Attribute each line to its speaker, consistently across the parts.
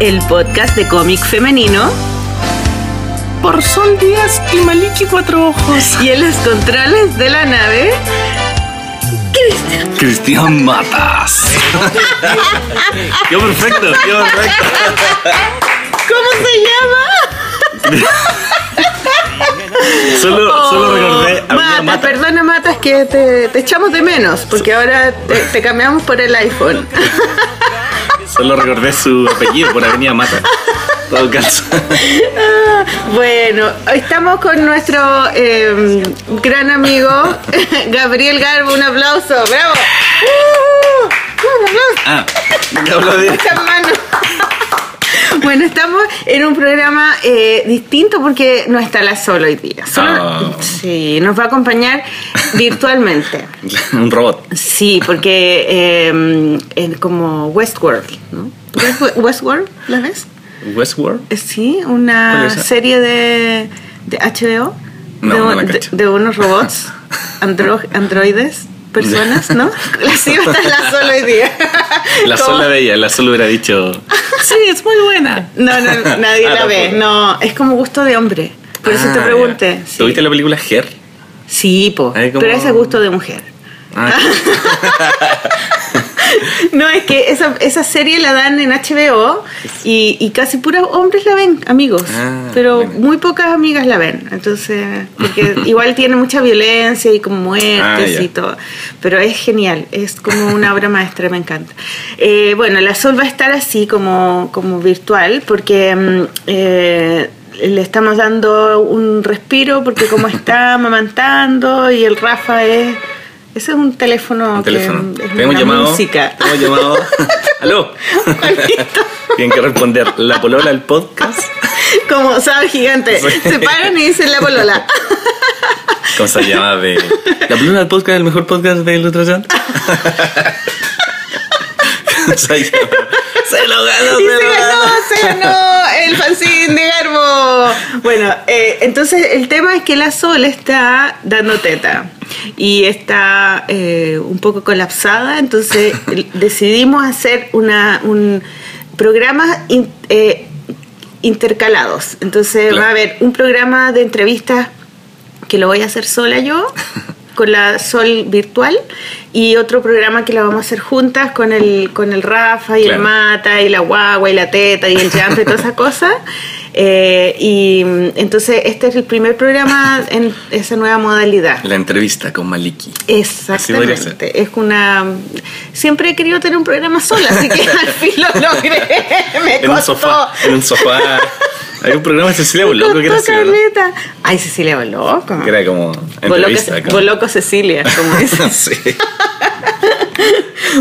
Speaker 1: el podcast de cómic femenino.
Speaker 2: Por Sol Díaz y Maliki Cuatro Ojos.
Speaker 1: Y en los controles de la nave,
Speaker 3: Cristian Matas. qué perfecto, qué perfecto.
Speaker 1: ¿cómo se llama?
Speaker 3: Solo, solo recordé.
Speaker 1: Oh, Mata, perdona Matas que te, te echamos de menos, porque ahora te, te cambiamos por el iPhone.
Speaker 3: Solo recordé su apellido por Avenida Mata. Todo calza.
Speaker 1: Bueno, estamos con nuestro eh, gran amigo Gabriel Garbo, un aplauso, bravo. ¡Uh! un aplauso.
Speaker 3: Ah, ya aplaudí.
Speaker 1: Muchas manos. Bueno, estamos en un programa eh, distinto porque no está la Sol hoy día. Solo,
Speaker 3: Ah.
Speaker 1: Sí, nos va a acompañar virtualmente.
Speaker 3: Un robot.
Speaker 1: Sí, porque eh, es como Westworld, ¿no? West- Westworld, ¿la ves?
Speaker 3: Westworld.
Speaker 1: Eh, Sí,
Speaker 3: ¿Cuál
Speaker 1: una
Speaker 3: es esa?
Speaker 1: serie de, de HBO
Speaker 3: No,
Speaker 1: de,
Speaker 3: no la
Speaker 1: de-
Speaker 3: cacho.
Speaker 1: de unos robots, andro- androides, personas, ¿no? Así va a estar la sola hoy día.
Speaker 3: La
Speaker 1: Como-
Speaker 3: Sol la veía, la Sol hubiera dicho.
Speaker 2: Sí, es muy buena.
Speaker 1: No, no, nadie
Speaker 3: Ah,
Speaker 1: la ve.
Speaker 3: tampoco.
Speaker 1: No, es como gusto de hombre. Por eso te
Speaker 3: Ah,
Speaker 1: pregunté.
Speaker 3: ya.
Speaker 1: Sí.
Speaker 3: ¿Tuviste la película Her?
Speaker 1: Sí, po.
Speaker 3: Ahí como-
Speaker 1: Pero ese gusto de mujer.
Speaker 3: Ah,
Speaker 1: No, es que esa, esa serie la dan en HBO y, y casi puros hombres la ven, amigos.
Speaker 3: Ah,
Speaker 1: pero
Speaker 3: bueno.
Speaker 1: muy pocas amigas la ven. Entonces, porque igual tiene mucha violencia y como muertes
Speaker 3: Ah, ya.
Speaker 1: y todo. Pero es genial, es como una obra maestra, me encanta. Eh, bueno, la Sol va a estar así como, como virtual porque... mm, eh, le estamos dando un respiro porque como está amamantando y el Rafa es... Ese es un teléfono
Speaker 3: un
Speaker 1: que
Speaker 3: teléfono.
Speaker 1: es
Speaker 3: Tenemos
Speaker 1: una
Speaker 3: llamado.
Speaker 1: música.
Speaker 3: Tenemos llamado. Aló. Tienen que responder. La polola del podcast.
Speaker 1: Como sabe gigante.
Speaker 3: Sí.
Speaker 1: Se paran y dicen la polola.
Speaker 3: ¿Cómo se llama? De... La polola del podcast, el mejor podcast de ilustración. ¿Cómo se llama? Se lo ganó,
Speaker 1: Y
Speaker 3: se
Speaker 1: se
Speaker 3: lo
Speaker 1: ganó,
Speaker 3: ganó.
Speaker 1: se ganó el fanzine de Garbo. Bueno, eh, entonces el tema es que la Sol está dando teta y está eh, un poco colapsada, entonces el- decidimos hacer una, un programa in- eh, intercalados. Entonces
Speaker 3: Claro.
Speaker 1: va a haber un programa de entrevistas que lo voy a hacer sola yo, con la Sol Virtual, y otro programa que lo vamos a hacer juntas con el, con el Rafa y el
Speaker 3: Claro.
Speaker 1: Mata y la Guagua y la Teta y el Jump y toda esa cosa. Eh, y mm, entonces este es el primer programa en esa nueva modalidad.
Speaker 3: La entrevista con Maliki. podría ser.
Speaker 1: Exactamente, es una... Siempre he querido tener un programa sola, así que al fin lo logré. Me
Speaker 3: En un
Speaker 1: costó.
Speaker 3: sofá. En un sofá. Hay un programa de Cecilia Boloco que era
Speaker 1: Costó
Speaker 3: así, ¿verdad?
Speaker 1: caleta. Ay, Cecilia Boloco.
Speaker 3: Que era como entrevista.
Speaker 1: Boloco,
Speaker 3: como-
Speaker 1: Boloco Cecilia, como dice.
Speaker 3: sí.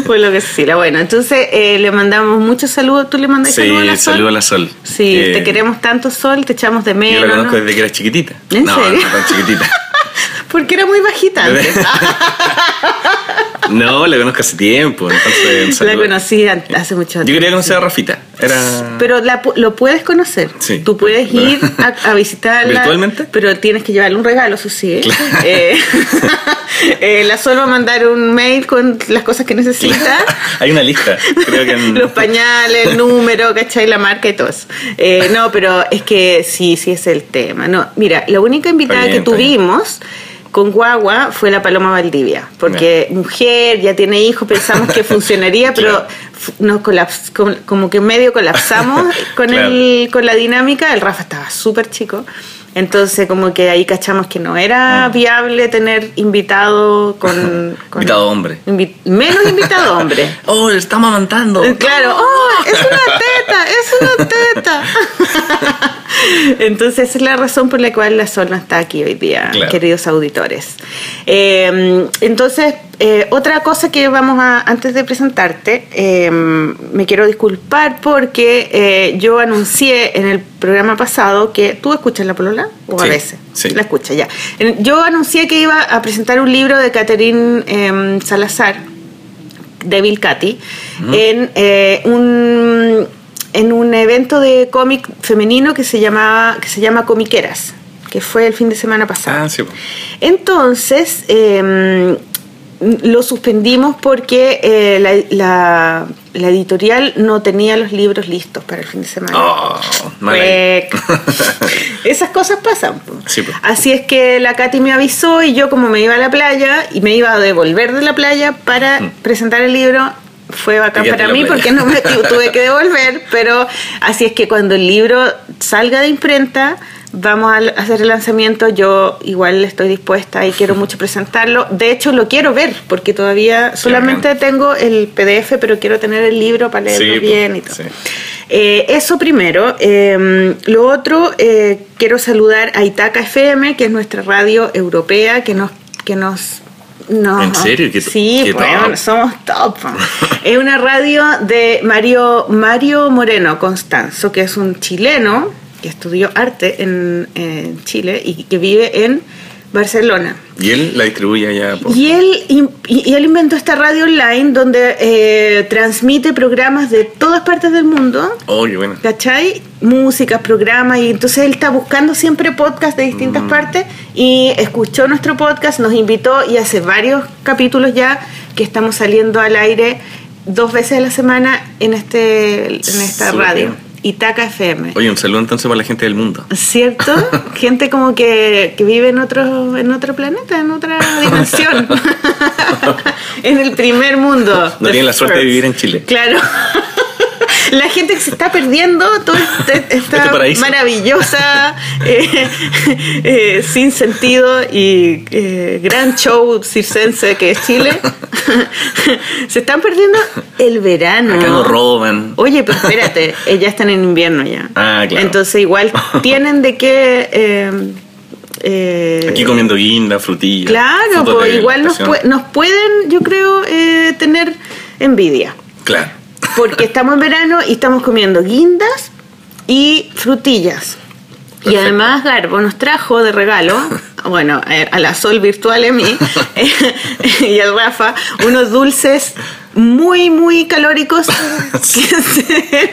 Speaker 1: Boloco Cecilia. Bueno, entonces eh, le mandamos muchos saludos. ¿Tú le mandas
Speaker 3: Sí,
Speaker 1: saludos a la Sol?
Speaker 3: saludo a la Sol.
Speaker 1: Sí,
Speaker 3: Eh,
Speaker 1: te queremos tanto, Sol, te echamos de
Speaker 3: Yo la
Speaker 1: menos.
Speaker 3: conozco
Speaker 1: ¿no?
Speaker 3: desde que era chiquitita.
Speaker 1: ¿En
Speaker 3: no,
Speaker 1: serio?
Speaker 3: no tan chiquitita.
Speaker 1: Porque era muy bajita antes.
Speaker 3: No, la conozco hace tiempo. Entonces, un
Speaker 1: la
Speaker 3: saludo.
Speaker 1: conocí an- hace mucho
Speaker 3: Yo
Speaker 1: tiempo.
Speaker 3: quería conocer a Rafita. Era.
Speaker 1: Pero la pu- lo puedes conocer.
Speaker 3: Sí.
Speaker 1: Tú puedes ir a, a visitarla.
Speaker 3: ¿Virtualmente?
Speaker 1: Pero tienes que llevarle un regalo, eso sí. ¿eh? Eh, eh, la Sol va a mandar un mail con las cosas que necesita.
Speaker 3: Hay una lista. Creo que en-
Speaker 1: Los pañales, el número, ¿cachai? La marca y todo eso. Eh, no, pero es que sí, sí es el tema. No, mira, la única invitada
Speaker 3: Está bien,
Speaker 1: que
Speaker 3: está bien.
Speaker 1: tuvimos con Guagua fue la Paloma Valdivia, porque mujer, ya tiene hijos, pensamos que funcionaría, pero
Speaker 3: Claro.
Speaker 1: f- nos colaps com- como que medio colapsamos con,
Speaker 3: Claro.
Speaker 1: el, con la dinámica. El Rafa estaba súper chico. Entonces como que ahí cachamos que no
Speaker 3: Ah.
Speaker 1: era viable tener invitado con... con-
Speaker 3: Invitado hombre.
Speaker 1: invi- menos invitado hombre.
Speaker 3: Oh, le está amamantando.
Speaker 1: Eh, Claro, ¡oh! Es una teta, es una teta. Entonces, esa es la razón por la cual la Sol no está aquí hoy día,
Speaker 3: Claro.
Speaker 1: queridos auditores. Eh, entonces, eh, otra cosa que vamos a, antes de presentarte, eh, me quiero disculpar porque eh, yo anuncié en el programa pasado que tú escuchas la polola o a
Speaker 3: Sí,
Speaker 1: veces.
Speaker 3: sí.
Speaker 1: La escucha, ya. En- Yo anuncié que iba a presentar un libro de Catherine em, Salazar, Devil Katy, en, eh, un, en un evento de cómic femenino que se, llamaba, que se llama Comiqueras, que fue el fin de semana pasado.
Speaker 3: Ah, sí. po.
Speaker 1: Entonces, eh, lo suspendimos porque eh, la, la- la editorial no tenía los libros listos para el fin de semana.
Speaker 3: Oh, mal ahí.
Speaker 1: Cuec. Pues, Esas cosas pasan. po.
Speaker 3: Sí, po.
Speaker 1: Así es que la Katy me avisó y yo como me iba a la playa y me iba a devolver de la playa para presentar el libro, fue bacán
Speaker 3: Mm. Te quedaste
Speaker 1: para
Speaker 3: en la
Speaker 1: mí
Speaker 3: playa.
Speaker 1: porque no me tu- tuve que devolver, pero así es que cuando el libro salga de imprenta, vamos a l- hacer el lanzamiento, yo igual estoy dispuesta y quiero mucho presentarlo. De hecho, lo quiero ver porque todavía solamente tengo el PDF, pero quiero tener el libro para leerlo
Speaker 3: Sí, po,
Speaker 1: bien y todo.
Speaker 3: sí.
Speaker 1: Eh, eso primero. Eh, lo otro, eh, quiero saludar a Itaca FM, que es nuestra radio europea, que nos... Que nos no.
Speaker 3: ¿En serio? ¿Qué-
Speaker 1: sí,
Speaker 3: qué
Speaker 1: bueno,
Speaker 3: top?
Speaker 1: somos top. es una radio de Mario, Mario Moreno Constanzo, que es un chileno que estudió arte en, en Chile y que vive en Barcelona.
Speaker 3: Y él la distribuye allá por...
Speaker 1: Y él, in- y y él inventó esta radio online donde eh, transmite programas de todas partes del mundo.
Speaker 3: Oh, qué bueno.
Speaker 1: ¿Cachai? Músicas, programas, y entonces él está buscando siempre podcasts de distintas
Speaker 3: Mm.
Speaker 1: partes y escuchó nuestro podcast, nos invitó y hace varios capítulos ya que estamos saliendo al aire dos veces a la semana en, este, en esta
Speaker 3: Súper
Speaker 1: radio,
Speaker 3: bien.
Speaker 1: Itaca FM.
Speaker 3: Oye, un saludo entonces para la gente del mundo.
Speaker 1: ¿Cierto? Gente como que, que vive en otro, en otro planeta, en otra dimensión. en el primer mundo.
Speaker 3: No
Speaker 1: The
Speaker 3: tienen la suerte de vivir en Chile.
Speaker 1: Claro. La gente que se está perdiendo toda este- esta
Speaker 3: Este paraíso.
Speaker 1: maravillosa, eh, eh, sin sentido y eh, gran show circense que es Chile, se están perdiendo el verano.
Speaker 3: Acá nos roban.
Speaker 1: Oye, pero espérate, eh, ya están en invierno ya.
Speaker 3: Ah, claro.
Speaker 1: Entonces igual tienen de qué... eh, eh,
Speaker 3: Aquí comiendo guinda, frutilla.
Speaker 1: Claro,
Speaker 3: frutos de
Speaker 1: pues igual nos,
Speaker 3: estación.
Speaker 1: pue- nos pueden, yo creo, eh, tener envidia.
Speaker 3: Claro.
Speaker 1: Porque estamos en verano y estamos comiendo guindas y frutillas. Y
Speaker 3: Perfecto.
Speaker 1: además Garbo nos trajo de regalo, bueno, eh, a la Sol Virtual, a mí eh, y al Rafa, unos dulces muy, muy calóricos. que se-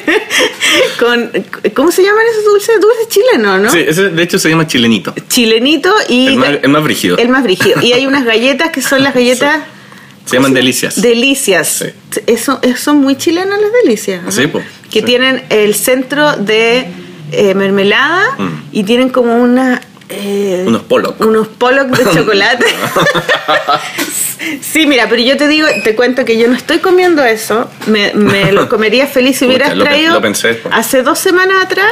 Speaker 1: con, ¿Cómo se llaman esos dulces? Dulces chilenos, ¿no?
Speaker 3: Sí, ese de hecho se llama chilenito.
Speaker 1: Chilenito y...
Speaker 3: El más, el más brígido.
Speaker 1: El más brígido. Y hay unas galletas que son las galletas...
Speaker 3: Se llaman delicias.
Speaker 1: Delicias. Eso, eso son muy chilenas las delicias. ¿no?
Speaker 3: Sí, po.
Speaker 1: Que
Speaker 3: Sí.
Speaker 1: tienen el centro de eh, mermelada
Speaker 3: Mm.
Speaker 1: y tienen como una... eh,
Speaker 3: Unos pollock.
Speaker 1: Unos pollock de chocolate. sí, mira, pero yo te digo, te cuento que yo no estoy comiendo eso. Me, me lo comería feliz si
Speaker 3: Pucha,
Speaker 1: hubieras
Speaker 3: lo pe-
Speaker 1: traído.
Speaker 3: lo pensé, po.
Speaker 1: Hace dos semanas atrás.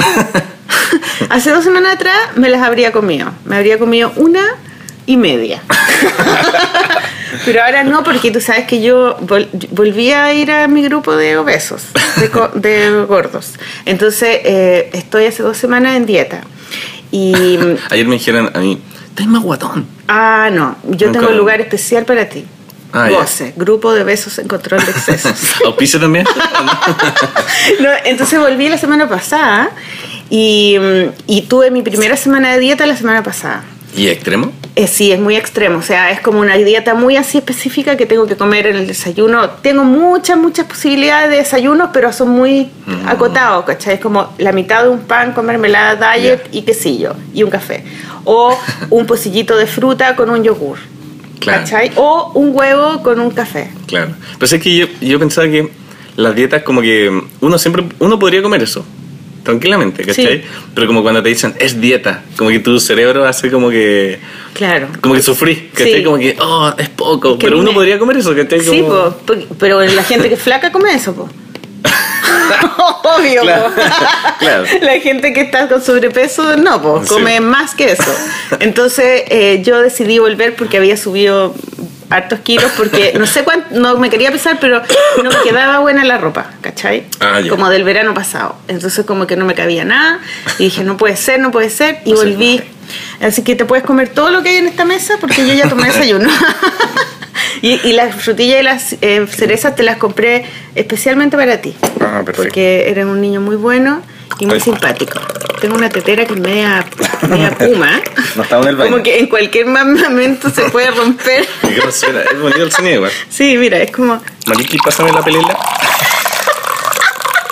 Speaker 1: hace dos semanas atrás me las habría comido. Me habría comido una y media. Pero ahora no, porque tú sabes que yo vol- volví a ir a mi grupo de obesos, de, co- de gordos. Entonces, eh, estoy hace dos semanas en dieta. Y,
Speaker 3: Ayer me dijeron a mí, estás más guatón.
Speaker 1: ah, no, yo
Speaker 3: Nunca
Speaker 1: tengo un
Speaker 3: lo-
Speaker 1: lugar especial para ti.
Speaker 3: Ah, ya.
Speaker 1: Goce, grupo de besos en control de excesos.
Speaker 3: ¿Auspicio también?
Speaker 1: No, entonces volví la semana pasada y, mm, y tuve mi primera semana de dieta la semana pasada.
Speaker 3: ¿Y extremo?
Speaker 1: Eh, sí, es muy extremo, o sea, es como una dieta muy así específica que tengo que comer en el desayuno. Tengo muchas, muchas posibilidades de desayunos, pero son muy
Speaker 3: Mm.
Speaker 1: acotados, ¿cachai? Es como la mitad de un pan con mermelada diet y quesillo y un café. O un pocillito de fruta con un yogur,
Speaker 3: Claro.
Speaker 1: ¿cachai? O un huevo con un café.
Speaker 3: Claro. Pero es que yo, yo pensaba que las dietas como que uno siempre, uno podría comer eso. Tranquilamente, ¿cachai?
Speaker 1: Sí.
Speaker 3: Pero como cuando te dicen, es dieta, como que tu cerebro hace como que...
Speaker 1: Claro.
Speaker 3: Como que sufrí, ¿cachai?
Speaker 1: Sí.
Speaker 3: Como que, oh, es poco.
Speaker 1: Es que
Speaker 3: pero
Speaker 1: a mí
Speaker 3: uno
Speaker 1: me-
Speaker 3: podría comer eso, ¿cachai?
Speaker 1: Sí,
Speaker 3: Como-
Speaker 1: po, porque- pero la gente que es flaca come eso, po. Obvio,
Speaker 3: Claro,
Speaker 1: po.
Speaker 3: claro.
Speaker 1: La gente que está con sobrepeso, no, po,
Speaker 3: Sí.
Speaker 1: come más que eso. Entonces eh, yo decidí volver porque había subido hartos kilos porque no sé cuánto, no me quería pesar, pero no me quedaba buena la ropa, ¿cachai?
Speaker 3: Ah, ya.
Speaker 1: Como del verano pasado. Entonces como que no me cabía nada y dije, no puede ser, no puede ser y
Speaker 3: No sé,
Speaker 1: volví.
Speaker 3: no sé.
Speaker 1: Así que te puedes comer todo lo que hay en esta mesa porque yo ya tomé desayuno. y, y las frutillas y las eh, cerezas te las compré especialmente para ti.
Speaker 3: Ah, perfecto.
Speaker 1: Porque eres un niño muy bueno y muy
Speaker 3: Ay.
Speaker 1: simpático. Tengo una tetera que es media, media puma.
Speaker 3: No estaba en el baño.
Speaker 1: Como que en cualquier momento se puede romper.
Speaker 3: Y que no suena, es bonito el sonido igual.
Speaker 1: Sí, mira, es como...
Speaker 3: Maliki, pásame la pelela.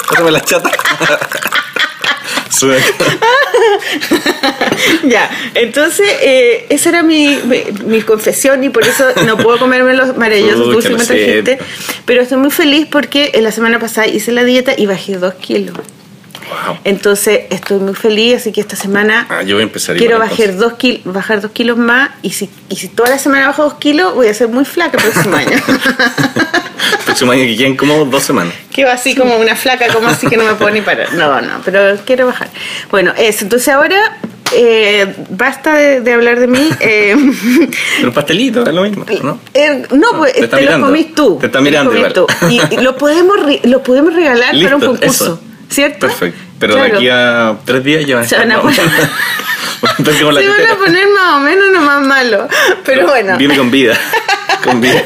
Speaker 3: Pásame la chata. Sube acá.
Speaker 1: ya, entonces eh, esa era mi, mi, mi confesión y por eso no puedo comerme los maravillosos
Speaker 3: Uy,
Speaker 1: dulces
Speaker 3: qué
Speaker 1: que me trajiste.
Speaker 3: receta.
Speaker 1: Pero estoy muy feliz porque eh, la semana pasada hice la dieta y bajé dos kilos.
Speaker 3: Wow.
Speaker 1: Entonces estoy muy feliz, así que esta semana
Speaker 3: Ah, yo voy a empezar
Speaker 1: quiero
Speaker 3: igual,
Speaker 1: bajar dos, kil- bajar dos kilos más y si, y si toda la semana bajo dos kilos voy a ser muy flaca el próximo año.
Speaker 3: entonces. Próximo año que queden como dos semanas.
Speaker 1: Quedo así como una flaca, como así que no me puedo ni parar. No, no, pero quiero bajar. Bueno, eso, entonces ahora eh, basta de, de hablar de mí. eh,
Speaker 3: Pero pastelito es lo mismo, ¿no?
Speaker 1: eh, no, pues
Speaker 3: te
Speaker 1: te,
Speaker 3: está
Speaker 1: lo
Speaker 3: mirando.
Speaker 1: comís tú.
Speaker 3: Te está mirando
Speaker 1: lo comís
Speaker 3: igual.
Speaker 1: tú. Y, y lo podemos, re- lo podemos regalar para un
Speaker 3: Listo,
Speaker 1: concurso,
Speaker 3: eso.
Speaker 1: ¿cierto?
Speaker 3: Perfecto. Pero de
Speaker 1: Claro.
Speaker 3: aquí a tres días ya van a
Speaker 1: Se
Speaker 3: estar.
Speaker 1: van a
Speaker 3: no.
Speaker 1: poner-
Speaker 3: Entonces, como la
Speaker 1: Se van a
Speaker 3: tetera.
Speaker 1: poner más o menos no más malo. Pero bueno.
Speaker 3: Viene con vida. Con vida.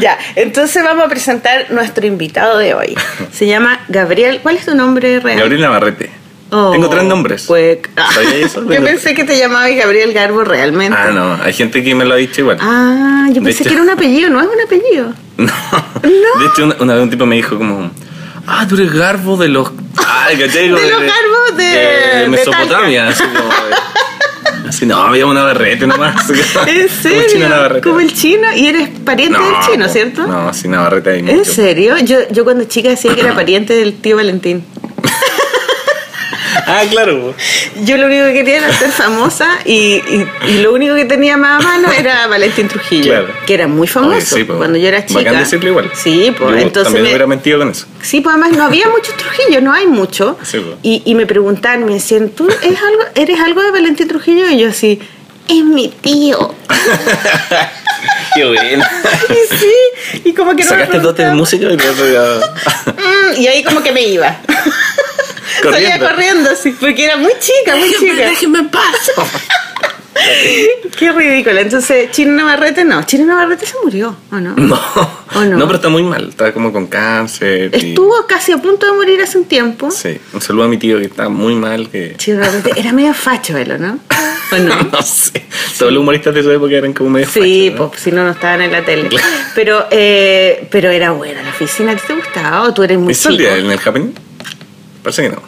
Speaker 1: Ya, entonces vamos a presentar nuestro invitado de hoy. Se llama Gabriel. ¿Cuál es tu nombre real?
Speaker 3: Gabriel Navarrete.
Speaker 1: Oh,
Speaker 3: Tengo tres nombres.
Speaker 1: pues-
Speaker 3: ¿Sabía eso?
Speaker 1: yo
Speaker 3: Tengo-
Speaker 1: pensé que te llamabas Gabriel Garbo realmente.
Speaker 3: Ah, no. Hay gente que me lo ha dicho igual.
Speaker 1: Ah, yo
Speaker 3: De
Speaker 1: pensé
Speaker 3: hecho-
Speaker 1: que era un apellido, no es un apellido.
Speaker 3: No. De hecho, una, una vez un tipo me dijo como, ah, tú eres garbo de los... Ah, ¿cachai? Como
Speaker 1: De los garbos de- de
Speaker 3: Mesopotamia. así, como, eh. así, no, había una barrete nomás.
Speaker 1: ¿En
Speaker 3: Como
Speaker 1: serio?
Speaker 3: chino Navarrete.
Speaker 1: Como el chino y eres pariente del chino,
Speaker 3: po,
Speaker 1: ¿cierto?
Speaker 3: No, sí, Navarrete hay
Speaker 1: ¿En
Speaker 3: mucho.
Speaker 1: serio? Yo, yo cuando chica decía que era pariente del tío Valentín.
Speaker 3: Ah, claro. po.
Speaker 1: Yo lo único que quería era ser famosa y, y- y lo único que tenía más a mano era Valentín Trujillo,
Speaker 3: Claro.
Speaker 1: que era muy famoso
Speaker 3: Oye, sí, po.
Speaker 1: cuando yo era chica.
Speaker 3: Bacán decirlo igual.
Speaker 1: Sí, pues
Speaker 3: Yo
Speaker 1: entonces
Speaker 3: También
Speaker 1: me-
Speaker 3: hubiera mentido con eso.
Speaker 1: Sí, pues además no había muchos Trujillo, no hay mucho.
Speaker 3: Sí, pues.
Speaker 1: y, y me preguntaban, me decían, ¿tú eres algo, eres algo de Valentín Trujillo? Y yo así, es mi tío.
Speaker 3: Qué bueno.
Speaker 1: y sí, y como que no me
Speaker 3: Sacaste dotes de
Speaker 1: preguntaban.
Speaker 3: música y te has
Speaker 1: Mm, y ahí como que me iba. Salía
Speaker 3: Corriendo.
Speaker 1: corriendo, sí, porque era muy chica, muy
Speaker 2: Déjenme,
Speaker 1: chica.
Speaker 2: déjenme en paz.
Speaker 1: Qué ridícula. Entonces, Chino Navarrete no. Chino Navarrete se murió, ¿o no?
Speaker 3: No.
Speaker 1: ¿O no?
Speaker 3: no, pero está muy mal. Está como con cáncer. y-
Speaker 1: Estuvo casi a punto de morir hace un tiempo.
Speaker 3: Sí, un saludo a mi tío que está muy mal. Que...
Speaker 1: Chino Navarrete era medio facho, ¿verdad? ¿no? ¿O no?
Speaker 3: no sé. Todos los humoristas de esa época eran como medio
Speaker 1: Sí,
Speaker 3: fachos, ¿no?
Speaker 1: pues, si no, no estaban en la tele.
Speaker 3: Claro.
Speaker 1: Pero, eh, pero era buena la oficina. ¿Te gustaba o tú eres muy
Speaker 3: ¿Es el
Speaker 1: chico?
Speaker 3: día en el Happening? Parece que no.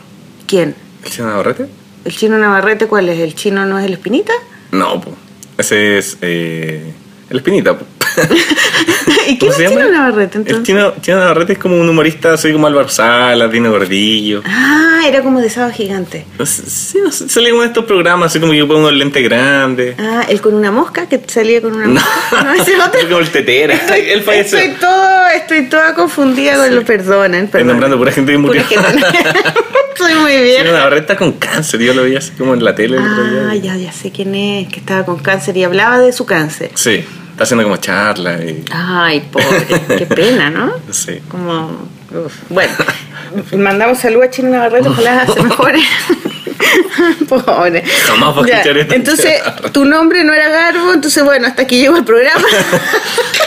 Speaker 1: ¿Quién?
Speaker 3: ¿El Chino Navarrete?
Speaker 1: ¿El chino Navarrete cuál es? ¿El chino no es el Espinita?
Speaker 3: No, pues. Ese es. eh, el Espinita, po.
Speaker 1: ¿Y quién
Speaker 3: ¿Cómo
Speaker 1: es
Speaker 3: se
Speaker 1: el chino
Speaker 3: llama?
Speaker 1: Navarrete
Speaker 3: El
Speaker 1: entonces?
Speaker 3: chino, Chino Navarrete es como un humorista así como Álvaro Sala, Dino Gordillo.
Speaker 1: Ah, era como de sábado gigante.
Speaker 3: No sé, sí, no sé, sale como en estos programas así como que pone unos lentes grandes.
Speaker 1: Ah, el con una mosca que salía con una
Speaker 3: No.
Speaker 1: mosca. Ah, No, ese es otro.
Speaker 3: Es como el tetera.
Speaker 1: Estoy,
Speaker 3: Él falleció.
Speaker 1: estoy todo, estoy toda confundida con lo perdonen.
Speaker 3: Estoy
Speaker 1: perdonen.
Speaker 3: nombrando pura gente que murió.
Speaker 1: Pura gente. Soy muy vieja.
Speaker 3: Chino Navarrete está con cáncer. Yo lo vi así como en la tele el otro día.
Speaker 1: Ah, ya, ya sé quién es, que estaba con cáncer y hablaba de su cáncer.
Speaker 3: Sí, está haciendo como charlas y...
Speaker 1: Ay, pobre, Oh, qué pena, ¿no?
Speaker 3: Sí.
Speaker 1: Como, uf. bueno, mandamos salud a Chino Navarrete, ojalá se mejore. pobre.
Speaker 3: Jamás va a
Speaker 1: Ya,
Speaker 3: escuchar esto.
Speaker 1: Entonces, tu nombre no era Garbo, entonces bueno, hasta aquí llegó el programa.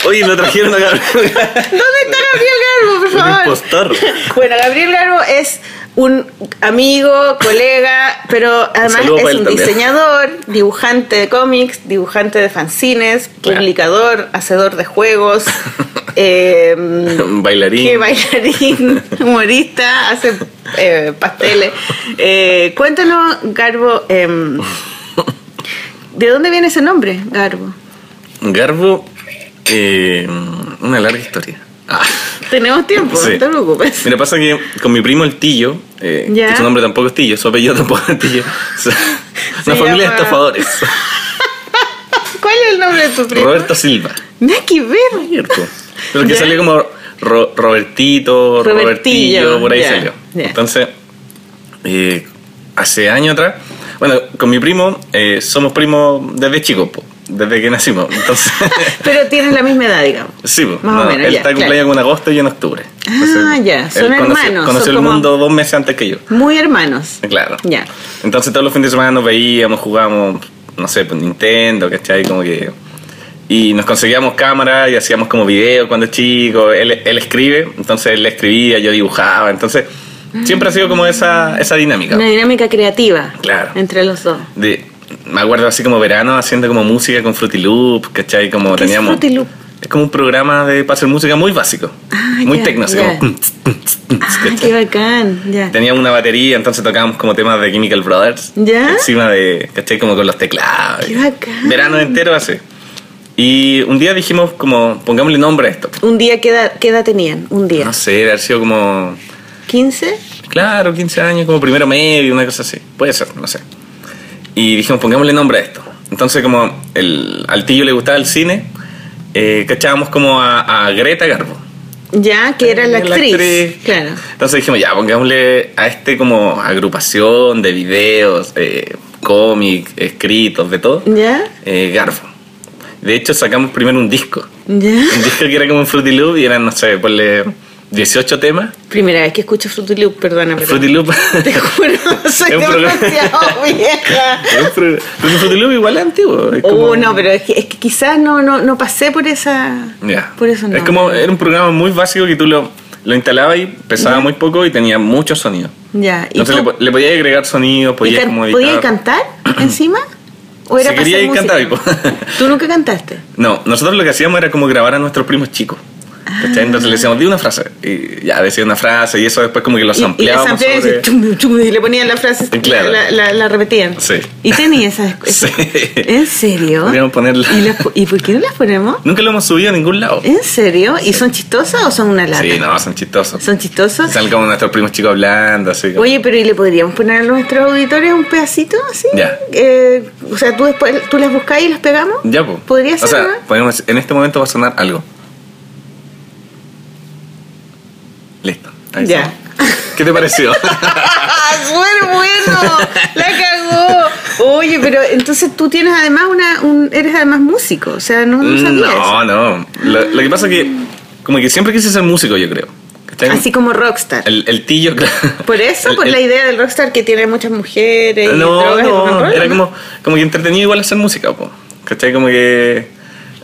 Speaker 3: Oye, lo trajeron a Gabriel.
Speaker 1: ¿Dónde está Gabriel Garbo, por
Speaker 3: Un
Speaker 1: favor?
Speaker 3: impostor.
Speaker 1: Bueno, Gabriel Garbo es un amigo, colega, pero además
Speaker 3: saludo para
Speaker 1: es
Speaker 3: él
Speaker 1: un
Speaker 3: también.
Speaker 1: diseñador, dibujante de cómics, dibujante de fanzines,
Speaker 3: Claro.
Speaker 1: publicador, hacedor de juegos, eh,
Speaker 3: Un bailarín.
Speaker 1: que bailarín, humorista, hace eh, pasteles. Eh, cuéntanos, Garbo, em, ¿de dónde viene ese nombre, Garbo?
Speaker 3: Garbo, eh, una larga historia. Ah.
Speaker 1: Tenemos tiempo,
Speaker 3: Sí.
Speaker 1: no te preocupes.
Speaker 3: Mira, pasa que con mi primo el Tillo, eh,
Speaker 1: Ya.
Speaker 3: que su nombre tampoco es Tillo, su apellido tampoco es Tillo. o sea, Una
Speaker 1: Se
Speaker 3: familia
Speaker 1: llama-
Speaker 3: de estafadores.
Speaker 1: ¿Cuál es el nombre de tu pues. primo?
Speaker 3: Roberto Silva.
Speaker 1: Nada que ver.
Speaker 3: Cierto. Pero que
Speaker 1: Ya.
Speaker 3: salió como Ro- Robertito,
Speaker 1: Robertillo,
Speaker 3: Robertillo, por ahí
Speaker 1: ya,
Speaker 3: salió.
Speaker 1: ya.
Speaker 3: Entonces, eh, hace años atrás, bueno, con mi primo eh, somos primos desde chicos, po, desde que nacimos. Entonces,
Speaker 1: Pero tienes la misma edad, digamos.
Speaker 3: sí, po,
Speaker 1: Más o
Speaker 3: no,
Speaker 1: menos,
Speaker 3: él
Speaker 1: ya,
Speaker 3: está de
Speaker 1: claro.
Speaker 3: cumpleaños en agosto y yo en octubre.
Speaker 1: Ah, ya, son
Speaker 3: él conoció-
Speaker 1: hermanos,
Speaker 3: Conoció
Speaker 1: son
Speaker 3: el
Speaker 1: como-
Speaker 3: mundo dos meses antes que yo.
Speaker 1: Muy hermanos.
Speaker 3: Claro.
Speaker 1: Ya.
Speaker 3: Entonces todos los fines de semana nos veíamos, jugábamos, no sé, pues Nintendo, ¿cachai? Como que... Y nos conseguíamos cámaras y hacíamos como videos cuando chico. Él, él escribe, entonces él escribía, yo dibujaba. Entonces siempre ha sido como esa, esa dinámica.
Speaker 1: Una dinámica creativa.
Speaker 3: Claro.
Speaker 1: Entre los dos.
Speaker 3: De, me acuerdo así como verano haciendo como música con Fruity Loop, ¿cachai? Como
Speaker 1: ¿Qué es
Speaker 3: teníamos...
Speaker 1: Fruity Loop? Ah,
Speaker 3: Es como un programa de, para hacer música muy básico. muy
Speaker 1: ya,
Speaker 3: tecno, así
Speaker 1: ya.
Speaker 3: como, "Pum, tss, pum, tss, pum, tss",
Speaker 1: Ah,
Speaker 3: ¿cachai?
Speaker 1: qué bacán. Ya.
Speaker 3: Teníamos una batería, entonces tocábamos como temas de Chemical Brothers.
Speaker 1: ¿Ya?
Speaker 3: Encima de, ¿cachai? Como con los teclados.
Speaker 1: Qué bacán.
Speaker 3: Verano entero así. Y un día dijimos como, pongámosle nombre a esto.
Speaker 1: Un día, ¿qué edad, qué edad tenían? Un día.
Speaker 3: No sé, debe haber sido como,
Speaker 1: ¿15?
Speaker 3: claro, 15 años, como primero medio, una cosa así. Puede ser, no sé. Y dijimos, pongámosle nombre a esto. Entonces como el, al tío le gustaba el cine, eh, cachábamos como a, a Greta Garbo.
Speaker 1: Ya, que era la
Speaker 3: La
Speaker 1: actriz.
Speaker 3: actriz.
Speaker 1: Claro.
Speaker 3: Entonces dijimos, ya, pongámosle a este como agrupación de videos, eh, cómics, escritos, de todo.
Speaker 1: ¿Ya?
Speaker 3: eh, Garfo. De hecho, sacamos primero un disco.
Speaker 1: ¿Ya?
Speaker 3: Un disco que era como un Fruity Loop y eran, no sé, ponle 18 temas.
Speaker 1: Primera vez que escucho Fruity Loop, perdona, pero...
Speaker 3: Fruity Loop.
Speaker 1: Te juro, soy
Speaker 3: Es un programa-
Speaker 1: demasiado vieja.
Speaker 3: Pero Fruity Loop igual es antiguo. es como-
Speaker 1: Oh, no, pero es que, es que quizás no, no, no pasé por esa...
Speaker 3: Ya.
Speaker 1: Por eso no.
Speaker 3: Es como, era un programa muy básico que tú lo, lo instalabas y pesaba muy poco y tenía mucho sonido.
Speaker 1: Ya. ¿Y
Speaker 3: Entonces
Speaker 1: tú?
Speaker 3: le, po- le podías agregar sonido,
Speaker 1: ¿Y
Speaker 3: podías
Speaker 1: can-
Speaker 3: como
Speaker 1: podías
Speaker 3: editar.
Speaker 1: cantar encima? ¿O era
Speaker 3: Si
Speaker 1: para hacer
Speaker 3: querías
Speaker 1: música?
Speaker 3: cantar, y po-
Speaker 1: ¿Tú nunca cantaste?
Speaker 3: No, nosotros lo que hacíamos era como grabar a nuestros primos chicos. ¿cachai? Entonces le decíamos, di una frase. Y ya decía una frase y eso después como que lo
Speaker 1: Y- Y, la
Speaker 3: sampleábamos.
Speaker 1: sampleaban y,
Speaker 3: sobre-
Speaker 1: decían, "Chum, chum", y le ponían la frase,
Speaker 3: Claro.
Speaker 1: la, la- la repetían.
Speaker 3: Sí.
Speaker 1: Y tenía esas esas-
Speaker 3: Sí.
Speaker 1: ¿En serio?
Speaker 3: Podríamos ponerla.
Speaker 1: ¿Y, las po- ¿Y por qué no las ponemos?
Speaker 3: Nunca lo hemos subido a ningún lado.
Speaker 1: ¿En serio? ¿Y son chistosas o son una lata?
Speaker 3: Sí, no, son chistosos.
Speaker 1: ¿Son chistosas?
Speaker 3: Salen como nuestros primos chicos hablando, así como-
Speaker 1: Oye, pero ¿y le podríamos poner a nuestros auditores un pedacito así?
Speaker 3: Ya.
Speaker 1: Eh, o sea, tú después tú las buscás y las pegamos.
Speaker 3: Ya, pues.
Speaker 1: ¿Podría ser?
Speaker 3: O sea,
Speaker 1: no?
Speaker 3: podemos- en este momento va a sonar algo. Listo. ahí
Speaker 1: Ya.
Speaker 3: está. ¿Qué te pareció?
Speaker 1: ¡Ah, súper bueno! ¡La cagó! Oye, pero entonces tú tienes además una. Un, eres además músico. O sea, no, no sabía eso.
Speaker 3: Mm, no, no. Lo, lo que pasa es que, como que siempre quise ser músico, yo creo. ¿Cachai?
Speaker 1: Así como rockstar.
Speaker 3: El, el tillo, claro.
Speaker 1: Ah, Por eso,
Speaker 3: El-
Speaker 1: por
Speaker 3: el-
Speaker 1: la idea del rockstar que tiene muchas mujeres. y
Speaker 3: No,
Speaker 1: drogas y rock and
Speaker 3: no,
Speaker 1: roll,
Speaker 3: era
Speaker 1: ¿no?
Speaker 3: como, como que entretenido igual hacer música, po. ¿cachai? Como que.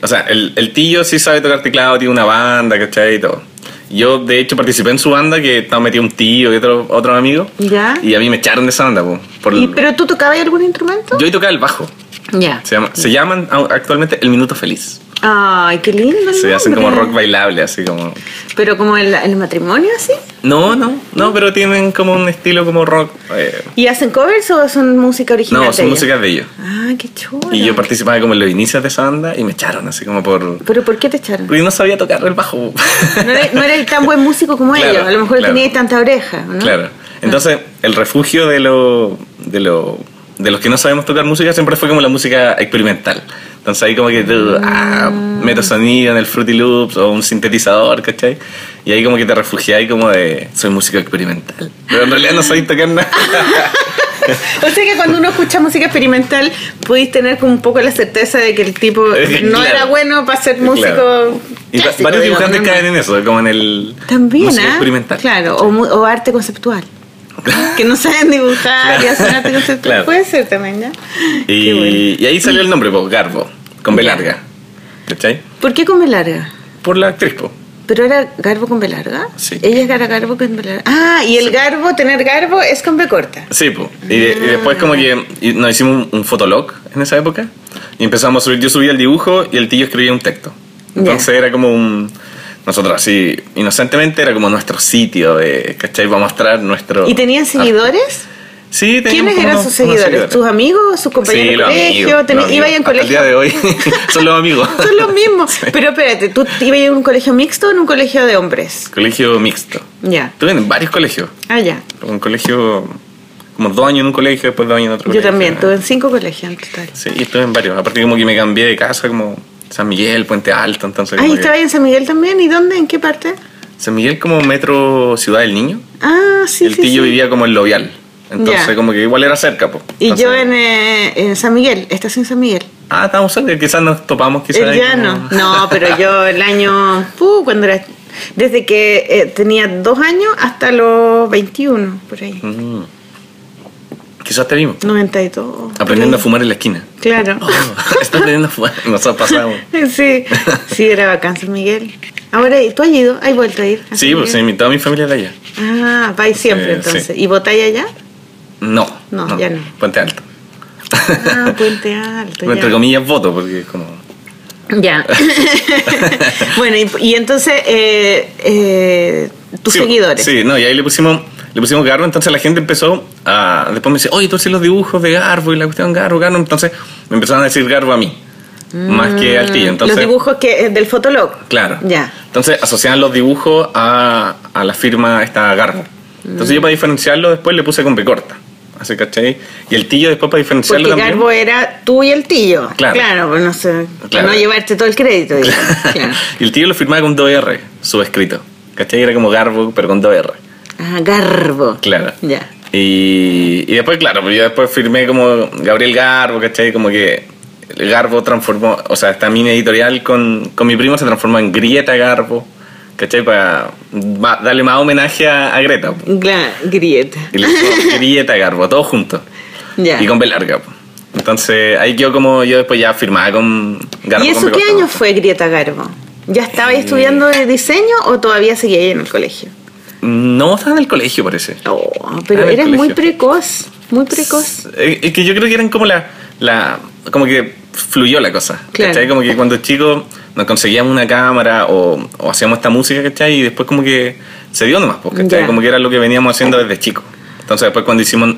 Speaker 3: O sea, el, el tío sí sabe tocar teclado, tiene una banda, ¿cachai? Y todo. Yo, de hecho, participé en su banda que estaba metido un tío y otro, otro amigo.
Speaker 1: Ya.
Speaker 3: Y a mí me echaron de esa banda, po. Por
Speaker 1: Ah. ¿Y, ¿Pero tú tocabas algún instrumento?
Speaker 3: Yo ahí tocaba el bajo.
Speaker 1: Ya.
Speaker 3: Se, llama- se llaman au- actualmente El Minuto Feliz.
Speaker 1: Ay, qué lindo. el
Speaker 3: Se hacen como
Speaker 1: nombre.
Speaker 3: rock bailable, así como.
Speaker 1: Pero como el, el matrimonio así.
Speaker 3: No, no, no, pero tienen como un estilo como rock. eh,
Speaker 1: ¿Y hacen covers o son música original?
Speaker 3: no,
Speaker 1: de
Speaker 3: son
Speaker 1: ellos?
Speaker 3: músicas de ellos.
Speaker 1: Ah, qué chulo.
Speaker 3: Y yo participaba como en los inicios de esa banda y me echaron así como por...
Speaker 1: ¿Pero por qué te echaron?
Speaker 3: Porque no sabía tocar el bajo.
Speaker 1: No eres, no eres tan buen músico como
Speaker 3: Claro,
Speaker 1: ellos. A lo mejor
Speaker 3: claro.
Speaker 1: tenías tanta oreja, ¿no?
Speaker 3: Claro. Entonces, el refugio de lo, de lo de los que no sabemos tocar música siempre fue como la música experimental. Entonces ahí como que tú,
Speaker 1: Mm.
Speaker 3: ah, meto sonido en el Fruity Loops o un sintetizador, ¿cachai? Y ahí como que te refugias como de soy músico experimental. Pero en realidad no sabéis tocar nada.
Speaker 1: O sea que cuando uno escucha música experimental, podéis tener como un poco la certeza de que el tipo
Speaker 3: Eh,
Speaker 1: no
Speaker 3: claro.
Speaker 1: era bueno para ser músico.
Speaker 3: Claro. Y va-
Speaker 1: clásico,
Speaker 3: varios
Speaker 1: digamos,
Speaker 3: dibujantes
Speaker 1: normal.
Speaker 3: caen en eso, como en el
Speaker 1: También,
Speaker 3: música
Speaker 1: ¿ah?
Speaker 3: experimental.
Speaker 1: Claro, o, mu- o arte conceptual. que no saben dibujar y
Speaker 3: Claro.
Speaker 1: hacen arte conceptual.
Speaker 3: Claro.
Speaker 1: Puede ser también, ¿ya?
Speaker 3: Y,
Speaker 1: Qué bueno.
Speaker 3: y ahí salió el nombre, po, Garbo, con B larga. ¿Cachai?
Speaker 1: ¿Por qué con B larga?
Speaker 3: Por la actriz, po.
Speaker 1: ¿Pero era Garbo con B larga?
Speaker 3: Sí.
Speaker 1: Ella es Gara Garbo con B larga. Ah, y el Garbo, tener Garbo, es con B corta.
Speaker 3: Sí, po. Y, de- y después como que y nos hicimos un, un fotolog en esa época y empezamos a subir, yo subía el dibujo y el tío escribía un texto. Entonces era como un... Nosotros así, inocentemente, era como nuestro sitio de, ¿cachai? Para mostrar nuestro...
Speaker 1: ¿Y tenían seguidores?
Speaker 3: Ah, Sí, teníamos
Speaker 1: ¿Quiénes
Speaker 3: como
Speaker 1: eran
Speaker 3: unos-
Speaker 1: sus
Speaker 3: unos
Speaker 1: seguidores? ¿Tus amigos? ¿Sus compañeros
Speaker 3: Sí,
Speaker 1: de
Speaker 3: los
Speaker 1: colegio?
Speaker 3: amigos,
Speaker 1: Teni-
Speaker 3: los
Speaker 1: ¿Ibas
Speaker 3: amigos.
Speaker 1: a un
Speaker 3: Hasta el día
Speaker 1: colegio?
Speaker 3: de hoy son los amigos.
Speaker 1: Son los mismos. Pero espérate, ¿tú ibas a un colegio mixto o en un colegio de hombres?
Speaker 3: Colegio mixto.
Speaker 1: Ya.
Speaker 3: Estuve en varios colegios.
Speaker 1: Ah, ya.
Speaker 3: un colegio, como dos años en un colegio, después dos años en otro
Speaker 1: Yo
Speaker 3: colegio.
Speaker 1: también, estuve en cinco colegios en total.
Speaker 3: Sí, estuve en varios. Aparte como que me cambié de casa, como San Miguel, Puente Alto, entonces...
Speaker 1: Ah,
Speaker 3: como
Speaker 1: ¿y
Speaker 3: que-
Speaker 1: estaba en San Miguel también? ¿Y dónde? ¿En qué parte?
Speaker 3: San Miguel como metro Ciudad del Niño.
Speaker 1: Ah, sí,
Speaker 3: el
Speaker 1: sí,
Speaker 3: tío
Speaker 1: sí.
Speaker 3: vivía como en Lovial. Entonces
Speaker 1: Ya.
Speaker 3: como que igual era cerca, po.
Speaker 1: Y
Speaker 3: Entonces-
Speaker 1: yo en, eh, en San Miguel, Estación San Miguel.
Speaker 3: Ah, estábamos cerca, quizás nos topamos, quizás...
Speaker 1: El
Speaker 3: ahí
Speaker 1: llano.
Speaker 3: como-
Speaker 1: Eh, No, pero yo el año... Uh, cuando era... Desde que eh, tenía dos años hasta los 21, por ahí.
Speaker 3: Mm. Quizás te vimos.
Speaker 1: 92.
Speaker 3: Aprendiendo a
Speaker 1: por ahí.
Speaker 3: fumar en la esquina. Oh,
Speaker 1: Claro.
Speaker 3: Está aprendiendo a fumar. Nos ha pasado.
Speaker 1: Ah, Sí, sí, era bacán San Miguel. Ahora, ¿y ¿tú has ido? ¿Has vuelto a ir? a
Speaker 3: Sí,
Speaker 1: San
Speaker 3: pues
Speaker 1: Miguel?
Speaker 3: sí, toda mi familia de allá.
Speaker 1: Ah, vais siempre
Speaker 3: Eh,
Speaker 1: entonces.
Speaker 3: sí.
Speaker 1: ¿Y votáis allá?
Speaker 3: No.
Speaker 1: No, ya no.
Speaker 3: Puente Alto.
Speaker 1: Ah, Puente Alto.
Speaker 3: Entre
Speaker 1: ya.
Speaker 3: comillas voto, porque es como...
Speaker 1: Ya. bueno, y, y entonces eh, eh, tus
Speaker 3: Sí,
Speaker 1: seguidores.
Speaker 3: Sí, no, y ahí le pusimos, le pusimos Garbo, entonces la gente empezó a. Después me dice, oye, tú haces los dibujos de Garbo y la cuestión Garbo, Garbo. Entonces me empezaron a decir Garbo a mí, más que al tío. Entonces,
Speaker 1: Mm, Ah, Los dibujos que eh, del Fotolog.
Speaker 3: Claro.
Speaker 1: Ya.
Speaker 3: Entonces asociaban los dibujos a, a la firma esta Garbo. Entonces yo para diferenciarlo después le puse con P corta. Así, ¿cachai? Y el tío después para diferenciarlo
Speaker 1: Porque
Speaker 3: también.
Speaker 1: Garbo era tú y el tío.
Speaker 3: Claro.
Speaker 1: pues no sé.
Speaker 3: Claro.
Speaker 1: No llevarte todo el crédito. digamos. Claro.
Speaker 3: y el tío lo firmaba con 2R, subescrito. ¿Cachai? Era como Garbo, pero con 2R.
Speaker 1: Ah, Garbo.
Speaker 3: Claro.
Speaker 1: Ya.
Speaker 3: Y, y después, claro, pues yo después firmé como Gabriel Garbo, ¿cachai? Como que el Garbo transformó, o sea, esta mini editorial con, con mi primo se transformó en Grieta Garbo, ¿cachai? Para va- darle más homenaje a, a Greta. po.
Speaker 1: Gra- grieta.
Speaker 3: Y le pusimos Grieta Garbo, todo junto.
Speaker 1: Ya.
Speaker 3: Y con B larga. po. Entonces ahí quedó como yo después ya firmaba con Garbo.
Speaker 1: ¿Y
Speaker 3: con
Speaker 1: eso
Speaker 3: B
Speaker 1: qué
Speaker 3: corta.
Speaker 1: año fue Grieta Garbo? ¿Ya estaba ahí
Speaker 3: Eh,
Speaker 1: estudiando de diseño o todavía seguía ahí en el colegio?
Speaker 3: No, estaba en el colegio parece.
Speaker 1: Oh, pero
Speaker 3: Ah, en el
Speaker 1: eres muy
Speaker 3: colegio.
Speaker 1: precoz, muy precoz.
Speaker 3: Eh, Es que yo creo que eran como la. la como que fluyó la cosa.
Speaker 1: Claro.
Speaker 3: ¿Cachai? Como que cuando chicos nos conseguíamos una cámara o, o hacíamos esta música, ¿cachai? Y después como que se dio nomás, pues, ¿cachai?
Speaker 1: Ya.
Speaker 3: Como que era lo que veníamos haciendo desde chicos. Entonces después cuando hicimos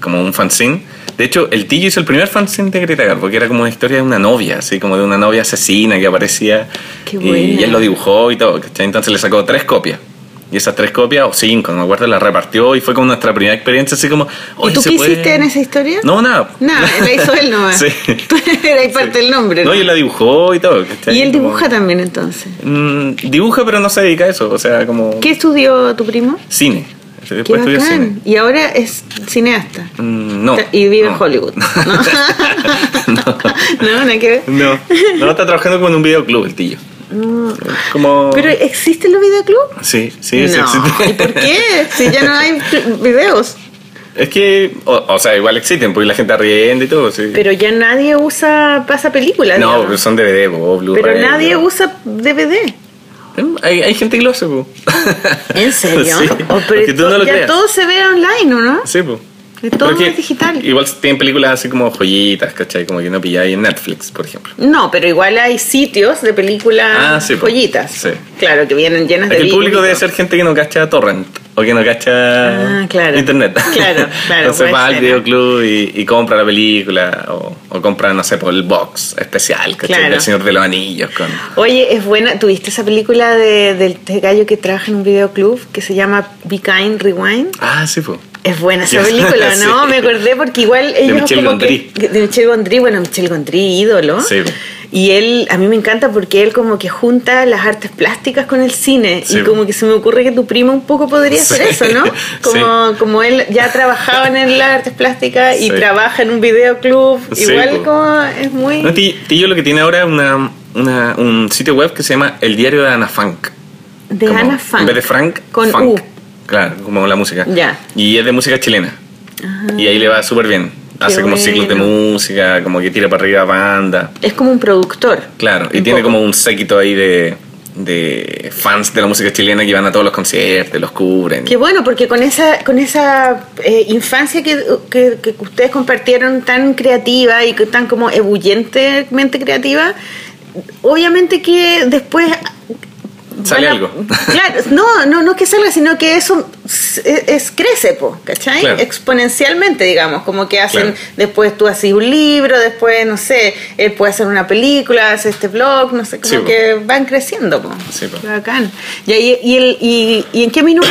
Speaker 3: como un fanzine. De hecho, el Tillo hizo el primer fanzine de Greta Garbo, que era como una historia de una novia, así como de una novia asesina que aparecía.
Speaker 1: Qué
Speaker 3: y- Y,
Speaker 1: buena.
Speaker 3: él lo dibujó y todo, ¿cachai? Entonces le sacó tres copias. Y esas tres copias, o cinco, no me acuerdo, las repartió y fue como nuestra primera experiencia, así como...
Speaker 1: ¿Y
Speaker 3: "Oye,
Speaker 1: tú
Speaker 3: se
Speaker 1: qué
Speaker 3: puede".
Speaker 1: hiciste en esa historia?
Speaker 3: No, nada.
Speaker 1: Nada, la hizo él nomás.
Speaker 3: Sí.
Speaker 1: Tú eras parte del nombre.
Speaker 3: No,
Speaker 1: ¿no?
Speaker 3: yo la dibujó y todo. ¿cachai?
Speaker 1: y él
Speaker 3: Como-
Speaker 1: dibuja también entonces.
Speaker 3: Mm, dibuja, pero no se dedica a eso. O sea, como.
Speaker 1: ¿Qué estudió tu primo?
Speaker 3: Cine. Después
Speaker 1: Qué
Speaker 3: pues, estudió
Speaker 1: bacán. Y ahora es cineasta.
Speaker 3: Mm, no.
Speaker 1: Y vive en
Speaker 3: no.
Speaker 1: Hollywood. No,
Speaker 3: no.
Speaker 1: no, nada que ver.
Speaker 3: No. No, está trabajando como en un videoclub el tío. Como.
Speaker 1: ¿Pero existen los videoclubs?
Speaker 3: Sí, sí, sí.
Speaker 1: no.
Speaker 3: existe.
Speaker 1: ¿Y por qué? Si ya no hay videos.
Speaker 3: Es que, o, o sea, igual existen, porque la gente riendo y todo, sí.
Speaker 1: Pero ya nadie usa, pasa películas.
Speaker 3: no, pues,
Speaker 1: digamos.
Speaker 3: pero son DVD, o Blu-ray.
Speaker 1: Pero nadie
Speaker 3: o-
Speaker 1: usa DVD.
Speaker 3: Mm, Hay, hay gente que lo hace, po.
Speaker 1: ¿En serio?
Speaker 3: Sí.
Speaker 1: O, Oh, pero
Speaker 3: Aunque tú no lo
Speaker 1: ya
Speaker 3: creas.
Speaker 1: todo se ve online, ¿o no?
Speaker 3: Sí, pues.
Speaker 1: De todo
Speaker 3: Porque
Speaker 1: es digital.
Speaker 3: Igual tienen películas así como joyitas, ¿cachai? Como que no pilláis en Netflix, por ejemplo.
Speaker 1: No, pero igual hay sitios de películas
Speaker 3: Ah, sí, po.
Speaker 1: joyitas.
Speaker 3: Sí.
Speaker 1: Claro, que vienen llenas
Speaker 3: Es
Speaker 1: de
Speaker 3: que el
Speaker 1: virus y
Speaker 3: público
Speaker 1: todo.
Speaker 3: debe ser gente que no cacha torrent o que no cacha
Speaker 1: Ah, claro.
Speaker 3: internet.
Speaker 1: Claro, claro, puede
Speaker 3: Entonces va al
Speaker 1: ser.
Speaker 3: videoclub y, y compra la película o, o compra, no sé, por el box especial, ¿cachai?
Speaker 1: Claro.
Speaker 3: El Señor de los Anillos. Con...
Speaker 1: Oye, es buena. ¿Tuviste esa película de, del este gallo que trabaja en un videoclub que se llama Be Kind Rewind?
Speaker 3: Ah, sí, pues.
Speaker 1: Es buena esa
Speaker 3: Ya,
Speaker 1: película,
Speaker 3: sí.
Speaker 1: ¿no? Me acordé porque igual ellos
Speaker 3: Michel
Speaker 1: como
Speaker 3: Gondry.
Speaker 1: que- de Michel Gondry, bueno, Michel Gondry, ídolo.
Speaker 3: Sí.
Speaker 1: Y él, a mí me encanta porque él como que junta las artes plásticas con el cine.
Speaker 3: Sí.
Speaker 1: Y como que se me ocurre que tu primo un poco podría hacer
Speaker 3: Sí.
Speaker 1: eso, ¿no? Como, como él ya trabajaba en las artes plásticas y
Speaker 3: Sí.
Speaker 1: trabaja en un videoclub.
Speaker 3: Sí,
Speaker 1: igual
Speaker 3: po.
Speaker 1: como es muy...
Speaker 3: No, Ti- Tillo lo que tiene ahora es una, una- un sitio web que se llama El Diario de Ana Frank.
Speaker 1: de
Speaker 3: Como-
Speaker 1: Ana Frank.
Speaker 3: En vez de Frank,
Speaker 1: Con
Speaker 3: Funk.
Speaker 1: U.
Speaker 3: Claro, como la música.
Speaker 1: Ya. Ah.
Speaker 3: Y es de música chilena. Y ahí le va súper bien.
Speaker 1: Qué
Speaker 3: Hace como ciclos de
Speaker 1: bueno.
Speaker 3: música, como que tira para arriba banda.
Speaker 1: Es como un productor.
Speaker 3: Claro, y
Speaker 1: Un
Speaker 3: tiene
Speaker 1: poco.
Speaker 3: como un séquito ahí de, de fans de la música chilena que van a todos los conciertos, los cubren.
Speaker 1: Qué bueno, porque con esa, con esa eh, infancia que, que- que ustedes compartieron tan creativa y que tan como ebullientemente creativa, obviamente que después... van
Speaker 3: Sale
Speaker 1: a-
Speaker 3: algo.
Speaker 1: Claro, no, no, no que salga, sino que eso es, es- crece, po, ¿cachai?
Speaker 3: Claro.
Speaker 1: Exponencialmente, digamos, como que hacen,
Speaker 3: Claro.
Speaker 1: después tú haces un libro, después, no sé, él puede hacer una película, hace este blog, no sé, como
Speaker 3: Sí, po.
Speaker 1: que van creciendo, po.
Speaker 3: Sí, po.
Speaker 1: Qué bacán. Y, ahí- y el- y- y en qué minuto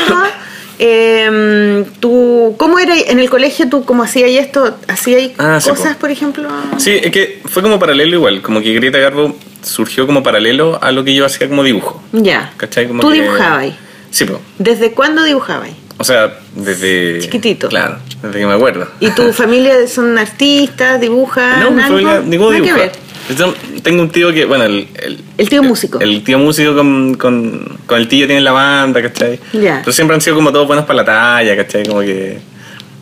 Speaker 1: em, tú, cómo era en el colegio tú, cómo hacías esto, hacías
Speaker 3: Ah, sí,
Speaker 1: cosas,
Speaker 3: po.
Speaker 1: por ejemplo?
Speaker 3: Sí, es que fue como paralelo igual, como que Greta Garbo surgió como paralelo a lo que yo hacía como dibujo.
Speaker 1: Ya.
Speaker 3: ¿Cachai? Como
Speaker 1: tú
Speaker 3: que-
Speaker 1: dibujabas. ahí.
Speaker 3: Sí, pues.
Speaker 1: ¿Desde cuándo dibujabas? ahí?
Speaker 3: O sea, desde...
Speaker 1: Chiquitito.
Speaker 3: Claro, desde que me acuerdo.
Speaker 1: ¿Y tu familia son artistas, dibujan?
Speaker 3: No, pues, mi
Speaker 1: algo?
Speaker 3: familia, ninguno
Speaker 1: Nada que
Speaker 3: dibuja.
Speaker 1: ver.
Speaker 3: Entonces, Tengo un tío que, bueno, el, el,
Speaker 1: El tío músico.
Speaker 3: El, tío músico con, con, con el tío tiene la banda, ¿cachai?
Speaker 1: Ya.
Speaker 3: Entonces siempre han sido como todos buenos para la talla, ¿cachai? Como que.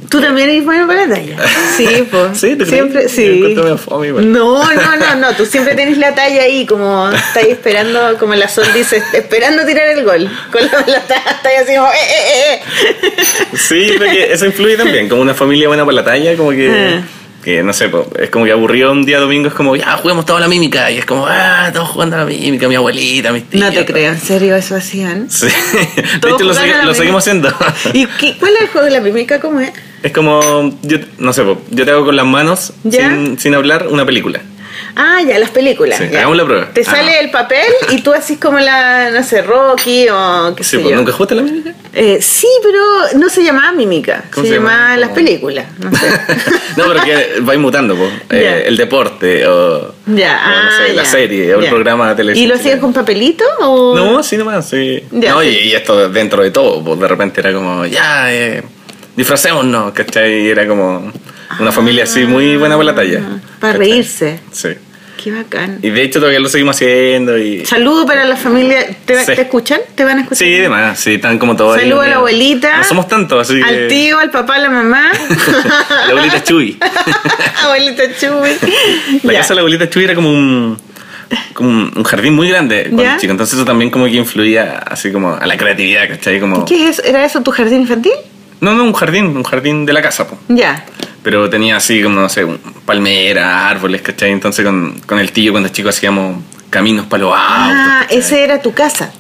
Speaker 1: ¿Tú también eres bueno para la talla? Sí, pues.
Speaker 3: Sí, ¿tú crees?
Speaker 1: siempre,
Speaker 3: Yo
Speaker 1: sí.
Speaker 3: encuentro medio fome igual.
Speaker 1: No, no, no, no. Tú siempre tenés la talla ahí, como estás esperando, como la sol dice, esperando tirar el gol. Con la pelota estás así como, eh, eh, eh, eh.
Speaker 3: Sí, yo creo que eso influye también, como una familia buena para la talla, como que.
Speaker 1: Ah.
Speaker 3: Que Que no sé, po, es como que aburrido un día domingo, es como, ya juguemos toda la mímica. Y es como, ah, todos jugando a la mímica, mi abuelita, mis tíos.
Speaker 1: No te
Speaker 3: todo.
Speaker 1: creo, en serio eso hacían.
Speaker 3: Sí. De
Speaker 1: Todos
Speaker 3: hecho, lo,
Speaker 1: jugaban
Speaker 3: segui-
Speaker 1: a la
Speaker 3: lo seguimos haciendo.
Speaker 1: mímica. ¿Y qué- cuál es el juego de la mímica? ¿Cómo es?
Speaker 3: Es como, yo, no sé, po, yo te hago con las manos,
Speaker 1: ¿Ya?
Speaker 3: sin, sin hablar, una película.
Speaker 1: Ah, ya, las películas.
Speaker 3: Sí,
Speaker 1: ya.
Speaker 3: hagamos la prueba.
Speaker 1: Te
Speaker 3: Ah.
Speaker 1: sale el papel y tú haces como la, no sé, Rocky o qué
Speaker 3: Sí,
Speaker 1: sé
Speaker 3: po,
Speaker 1: yo.
Speaker 3: ¿nunca jugaste a la mímica?
Speaker 1: Eh, sí, pero no se llamaba mímica, se,
Speaker 3: ¿Cómo se
Speaker 1: llamaba
Speaker 3: llamaba?
Speaker 1: las películas. No sé.
Speaker 3: no, pero que vais mutando, po. Eh,
Speaker 1: Ya.
Speaker 3: el deporte o,
Speaker 1: ya,
Speaker 3: o no
Speaker 1: ah,
Speaker 3: sé, la
Speaker 1: ya.
Speaker 3: serie o el
Speaker 1: Ya.
Speaker 3: programa de televisión.
Speaker 1: ¿Y lo hacían
Speaker 3: chilena.
Speaker 1: con papelito o
Speaker 3: No, sí, nomás, sí.
Speaker 1: Ya,
Speaker 3: no,
Speaker 1: sí.
Speaker 3: y, y esto dentro de todo, pues de repente era como, ya, eh, disfracémonos, ¿cachai? Y era como una familia así muy buena para la talla.
Speaker 1: Ah, para
Speaker 3: ¿cachai?
Speaker 1: reírse?
Speaker 3: Sí.
Speaker 1: Qué bacán.
Speaker 3: Y de hecho todavía lo seguimos haciendo y...
Speaker 1: Saludo para la familia. ¿Te,
Speaker 3: Sí.
Speaker 1: te escuchan? ¿Te van a escuchar?
Speaker 3: Sí, demás, sí, están como todos ahí
Speaker 1: pues, Saludo a la
Speaker 3: unidos.
Speaker 1: abuelita.
Speaker 3: No somos tantos, así que-
Speaker 1: Al tío, al papá, a la mamá.
Speaker 3: La abuelita Chuy.
Speaker 1: Abuelita Chuy.
Speaker 3: La
Speaker 1: Ya.
Speaker 3: casa de la abuelita Chuy era como un, como un un jardín muy grande cuando
Speaker 1: ¿Ya?
Speaker 3: chico. Entonces eso también como que influía así como a la creatividad, ¿cachai? Como...
Speaker 1: ¿Qué es? ¿Era eso tu jardín infantil?
Speaker 3: No, no, un jardín, un jardín de la casa, po.
Speaker 1: Ya.
Speaker 3: Pero tenía así como, no sé, un- palmeras, árboles, ¿cachai? Entonces con, con el tío cuando chicos hacíamos caminos para los autos.
Speaker 1: Ah,
Speaker 3: ¿cachai?
Speaker 1: esa era tu casa.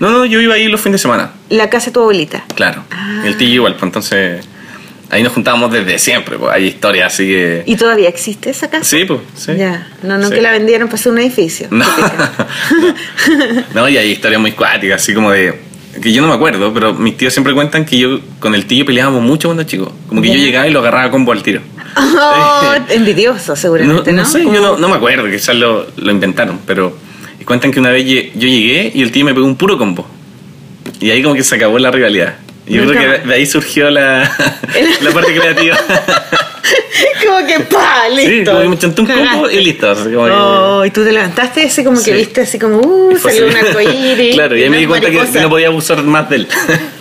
Speaker 3: No, no, yo iba ahí los fines de semana,
Speaker 1: La casa de tu abuelita.
Speaker 3: claro.
Speaker 1: Ah.
Speaker 3: Y El tío igual, pues entonces ahí nos juntábamos desde siempre, pues hay historias así que...
Speaker 1: ¿Y todavía existe esa casa?
Speaker 3: Sí, pues, sí.
Speaker 1: Ya. No, no
Speaker 3: Sí.
Speaker 1: que la vendieron para hacer un edificio.
Speaker 3: No.
Speaker 1: Típica.
Speaker 3: No, y hay historias muy cuáticas, así como de... Que yo no me acuerdo, pero mis tíos siempre cuentan que yo con el tío peleábamos mucho cuando chico. Como que
Speaker 1: Ya.
Speaker 3: yo llegaba y lo agarraba a combo al tiro.
Speaker 1: Oh, envidioso
Speaker 3: No,
Speaker 1: seguramente,
Speaker 3: no
Speaker 1: ¿no?
Speaker 3: sé,
Speaker 1: Como-
Speaker 3: yo no, no me acuerdo, quizás lo, lo inventaron, pero y cuentan que una vez lle- yo llegué y el tío me pegó un puro combo. Y ahí como que se acabó la rivalidad. Yo
Speaker 1: Nunca
Speaker 3: creo que
Speaker 1: más.
Speaker 3: de- de ahí surgió la, la parte creativa.
Speaker 1: como que pa, listo.
Speaker 3: sí, como que me chanté un combo
Speaker 1: Cagaste.
Speaker 3: y listo. así como que-
Speaker 1: Oh, y tú te levantaste así como que
Speaker 3: Sí.
Speaker 1: viste así como, uh,
Speaker 3: fue
Speaker 1: salió un
Speaker 3: así.
Speaker 1: arcoíris.
Speaker 3: Claro, y ahí me di cuenta que, que no podía abusar más de él.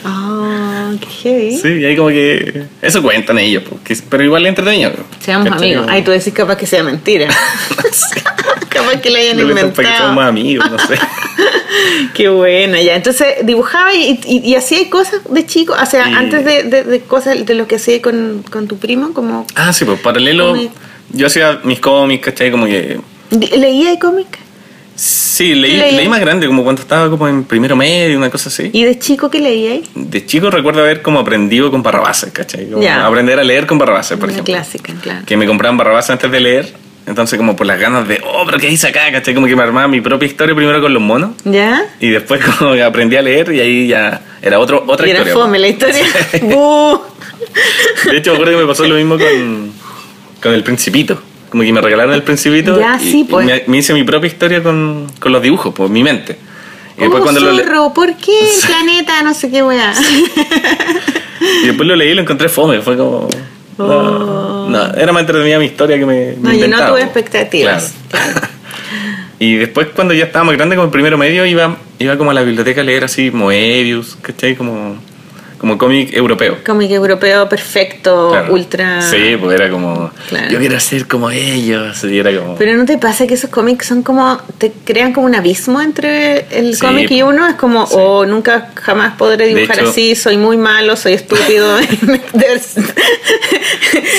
Speaker 1: Oh, qué heavy.
Speaker 3: sí, y ahí como que... Eso cuentan ellos, porque- pero igual es entretenido.
Speaker 1: Seamos
Speaker 3: ¿cachai?
Speaker 1: amigos.
Speaker 3: Como-
Speaker 1: Ay, tú decís capaz que sea mentira. capaz que la hayan
Speaker 3: Yo le cuento para que
Speaker 1: inventado.
Speaker 3: somos amigos, no sé.
Speaker 1: Qué buena, ya. Entonces, dibujaba y, y, y hacía cosas de chico, o sea,
Speaker 3: Y-
Speaker 1: antes de, de- de cosas de lo que hacía con, con tu primo, como...
Speaker 3: Ah, sí, pues paralelo,
Speaker 1: Cómic.
Speaker 3: yo hacía mis cómics, ¿cachai? Como que...
Speaker 1: ¿Leía de cómic?
Speaker 3: Sí, leí,
Speaker 1: ¿Leí?
Speaker 3: leí más grande, como cuando estaba como en primero medio, una cosa así.
Speaker 1: ¿Y de chico qué leía ahí?
Speaker 3: De chico recuerdo haber como aprendido con barrabases, ¿cachai? Como
Speaker 1: Ya.
Speaker 3: Aprender a leer con barrabases, por
Speaker 1: Una
Speaker 3: ejemplo.
Speaker 1: clásica, claro.
Speaker 3: Que me compraban barrabases antes de leer, entonces como por las ganas de, oh, pero ¿qué hice acá? ¿cachai? Como que me armaba mi propia historia primero con los monos.
Speaker 1: ¿Ya?
Speaker 3: Y después como que aprendí a leer y ahí ya era otro, otra
Speaker 1: Y era
Speaker 3: historia. pues.
Speaker 1: fome la historia. Bu.
Speaker 3: De hecho, me acuerdo que me pasó lo mismo con, con El Principito. Como que me regalaron El Principito
Speaker 1: Ya,
Speaker 3: y,
Speaker 1: sí,
Speaker 3: y
Speaker 1: pues.
Speaker 3: me, me hice mi propia historia con, con los dibujos, por mi mente. Y
Speaker 1: Oh,
Speaker 3: después, cuando lo le-
Speaker 1: zorro, ¿por qué el planeta no sé qué weá?
Speaker 3: y después lo leí y lo encontré fome. Fue como... No,
Speaker 1: Oh.
Speaker 3: no, era más entretenida mi historia que me... me
Speaker 1: No, llenó
Speaker 3: inventaba,
Speaker 1: tus
Speaker 3: po.
Speaker 1: expectativas.
Speaker 3: Claro. y después cuando ya estaba más grande, como en primero medio, iba, iba como a la biblioteca a leer así Moebius, ¿cachai? Como, como cómic europeo.
Speaker 1: Cómic europeo perfecto,
Speaker 3: Claro.
Speaker 1: Oh, ultra...
Speaker 3: Sí, pues era como.
Speaker 1: Claro.
Speaker 3: Yo quiero ser como ellos. Y era como.
Speaker 1: Pero ¿no te pasa que esos cómics son como, te crean como un abismo entre el
Speaker 3: Sí,
Speaker 1: cómic y
Speaker 3: po.
Speaker 1: uno? Es como,
Speaker 3: Sí.
Speaker 1: oh, nunca jamás podré
Speaker 3: De
Speaker 1: dibujar
Speaker 3: hecho-
Speaker 1: así, soy muy malo, soy estúpido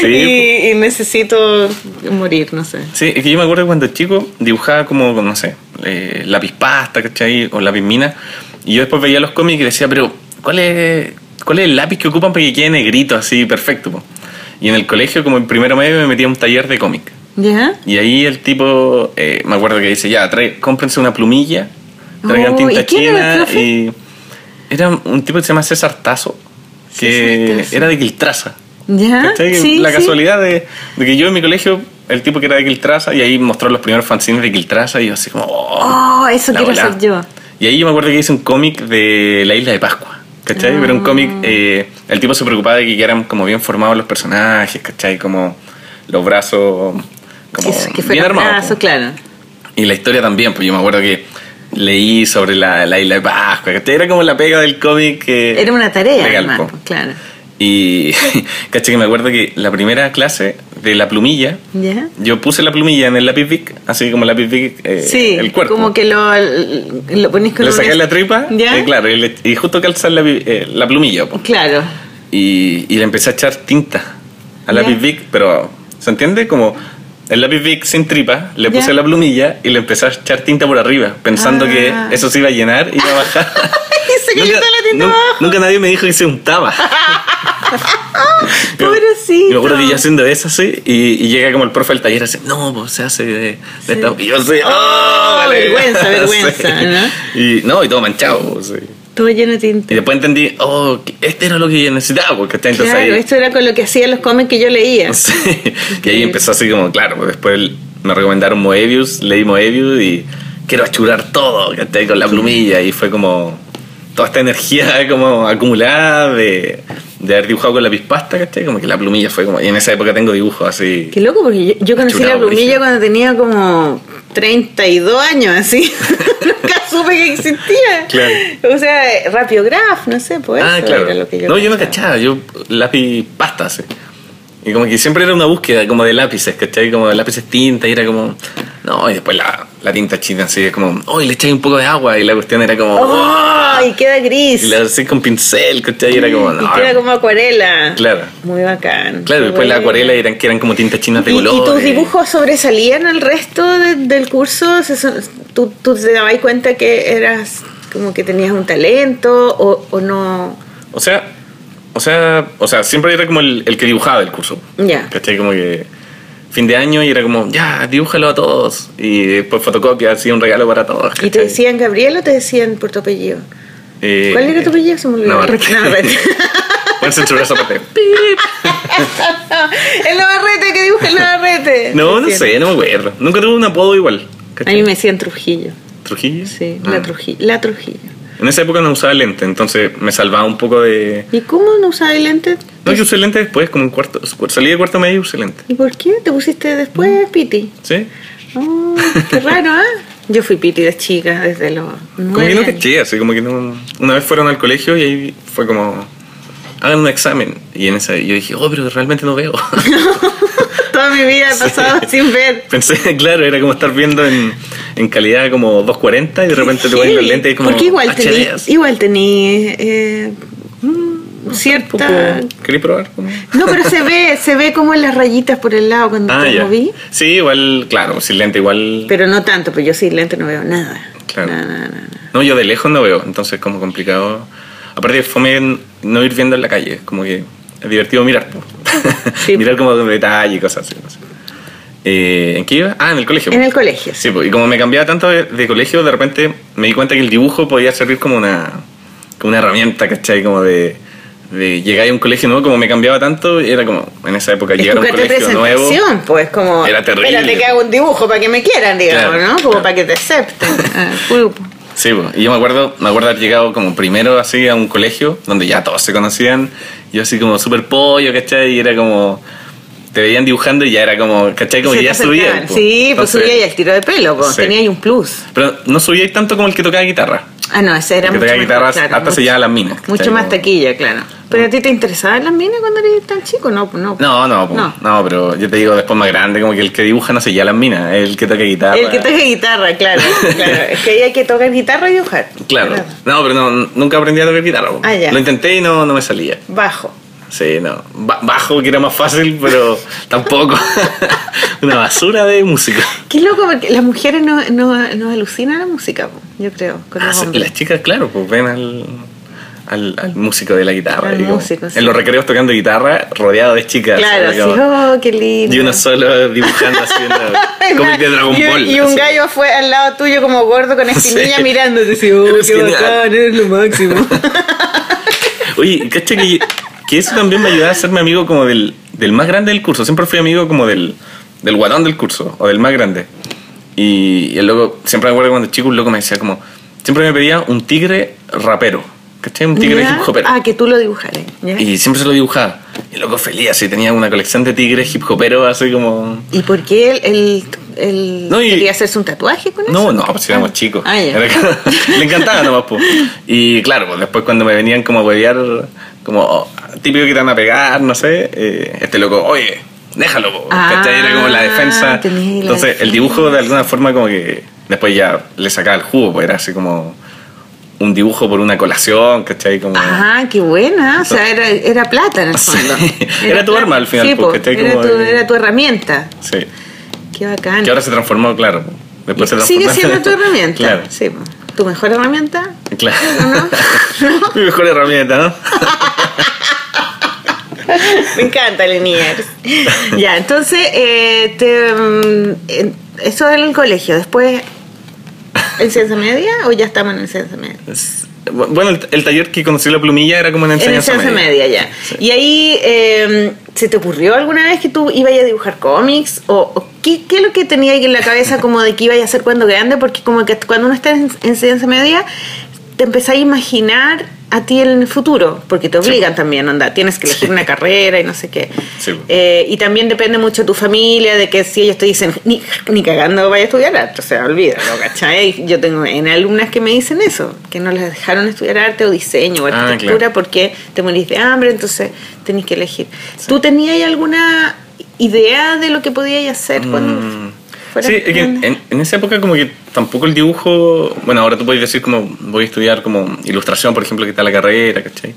Speaker 1: y, y necesito morir, no sé.
Speaker 3: Sí, es que yo me acuerdo cuando chico dibujaba como, no sé, eh, lápiz pasta, ¿cachai? O lápiz mina. Y yo después veía los cómics y decía, pero ¿cuál es, cuál es el lápiz que ocupan para que quede negrito así perfecto? po?" Y en el colegio, como en primero medio, me metía a un taller de cómic.
Speaker 1: ¿Ya?
Speaker 3: Y ahí el tipo, eh, me acuerdo que dice, ya, trae, cómprense una plumilla, traigan
Speaker 1: Oh,
Speaker 3: tinta
Speaker 1: ¿y quién era
Speaker 3: china.
Speaker 1: el profe?
Speaker 3: Y era un tipo que se llama César Tazo, que
Speaker 1: César Tazo.
Speaker 3: era de Quiltraza.
Speaker 1: ¿Ya?
Speaker 3: ¿Cachai? la casualidad de, de que yo en mi colegio, el tipo que era de Quiltraza, y ahí mostró los primeros fanzines de Quiltraza, y yo así como...
Speaker 1: Oh, eso
Speaker 3: la
Speaker 1: quiero
Speaker 3: volá.
Speaker 1: hacer yo.
Speaker 3: Y ahí yo me acuerdo que hice un cómic de la isla de Pascua, ¿cachai? Pero un cómic,
Speaker 1: Ah.
Speaker 3: eh, el tipo se preocupaba de que quedaran como bien formados los personajes, ¿cachai? Como los brazos... Como
Speaker 1: Eso, que
Speaker 3: bien
Speaker 1: fuera
Speaker 3: armados.
Speaker 1: brazo,
Speaker 3: po.
Speaker 1: claro.
Speaker 3: Y la historia también, pues yo me acuerdo que leí sobre la, la isla de Pascua, ¿cachai? Era como la pega del cómic que...
Speaker 1: Era una tarea,
Speaker 3: legal,
Speaker 1: además,
Speaker 3: Eh, po.
Speaker 1: pues, claro.
Speaker 3: Y caché que me acuerdo que la primera clase de la plumilla,
Speaker 1: ¿Ya?
Speaker 3: yo puse la plumilla en el lápiz Bic, así como el lápiz Bic, eh,
Speaker 1: sí,
Speaker 3: el cuerpo.
Speaker 1: como que lo, lo pones con
Speaker 3: le
Speaker 1: una-
Speaker 3: saqué la tripa,
Speaker 1: ¿Ya?
Speaker 3: eh, claro, y, le- y justo calzar la, pi- eh, la plumilla, po.
Speaker 1: Claro.
Speaker 3: Y, y le empecé a echar tinta al
Speaker 1: ¿Ya?
Speaker 3: lápiz Bic, pero ¿Se entiende? Como el lápiz Bic sin tripa, le puse
Speaker 1: Ya.
Speaker 3: la plumilla y le empecé a echar tinta por arriba, pensando
Speaker 1: Ah.
Speaker 3: que eso se iba a llenar y iba a bajar.
Speaker 1: se cayó toda la tinta
Speaker 3: nun-
Speaker 1: abajo.
Speaker 3: nunca nadie me dijo que se untaba. Yo-
Speaker 1: Pobrecito.
Speaker 3: Yo me acuerdo que yo haciendo eso así y, y llega como el profe del taller así, no, pues se hace de, de esta... Y yo así, "Oh, vale".
Speaker 1: vergüenza,
Speaker 3: Sí.
Speaker 1: vergüenza, ¿no?
Speaker 3: Y no, y todo manchado. pues, sí.
Speaker 1: Todo lleno de
Speaker 3: Y
Speaker 1: tinta.
Speaker 3: después entendí, oh, que este era lo que yo necesitaba, porque está entonces
Speaker 1: claro,
Speaker 3: ahí...
Speaker 1: esto era con lo que hacían los cómics que yo leía.
Speaker 3: Sí. Este, Y ahí empezó así como, claro, pues después el- me recomendaron Moebius, leí Moebius y quiero achurar todo, ¿cachai? Con la plumilla y fue como toda esta energía como acumulada de, de haber dibujado con la pispasta, ¿cachai? Como que la plumilla fue como, y en esa época tengo dibujos así.
Speaker 1: Qué loco, porque yo, yo conocí
Speaker 3: Achurado,
Speaker 1: la plumilla
Speaker 3: brígido.
Speaker 1: cuando tenía como 32 años, así. Nunca supe que existía.
Speaker 3: Claro. Ah,
Speaker 1: O sea, Rapiograph, no sé, pues eso era lo que yo
Speaker 3: no, yo no
Speaker 1: pensaba.
Speaker 3: cachaba, yo lápiz pasta, sí. Y como que siempre era una búsqueda como de lápices, ¿cachai? Como de lápices tinta y era como... No, y después la, la tinta china así, es como... hoy le echáis un poco de agua! Y la cuestión era como...
Speaker 1: ¡Oh! Y queda gris.
Speaker 3: Y la hacía con pincel, ¿cachai? Y era como,
Speaker 1: Y
Speaker 3: no.
Speaker 1: queda como acuarela.
Speaker 3: Claro.
Speaker 1: Muy bacán.
Speaker 3: Claro,
Speaker 1: Qué
Speaker 3: después la
Speaker 1: bueno.
Speaker 3: acuarela eran, que eran como tintas chinas de
Speaker 1: ¿Y,
Speaker 3: color.
Speaker 1: y tus dibujos sobresalían al resto de- del curso? ¿Se son- ¿Tú, tú te dabas cuenta que eras como que tenías un talento o, o no?
Speaker 3: O sea, o sea, o sea, siempre era como el, el que dibujaba el curso.
Speaker 1: Ya.
Speaker 3: ¿Cachai? Como que fin de año y era como, ya, dibújalo a todos. Y después fotocopia, así un regalo para todos.
Speaker 1: ¿Y te
Speaker 3: ¿cachai?
Speaker 1: decían Gabriel o te decían por tu apellido?
Speaker 3: Eh,
Speaker 1: ¿Cuál era tu apellido? Se me olvidó.
Speaker 3: Navarrete.
Speaker 1: Navarrete.
Speaker 3: Pueden censurar esa parte.
Speaker 1: el Navarrete que dibuja el Navarrete.
Speaker 3: No,
Speaker 1: Te
Speaker 3: no
Speaker 1: decían.
Speaker 3: sé, no me acuerdo. Nunca tuve un apodo igual.
Speaker 1: A
Speaker 3: ¿cachai?
Speaker 1: mí me decían Trujillo.
Speaker 3: ¿Trujillo?
Speaker 1: Sí,
Speaker 3: Ah.
Speaker 1: la, Trujillo, la Trujillo.
Speaker 3: En esa época no usaba lente, entonces me salvaba un poco de,
Speaker 1: ¿Y cómo no usabas lentes?
Speaker 3: No, yo usé lente después, como en cuarto. Salí de cuarto medio y usé lente.
Speaker 1: ¿Y por qué? ¿Te pusiste después,
Speaker 3: Mm.
Speaker 1: Piti?
Speaker 3: ¿Sí?
Speaker 1: Oh, qué raro, ¿ah? Yo fui Piti de chica desde los
Speaker 3: Como que
Speaker 1: nueve
Speaker 3: no
Speaker 1: años.
Speaker 3: caché, así como que no. Una vez fueron al colegio y ahí fue como. Hagan un examen. Y en esa yo dije, oh, pero realmente no veo.
Speaker 1: Toda mi vida he pasado sin ver.
Speaker 3: Pensé, claro, era como estar viendo en, en calidad como 240 y de repente te ponen los lentes y como.
Speaker 1: Porque igual tení,
Speaker 3: HDs.
Speaker 1: igual tení eh, mm,
Speaker 3: Poco-
Speaker 1: cierta...
Speaker 3: ¿Queréis probar? Como-
Speaker 1: No, pero se ve, se ve como las rayitas por el lado cuando
Speaker 3: Ah,
Speaker 1: te
Speaker 3: ya.
Speaker 1: moví.
Speaker 3: Sí, igual, claro, sin lente igual.
Speaker 1: Pero no tanto, pues yo sin lente no veo nada.
Speaker 3: Claro.
Speaker 1: Nada, nada, nada.
Speaker 3: No, yo de lejos no veo, entonces es como complicado. Aparte, fome no ir viendo en la calle, como que es divertido mirar. po.
Speaker 1: Sí.
Speaker 3: mirar como con detalle y cosas así. no sé. Eh, ¿En qué iba? Ah, en el colegio.
Speaker 1: En
Speaker 3: po.
Speaker 1: el colegio.
Speaker 3: Sí, po, y como me cambiaba tanto de, de colegio, de repente me di cuenta que el dibujo podía servir como una, como una herramienta, ¿cachai? Como de, de llegar a un colegio nuevo, como me cambiaba tanto, era como en esa época
Speaker 1: Es
Speaker 3: llegar a
Speaker 1: tu
Speaker 3: un
Speaker 1: carta de
Speaker 3: colegio nuevo.
Speaker 1: presentación, pues como...
Speaker 3: Era terrible.
Speaker 1: Espérate que hago un dibujo para que me quieran, digamos,
Speaker 3: Claro,
Speaker 1: ¿no? Como
Speaker 3: claro.
Speaker 1: para que te acepten. Ah, grupo.
Speaker 3: Sí, po. y yo me acuerdo, me acuerdo haber llegado como primero así a un colegio donde ya todos se conocían. Yo así como súper pollo, ¿cachai? Y era como. Te veían dibujando y ya era como, ¿cachai? Como
Speaker 1: Se
Speaker 3: que
Speaker 1: te
Speaker 3: ya subía.
Speaker 1: acercaban. Sí, pues subía y el tiro de pelo, pues
Speaker 3: Sí.
Speaker 1: tenía ahí un plus.
Speaker 3: Pero no subía tanto como el que tocaba guitarra.
Speaker 1: Ah, no, ese era
Speaker 3: el que
Speaker 1: mucho
Speaker 3: tocaba
Speaker 1: más
Speaker 3: guitarra
Speaker 1: claro,
Speaker 3: hasta
Speaker 1: mucho-
Speaker 3: se las minas. ¿cachai?
Speaker 1: Mucho más
Speaker 3: Como-
Speaker 1: taquilla, claro. ¿Pero a ti te interesaban las minas cuando eres tan chico? No, pues no.
Speaker 3: No, no, po. no,
Speaker 1: No.
Speaker 3: pero yo te digo después más grande, como que el que dibuja no se las minas, el que toca guitarra.
Speaker 1: El que toca guitarra, claro. claro. Es que ahí hay que tocar guitarra y dibujar.
Speaker 3: Claro.
Speaker 1: ¿verdad?
Speaker 3: No, pero no, nunca aprendí a tocar guitarra. po.
Speaker 1: Ah, ya.
Speaker 3: Lo intenté y no, no me salía.
Speaker 1: Bajo.
Speaker 3: Sí, no. Ba- bajo, que era más fácil, pero tampoco. Una basura de música.
Speaker 1: Qué loco, porque las mujeres no, no, nos alucinan la música, po, yo creo. Con
Speaker 3: Ah,
Speaker 1: los
Speaker 3: sí,
Speaker 1: hombres.
Speaker 3: las chicas, claro, pues ven al, al, al músico de la guitarra.
Speaker 1: Al
Speaker 3: y como-
Speaker 1: músico, sí.
Speaker 3: En los recreos tocando guitarra, rodeado de chicas.
Speaker 1: Claro,
Speaker 3: así
Speaker 1: sí,
Speaker 3: como-
Speaker 1: oh, qué lindo.
Speaker 3: Y uno solo dibujando haciendo cómic de Dragon
Speaker 1: y, un-
Speaker 3: Ball.
Speaker 1: Y un
Speaker 3: así.
Speaker 1: gallo fue al lado tuyo como gordo con espinilla
Speaker 3: Sí.
Speaker 1: mirándote. Así, oh,
Speaker 3: Eres
Speaker 1: qué
Speaker 3: genial.
Speaker 1: bacán, eres lo máximo.
Speaker 3: Oye, caché que, que eso también me ayudaba a hacerme amigo como del, del más grande del curso. Siempre fui amigo como del, del guatón del curso o del más grande. Y, y el loco, siempre me acuerdo cuando chico, un loco me decía como, siempre me pedía un tigre rapero. ¿Cachai? Un tigre
Speaker 1: ¿Ya?
Speaker 3: hip hopero.
Speaker 1: Ah, que tú lo dibujaras. ¿ya?
Speaker 3: Y siempre se lo dibujaba. Y el loco feliz, así tenía una colección de tigres hip hopero, así como.
Speaker 1: ¿Y por qué él, él, él
Speaker 3: No, y-
Speaker 1: quería hacerse un tatuaje con eso?
Speaker 3: No, no, pues éramos chicos.
Speaker 1: Ah, ya.
Speaker 3: Era que- le encantaba nomás, po. Y claro, pues después cuando me venían como a huevear, como oh, típico que te van a pegar, no sé, eh, este loco, oye, déjalo, po",
Speaker 1: Ah,
Speaker 3: ¿cachai? Era como la defensa.
Speaker 1: tenía ahí la
Speaker 3: Entonces, el dibujo de alguna forma como que después ya le sacaba el jugo, pues era así como. un dibujo por una colación, ¿cachai? Como,
Speaker 1: Ah, qué buena. O sea, era, era plata en el fondo.
Speaker 3: Sí. Era tu
Speaker 1: plata.
Speaker 3: arma al final,
Speaker 1: Sí,
Speaker 3: pues,
Speaker 1: po,
Speaker 3: ¿cachai?
Speaker 1: era,
Speaker 3: Como
Speaker 1: tu,
Speaker 3: de-
Speaker 1: era tu herramienta.
Speaker 3: Sí.
Speaker 1: Qué bacán.
Speaker 3: Que ahora se transformó, claro. pues. Después se
Speaker 1: Sigue
Speaker 3: transformó-
Speaker 1: siendo tu herramienta.
Speaker 3: Claro.
Speaker 1: Sí, po. tu mejor herramienta.
Speaker 3: Claro. Mi mejor herramienta, ¿no?
Speaker 1: Me encanta Liniers. ya, entonces, eh, te, mm, eh, eso era el colegio. Después, ¿en ciencia media o ya estamos en el ciencia media?
Speaker 3: Es- Bueno, el, el taller que conocí la plumilla era como en
Speaker 1: En el
Speaker 3: enseñanza,
Speaker 1: ciencia
Speaker 3: media.
Speaker 1: media, ya. Y ahí, eh, ¿se te ocurrió alguna vez que tú ibas a dibujar cómics? ¿O, o qué, qué es lo que tenía ahí en la cabeza como de que ibas a hacer cuando grande? Porque como que cuando uno está en, en ciencia media, te empezás a imaginar a ti en el futuro, porque te obligan también, onda, tienes que elegir una carrera y no sé qué.
Speaker 3: Sí.
Speaker 1: Eh, y también depende mucho de tu familia, de que si ellos te dicen, ni, ni cagando vaya a estudiar arte, o sea, olvídalo, ¿cachai? Yo tengo en alumnas que me dicen eso, que no les dejaron estudiar arte o diseño o
Speaker 3: Ah,
Speaker 1: arquitectura
Speaker 3: claro.
Speaker 1: porque te morís de hambre, entonces tenés que elegir. ¿Tú tenías alguna idea de lo que podías hacer cuando
Speaker 3: Mm.
Speaker 1: fueras
Speaker 3: Sí, es que en,
Speaker 1: grande?
Speaker 3: en esa época como que tampoco el dibujo, bueno, ahora tú puedes decir como voy a estudiar como ilustración, por ejemplo, que está la carrera, ¿cachai?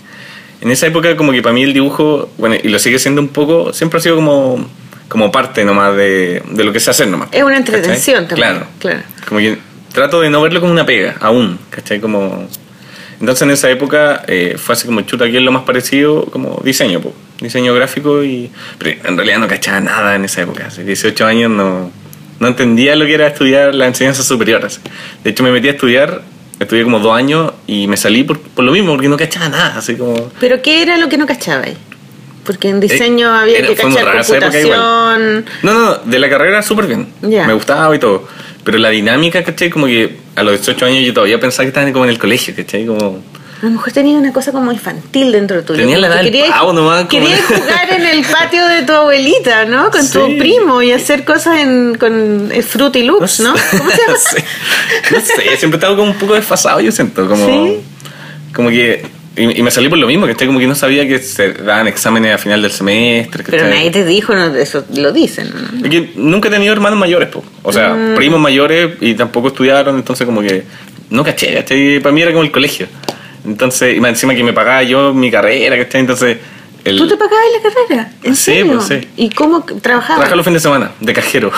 Speaker 3: En esa época como que para mí el dibujo, bueno, y lo sigue siendo un poco, siempre ha sido como, como parte nomás de, de lo que sé hacer nomás.
Speaker 1: Es una
Speaker 3: ¿cachai?
Speaker 1: entretención también,
Speaker 3: Claro.
Speaker 1: claro.
Speaker 3: Como que trato de no verlo como una pega, aún, ¿cachai? Como... Entonces en esa época eh, fue así como chuta, aquí es lo más parecido como diseño, po. diseño gráfico y... Pero en realidad no cachaba nada en esa época, hace 18 años no, no entendía lo que era estudiar la enseñanza superior. así. De hecho me metí a estudiar, estudié como dos años y me salí por, por lo mismo, porque no cachaba nada, así como...
Speaker 1: ¿Pero qué era lo que no cachabais? Porque en diseño
Speaker 3: Eh,
Speaker 1: había
Speaker 3: era-
Speaker 1: que
Speaker 3: fue muy
Speaker 1: cachar
Speaker 3: rara esa época igual.
Speaker 1: computación.
Speaker 3: No, no, no, de la carrera súper bien.
Speaker 1: Ya.
Speaker 3: Me gustaba y todo. Pero la dinámica, ¿cachai? Como que a los 18 años yo todavía pensaba que estaba como en el colegio, ¿cachai? Como...
Speaker 1: A lo mejor tenías una cosa como infantil dentro de tu
Speaker 3: Tenía la edad del pavo nomás, como-
Speaker 1: Querías jugar en el patio de tu abuelita, ¿no? Con
Speaker 3: Sí.
Speaker 1: tu primo y hacer cosas en, con el Fruity Loops, Pues, ¿no? ¿Cómo se llama?
Speaker 3: no sé, no sé, siempre estaba como un poco desfasado, yo siento. Como,
Speaker 1: Sí.
Speaker 3: como que. Y, y me salí por lo mismo, que como que no sabía que se daban exámenes a final del semestre.
Speaker 1: Pero
Speaker 3: ¿cachai?
Speaker 1: nadie te dijo, no, eso lo dicen, ¿no?
Speaker 3: Es que nunca he tenido hermanos mayores, po. o sea,
Speaker 1: Mm.
Speaker 3: primos mayores y tampoco estudiaron, entonces como que no caché, ¿cachai? para mí era como el colegio. Entonces, y más encima que me pagaba yo mi carrera, ¿cachai? Entonces, el,
Speaker 1: ¿Tú te pagabas la carrera? ¿En
Speaker 3: Sí,
Speaker 1: serio?
Speaker 3: pues, sí.
Speaker 1: ¿Y cómo c- trabajabas?
Speaker 3: trabajaba los fines de semana, de cajero.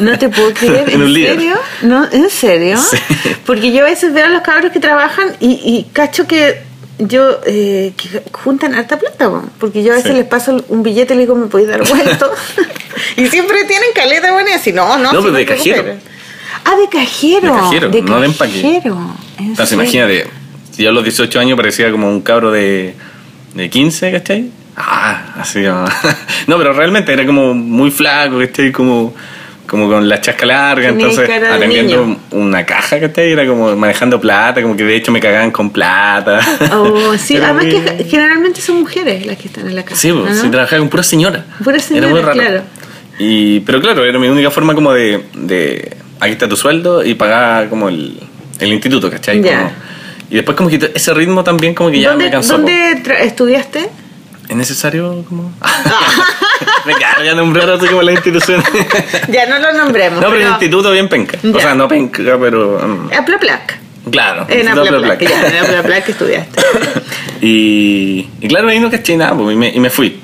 Speaker 1: No te puedo creer, ¿en,
Speaker 3: En un líder.
Speaker 1: serio? No, ¿En serio?
Speaker 3: Sí.
Speaker 1: Porque yo a veces veo a los cabros que trabajan y, y cacho que yo eh, que juntan harta plata, po. porque yo a veces
Speaker 3: Sí.
Speaker 1: les paso un billete y les digo, ¿me podéis dar vuelto? y siempre tienen caleta buena y así, no, no.
Speaker 3: No,
Speaker 1: si
Speaker 3: pero de
Speaker 1: te
Speaker 3: cajero.
Speaker 1: recuperas". Ah, de cajero.
Speaker 3: De cajero, no de empaque.
Speaker 1: cajero, ¿en
Speaker 3: Entonces,
Speaker 1: serio?
Speaker 3: imagínate, si yo a los 18 años parecía como un cabro de, de 15, ¿cachai? Ah, así. ah. No, pero realmente era como muy flaco, ¿cachai? Como, como con la chasca larga,
Speaker 1: Tenía
Speaker 3: entonces
Speaker 1: cara de
Speaker 3: atendiendo
Speaker 1: niño.
Speaker 3: una caja, ¿cachai? Era como manejando plata, como que de hecho me cagaban con plata.
Speaker 1: Oh, sí,
Speaker 3: Era
Speaker 1: además
Speaker 3: muy-
Speaker 1: que generalmente son mujeres las que están en la casa.
Speaker 3: Sí, pues,
Speaker 1: ¿Ah, ¿no?
Speaker 3: sí, trabajaba con pura señora.
Speaker 1: Pura señora,
Speaker 3: era muy raro.
Speaker 1: claro.
Speaker 3: Y, pero claro, era mi única forma como de, de aquí está tu sueldo y pagaba como el, el instituto, ¿cachai?
Speaker 1: Ya.
Speaker 3: Como- y después como que ese ritmo también como que ya
Speaker 1: ¿Dónde,
Speaker 3: me cansó. pues. po.
Speaker 1: ¿dónde tra- estudiaste?
Speaker 3: ¿Es necesario como...? me carga ya nombrar así como la institución. no,
Speaker 1: Ya no lo nombremos.
Speaker 3: pero el instituto bien penca.
Speaker 1: Ya.
Speaker 3: O sea, no penca, pero... mm,
Speaker 1: Aplaplac.
Speaker 3: claro.
Speaker 1: En
Speaker 3: instituto
Speaker 1: Aplaplac,
Speaker 3: Plac.
Speaker 1: ya, en Aplaplac estudiaste.
Speaker 3: Y, y claro, ahí no caché nada, po, y, me, y me fui.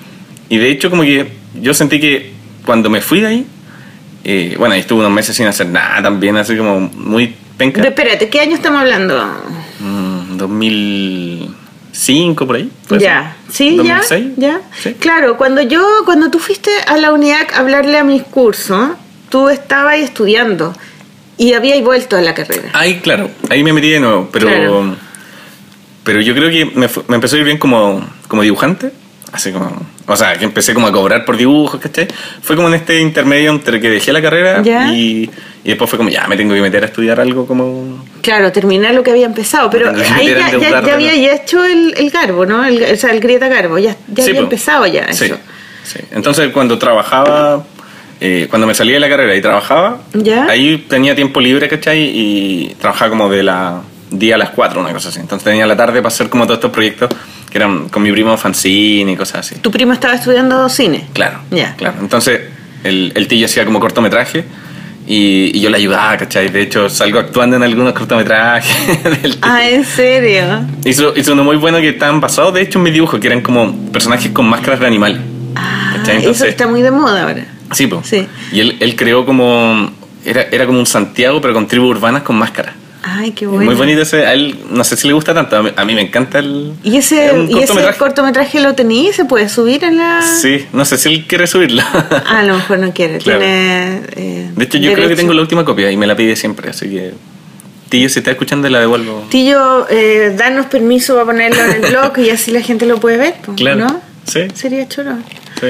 Speaker 3: Y de hecho, como que yo sentí que cuando me fui de ahí, eh, bueno, ahí estuve unos meses sin hacer nada también, así como muy penca.
Speaker 1: Pero espérate, ¿qué año estamos hablando?
Speaker 3: Mm, 2005 por ahí. puede
Speaker 1: Ya,
Speaker 3: ser.
Speaker 1: sí, ya,
Speaker 3: 2006,
Speaker 1: ya.
Speaker 3: sí.
Speaker 1: Claro, cuando yo, cuando tú fuiste a la unidad a hablarle a mis cursos, tú estabas ahí estudiando y habías vuelto a la carrera.
Speaker 3: Ahí, claro, ahí me metí de nuevo, pero,
Speaker 1: Claro.
Speaker 3: pero yo creo que me, fu- me empezó a ir bien como, como dibujante, así como, o sea, que empecé como a cobrar por dibujos, ¿cachai? Fue como en este intermedio entre que dejé la carrera
Speaker 1: Ya.
Speaker 3: y, y después fue como, ya, me tengo que meter a estudiar algo como...
Speaker 1: Claro, terminar lo que había empezado, pero
Speaker 3: Tengo que
Speaker 1: ahí
Speaker 3: meter
Speaker 1: ya,
Speaker 3: en
Speaker 1: ya-
Speaker 3: deudarte,
Speaker 1: ya
Speaker 3: ¿no?
Speaker 1: había ya hecho el, el garbo, ¿no? El, o sea, el grieta garbo, ya, ya
Speaker 3: Sí,
Speaker 1: había
Speaker 3: po.
Speaker 1: empezado ya
Speaker 3: Sí,
Speaker 1: eso.
Speaker 3: sí. Entonces cuando trabajaba, eh, cuando me salí de la carrera y trabajaba,
Speaker 1: Ya.
Speaker 3: ahí tenía tiempo libre, ¿cachai? Y trabajaba como de la día a las 4, una cosa así. Entonces tenía la tarde para hacer como todos estos proyectos que eran con mi primo fanzine y cosas así.
Speaker 1: Tu primo estaba estudiando cine.
Speaker 3: Claro.
Speaker 1: Ya.
Speaker 3: Claro. Entonces el, el tío hacía como cortometraje Y, y yo la ayudaba, ¿cachai? De hecho, salgo actuando en algunos cortometrajes. del-
Speaker 1: Ah, ¿en serio?
Speaker 3: hizo, hizo uno muy bueno que estaban basados, de hecho, en mi dibujo, que eran como personajes con máscaras de animal.
Speaker 1: Ah,
Speaker 3: ¿Cachai?
Speaker 1: eso
Speaker 3: Entonces-
Speaker 1: está muy de moda ahora.
Speaker 3: Sí, po.
Speaker 1: Sí.
Speaker 3: Y él, él creó como. Era, era como un Santiago, pero con tribus urbanas con máscaras.
Speaker 1: Ay, qué bueno.
Speaker 3: Muy bonito ese. A él no sé si le gusta tanto. A mí, a mí me encanta el.
Speaker 1: ¿Y
Speaker 3: es
Speaker 1: ese,
Speaker 3: un
Speaker 1: ¿Y ese
Speaker 3: cortometraje.
Speaker 1: cortometraje lo tenía? ¿Se puede subir en la...?
Speaker 3: Sí, no sé si él quiere subirlo.
Speaker 1: Ah, a lo mejor no quiere.
Speaker 3: Claro.
Speaker 1: Tiene, eh,
Speaker 3: De hecho, yo creo que
Speaker 1: derecho.
Speaker 3: tengo la última copia y me la pide siempre, así que. Tío, si está escuchando, la devuelvo.
Speaker 1: Tillo, eh, danos permiso para ponerlo en el blog y así la gente lo puede ver, po,
Speaker 3: Claro.
Speaker 1: ¿no?
Speaker 3: Sí.
Speaker 1: Sería chulo.
Speaker 3: Sí.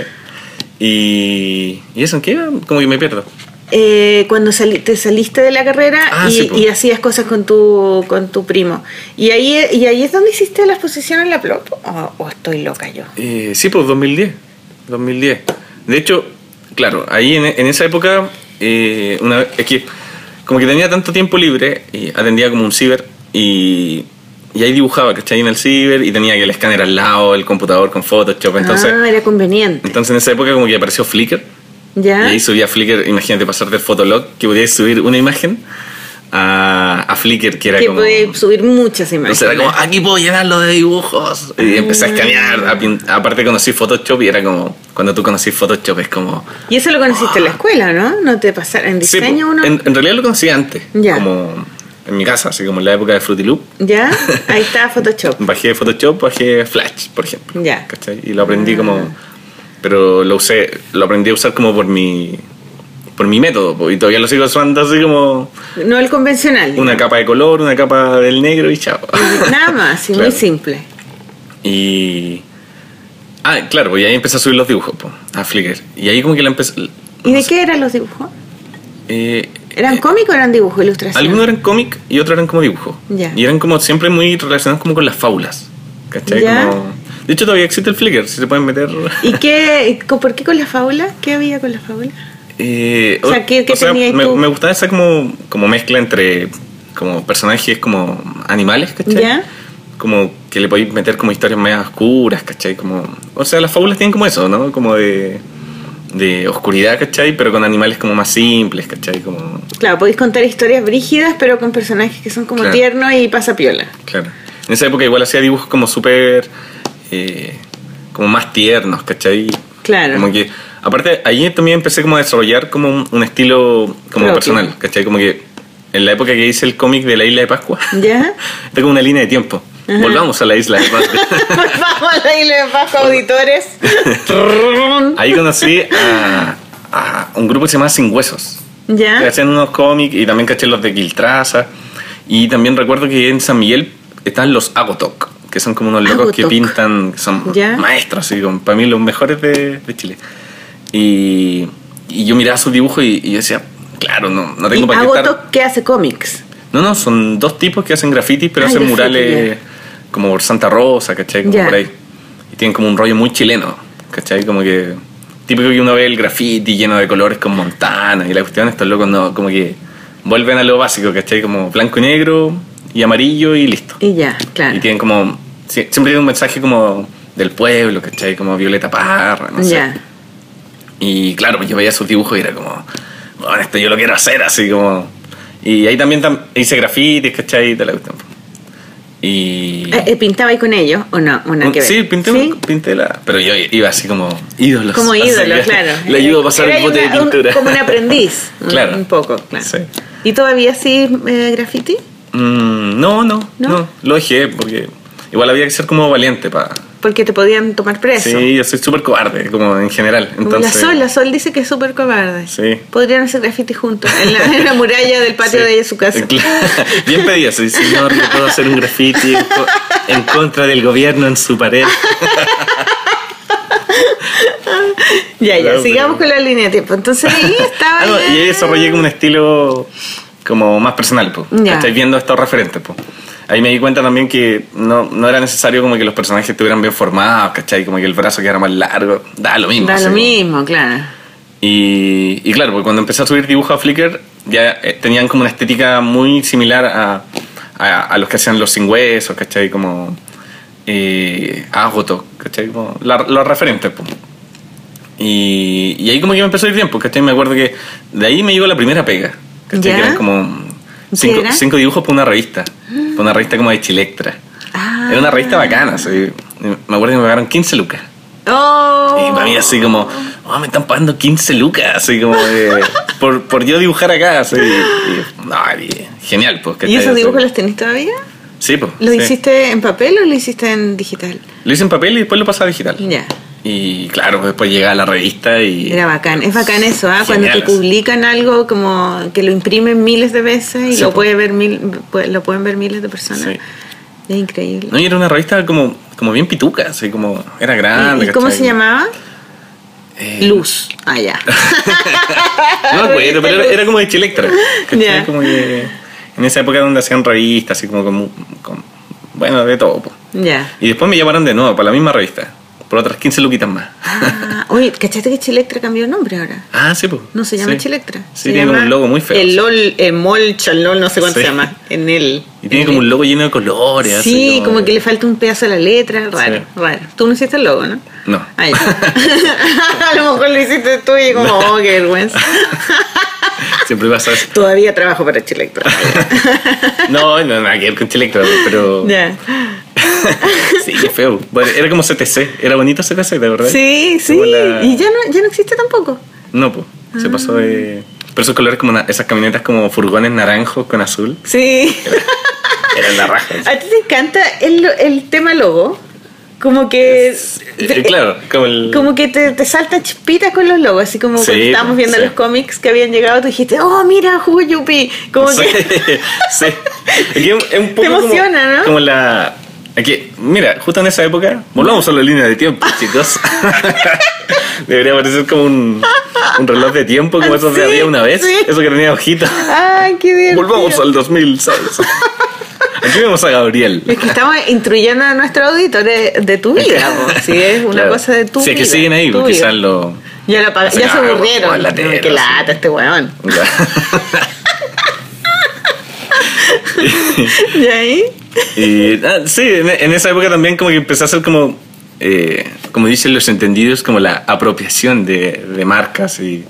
Speaker 3: Y. ¿Y eso en qué? iba? Como que me pierdo.
Speaker 1: Eh, cuando sali- te saliste de la carrera
Speaker 3: Ah,
Speaker 1: y,
Speaker 3: sí, po.
Speaker 1: y hacías cosas con tu, con tu primo. ¿Y ahí, ¿Y ahí es donde hiciste la exposición en la blog? ¿O, o oh, estoy loca yo?
Speaker 3: Eh, sí, pues 2010. 2010. De hecho, claro, ahí en, en esa época, eh, una vez- es que como que tenía tanto tiempo libre, y atendía como un ciber y, y ahí dibujaba, ¿cachai? En el ciber y tenía que el escáner al lado, el computador con Photoshop. Entonces,
Speaker 1: ah, era conveniente.
Speaker 3: entonces en esa época como que apareció Flickr y
Speaker 1: ¿Ya?
Speaker 3: ahí subía Flickr, imagínate pasar del Fotolog, que podías subir una imagen a, a Flickr, que era
Speaker 1: que
Speaker 3: como...
Speaker 1: puede subir muchas imágenes.
Speaker 3: Entonces era como, aquí puedo llenarlo de dibujos. Y empecé a escanear. a pin- Aparte conocí Photoshop y era como, cuando tú conocís Photoshop es como...
Speaker 1: Y eso lo conociste en la escuela, ¿no? ¿No te pasaron en
Speaker 3: ah. Sí,
Speaker 1: diseño
Speaker 3: po,
Speaker 1: uno?
Speaker 3: en, en realidad lo conocí antes.
Speaker 1: Ya.
Speaker 3: Como en mi casa, así como en la época de Fruity Loop.
Speaker 1: ¿Ya? Ahí está Photoshop.
Speaker 3: Bajé Photoshop, bajé Flash, por ejemplo.
Speaker 1: Ya. Ah.
Speaker 3: ¿cachai? Y lo aprendí como... Pero lo usé, lo aprendí a usar como por mi... Por mi método, po, y todavía lo sigo usando así como
Speaker 1: No el convencional.
Speaker 3: una capa de color, una capa del negro y chao.
Speaker 1: Nada más, y
Speaker 3: Claro.
Speaker 1: muy simple.
Speaker 3: Y. Ah, claro, pues y ahí empecé a subir los dibujos po, a Flickr. Y ahí como que la empecé.
Speaker 1: ¿Y de qué eran los dibujos?
Speaker 3: eh,
Speaker 1: ¿Eran cómicos o eran dibujos, ilustraciones?
Speaker 3: algunos eran cómic y otros eran como dibujo.
Speaker 1: Ya.
Speaker 3: Y eran como siempre muy relacionados como con las fábulas. ¿Cachai?
Speaker 1: Ya.
Speaker 3: Como- De hecho, todavía existe el Flickr, si se pueden meter.
Speaker 1: ¿Y qué, co- por qué con las fábulas? ¿Qué había con las fábulas?
Speaker 3: Eh,
Speaker 1: O sea, ¿qué- qué tenías
Speaker 3: me,
Speaker 1: tú?
Speaker 3: me gustaba esa como, como mezcla entre como personajes como animales, ¿cachai?
Speaker 1: Ya.
Speaker 3: Como que le podéis meter como historias más oscuras, ¿cachai? Como, o sea, las fábulas tienen como eso, ¿no? Como de, de oscuridad, ¿cachai? Pero con animales como más simples, ¿cachai? Como,
Speaker 1: Claro, podéis contar historias brígidas, pero con personajes que son como
Speaker 3: Claro.
Speaker 1: tiernos y pasapiola.
Speaker 3: claro. En esa época igual hacía dibujos como súper, eh, como más tiernos, ¿cachai?
Speaker 1: Claro.
Speaker 3: Como que, aparte, ahí también empecé como a desarrollar como un, un estilo como
Speaker 1: Propio.
Speaker 3: personal, ¿cachai? Como que en la época que hice el cómic de la Isla de Pascua,
Speaker 1: ¿Ya?
Speaker 3: tengo una línea de tiempo.
Speaker 1: Ajá.
Speaker 3: Volvamos a la Isla de Pascua.
Speaker 1: Pues Vamos a la isla de Pascua, auditores.
Speaker 3: ahí conocí a, a un grupo que se llama Sin Huesos, que
Speaker 1: ¿Ya?
Speaker 3: hacían unos cómics y también caché los de Quiltraza. Y también recuerdo que en San Miguel están los Agotok, que son como unos locos que
Speaker 1: Agotok.
Speaker 3: pintan, que son
Speaker 1: Ya.
Speaker 3: maestros, así, como para mí los mejores de, de Chile. Y, y yo miraba sus dibujos y, y yo decía, claro, no, no tengo
Speaker 1: ¿Y
Speaker 3: para qué estar-
Speaker 1: Agotok que hace cómics?
Speaker 3: No, no, son dos tipos que hacen grafitis, pero
Speaker 1: Ah,
Speaker 3: hacen
Speaker 1: graffiti,
Speaker 3: murales como por Santa Rosa, ¿cachai? Como
Speaker 1: Ya.
Speaker 3: por ahí. Y tienen como un rollo muy chileno, ¿cachai? Como que. Típico que uno ve el graffiti lleno de colores con Montana y la cuestión, estos locos no, como que vuelven a lo básico, ¿cachai? Como blanco y negro y amarillo y listo.
Speaker 1: Y ya, claro.
Speaker 3: Y tienen como. sie- Siempre tienen un mensaje como del pueblo, ¿cachai? Como Violeta Parra, no sé.
Speaker 1: ya.
Speaker 3: Y claro, pues yo veía sus dibujos y era como, bueno, esto yo lo quiero hacer, así como. Y ahí también tam- hice grafitis, ¿cachai? Y tal, la cuestión. Y.
Speaker 1: Eh, eh, ¿Pintaba ahí con ellos o no? ¿O nada que ver?
Speaker 3: sí, pinté,
Speaker 1: ¿Sí?
Speaker 3: pinté la. Pero yo iba así como ídolos.
Speaker 1: Como
Speaker 3: así
Speaker 1: ídolo,
Speaker 3: que
Speaker 1: claro.
Speaker 3: Le ayudo a pasar
Speaker 1: Era
Speaker 3: el bote de
Speaker 1: una- un-
Speaker 3: pintura.
Speaker 1: como un aprendiz. un-
Speaker 3: Claro.
Speaker 1: Un poco, claro.
Speaker 3: Sí.
Speaker 1: ¿Y todavía sí eh, graffiti?
Speaker 3: Mm, no, no,
Speaker 1: ¿No?
Speaker 3: no, Lo dejé porque igual había que ser como valiente para.
Speaker 1: Porque te podían tomar preso.
Speaker 3: Sí, yo soy súper cobarde, como en general.
Speaker 1: Como
Speaker 3: Entonces,
Speaker 1: la Sol, la Sol dice que es súper cobarde.
Speaker 3: Sí.
Speaker 1: Podrían hacer graffiti juntos en la, en la muralla del patio
Speaker 3: Sí.
Speaker 1: de ella su casa.
Speaker 3: Claro. Bien pedido, sí, señor, yo puedo hacer un graffiti en co- en contra del gobierno en su pared.
Speaker 1: ya, ya,
Speaker 3: Claro,
Speaker 1: sigamos con la línea de tiempo. Entonces ahí estaba.
Speaker 3: Ah, no,
Speaker 1: ya-
Speaker 3: y ahí desarrollé como un estilo como más personal, po.
Speaker 1: Ya.
Speaker 3: Estáis viendo estos referentes, po. Ahí me di cuenta también que no, no era necesario como que los personajes estuvieran bien formados, ¿cachai? Como que el brazo quedara más largo. Da lo mismo.
Speaker 1: Da
Speaker 3: así pues.
Speaker 1: lo
Speaker 3: como-
Speaker 1: mismo, claro.
Speaker 3: Y, y claro, porque cuando empecé a subir dibujos a Flickr, ya eh, tenían como una estética muy similar a, a, a los que hacían los sin huesos, ¿cachai? Como eh, Agoto, ¿cachai? Como la- los referentes, po. Y, y ahí como que me empezó a ir bien, porque ¿cachai? me acuerdo que de ahí me llegó la primera pega. ¿cachai?
Speaker 1: ¿Ya?
Speaker 3: Que eran como
Speaker 1: ¿Qué
Speaker 3: cinco,
Speaker 1: era?
Speaker 3: cinco dibujos para una revista. Para una revista como de Chilectra.
Speaker 1: Ah.
Speaker 3: Era una revista bacana. así. Me acuerdo que me pagaron 15 lucas.
Speaker 1: Oh.
Speaker 3: Y para mí así como, "Oh, me están pagando 15 lucas, así como de- por, por yo dibujar acá, así. Y- no, y genial, pues.
Speaker 1: ¿Y
Speaker 3: ¿cachai?
Speaker 1: esos
Speaker 3: Así.
Speaker 1: dibujos los tenés todavía?
Speaker 3: Sí, pues.
Speaker 1: ¿Los
Speaker 3: sí.
Speaker 1: hiciste en papel o los hiciste en digital?
Speaker 3: Lo hice en papel y después lo pasé a digital.
Speaker 1: Ya.
Speaker 3: Y claro, pues, después llegaba la revista y...
Speaker 1: Era bacán, es bacán eso, ¿ah? cuando te
Speaker 3: Genial.
Speaker 1: publican algo como que lo imprimen miles de veces y
Speaker 3: Sí,
Speaker 1: lo,
Speaker 3: po.
Speaker 1: puede ver mil, pu- lo pueden ver miles de personas.
Speaker 3: Sí.
Speaker 1: Es increíble.
Speaker 3: No, y era una revista como, como bien pituca, así como... Era grande.
Speaker 1: ¿Y, y cómo
Speaker 3: ¿cachai?
Speaker 1: se llamaba?
Speaker 3: Eh,
Speaker 1: Luz. Ah, ya.
Speaker 3: No me acuerdo, pero era, era como de Chilectra. ¿cachai?
Speaker 1: Ya.
Speaker 3: Como que en esa época donde hacían revistas, así como con... con- bueno, de todo, pues.
Speaker 1: ya.
Speaker 3: Y después me llamaron de nuevo para la misma revista, por otras 15 luquitas más.
Speaker 1: Ah, oye, ¿cachaste que Chilectra cambió de nombre ahora?
Speaker 3: Ah, sí, pues.
Speaker 1: No se llama
Speaker 3: Sí.
Speaker 1: Chilectra.
Speaker 3: Sí,
Speaker 1: se
Speaker 3: tiene como
Speaker 1: llama
Speaker 3: un logo muy feo.
Speaker 1: El
Speaker 3: así.
Speaker 1: LOL, el MOL, Chalol, no sé cuánto
Speaker 3: Sí.
Speaker 1: se llama. En el.
Speaker 3: Y tiene como un logo lleno de colores. así
Speaker 1: Sí, como que le falta un pedazo a la letra, raro,
Speaker 3: Sí.
Speaker 1: raro. Tú no hiciste el logo, ¿no?
Speaker 3: No.
Speaker 1: Ay, a lo mejor lo hiciste tú y como, oh, qué vergüenza.
Speaker 3: Siempre pasa eso.
Speaker 1: Todavía trabajo para Chilectra.
Speaker 3: No, no, nada que ver con Chilectra, pero...
Speaker 1: Ya.
Speaker 3: sí, qué feo. Bueno, era como CTC, era bonito CTC, de verdad.
Speaker 1: Sí, sí.
Speaker 3: Como la-
Speaker 1: Y ya no, ya no existe tampoco.
Speaker 3: No, pues, se pasó de...
Speaker 1: Ah.
Speaker 3: Pero esos colores como una- esas camionetas como furgones naranjos con azul,
Speaker 1: Sí.
Speaker 3: eran la raja.
Speaker 1: ¿A ti te encanta el, el tema logo? Como que...
Speaker 3: Eh, claro, como el...
Speaker 1: Como que te, te saltan chispitas con los logos, así como
Speaker 3: Sí,
Speaker 1: cuando estábamos viendo
Speaker 3: sí.
Speaker 1: los cómics que habían llegado, tú dijiste, oh, mira, Jugo Yupi. Como
Speaker 3: sí,
Speaker 1: que...
Speaker 3: sí. Aquí es un poco
Speaker 1: Te emociona,
Speaker 3: como,
Speaker 1: ¿no?
Speaker 3: Como la. Aquí, mira, justo en esa época, volvamos a la línea de tiempo, chicos. Debería parecer como un, un reloj de tiempo, como esos de
Speaker 1: Sí,
Speaker 3: había una vez.
Speaker 1: sí.
Speaker 3: Eso que tenía hojita.
Speaker 1: Ay, qué bien.
Speaker 3: Volvamos al 2006. Aquí vemos a Gabriel.
Speaker 1: Es que estamos instruyendo a nuestros auditores de, tu vida, po. si es una
Speaker 3: Claro.
Speaker 1: cosa de tu
Speaker 3: Si es
Speaker 1: vida.
Speaker 3: que siguen ahí,
Speaker 1: tu
Speaker 3: pues,
Speaker 1: vida.
Speaker 3: quizás lo.
Speaker 1: Ya, lo apag-
Speaker 3: Sí,
Speaker 1: ya
Speaker 3: ah,
Speaker 1: se aburrieron.
Speaker 3: bueno, la
Speaker 1: No,
Speaker 3: tele,
Speaker 1: qué
Speaker 3: sí.
Speaker 1: lata este weón. ¿Y ahí?
Speaker 3: Y, ah, sí, en, en esa época también como que empecé a hacer como, eh, como dicen los entendidos, como la apropiación de, de marcas. Y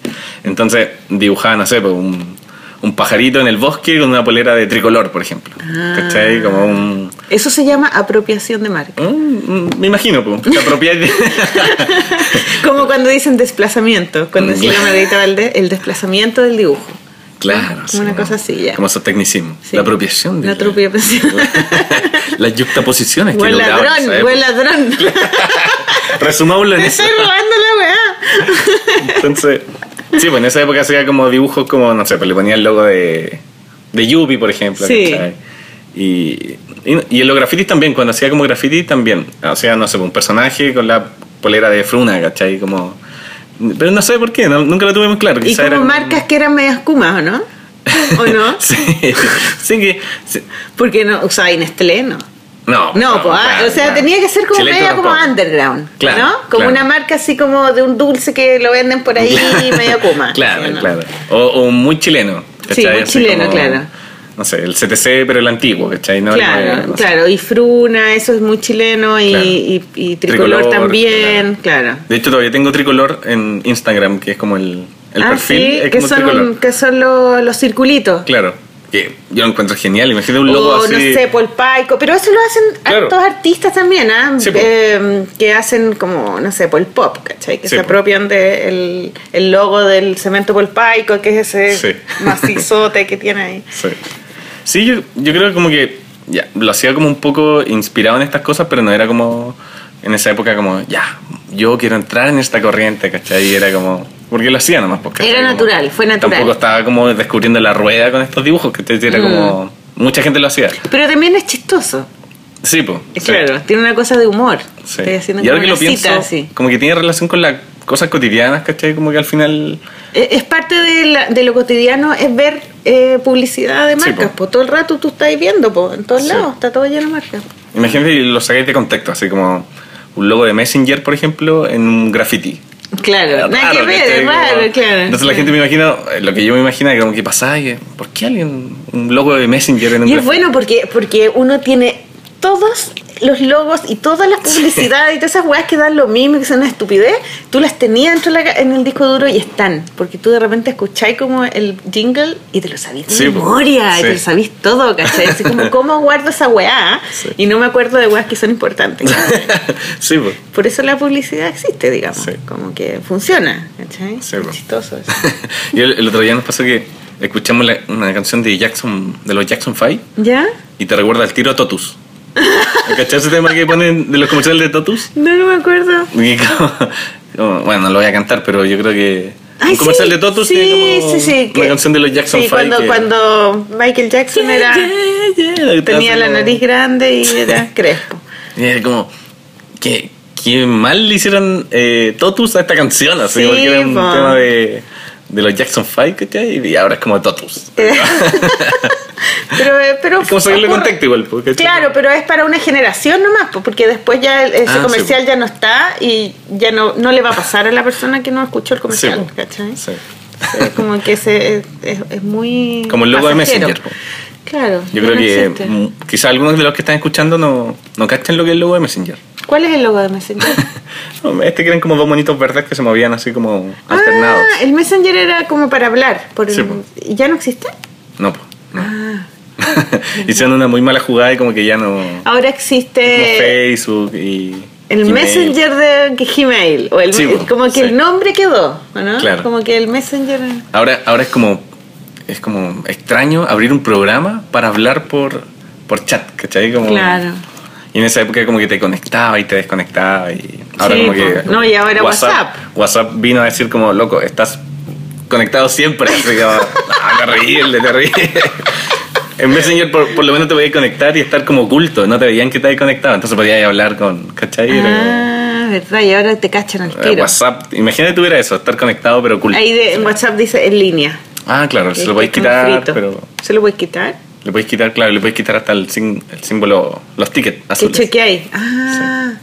Speaker 3: entonces dibujaba, no sé, pues, un, un pajarito en el bosque con una polera de tricolor, por ejemplo.
Speaker 1: Ah.
Speaker 3: ¿Cachai? Como un...
Speaker 1: Eso se llama apropiación de marca.
Speaker 3: un- un- me imagino, pues, te apropias de-
Speaker 1: Como cuando dicen desplazamiento,
Speaker 3: Mm.
Speaker 1: cuando se llama Margarita Valdés, el desplazamiento del dibujo.
Speaker 3: claro.
Speaker 1: Como una cosa así, ya.
Speaker 3: Como esos tecnicismos.
Speaker 1: Sí.
Speaker 3: La apropiación de...
Speaker 1: La apropiación.
Speaker 3: Las yuxtaposiciones que
Speaker 1: Buen
Speaker 3: lograba en esa
Speaker 1: ladrón,
Speaker 3: época.
Speaker 1: buen ladrón.
Speaker 3: Resumámoslo en
Speaker 1: Te
Speaker 3: eso.
Speaker 1: estoy robando la weá.
Speaker 3: Entonces, sí, pues en esa época hacía como dibujos como, no sé, pues le ponía el logo de, de Yupi, por ejemplo.
Speaker 1: Sí.
Speaker 3: ¿cachai? Y, y, y en los grafitis también, cuando hacía como graffiti también. Hacía, no sé, pues un personaje con la polera de Fruna, ¿cachai? Como, pero no sé por qué, no- nunca lo tuve muy claro.
Speaker 1: Y
Speaker 3: quizá era
Speaker 1: como marcas que eran medias kumas, ¿o no? ¿O no?
Speaker 3: Sí, sí que... sí.
Speaker 1: Porque no usaba Nestlé, ¿no?
Speaker 3: No,
Speaker 1: No, pues, ah,
Speaker 3: claro,
Speaker 1: o sea,
Speaker 3: claro.
Speaker 1: tenía que ser como
Speaker 3: Chileto
Speaker 1: media como
Speaker 3: tampoco.
Speaker 1: underground,
Speaker 3: Claro,
Speaker 1: ¿no? Como
Speaker 3: claro.
Speaker 1: una marca así como de un dulce que lo venden por ahí medio coma.
Speaker 3: Claro,
Speaker 1: ¿sí o no?
Speaker 3: claro. O, o muy chileno.
Speaker 1: Sí,
Speaker 3: ¿cachai?
Speaker 1: muy
Speaker 3: Así
Speaker 1: chileno, claro.
Speaker 3: No sé, el CTC, pero el antiguo, ¿cachai? No,
Speaker 1: Claro,
Speaker 3: no sé.
Speaker 1: claro. Y fruna, eso es muy chileno, y,
Speaker 3: Claro.
Speaker 1: y- y tricolor,
Speaker 3: Tricolor,
Speaker 1: también, claro.
Speaker 3: De hecho, todavía tengo tricolor en Instagram, que es como el, el
Speaker 1: ah,
Speaker 3: perfil.
Speaker 1: sí,
Speaker 3: es como
Speaker 1: que
Speaker 3: un
Speaker 1: son,
Speaker 3: tricolor.
Speaker 1: un- que son lo- los circulitos.
Speaker 3: Claro, que yo lo encuentro genial. Imagínate un logo
Speaker 1: o
Speaker 3: así.
Speaker 1: no sé, polpaico, pero eso lo hacen
Speaker 3: Claro.
Speaker 1: hartos artistas también, ¿ah?
Speaker 3: Sí, po.
Speaker 1: Eh, que hacen como, no sé, polpop, ¿cachai? Que
Speaker 3: Sí,
Speaker 1: se
Speaker 3: po.
Speaker 1: apropian del el logo del cemento polpaico, que es ese
Speaker 3: Sí.
Speaker 1: macizote que tiene ahí.
Speaker 3: Sí, Sí, yo, yo creo que como que ya, lo hacía como un poco inspirado en estas cosas, pero no era como en esa época como, ya, yo quiero entrar en esta corriente, ¿cachai? Y era como... Porque lo hacía nomás. Porque
Speaker 1: Era natural, fue natural.
Speaker 3: Tampoco estaba como descubriendo la rueda con estos dibujos, que era como...
Speaker 1: Mm.
Speaker 3: Mucha gente lo hacía.
Speaker 1: Pero también es chistoso,
Speaker 3: Sí, pues.
Speaker 1: claro, tiene una cosa de humor.
Speaker 3: Sí.
Speaker 1: Estoy haciendo
Speaker 3: Y ahora
Speaker 1: como
Speaker 3: que lo
Speaker 1: una cita
Speaker 3: pienso,
Speaker 1: así.
Speaker 3: como que tiene relación con las cosas cotidianas, ¿cachai? Como que al final...
Speaker 1: Eh, Es es parte de, la- de lo cotidiano, es ver eh, publicidad de
Speaker 3: Sí,
Speaker 1: marcas,
Speaker 3: po.
Speaker 1: po. todo el rato tú estás viendo, po, en todos
Speaker 3: Sí.
Speaker 1: lados, está todo lleno de marcas.
Speaker 3: Imagínate y lo sacáis de contexto, así como un logo de Messenger, por ejemplo, en un graffiti.
Speaker 1: Claro, nada que
Speaker 3: Raro,
Speaker 1: ver,
Speaker 3: ¿cachai?
Speaker 1: es raro,
Speaker 3: Como-
Speaker 1: claro.
Speaker 3: Entonces la gente me imagina, eh, lo que yo me imagino que como que pasaba, que, ¿por qué alguien un logo de Messenger en un
Speaker 1: Y es
Speaker 3: graffiti?
Speaker 1: bueno porque, porque uno tiene todos los logos y todas las publicidades y todas esas weas que dan lo mismo y que son una estupidez, tú las tenías dentro de la ca- en el disco duro y están. Porque tú de repente escucháis como el jingle y te lo sabís de
Speaker 3: Sí, po.
Speaker 1: memoria
Speaker 3: Sí.
Speaker 1: y te lo sabís todo, ¿cachai? Así como, ¿cómo guardo esa weá?
Speaker 3: Sí.
Speaker 1: Y no me acuerdo de weas que son importantes.
Speaker 3: sí, pues.
Speaker 1: Por eso la publicidad existe, digamos.
Speaker 3: Sí.
Speaker 1: Como que funciona, ¿cachai?
Speaker 3: Sí,
Speaker 1: Es
Speaker 3: po.
Speaker 1: chistoso eso.
Speaker 3: Y el, el otro día nos pasó que escuchamos la- una canción de Jackson, de los Jackson Five
Speaker 1: ¿Ya?
Speaker 3: y te recuerda el tiro a Totus. ¿Cachai ese tema que ponen de los comerciales de Totus?
Speaker 1: No, no me acuerdo.
Speaker 3: Y como- como- bueno, no lo voy a cantar, pero yo creo que.
Speaker 1: Ay,
Speaker 3: un comercial
Speaker 1: Ah, sí,
Speaker 3: de Totus
Speaker 1: sí,
Speaker 3: tiene como
Speaker 1: sí, sí,
Speaker 3: una
Speaker 1: que-
Speaker 3: canción de los Jackson
Speaker 1: sí,
Speaker 3: Five
Speaker 1: cuando,
Speaker 3: que-
Speaker 1: cuando Michael Jackson era,
Speaker 3: Yeah, yeah.
Speaker 1: tenía
Speaker 3: Hace
Speaker 1: la
Speaker 3: como-
Speaker 1: nariz grande y era crespo.
Speaker 3: Y era como. Que, que mal le hicieron eh, Totus a esta canción, así
Speaker 1: Sí,
Speaker 3: porque era un
Speaker 1: po.
Speaker 3: tema de, de los Jackson Five, ¿cachai? Y ahora es como Totus.
Speaker 1: pero, eh, pero
Speaker 3: Es como sacarle
Speaker 1: ocurre-
Speaker 3: contacto igual, porque
Speaker 1: Claro, pero es para una generación nomás, po, porque después ya el- ese
Speaker 3: Ah, sí,
Speaker 1: comercial
Speaker 3: po.
Speaker 1: ya no está y ya no, no le va a pasar a la persona que no escuchó el comercial,
Speaker 3: po.
Speaker 1: ¿cachai?
Speaker 3: Sí.
Speaker 1: Es como que se, es, es- es muy.
Speaker 3: Como el logo de
Speaker 1: pasajero.
Speaker 3: Messenger, po.
Speaker 1: Claro.
Speaker 3: Yo
Speaker 1: ya
Speaker 3: creo
Speaker 1: no
Speaker 3: que
Speaker 1: existe.
Speaker 3: mm, quizá algunos de los que están escuchando no, no cachan lo que es el logo de Messenger.
Speaker 1: ¿Cuál es el logo de Messenger?
Speaker 3: No, Este que eran como dos monitos verdes que se movían así como alternados.
Speaker 1: Ah, el Messenger era como para hablar. Por
Speaker 3: Sí, po.
Speaker 1: ¿Y ¿Ya no existe?
Speaker 3: No, po, no.
Speaker 1: Ah,
Speaker 3: Hicieron una muy mala jugada y como que ya no. como
Speaker 1: ahora existe
Speaker 3: Facebook y.
Speaker 1: Eh, el
Speaker 3: Gmail.
Speaker 1: Messenger de Gmail. O el,
Speaker 3: Sí, po,
Speaker 1: como que
Speaker 3: sí.
Speaker 1: el nombre quedó, ¿o ¿no?
Speaker 3: Claro.
Speaker 1: Como que el Messenger.
Speaker 3: Ahora, ahora es como. Es como extraño abrir un programa para hablar por, por chat, ¿cachai? Como,
Speaker 1: Claro.
Speaker 3: Y en esa época como que te conectaba y te desconectaba y ahora
Speaker 1: Sí,
Speaker 3: como que...
Speaker 1: po. No, y ahora WhatsApp.
Speaker 3: WhatsApp vino a decir como, loco, estás conectado siempre. Así como, ah, terrible, terrible. En Messenger por, por lo menos te podías conectar y estar como oculto, no te veían que estabas conectado, entonces podías hablar con, ¿cachai? Era como,
Speaker 1: Ah, verdad, y ahora te cachan al
Speaker 3: eh,
Speaker 1: tiro.
Speaker 3: WhatsApp, imagínate tuviera eso, estar conectado pero oculto.
Speaker 1: Ahí de, en WhatsApp dice en línea.
Speaker 3: Ah, claro, se lo podéis
Speaker 1: Que es como
Speaker 3: quitar,
Speaker 1: frito.
Speaker 3: pero...
Speaker 1: ¿Se lo podéis quitar?
Speaker 3: Le podéis quitar, claro, le podéis quitar hasta el, sin- el símbolo, los tickets
Speaker 1: Que
Speaker 3: azules.
Speaker 1: chequeáis. Ah,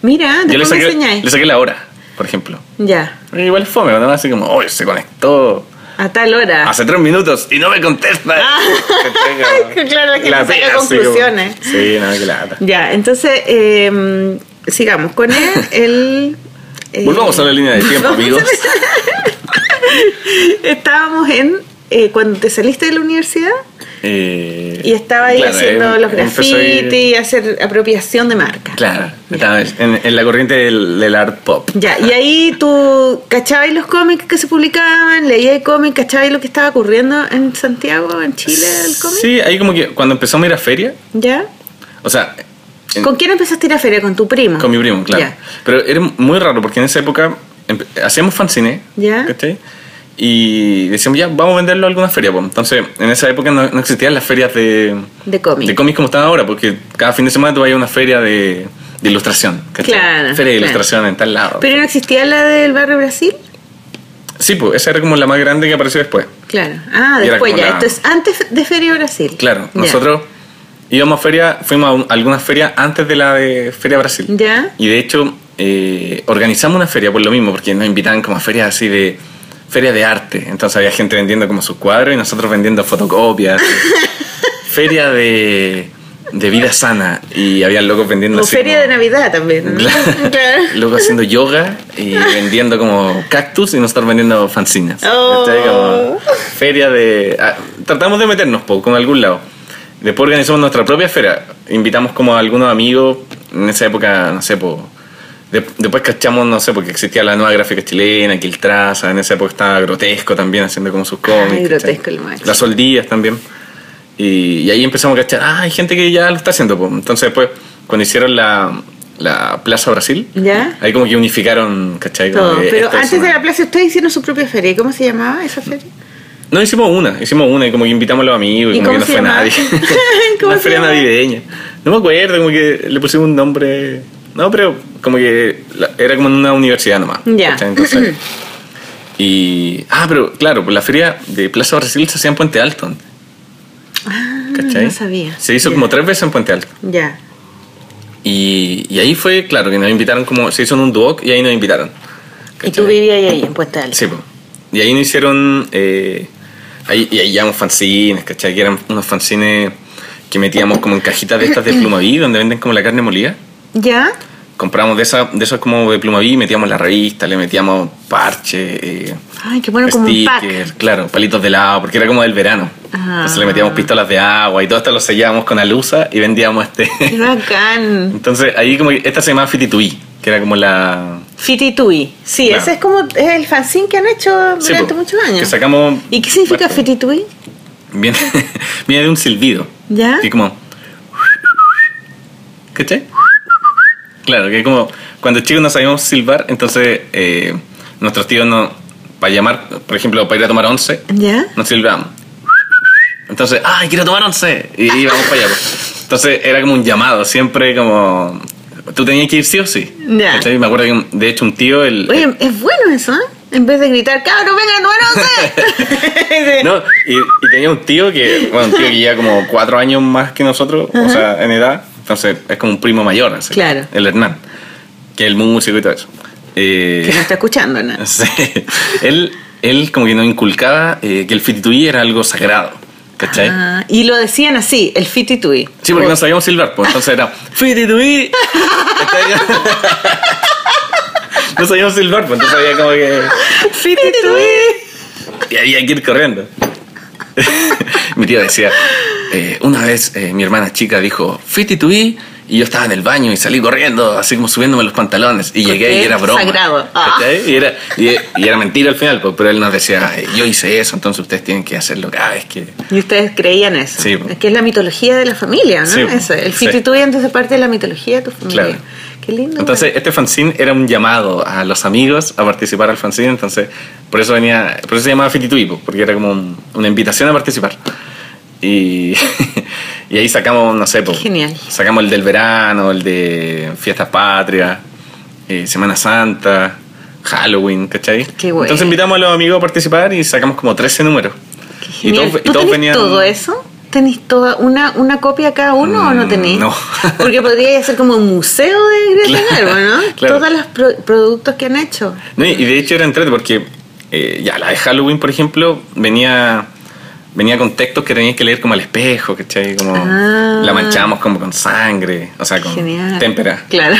Speaker 1: mira,
Speaker 3: Yo le
Speaker 1: después me
Speaker 3: saqué,
Speaker 1: enseñáis.
Speaker 3: le saqué la hora, por ejemplo.
Speaker 1: Ya,
Speaker 3: Igual fome, ¿no? Así como, hoy se conectó
Speaker 1: a tal hora.
Speaker 3: hace tres minutos y no me contesta.
Speaker 1: Ah.
Speaker 3: Que tenga-
Speaker 1: Claro, la gente saca
Speaker 3: pega, así
Speaker 1: conclusiones.
Speaker 3: como- sí, no, que lata.
Speaker 1: Ya, entonces eh, sigamos con el. el eh,
Speaker 3: Volvamos a la línea de tiempo, amigos.
Speaker 1: Estábamos en. eh, cuando te saliste de la universidad
Speaker 3: Eh,
Speaker 1: y estaba ahí
Speaker 3: claro,
Speaker 1: haciendo
Speaker 3: em-
Speaker 1: los
Speaker 3: empezó a ir-
Speaker 1: grafitis, hacer apropiación de marca.
Speaker 3: Claro, estaba en, en la corriente del, del art pop.
Speaker 1: Ya, y ahí tú cachabas los cómics que se publicaban, leías cómics, cachabas lo que estaba ocurriendo en Santiago, en Chile, el cómic.
Speaker 3: Sí, ahí como que cuando empezamos a ir a feria,
Speaker 1: ¿Ya?
Speaker 3: o sea, en-
Speaker 1: ¿Con quién empezaste a ir a feria? ¿Con tu primo?
Speaker 3: Con mi primo, claro.
Speaker 1: Ya.
Speaker 3: Pero era muy raro porque en esa época empe- hacíamos fanzine.
Speaker 1: Ya.
Speaker 3: ¿cachai? Y decíamos, ya, vamos a venderlo a alguna feria. pues. Entonces, en esa época no, no existían las ferias de,
Speaker 1: De cómic.
Speaker 3: de cómics como están ahora, porque cada fin de semana tú vas a una feria de, de ilustración. ¿cachai?
Speaker 1: Claro,
Speaker 3: Feria de
Speaker 1: claro.
Speaker 3: ilustración en tal lado.
Speaker 1: ¿Pero no existía la del barrio Brasil?
Speaker 3: Sí, pues, esa era como la más grande que apareció después.
Speaker 1: Claro. Ah,
Speaker 3: Y era
Speaker 1: después
Speaker 3: como
Speaker 1: ya.
Speaker 3: la-
Speaker 1: Esto es antes de Feria Brasil.
Speaker 3: Claro,
Speaker 1: Ya.
Speaker 3: nosotros íbamos a feria, fuimos a, un- algunas ferias antes de la de Feria Brasil.
Speaker 1: Ya.
Speaker 3: Y de hecho, eh, organizamos una feria por lo mismo, porque nos invitaban como a ferias así de. Feria de arte. Entonces había gente vendiendo como sus cuadros y nosotros vendiendo fotocopias. feria de. de vida sana. Y había locos vendiendo.
Speaker 1: o
Speaker 3: así
Speaker 1: Feria
Speaker 3: como-
Speaker 1: de Navidad también. ¿no? claro.
Speaker 3: Luego haciendo yoga y vendiendo como cactus y no estar vendiendo fanzinas.
Speaker 1: Oh.
Speaker 3: ¿Cachai? Como feria de... ah, tratamos de meternos poco en algún lado. Después organizamos nuestra propia feria. Invitamos como a algunos amigos. En esa época, no sé, po, de- después cachamos, no sé, porque existía la nueva gráfica chilena, Quiltraza. En esa época estaba Grotesco también haciendo como sus cómics.
Speaker 1: Ay,
Speaker 3: ¿cachai?
Speaker 1: Grotesco, el macho.
Speaker 3: Las Soldías también. Y, y ahí empezamos a cachar, ah, hay gente que ya lo está haciendo. po. Entonces después, cuando hicieron la, la Plaza Brasil,
Speaker 1: ¿Ya?
Speaker 3: ahí como que unificaron, ¿cachai? Como
Speaker 1: Todo.
Speaker 3: que
Speaker 1: Pero
Speaker 3: esto es
Speaker 1: antes de
Speaker 3: una-
Speaker 1: la plaza ustedes hicieron su propia feria. ¿Y ¿Cómo se llamaba esa feria?
Speaker 3: No, hicimos una, hicimos una y como que invitamos a los amigos y,
Speaker 1: ¿Y
Speaker 3: como que no
Speaker 1: cómo
Speaker 3: fue
Speaker 1: se
Speaker 3: nadie.
Speaker 1: llamaba? ¿Cómo
Speaker 3: una
Speaker 1: se
Speaker 3: feria
Speaker 1: llamaba?
Speaker 3: navideña. No me acuerdo, como que le pusimos un nombre... No, pero como que la- era como en una universidad nomás.
Speaker 1: Ya.
Speaker 3: ¿cachai? Entonces, y... Ah, pero claro, pues la feria de Plaza Brasil se hacía en Puente Alto. ¿Cachai?
Speaker 1: Ah, no sabía.
Speaker 3: Se hizo
Speaker 1: Ya.
Speaker 3: como tres veces en Puente Alto.
Speaker 1: Ya.
Speaker 3: Y, y ahí fue, claro, que nos invitaron como, se hizo en un duoc y ahí nos invitaron.
Speaker 1: Y tú
Speaker 3: ¿Cachai?
Speaker 1: vivías ahí, en Puente Alto.
Speaker 3: Sí, po. Y ahí nos hicieron, eh, ahí, y ahí llevamos fanzines, ¿cachai? Que eran unos fanzines que metíamos como en cajitas de estas de Plumaví, donde venden como la carne molida.
Speaker 1: ¿Ya?
Speaker 3: Compramos de esas de esas como de Plumaví, metíamos la revista, le metíamos parche, eh,
Speaker 1: Ay, qué bueno, como un pack.
Speaker 3: stickers, claro, palitos de helado, porque era como del verano.
Speaker 1: Ah.
Speaker 3: Entonces le metíamos pistolas de agua y todo esto lo sellábamos con alusa y vendíamos este.
Speaker 1: Qué bacán.
Speaker 3: Entonces ahí como que esta se llamaba Fitituí, que era como la...
Speaker 1: Fititui. Sí,
Speaker 3: Claro.
Speaker 1: ese es como es el fanzine que han hecho
Speaker 3: Sí,
Speaker 1: durante
Speaker 3: po,
Speaker 1: muchos años.
Speaker 3: Que sacamos...
Speaker 1: ¿Y qué significa
Speaker 3: Bueno,
Speaker 1: fititui?
Speaker 3: Viene, viene de un silbido.
Speaker 1: ¿Ya?
Speaker 3: Que como... ¿Cachai? Claro, que como cuando chicos no sabíamos silbar, entonces eh, nuestros tíos no... Para llamar, por ejemplo, para ir a tomar once,
Speaker 1: ¿Ya?
Speaker 3: nos silbamos. Entonces, ¡ay, quiero tomar once! Y íbamos para allá. pues. Entonces era como un llamado, siempre como... Tú tenías que ir sí o sí.
Speaker 1: Ya.
Speaker 3: ¿Cachai? Me acuerdo que, de hecho, un tío... El,
Speaker 1: Oye, es bueno eso, ¿eh? En vez de gritar, cabrón, venga, no, no sé.
Speaker 3: No, y, y tenía un tío que, bueno, un tío que ya como cuatro años más que nosotros, o sea, en edad, entonces es como un primo mayor, así,
Speaker 1: Claro.
Speaker 3: el Hernán, que es el músico y todo eso. Eh,
Speaker 1: Que no está escuchando nada.
Speaker 3: sí. él, él como que nos inculcaba eh, que el fitituí era algo sagrado, ¿cachai?
Speaker 1: Ah, y lo decían así, el Oh, fititui.
Speaker 3: Sí, porque no sabíamos silbar, pues entonces era fitituí. ¿cachai? no sabíamos silbar, pues entonces había como que...
Speaker 1: Fititui.
Speaker 3: Y había que ir corriendo. mi tío decía, eh, una vez eh, mi hermana chica dijo, Fiti tuí, y yo estaba en el baño y salí corriendo, así como subiéndome los pantalones, y llegué y
Speaker 1: Porque
Speaker 3: era broma.
Speaker 1: sagrado. Ah.
Speaker 3: ¿Cachai? Y, era, y- y era mentira al final, pues, pero él nos decía, eh, yo hice eso, entonces ustedes tienen que hacerlo cada vez que...
Speaker 1: Y ustedes creían eso.
Speaker 3: Sí.
Speaker 1: Es que es la mitología de la familia, ¿no?
Speaker 3: Sí.
Speaker 1: Eso, el
Speaker 3: Sí.
Speaker 1: fititui entonces parte de la mitología de tu familia.
Speaker 3: Claro.
Speaker 1: Qué lindo.
Speaker 3: Entonces este fanzine era un llamado a los amigos a participar al fanzine, entonces por eso venía, por eso se llamaba Fitituí, po, porque era como un- una invitación a participar. Y, y ahí sacamos, no sé, po,
Speaker 1: Genial.
Speaker 3: sacamos el del verano, el de Fiestas Patrias, eh, Semana Santa, Halloween, ¿cachai?
Speaker 1: Qué bueno.
Speaker 3: Entonces invitamos a los amigos a participar y sacamos como 13 números.
Speaker 1: Qué genial.
Speaker 3: todos- y
Speaker 1: ¿Tú
Speaker 3: todos
Speaker 1: tenés
Speaker 3: venían-
Speaker 1: todo eso? ¿Tenés toda una, una copia cada uno o no
Speaker 3: Mm,
Speaker 1: tenés?
Speaker 3: no.
Speaker 1: Porque podría hacer como un museo de Greta
Speaker 3: Claro,
Speaker 1: Garbo, ¿no?
Speaker 3: claro.
Speaker 1: Todos los pro- productos que han hecho.
Speaker 3: No, y y de hecho era entrete porque eh, ya la de Halloween, por ejemplo, venía venía con textos que tenías que leer como al espejo, ¿cachai? Como
Speaker 1: Ah.
Speaker 3: la manchamos como con sangre, o sea, con
Speaker 1: Genial.
Speaker 3: témpera.
Speaker 1: Claro.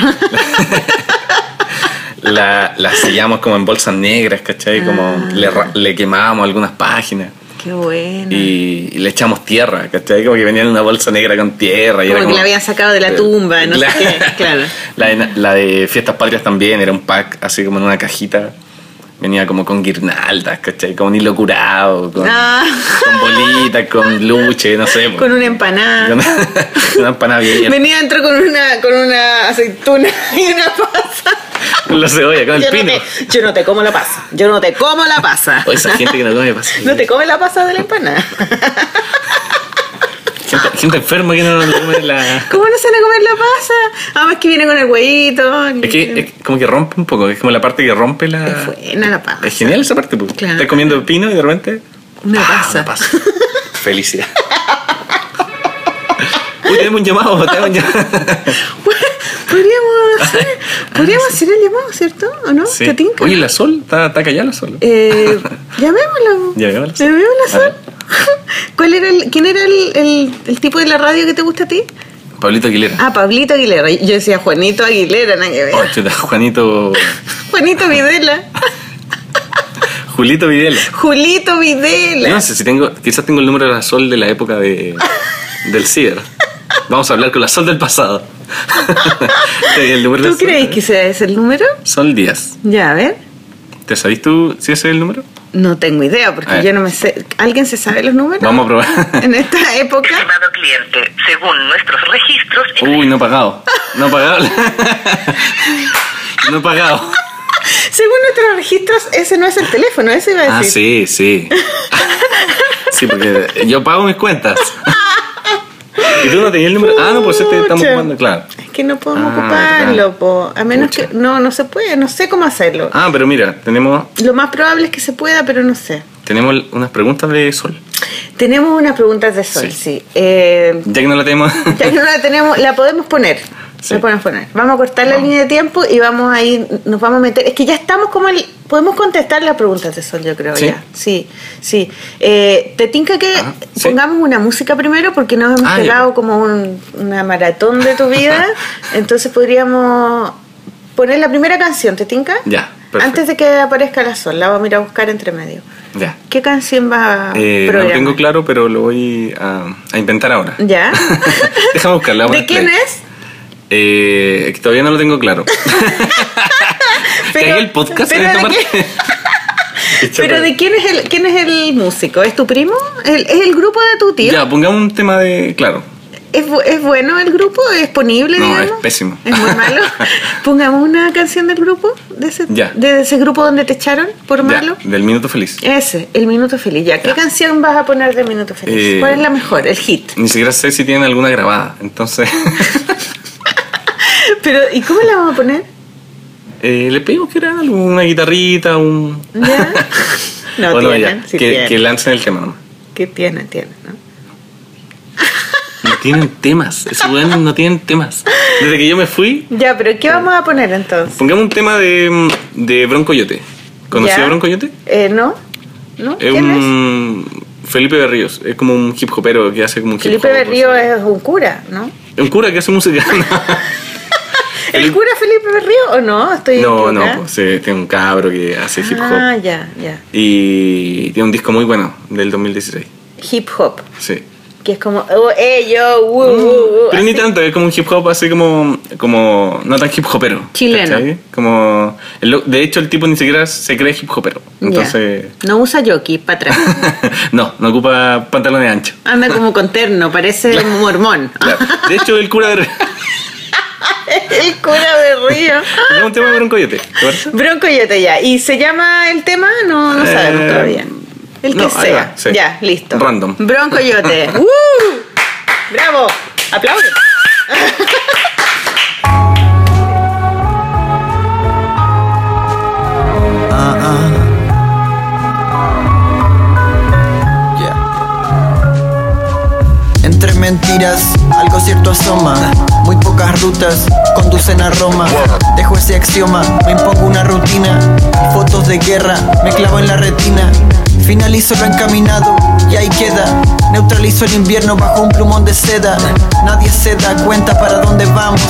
Speaker 3: La, la sellamos como en bolsas negras, ¿cachai?
Speaker 1: Ah.
Speaker 3: Como le, ra- le quemábamos algunas páginas
Speaker 1: Qué bueno.
Speaker 3: y, y le echamos tierra, ¿cachai? Como que venía en una bolsa negra con tierra. Y
Speaker 1: Como
Speaker 3: era
Speaker 1: que la habían sacado de la tumba, no sé qué, claro.
Speaker 3: La de, la de Fiestas Patrias también era un pack así como en una cajita. Venía como con guirnaldas, ¿cachai? Con hilo curado, con,
Speaker 1: Ah.
Speaker 3: con bolitas, con luche, no sé.
Speaker 1: Con
Speaker 3: pues.
Speaker 1: una empanada.
Speaker 3: Con una, una empanada abierta,
Speaker 1: Venía entró con una, con una aceituna y una pasa.
Speaker 3: con la cebolla, con el
Speaker 1: yo, no
Speaker 3: pino.
Speaker 1: te, yo no te como la pasa. Yo no te como la pasa.
Speaker 3: O esa gente que no come pasa.
Speaker 1: No te come la pasa de la empanada.
Speaker 3: gente, gente enferma que no come la...
Speaker 1: ¿Cómo no se van a comer la pasa? Además que viene con el huevito.
Speaker 3: Es que es como que rompe un poco, es como la parte que rompe la...
Speaker 1: Es buena la pasa.
Speaker 3: Es genial esa parte, pues.
Speaker 1: Claro.
Speaker 3: Estás comiendo pino y de repente.
Speaker 1: Una
Speaker 3: ¡ah!
Speaker 1: pasa.
Speaker 3: Una pasa. Felicidad. Uy, tenemos un llamado, tenemos un llamado.
Speaker 1: Podríamos hacer, podríamos hacer el llamado, ¿cierto? ¿O no?
Speaker 3: Sí.
Speaker 1: ¿Te tinca?
Speaker 3: Oye, la sol, está, está callada la sol.
Speaker 1: Eh, llamémoslo.
Speaker 3: Llamémoslo.
Speaker 1: Llamémoslo,
Speaker 3: A ver.
Speaker 1: Sol. ¿Cuál era el, ¿Quién era el, el- el tipo de la radio que te gusta a ti?
Speaker 3: Pablito Aguilera.
Speaker 1: Ah, Pablito Aguilera. Yo decía Juanito Aguilera, nada que ver.
Speaker 3: Oh, chuta, Juanito.
Speaker 1: Juanito Videla.
Speaker 3: Julito Videla.
Speaker 1: Julito Videla.
Speaker 3: Yo no sé si tengo. Quizás tengo el número de la sol de la época de, del ciber. Vamos a hablar con la sol del pasado. El número de
Speaker 1: ¿Tú
Speaker 3: la Sol.
Speaker 1: crees que sea ese el número?
Speaker 3: Sol Díaz.
Speaker 1: Ya, a ver.
Speaker 3: ¿Te sabís tú si ese es el número?
Speaker 1: No tengo idea,
Speaker 3: A
Speaker 1: porque
Speaker 3: ver.
Speaker 1: yo no me sé. ¿Alguien se sabe los números?
Speaker 3: Vamos a probar.
Speaker 1: En esta época.
Speaker 4: Estimado cliente, según nuestros registros,
Speaker 3: Uy, no pagado. No pagado. no pagado.
Speaker 1: Según nuestros registros, ese no es el teléfono, ese iba a
Speaker 3: Ah,
Speaker 1: decir.
Speaker 3: sí, sí. Sí, porque yo pago mis cuentas. ¿Y tú no tenías el número? Ah, no, pues este estamos
Speaker 1: Pucha.
Speaker 3: jugando, claro.
Speaker 1: Es que no podemos
Speaker 3: Ah,
Speaker 1: ocuparlo,
Speaker 3: verdad.
Speaker 1: po. A menos
Speaker 3: Pucha.
Speaker 1: que. No, no se puede, no sé cómo hacerlo.
Speaker 3: Ah, pero mira, tenemos,
Speaker 1: Lo más probable es que se pueda, pero no sé.
Speaker 3: tenemos unas preguntas de Sol.
Speaker 1: Tenemos unas preguntas de Sol,
Speaker 3: Sí.
Speaker 1: sí. Eh,
Speaker 3: Ya que no la tenemos.
Speaker 1: ya que no la tenemos, la podemos poner.
Speaker 3: Sí.
Speaker 1: Lo podemos poner. Vamos a cortar la
Speaker 3: Vamos.
Speaker 1: línea de tiempo y vamos a ir, nos vamos a meter. Es que ya estamos como el. Podemos contestar las preguntas de Sol, yo creo
Speaker 3: ¿Sí?
Speaker 1: ya. Sí, sí. Eh, te tinca que
Speaker 3: Ah, sí.
Speaker 1: pongamos una música primero porque nos hemos
Speaker 3: Ah, ya.
Speaker 1: pegado como un- una maratón de tu vida. Entonces podríamos poner la primera canción, ¿te tinca?
Speaker 3: Ya, perfecto.
Speaker 1: Antes de que aparezca la Sol, la vamos a ir a buscar entre medio.
Speaker 3: Ya.
Speaker 1: ¿Qué canción vas a
Speaker 3: Eh, no lo
Speaker 1: programar?
Speaker 3: tengo claro, pero lo voy a, a inventar ahora.
Speaker 1: ¿Ya?
Speaker 3: Déjame buscarla. voy a
Speaker 1: ¿De quién
Speaker 3: play.
Speaker 1: es?
Speaker 3: Eh, que todavía no lo tengo claro. ¿Cagué el podcast en este
Speaker 1: pero
Speaker 3: esta
Speaker 1: ¿de
Speaker 3: parte?
Speaker 1: qué-
Speaker 3: Qué
Speaker 1: Pero
Speaker 3: chacal.
Speaker 1: de quién es el quién es el músico? ¿Es tu primo? ¿El- ¿Es el grupo de tu tío?
Speaker 3: Ya, pongamos un tema de. Claro.
Speaker 1: ¿Es, bu- es bueno el grupo? ¿Es ponible?
Speaker 3: No,
Speaker 1: digamos?
Speaker 3: es pésimo.
Speaker 1: Es muy malo. Pongamos una canción del grupo, de ese,
Speaker 3: Ya.
Speaker 1: de ese grupo donde te echaron por
Speaker 3: Ya,
Speaker 1: malo.
Speaker 3: del minuto feliz.
Speaker 1: Ese, El Minuto Feliz. Ya, ¿qué
Speaker 3: Ya.
Speaker 1: canción vas a poner de Minuto Feliz?
Speaker 3: Eh,
Speaker 1: ¿Cuál es la mejor? El hit.
Speaker 3: Ni siquiera sé si tienen alguna grabada. Entonces,
Speaker 1: Pero, ¿y cómo la vamos a poner?
Speaker 3: eh, le pedimos que graben algo, una guitarrita, un.
Speaker 1: ¿Ya? No
Speaker 3: Bueno,
Speaker 1: tienen,
Speaker 3: ya,
Speaker 1: sí
Speaker 3: que,
Speaker 1: tienen.
Speaker 3: que lancen el tema nomás.
Speaker 1: Que tienen, tienen, ¿no?
Speaker 3: No tienen temas. Esos weones no tienen temas. Desde que yo me fui,
Speaker 1: Ya, pero ¿qué vamos a poner entonces?
Speaker 3: pongamos un tema de, de Broncoyote. ¿Conocido
Speaker 1: Ya.
Speaker 3: a Broncoyote?
Speaker 1: Eh, no. ¿No?
Speaker 3: Es
Speaker 1: ¿Quién es?
Speaker 3: un. Felipe Berríos. Es como un hip hopero que hace como un hip
Speaker 1: Felipe
Speaker 3: hop,
Speaker 1: Berrío
Speaker 3: o sea.
Speaker 1: es un cura, ¿no?
Speaker 3: Es Un cura que hace música.
Speaker 1: ¿El,
Speaker 3: Felipe-
Speaker 1: cura Felipe Berrío o no? Estoy
Speaker 3: No, no,
Speaker 1: equivocada.
Speaker 3: pues, sí, tiene un cabro que hace hip hop.
Speaker 1: Ah, ya, ya.
Speaker 3: Y tiene un disco muy bueno del 2016.
Speaker 1: Hip hop,
Speaker 3: Sí.
Speaker 1: que es como, oh, eh, yo, woo,
Speaker 3: Mm,
Speaker 1: woo, woo,
Speaker 3: Pero ni
Speaker 1: uh, así.
Speaker 3: tanto, es como un hip hop así como. como no tan hip hopero.
Speaker 1: Chileno.
Speaker 3: ¿cachai? Como. el lo- de hecho, el tipo ni siquiera se cree hip hopero.
Speaker 1: Ya.
Speaker 3: Entonces.
Speaker 1: No usa yoki para atrás.
Speaker 3: no, no ocupa pantalones anchos.
Speaker 1: Anda como con terno, parece un mormón.
Speaker 3: Claro. De hecho, el cura de.
Speaker 1: el cura Berrío.
Speaker 3: es un tema de broncoyote. ¿te parece?
Speaker 1: Bronco y Yote, ya. ¿Y se llama el tema? No, no sabemos
Speaker 3: Eh,
Speaker 1: todavía. El que
Speaker 3: no, ahí
Speaker 1: sea.
Speaker 3: va, sí.
Speaker 1: Ya, listo.
Speaker 3: Random.
Speaker 1: Bronco y Yote. ¡Uh! ¡Bravo! ¡Aplausos!
Speaker 5: Uh-uh. Entre mentiras, algo cierto asoma. Muy pocas rutas conducen a Roma. Dejo ese axioma, me impongo una rutina. Fotos de guerra, me clavo en la retina. Finalizo lo encaminado y ahí queda. Neutralizo el invierno bajo un plumón de seda. Nadie se da cuenta para dónde vamos.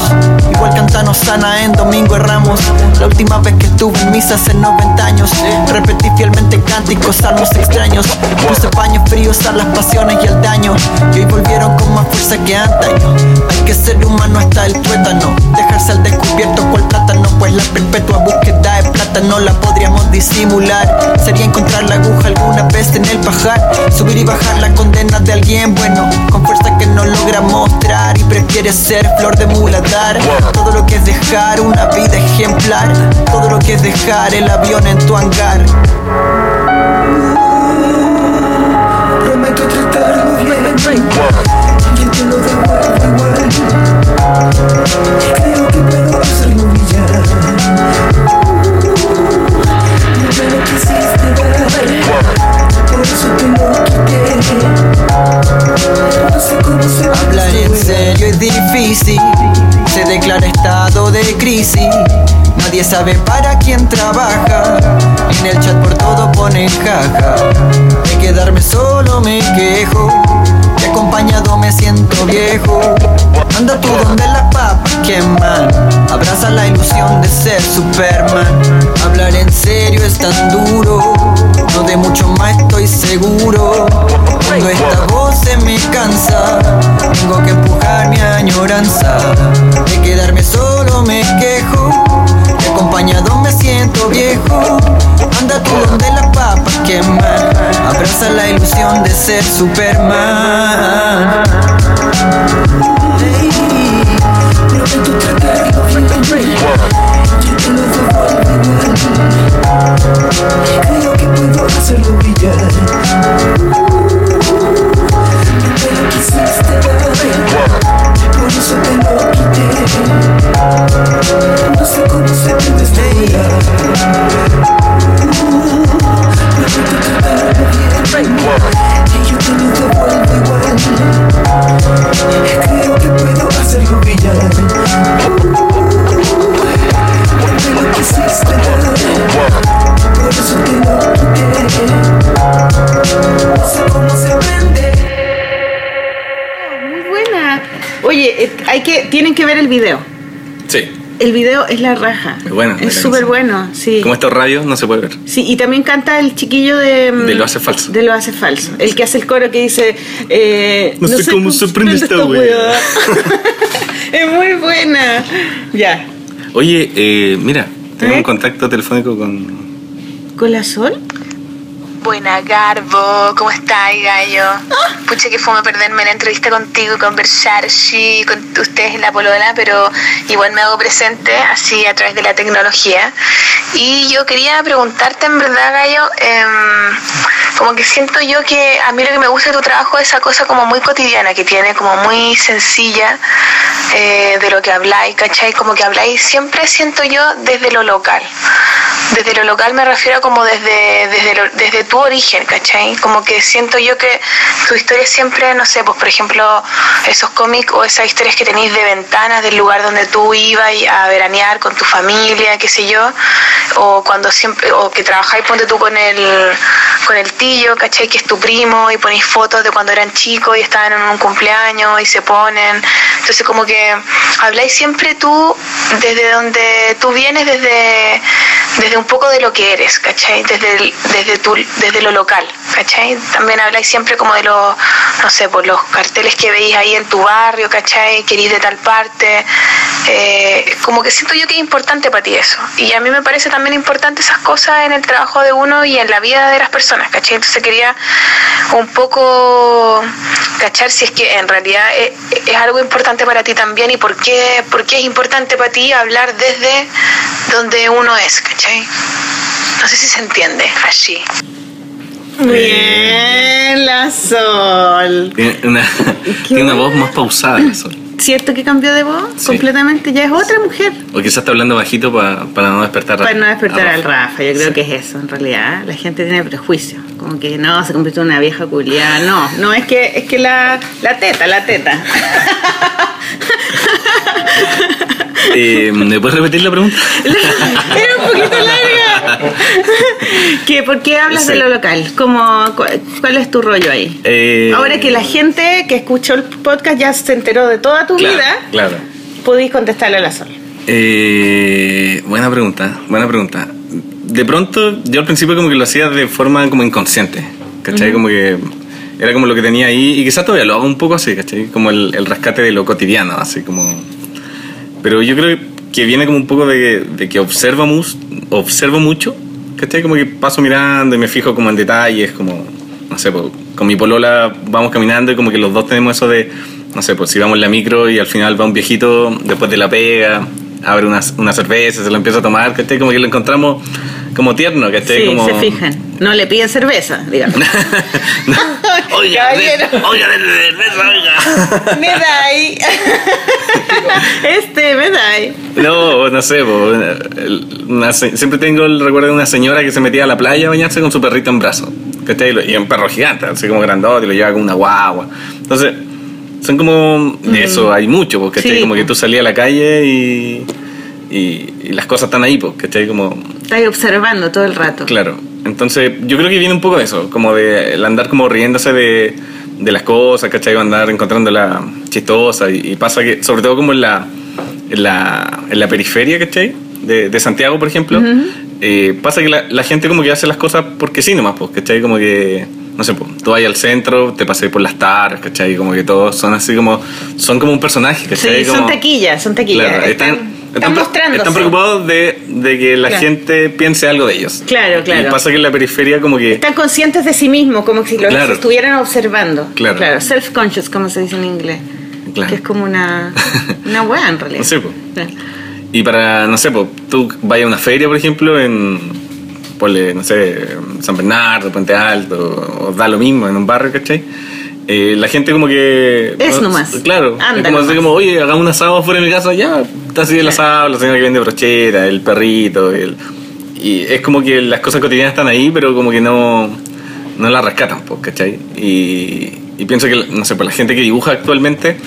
Speaker 5: Igual Cantano sana en Domingo de Ramos. La última vez que estuve en misa hace 90 años. Repetí fielmente cánticos, salmos extraños. Puse paños fríos a las pasiones y al daño. Y hoy volvieron con más fuerza que antaño. Hay que ser humano hasta el tuétano. Dejarse al descubierto cual plátano. Pues la perpetua búsqueda de plátano la podríamos disimular. Sería encontrar la aguja alguna vez en el pajar. Subir y bajar la condena de alguien bueno. Con fuerza que no logra mostrar. Y prefiere ser flor de muladar. Todo lo que es dejar una vida ejemplar. Todo lo que es dejar el avión en tu hangar.
Speaker 6: Prometo tratarlo bien Y te lo devuelvo igual Creo que puedo hacerlo brillar No me lo quisiste dar Por eso te lo quité No sé cómo se va a
Speaker 5: Hablar en serio es difícil, se declara estado de crisis. Nadie sabe para quién trabaja, en el chat por todo pone caja. De quedarme solo me quejo, de acompañado me siento viejo. Anda tú donde las papas queman, abraza la ilusión de ser Superman. Hablar en serio es tan duro, no de mucho más estoy seguro. Cuando esta voz se me cansa, tengo que empujar mi añoranza. De quedarme solo me quejo, de acompañado me siento viejo. Anda tú donde las papas queman, abraza la ilusión de ser Superman.
Speaker 6: Ey, Prometo tratarlo bien Y te lo devuelvo igual Creo que puedo hacerlo brillar No te lo quisiste dar Por eso te lo quité No sé cómo se te desvela Prometo tratarlo bien Y yo te lo devuelvo igual Creo
Speaker 1: eh, hay que, tienen que ver el video.
Speaker 3: Sí.
Speaker 1: El video es la raja.
Speaker 3: Es bueno,
Speaker 1: Es
Speaker 3: la
Speaker 1: súper
Speaker 3: canción.
Speaker 1: bueno, sí.
Speaker 3: Como estos radios no se puede ver.
Speaker 1: Sí, y también canta el chiquillo de... mm,
Speaker 3: De Lo Hace Falso.
Speaker 1: De Lo Hace Falso. El que hace el coro que dice... eh,
Speaker 3: No sé cómo se prende esta wea.
Speaker 1: es muy buena. Ya.
Speaker 3: Oye, eh, mira, tengo
Speaker 1: ¿Eh?
Speaker 3: un contacto telefónico con.
Speaker 1: ¿Colasol?
Speaker 7: Buena Garbo, ¿cómo estás, gallo? Pucha que fome perderme la entrevista contigo y conversar, sí, con ustedes en la polola, pero igual me hago presente así a través de la tecnología. Y yo quería preguntarte, en verdad, gallo, em, como que siento yo que a mí lo que me gusta de tu trabajo es esa cosa como muy cotidiana que tiene, como muy sencilla eh, de lo que habláis, ¿cachai? Como que habláis siempre, siento yo, desde lo local. Desde lo local me refiero como desde, desde, lo- desde tu origen, ¿cachai? Como que siento yo que tu historia siempre, no sé, pues por ejemplo, esos cómics o esas historias que tenéis de ventanas del lugar donde tú ibas y a veranear con tu familia, qué sé yo, o cuando siempre, o que trabajáis, ponte tú con el, con el tío, ¿cachai? Que es tu primo y ponéis fotos de cuando eran chicos y estaban en un cumpleaños y se ponen. Entonces como que habláis siempre tú desde donde tú vienes, desde, desde un poco de lo que eres, ¿cachai? Desde, el- desde, tu, desde lo local, ¿cachai? También habláis siempre como de los, no sé, por los carteles que veis ahí en tu barrio, ¿cachai? Que erís de tal parte. Eh, como que siento yo que es importante para ti eso. Y a mí me parece también importante esas cosas en el trabajo de uno y en la vida de las personas, ¿cachai? Entonces quería un poco cachar si es que en realidad es, es algo importante para ti también y por qué, por qué es importante para ti hablar desde donde uno es, ¿cachai? No sé si se entiende allí.
Speaker 1: Bien, la Sol.
Speaker 3: Tiene una, tiene una voz más pausada que eso.
Speaker 1: ¿Cierto que cambió de voz?
Speaker 3: Sí.
Speaker 1: Completamente, ya es otra mujer.
Speaker 3: O quizás está hablando bajito pa- para no despertar
Speaker 1: Para no despertar al
Speaker 3: Rafa.
Speaker 1: Rafa, yo creo que es eso, en realidad. La gente tiene prejuicios. Como que no, se convirtió en una vieja culiada. No, no, es que, es que la, la teta, la teta.
Speaker 3: Eh, ¿Me puedes repetir la pregunta?
Speaker 1: Era un poquito larga. que, ¿Por qué hablas de
Speaker 3: Sí.
Speaker 1: lo local? Como, cu- ¿Cuál es tu rollo ahí?
Speaker 3: Eh,
Speaker 1: Ahora que la gente que escuchó el podcast ya se enteró de toda tu
Speaker 3: claro,
Speaker 1: vida,
Speaker 3: Claro.
Speaker 1: podéis contestarle a la sol.
Speaker 3: Eh, buena pregunta, buena pregunta. De pronto, yo al principio como que lo hacía de forma como inconsciente, ¿cachai? Como que era como lo que tenía ahí, y quizás todavía lo hago un poco así, ¿cachai? Como el, el rescate de lo cotidiano, así como... Pero yo creo que viene como un poco de, de que observo, mus- observo mucho, ¿cachai? Como que paso mirando y me fijo como en detalles, como, no sé, po, con mi polola vamos caminando y como que los dos tenemos eso de, no sé, pues si vamos en la micro y al final va un viejito después de la pega, abre una, una cerveza, se la empieza a tomar, ¿cachai? Como que lo encontramos como tierno, ¿cachai?
Speaker 1: Sí,
Speaker 3: Este, como...
Speaker 1: se fijan. No le piden cerveza, digamos.
Speaker 3: No. Oiga,
Speaker 1: Caballero.
Speaker 3: de- oiga, de- de- de- oiga.
Speaker 1: me da ahí. este, me da ahí.
Speaker 3: No, no sé, po, el- una se- siempre tengo el recuerdo de una señora que se metía a la playa a bañarse con su perrito en brazo. ¿cachai? Y lo- Y un perro gigante, así como grandote, y lo llevaba con una guagua. Entonces, son como... De eso hay mucho, porque
Speaker 1: Mm. Sí,
Speaker 3: como
Speaker 1: po.
Speaker 3: que tú salías a la calle y, y, y las cosas están ahí, porque como...
Speaker 1: Estáis observando todo el rato.
Speaker 3: Claro. Entonces, yo creo que viene un poco de eso, como de el andar como riéndose de, de las cosas, ¿cachai? Andar encontrándola chistosa y, y pasa que, sobre todo como en la, en la, en la periferia, ¿cachai? De, de Santiago, por ejemplo, eh, pasa que la, la gente como que hace las cosas porque sí nomás, pues, ¿cachai? Como que, no sé, pues, tú vas al centro, te pasas por las tardes, ¿cachai? Como que todos son así como, son como un personaje, ¿cachai?
Speaker 1: Sí, son
Speaker 3: Como-
Speaker 1: taquillas, son taquillas.
Speaker 3: Claro,
Speaker 1: están, están mostrándose.
Speaker 3: están preocupados de, de que la
Speaker 1: Claro.
Speaker 3: gente piense algo de ellos.
Speaker 1: Claro, claro.
Speaker 3: Y pasa que en la periferia como que...
Speaker 1: Están conscientes de sí mismos, como si los
Speaker 3: Claro.
Speaker 1: estuvieran observando.
Speaker 3: Claro.
Speaker 1: self-conscious, como se dice en inglés.
Speaker 3: Claro.
Speaker 1: Que es como una, una weá en realidad.
Speaker 3: No sé, po.
Speaker 1: Claro.
Speaker 3: Y para, no sé, po, tú vayas a una feria, por ejemplo, en, ponle, no sé, San Bernardo, Puente Alto, o da lo mismo, en un barrio, ¿cachai? Eh, la gente como que...
Speaker 1: Es
Speaker 3: no,
Speaker 1: nomás.
Speaker 3: Claro.
Speaker 1: Anda
Speaker 3: es como, así
Speaker 1: nomás.
Speaker 3: como, oye, hagamos un asado fuera de mi casa, ya, está así el asado, la señora que vende brochera, el perrito, el- y es como que las cosas cotidianas están ahí, pero como que no, no las rescatan, po, ¿cachai? Y, y pienso que, no sé, pues la gente que dibuja actualmente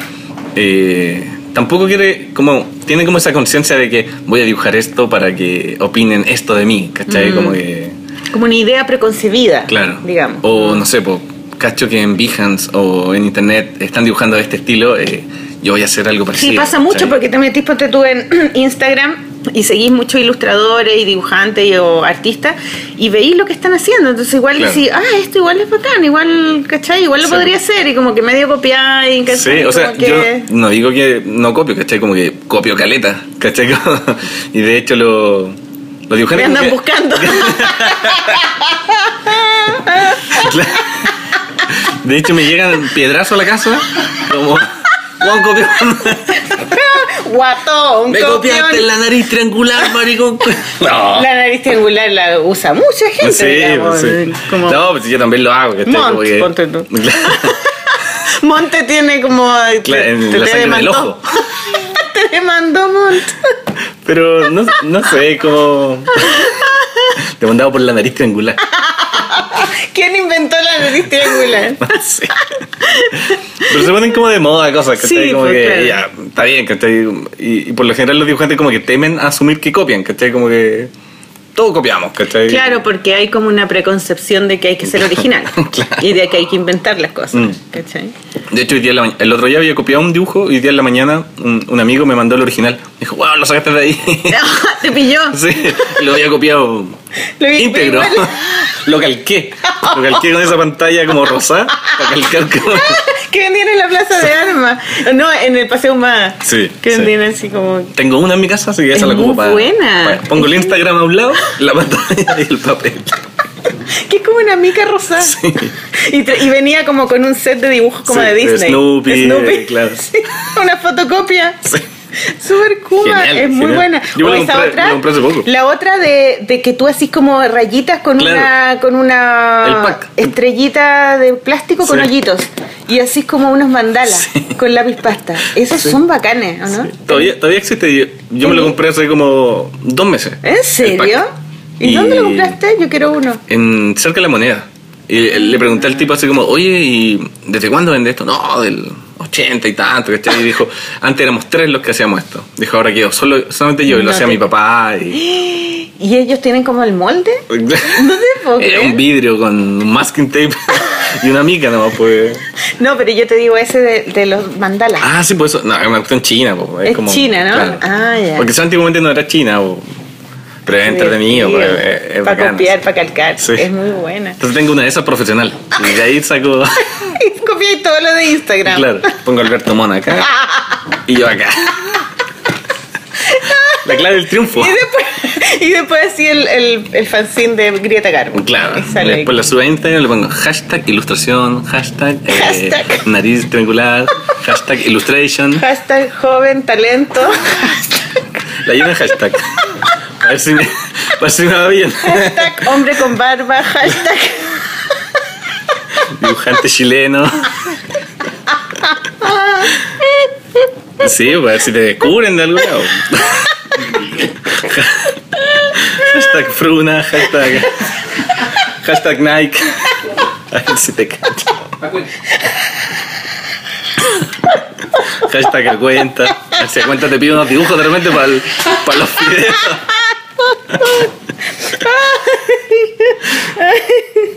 Speaker 3: eh, tampoco quiere, como, tiene como esa conciencia de que voy a dibujar esto para que opinen esto de mí, ¿cachai? Como que...
Speaker 1: Como una idea preconcebida.
Speaker 3: Claro.
Speaker 1: Mm. Digamos.
Speaker 3: O no sé, po, cacho que en Behance o en internet están dibujando de este estilo, eh, yo voy a hacer algo
Speaker 1: Sí,
Speaker 3: parecido.
Speaker 1: pasa mucho
Speaker 3: ¿cachai?
Speaker 1: porque te metís, ponte tú en Instagram y seguís muchos ilustradores y dibujantes y- o artistas y veís lo que están haciendo. Entonces igual
Speaker 3: Claro.
Speaker 1: decís, ah, esto igual es bacán, igual, ¿cachai? Igual lo
Speaker 3: Sí.
Speaker 1: podría hacer y como que medio copiáis, ¿cachai?
Speaker 3: Sí, o sea,
Speaker 1: Como que-
Speaker 3: yo no digo que no copio, ¿cachai? Como que copio caleta, ¿cachai? Como- y de hecho lo, lo
Speaker 1: Me
Speaker 3: dibujantes... como
Speaker 1: andan
Speaker 3: que-
Speaker 1: buscando.
Speaker 3: De hecho me llegan piedrazo a la casa, como... Juan copió.
Speaker 1: Guatón,
Speaker 3: Me
Speaker 1: copión.
Speaker 3: copiaste la nariz triangular, maricón. No.
Speaker 1: La nariz triangular la usa mucha gente.
Speaker 3: Sí,
Speaker 1: digamos,
Speaker 3: pues sí.
Speaker 1: como-
Speaker 3: No, pues yo también lo hago. ¿cachai?
Speaker 1: Mont,
Speaker 3: Como que-
Speaker 1: ponte tú.
Speaker 3: Claro.
Speaker 1: Monte tiene como.
Speaker 3: Cla- en la sangre en el ojo.
Speaker 1: te demandó Mont.
Speaker 3: Pero no, no sé, como. Te mandaba por la nariz triangular.
Speaker 1: ¿Quién inventó la nariz triangular?
Speaker 3: No sé. Pero se ponen como de moda cosas, ¿cachai?
Speaker 1: Sí,
Speaker 3: como
Speaker 1: pues,
Speaker 3: que
Speaker 1: claro.
Speaker 3: ya, está bien, ¿cachai? Y, y por lo general los dibujantes como que temen a asumir que copian, ¿cachai? Como que. Todo copiamos, ¿cachai?
Speaker 1: Claro, porque hay como una preconcepción de que hay que ser original
Speaker 3: Claro.
Speaker 1: y de que hay que inventar las cosas.
Speaker 3: Mm.
Speaker 1: ¿cachai?
Speaker 3: De hecho, hoy día en la ma- el otro día había copiado un dibujo y hoy día en la mañana un, un amigo me mandó el original. Me dijo, wow, lo sacaste de ahí.
Speaker 1: Ah, Te pilló.
Speaker 3: Sí, lo había copiado
Speaker 1: Lo había
Speaker 3: íntegro.
Speaker 1: copiado igual.
Speaker 3: Lo calqué. Lo calqué con esa pantalla como rosada. Para calcar como-
Speaker 1: que vendían en la plaza de armas. No, en el paseo más.
Speaker 3: Sí,
Speaker 1: Que
Speaker 3: sí.
Speaker 1: vendían así como.
Speaker 3: Tengo una en mi casa, así que esa
Speaker 1: Es
Speaker 3: la ocupo
Speaker 1: muy
Speaker 3: para.
Speaker 1: buena.
Speaker 3: para- pongo el Instagram a un lado, la pantalla y el papel.
Speaker 1: Que es como una mica rosada.
Speaker 3: Sí.
Speaker 1: Y, tra- y venía como con un set de dibujos como
Speaker 3: Sí,
Speaker 1: de
Speaker 3: de
Speaker 1: Disney.
Speaker 3: Snoopy, eh, claro.
Speaker 1: Sí, una fotocopia.
Speaker 3: Sí.
Speaker 1: Súper Kuma,
Speaker 3: Genial,
Speaker 1: es muy
Speaker 3: genial.
Speaker 1: buena.
Speaker 3: Yo
Speaker 1: O
Speaker 3: me la
Speaker 1: esa
Speaker 3: compré-
Speaker 1: otra,
Speaker 3: me la compré hace poco.
Speaker 1: la otra de, de que tú haces como rayitas con
Speaker 3: Claro.
Speaker 1: una con una
Speaker 3: El pack.
Speaker 1: estrellita de plástico con
Speaker 3: Sí.
Speaker 1: hoyitos y así como unos mandalas con lápiz pasta. Esos son bacanes, ¿o no?
Speaker 3: Todavía, todavía existe. Yo, yo me lo compré hace como dos meses.
Speaker 1: ¿En
Speaker 3: El
Speaker 1: serio?
Speaker 3: pack.
Speaker 1: ¿Y, dónde lo compraste? Yo quiero uno.
Speaker 3: En cerca de la moneda. Y le pregunté al tipo así como, oye, ¿y desde cuándo vende esto? No, del 80 y tanto, ¿cachai? Y dijo, antes éramos tres los que hacíamos esto. Dijo, ahora quedo solo, solamente yo, y lo
Speaker 1: No
Speaker 3: hacía
Speaker 1: te-
Speaker 3: mi papá. Y...
Speaker 1: ¿Y ellos tienen como el molde? puedo
Speaker 3: Era
Speaker 1: creer.
Speaker 3: un vidrio con un masking tape y una mica nomás, pues.
Speaker 1: No, pero yo te digo ese de, de los mandalas.
Speaker 3: Ah, sí, pues eso. No, es una cuestión china, po,
Speaker 1: Es china, ¿no? Ah, ya.
Speaker 3: Porque eso antiguamente no era china, po. Pero es entretenido, po, es, es
Speaker 1: Para
Speaker 3: bacán.
Speaker 1: copiar, para calcar.
Speaker 3: Sí.
Speaker 1: Es muy buena.
Speaker 3: Entonces tengo una de esas profesional. Y de ahí saco.
Speaker 1: Y copié todo lo de Instagram.
Speaker 3: Claro, pongo Alberto Mona acá y yo acá. La clave del triunfo.
Speaker 1: Y después, y después así el, el, el fanzine de Grieta Garbo.
Speaker 3: Claro,
Speaker 1: Y sale ahí.
Speaker 3: después la subo a Instagram le pongo hashtag ilustración, hashtag, eh,
Speaker 1: Hashtag.
Speaker 3: nariz triangular, hashtag illustration.
Speaker 1: Hashtag joven talento.
Speaker 3: La lleno de hashtag. A ver si me, a ver si me va bien.
Speaker 1: Hashtag hombre con barba. Hashtag.
Speaker 3: Dibujante chileno. Sí, a ver si te descubren de algún lado. Hashtag Fruna, hashtag. Hashtag Nike. A ver si te cacho. Hashtag el cuenta. A ver si el cuenta te pide unos dibujos de repente para los fideos.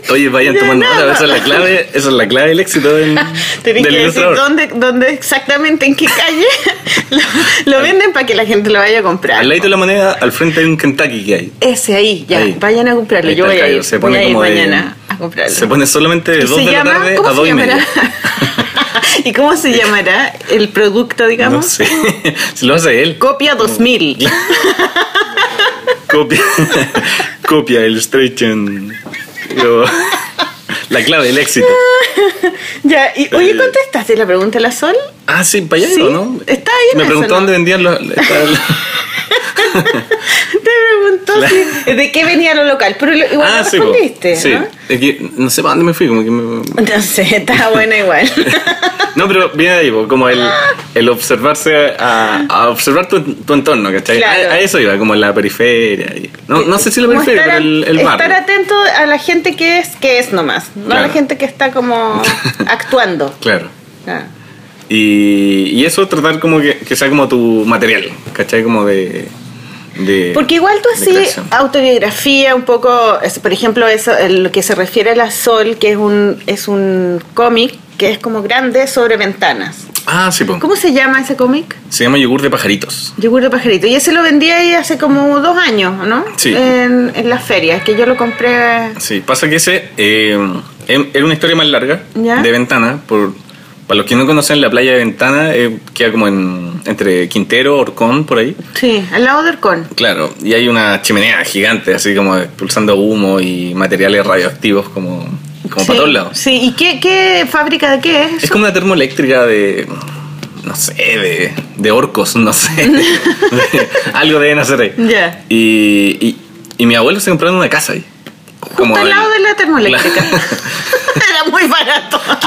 Speaker 3: Oye, vayan tomando nota, esa es la clave, esa es la clave del éxito del, del
Speaker 1: Tenés que decir
Speaker 3: ilustrador.
Speaker 1: dónde, dónde exactamente, en qué calle lo, lo venden para que la gente lo vaya a comprar.
Speaker 3: Al lado de la moneda, al frente hay un Kentucky que hay.
Speaker 1: Ese ahí, ya.
Speaker 3: Ahí.
Speaker 1: Vayan a comprarlo.
Speaker 3: Ahí
Speaker 1: Yo
Speaker 3: está
Speaker 1: voy
Speaker 3: el
Speaker 1: a
Speaker 3: callo,
Speaker 1: ir,
Speaker 3: se
Speaker 1: voy
Speaker 3: pone
Speaker 1: a ir
Speaker 3: como de-
Speaker 1: mañana a comprarlo.
Speaker 3: Se pone solamente de
Speaker 1: ¿Y
Speaker 3: 2
Speaker 1: se
Speaker 3: de
Speaker 1: llama?
Speaker 3: la tarde
Speaker 1: ¿Cómo
Speaker 3: a
Speaker 1: se
Speaker 3: 2 y media. Eh,
Speaker 1: llamará? ¿Y cómo se llamará el producto, digamos?
Speaker 3: No sé. Si lo hace él.
Speaker 1: Copia 2000.
Speaker 3: Copia. Copia illustration. Lo- La clave del éxito.
Speaker 1: ya, y, oye, ¿contestaste la pregunta a la Sol?
Speaker 3: Ah, sí, para allá
Speaker 1: Sí,
Speaker 3: iba, ¿no?
Speaker 1: está ahí en
Speaker 3: Me
Speaker 1: eso,
Speaker 3: preguntó
Speaker 1: ¿no?
Speaker 3: dónde vendían los. estaba-
Speaker 1: Te preguntó si- de qué venía lo local, pero lo- igual
Speaker 3: ah,
Speaker 1: no
Speaker 3: sí, po.
Speaker 1: respondiste,
Speaker 3: Sí.
Speaker 1: ¿no?
Speaker 3: Es que no sé para dónde me fui, como que me.
Speaker 1: No sé, está buena igual.
Speaker 3: No, pero viene de ahí, po, como el,
Speaker 1: Ah.
Speaker 3: el observarse, a, a observar tu, tu entorno, ¿cachai?
Speaker 1: Claro.
Speaker 3: A, a eso iba, como la periferia. y- No, no sé si la
Speaker 1: Como
Speaker 3: periferia,
Speaker 1: estar
Speaker 3: pero
Speaker 1: a-
Speaker 3: el, el barrio.
Speaker 1: Estar atento a la gente que es, que es nomás, no a la
Speaker 3: Claro.
Speaker 1: gente que está como actuando.
Speaker 3: Claro.
Speaker 1: Ah.
Speaker 3: Y, y eso tratar como que, que sea como tu material, ¿cachai? Como de, de-
Speaker 1: Porque igual tú
Speaker 3: de
Speaker 1: así ah,
Speaker 3: creación.
Speaker 1: autobiografía un poco, es- por ejemplo, eso, en lo que se refiere a la Sol, que es un es un cómic que es como grande sobre ventanas.
Speaker 3: Ah, sí, pues.
Speaker 1: ¿Cómo se llama ese cómic?
Speaker 3: Se llama yogur de pajaritos.
Speaker 1: Yogur de pajarito. Y ese lo vendí ahí hace como dos años, ¿no?
Speaker 3: Sí.
Speaker 1: En, en las ferias, que yo lo compré.
Speaker 3: Sí, pasa que ese eh, em- era una historia más larga
Speaker 1: ¿Ya?
Speaker 3: de Ventana. Por, para los que no conocen la playa de Ventana, eh, queda como en, entre Quintero, Orcón, por ahí.
Speaker 1: Sí, al lado del con.
Speaker 3: Claro, y hay una chimenea gigante, así como expulsando humo y materiales radioactivos como, como
Speaker 1: sí.
Speaker 3: para todos lados.
Speaker 1: Sí, ¿y qué, qué fábrica de qué es?
Speaker 3: Es como una termoeléctrica de. No sé, de, de orcos, no sé. Algo deben hacer ahí.
Speaker 1: Ya.
Speaker 3: Y, y, y mi abuelo se compraron una casa ahí.
Speaker 1: Justo al lado de la termoeléctrica.
Speaker 3: Claro.
Speaker 1: Era muy barato. Era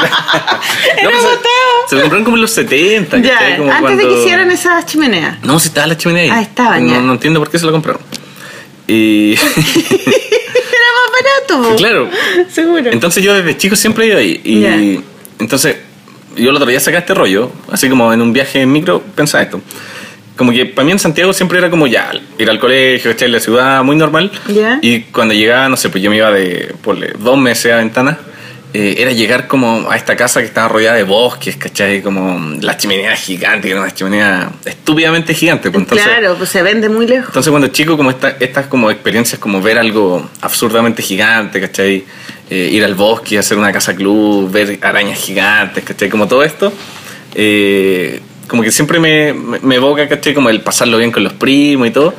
Speaker 3: No, pues,
Speaker 1: botado.
Speaker 3: Se lo compraron como en los 70.
Speaker 1: Ya,
Speaker 3: ¿cachai? Como
Speaker 1: antes de que
Speaker 3: cuando-
Speaker 1: hicieran esas chimeneas.
Speaker 3: No, si estaba la chimenea ahí.
Speaker 1: Ah, estaba, ya.
Speaker 3: no, no entiendo por qué se lo compraron. Y.
Speaker 1: Era más barato. po.
Speaker 3: claro.
Speaker 1: Seguro.
Speaker 3: Entonces yo desde chico siempre he ido ahí. Y
Speaker 1: Ya.
Speaker 3: entonces yo el otro día sacaba este rollo, así como en un viaje en micro, pensaba esto. Como que para mí en Santiago siempre era como ya, ir al colegio, estar en la ciudad, muy normal.
Speaker 1: Ya.
Speaker 3: Y cuando llegaba, no sé, pues yo me iba de ponle, dos meses a ventana. eh, era llegar como a esta casa que estaba rodeada de bosques, ¿cachai? Como la chimenea gigante, que era una chimenea estúpidamente gigante. Pues entonces,
Speaker 1: claro, pues se vende muy lejos.
Speaker 3: entonces cuando chico, como esta- estas como experiencias, como ver algo absurdamente gigante, ¿cachai? Eh, ir al bosque, hacer una casa club, ver arañas gigantes, ¿cachai? Como todo esto, eh, como que siempre me, me- me evoca, ¿cachai? Como el pasarlo bien con los primos y todo,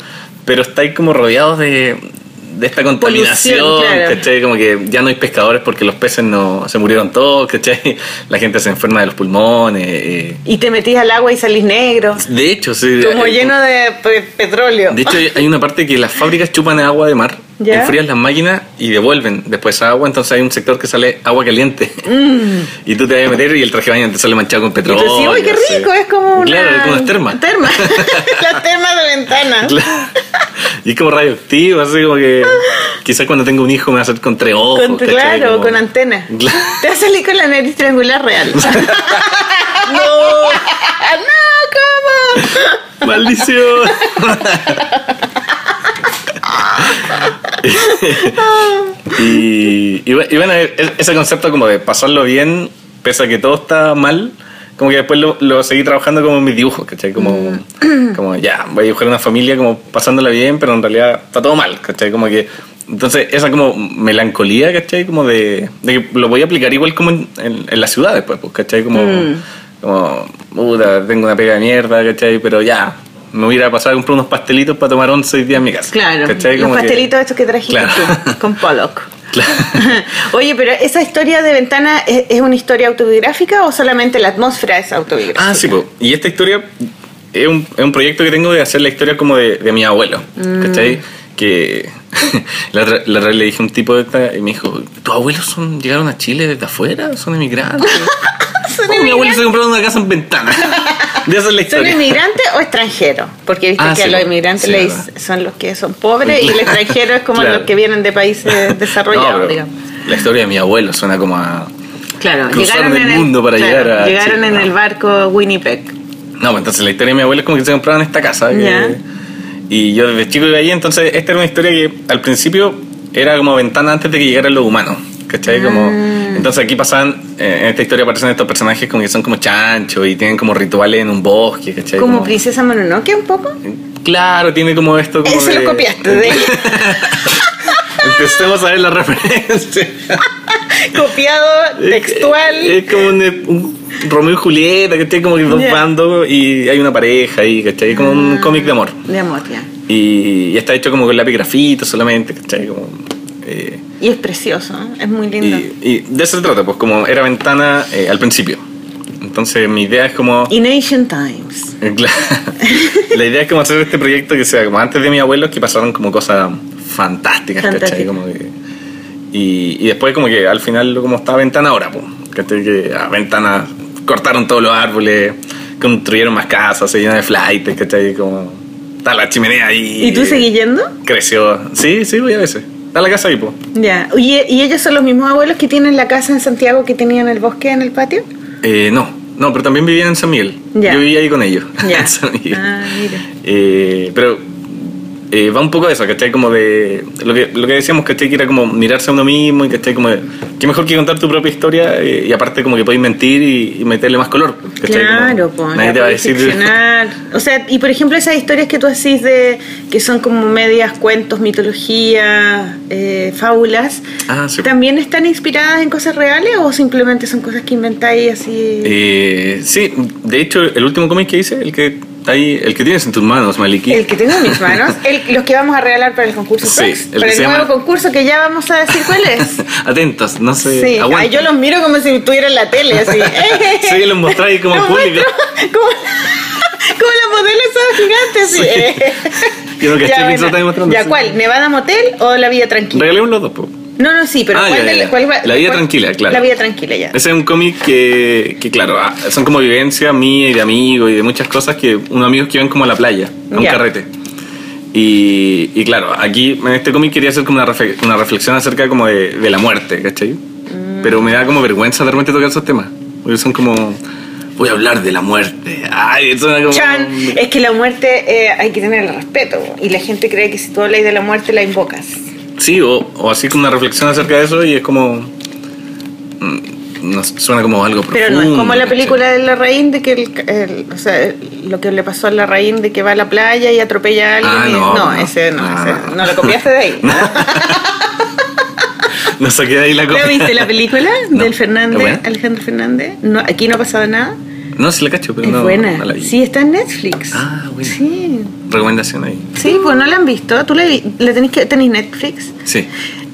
Speaker 3: pero estáis como rodeados de, de esta contaminación,
Speaker 1: claro.
Speaker 3: ¿cachai? Como que ya no hay pescadores porque los peces no se murieron todos, ¿cachai? La gente se enferma de los pulmones. eh.
Speaker 1: Y te metís al agua y salís negro.
Speaker 3: De hecho, sí.
Speaker 1: Como
Speaker 3: eh,
Speaker 1: lleno de pe- petróleo.
Speaker 3: de hecho, hay- hay una parte que las fábricas chupan agua de mar,
Speaker 1: ¿Ya?
Speaker 3: enfrían las máquinas y devuelven después esa agua, entonces hay un sector que sale agua caliente. Y tú te vas a meter y el traje de baño te sale manchado con
Speaker 1: Mm. Y tú
Speaker 3: petróleo.
Speaker 1: decís, uy, qué
Speaker 3: así".
Speaker 1: rico, es como una...
Speaker 3: Claro, es como unas termas.
Speaker 1: Terma. Las termas de ventana.
Speaker 3: Claro. Y es como radioactivo, así como que quizás cuando tenga un hijo me va a hacer con tres ojos.
Speaker 1: Con-
Speaker 3: ¿cachai?
Speaker 1: claro,
Speaker 3: Como-
Speaker 1: con antena.
Speaker 3: Claro.
Speaker 1: Te va a salir con la nariz triangular real. no. no, ¿cómo?
Speaker 3: ¡Maldición! y, y bu- y bueno, e- ese concepto como de pasarlo bien, pese a que todo está mal, como que después lo, lo seguí trabajando como en mis dibujos, ¿cachai? Como,
Speaker 1: Mm.
Speaker 3: como ya, voy a dibujar una familia como pasándola bien, pero en realidad está todo mal, ¿cachai? Como que... Entonces, esa como melancolía, ¿cachai? Como de, de que lo voy a aplicar igual como en, en- en la ciudad después, pues, ¿cachai? Como,
Speaker 1: Mm.
Speaker 3: como, puta, tengo una pega de mierda, ¿cachai? Pero ya, me voy a ir a pasar a comprar unos pastelitos para tomar once hoy día en mi casa.
Speaker 1: Claro,
Speaker 3: ¿cachai?
Speaker 1: los
Speaker 3: Como que-
Speaker 1: pastelitos estos que trajiste
Speaker 3: Claro.
Speaker 1: tú, con Pollock.
Speaker 3: Claro.
Speaker 1: Oye, pero esa historia de ventana ¿es, es una historia autobiográfica o solamente la atmósfera es autobiográfica?
Speaker 3: Ah, sí, po. y esta historia es un, es un proyecto que tengo de hacer la historia como de, de mi abuelo,
Speaker 1: Mm.
Speaker 3: ¿cachai? Que la otra, la otra vez le dije a un tipo de esta y me dijo, ¿tus abuelos son, llegaron a Chile desde afuera? ¿Son emigrantes? Oh, mi abuelo se compró una casa en ventana. De esa es la
Speaker 1: ¿Son
Speaker 3: historia.
Speaker 1: inmigrantes o extranjeros? Porque viste
Speaker 3: Ah,
Speaker 1: que a
Speaker 3: sí,
Speaker 1: los
Speaker 3: po.
Speaker 1: inmigrantes
Speaker 3: Sí,
Speaker 1: le
Speaker 3: verdad.
Speaker 1: dicen- son los que son pobres y el extranjero es como
Speaker 3: Claro.
Speaker 1: los que vienen de países desarrollados,
Speaker 3: No, pero
Speaker 1: digamos.
Speaker 3: La historia de mi abuelo suena como a...
Speaker 1: Claro,
Speaker 3: Cruzaron
Speaker 1: llegaron
Speaker 3: el
Speaker 1: en el
Speaker 3: mundo para
Speaker 1: claro,
Speaker 3: llegar a
Speaker 1: Llegaron
Speaker 3: Chile,
Speaker 1: en
Speaker 3: ¿no?
Speaker 1: el barco Winnipeg.
Speaker 3: No, pues entonces la historia de mi abuelo es como que se compraron esta casa. que-
Speaker 1: Ya.
Speaker 3: Y yo desde chico iba ahí, entonces esta era una historia que al principio era como ventana antes de que llegaran los humanos. ¿Cachai? Como,
Speaker 1: Ah.
Speaker 3: entonces aquí pasan, eh, en esta historia aparecen estos personajes como que son como chanchos y tienen como rituales en un bosque, ¿cachai?
Speaker 1: Como Princesa Mononoke un poco.
Speaker 3: Claro, tiene como esto como
Speaker 1: Eso
Speaker 3: de-
Speaker 1: lo copiaste de
Speaker 3: Empecemos a ver la referencia.
Speaker 1: Copiado
Speaker 3: Es,
Speaker 1: textual.
Speaker 3: como un, un Romeo y Julieta, ¿cachai? Como que dos
Speaker 1: Ya. Ah.
Speaker 3: bandos y hay una pareja ahí, ¿cachai? Como un cómic de amor.
Speaker 1: De amor, ya.
Speaker 3: Y, y está hecho como con lápiz grafito solamente, ¿cachai? Como, eh,
Speaker 1: Y es precioso, ¿eh? es muy
Speaker 3: y,
Speaker 1: lindo. Y,
Speaker 3: y de eso se trata, pues como era ventana eh, al principio. Entonces mi idea es como... eh,
Speaker 1: In Ancient Times.
Speaker 3: la idea es como hacer este proyecto que sea como antes de mi abuelo, que pasaron como cosas fantásticas, ¿cachai?
Speaker 1: Fantástica.
Speaker 3: Como que- y, y después como que al final como está ventana ahora, pues, ¿cachai? Que a ventana cortaron todos los árboles, construyeron más casas, se llenó de flights, ¿cachai? Como está la chimenea ahí.
Speaker 1: ¿Y tú
Speaker 3: eh,
Speaker 1: seguís yendo?
Speaker 3: Creció. Sí, sí, voy a veces. A la casa ahí, po.
Speaker 1: Ya. ¿Y, y ellos son los mismos abuelos que tienen la casa en Santiago que tenían el bosque en el patio?
Speaker 3: Eh, no, no, pero también vivía en San Miguel.
Speaker 1: Ya. Ah,
Speaker 3: Yo vivía ahí con ellos.
Speaker 1: Ya.
Speaker 3: en San Miguel.
Speaker 1: Ah, mira.
Speaker 3: Eh, pero eh, va un poco de eso, ¿cachai? Como de lo que, lo que decíamos, ¿cachai? Que era como mirarse a uno mismo y, ¿cachai? Como, qué mejor que contar tu propia historia eh, y aparte como que podéis mentir y, y meterle más color, ¿cachai? Como
Speaker 1: Claro, pues.
Speaker 3: Nadie te va a decir...
Speaker 1: O sea, y por ejemplo esas historias que tú haces de que son como medias cuentos, mitología, eh, fábulas,
Speaker 3: Ah, sí.
Speaker 1: ¿también están inspiradas en cosas reales o simplemente son cosas que inventáis así?
Speaker 3: Eh, sí, de hecho, el último cómic que hice, el que ahí, el que tienes en tus manos, Maliki.
Speaker 1: El que tengo en mis manos, el- los que vamos a regalar para el concurso,
Speaker 3: Sí,
Speaker 1: Prox,
Speaker 3: el que
Speaker 1: para el
Speaker 3: se
Speaker 1: nuevo
Speaker 3: llama-
Speaker 1: concurso que ya vamos a decir cuál es.
Speaker 3: Atentos, no sé.
Speaker 1: Sí,
Speaker 3: aguanten.
Speaker 1: Ay, yo los miro como si estuviera en la tele, así.
Speaker 3: Sí, los mostráis como al
Speaker 1: Los
Speaker 3: público.
Speaker 1: muestro Como, como las modelos son gigantes, sí.
Speaker 3: Sí. Yo no caché
Speaker 1: Eh. Ya,
Speaker 3: quién se lo estaba demostrando,
Speaker 1: ya,
Speaker 3: sí.
Speaker 1: ¿cuál? ¿Nevada Motel o La Vida Tranquila?
Speaker 3: Regalemos los dos, po.
Speaker 1: No, no, sí, pero
Speaker 3: Ah,
Speaker 1: ¿cuál,
Speaker 3: ya,
Speaker 1: de-
Speaker 3: ya, ya.
Speaker 1: cuál va-
Speaker 3: La Vida
Speaker 1: cuál-
Speaker 3: Tranquila, claro.
Speaker 1: La Vida Tranquila, ya.
Speaker 3: Ese es un cómic que, que, claro, ah, son como vivencias mías y de amigos y de muchas cosas que unos amigos que iban como a la playa, a un
Speaker 1: Ya.
Speaker 3: carrete. Y, y claro, aquí en este cómic quería hacer como una, refe- una reflexión acerca como de, de la muerte, ¿cachai?
Speaker 1: Mm.
Speaker 3: Pero me da como vergüenza de repente tocar esos temas. Porque son como, voy a hablar de la muerte. Ay, eso era como...
Speaker 1: Chan, es que la muerte eh, hay que tenerle respeto y la gente cree que si tú hablas de la muerte la invocas.
Speaker 3: Sí, o, o así como una reflexión acerca de eso y es como... mm, No, sé, suena como algo profundo.
Speaker 1: Pero no es como la
Speaker 3: ¿cachai?
Speaker 1: película de la Rain de que el, el- o sea, lo que le pasó a la Rain de que va a la playa y atropella a alguien.
Speaker 3: Ah,
Speaker 1: y-
Speaker 3: no,
Speaker 1: no,
Speaker 3: no.
Speaker 1: ese no,
Speaker 3: Ah,
Speaker 1: ese
Speaker 3: no.
Speaker 1: no lo copiaste de ahí.
Speaker 3: No saqué de ahí la
Speaker 1: ¿La
Speaker 3: copia.
Speaker 1: viste la película
Speaker 3: No.
Speaker 1: del Fernández,
Speaker 3: ¿Es buena?
Speaker 1: Alejandro Fernández? No, aquí no ha pasado nada.
Speaker 3: No, sí la cacho, pero
Speaker 1: es
Speaker 3: no.
Speaker 1: buena.
Speaker 3: no la vi.
Speaker 1: sí, está en Netflix.
Speaker 3: Ah, buena.
Speaker 1: Sí.
Speaker 3: Recomendación ahí.
Speaker 1: Sí, pues no la han visto. ¿Tú la, vi- la tenés que tenéis Netflix?
Speaker 3: Sí.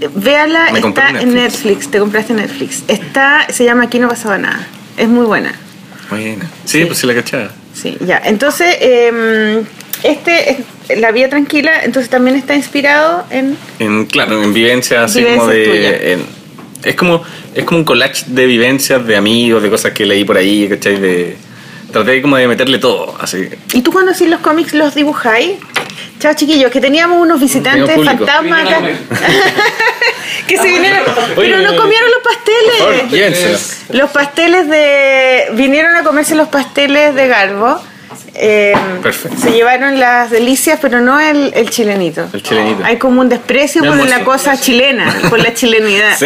Speaker 1: Eh, Véala,
Speaker 3: Me compré
Speaker 1: está en
Speaker 3: Netflix.
Speaker 1: Netflix. Te compraste Netflix. Está, se llama Aquí no ha pasado nada. Es muy buena.
Speaker 3: Buena. Sí,
Speaker 1: Sí.
Speaker 3: pues sí la cachaba.
Speaker 1: Sí, ya. Entonces, eh, este, es La Vía Tranquila, entonces también está inspirado en...
Speaker 3: En, claro, en vivencias así
Speaker 1: Vivencias
Speaker 3: como
Speaker 1: tuyas.
Speaker 3: de. en- es como es como un collage de vivencias, de amigos, de cosas que leí por ahí, ¿cachai? De, traté como de meterle todo, así.
Speaker 1: ¿Y tú cuando hacís los cómics los dibujáis? Chao chiquillos, que teníamos unos visitantes
Speaker 3: Tengo público.
Speaker 1: fantasmas acá. que se vinieron.
Speaker 3: Oye, eh,
Speaker 1: Pero nos comieron los pasteles.
Speaker 3: Por favor, llévensela.
Speaker 1: Los pasteles de. Vinieron a comerse los pasteles de Garbo. Eh,
Speaker 3: Perfecto.
Speaker 1: se llevaron las delicias, pero no el, el chilenito.
Speaker 3: El chilenito.
Speaker 1: Hay como un desprecio
Speaker 3: Me
Speaker 1: por la
Speaker 3: emociono.
Speaker 1: cosa chilena, por la chilenidad.
Speaker 3: Sí.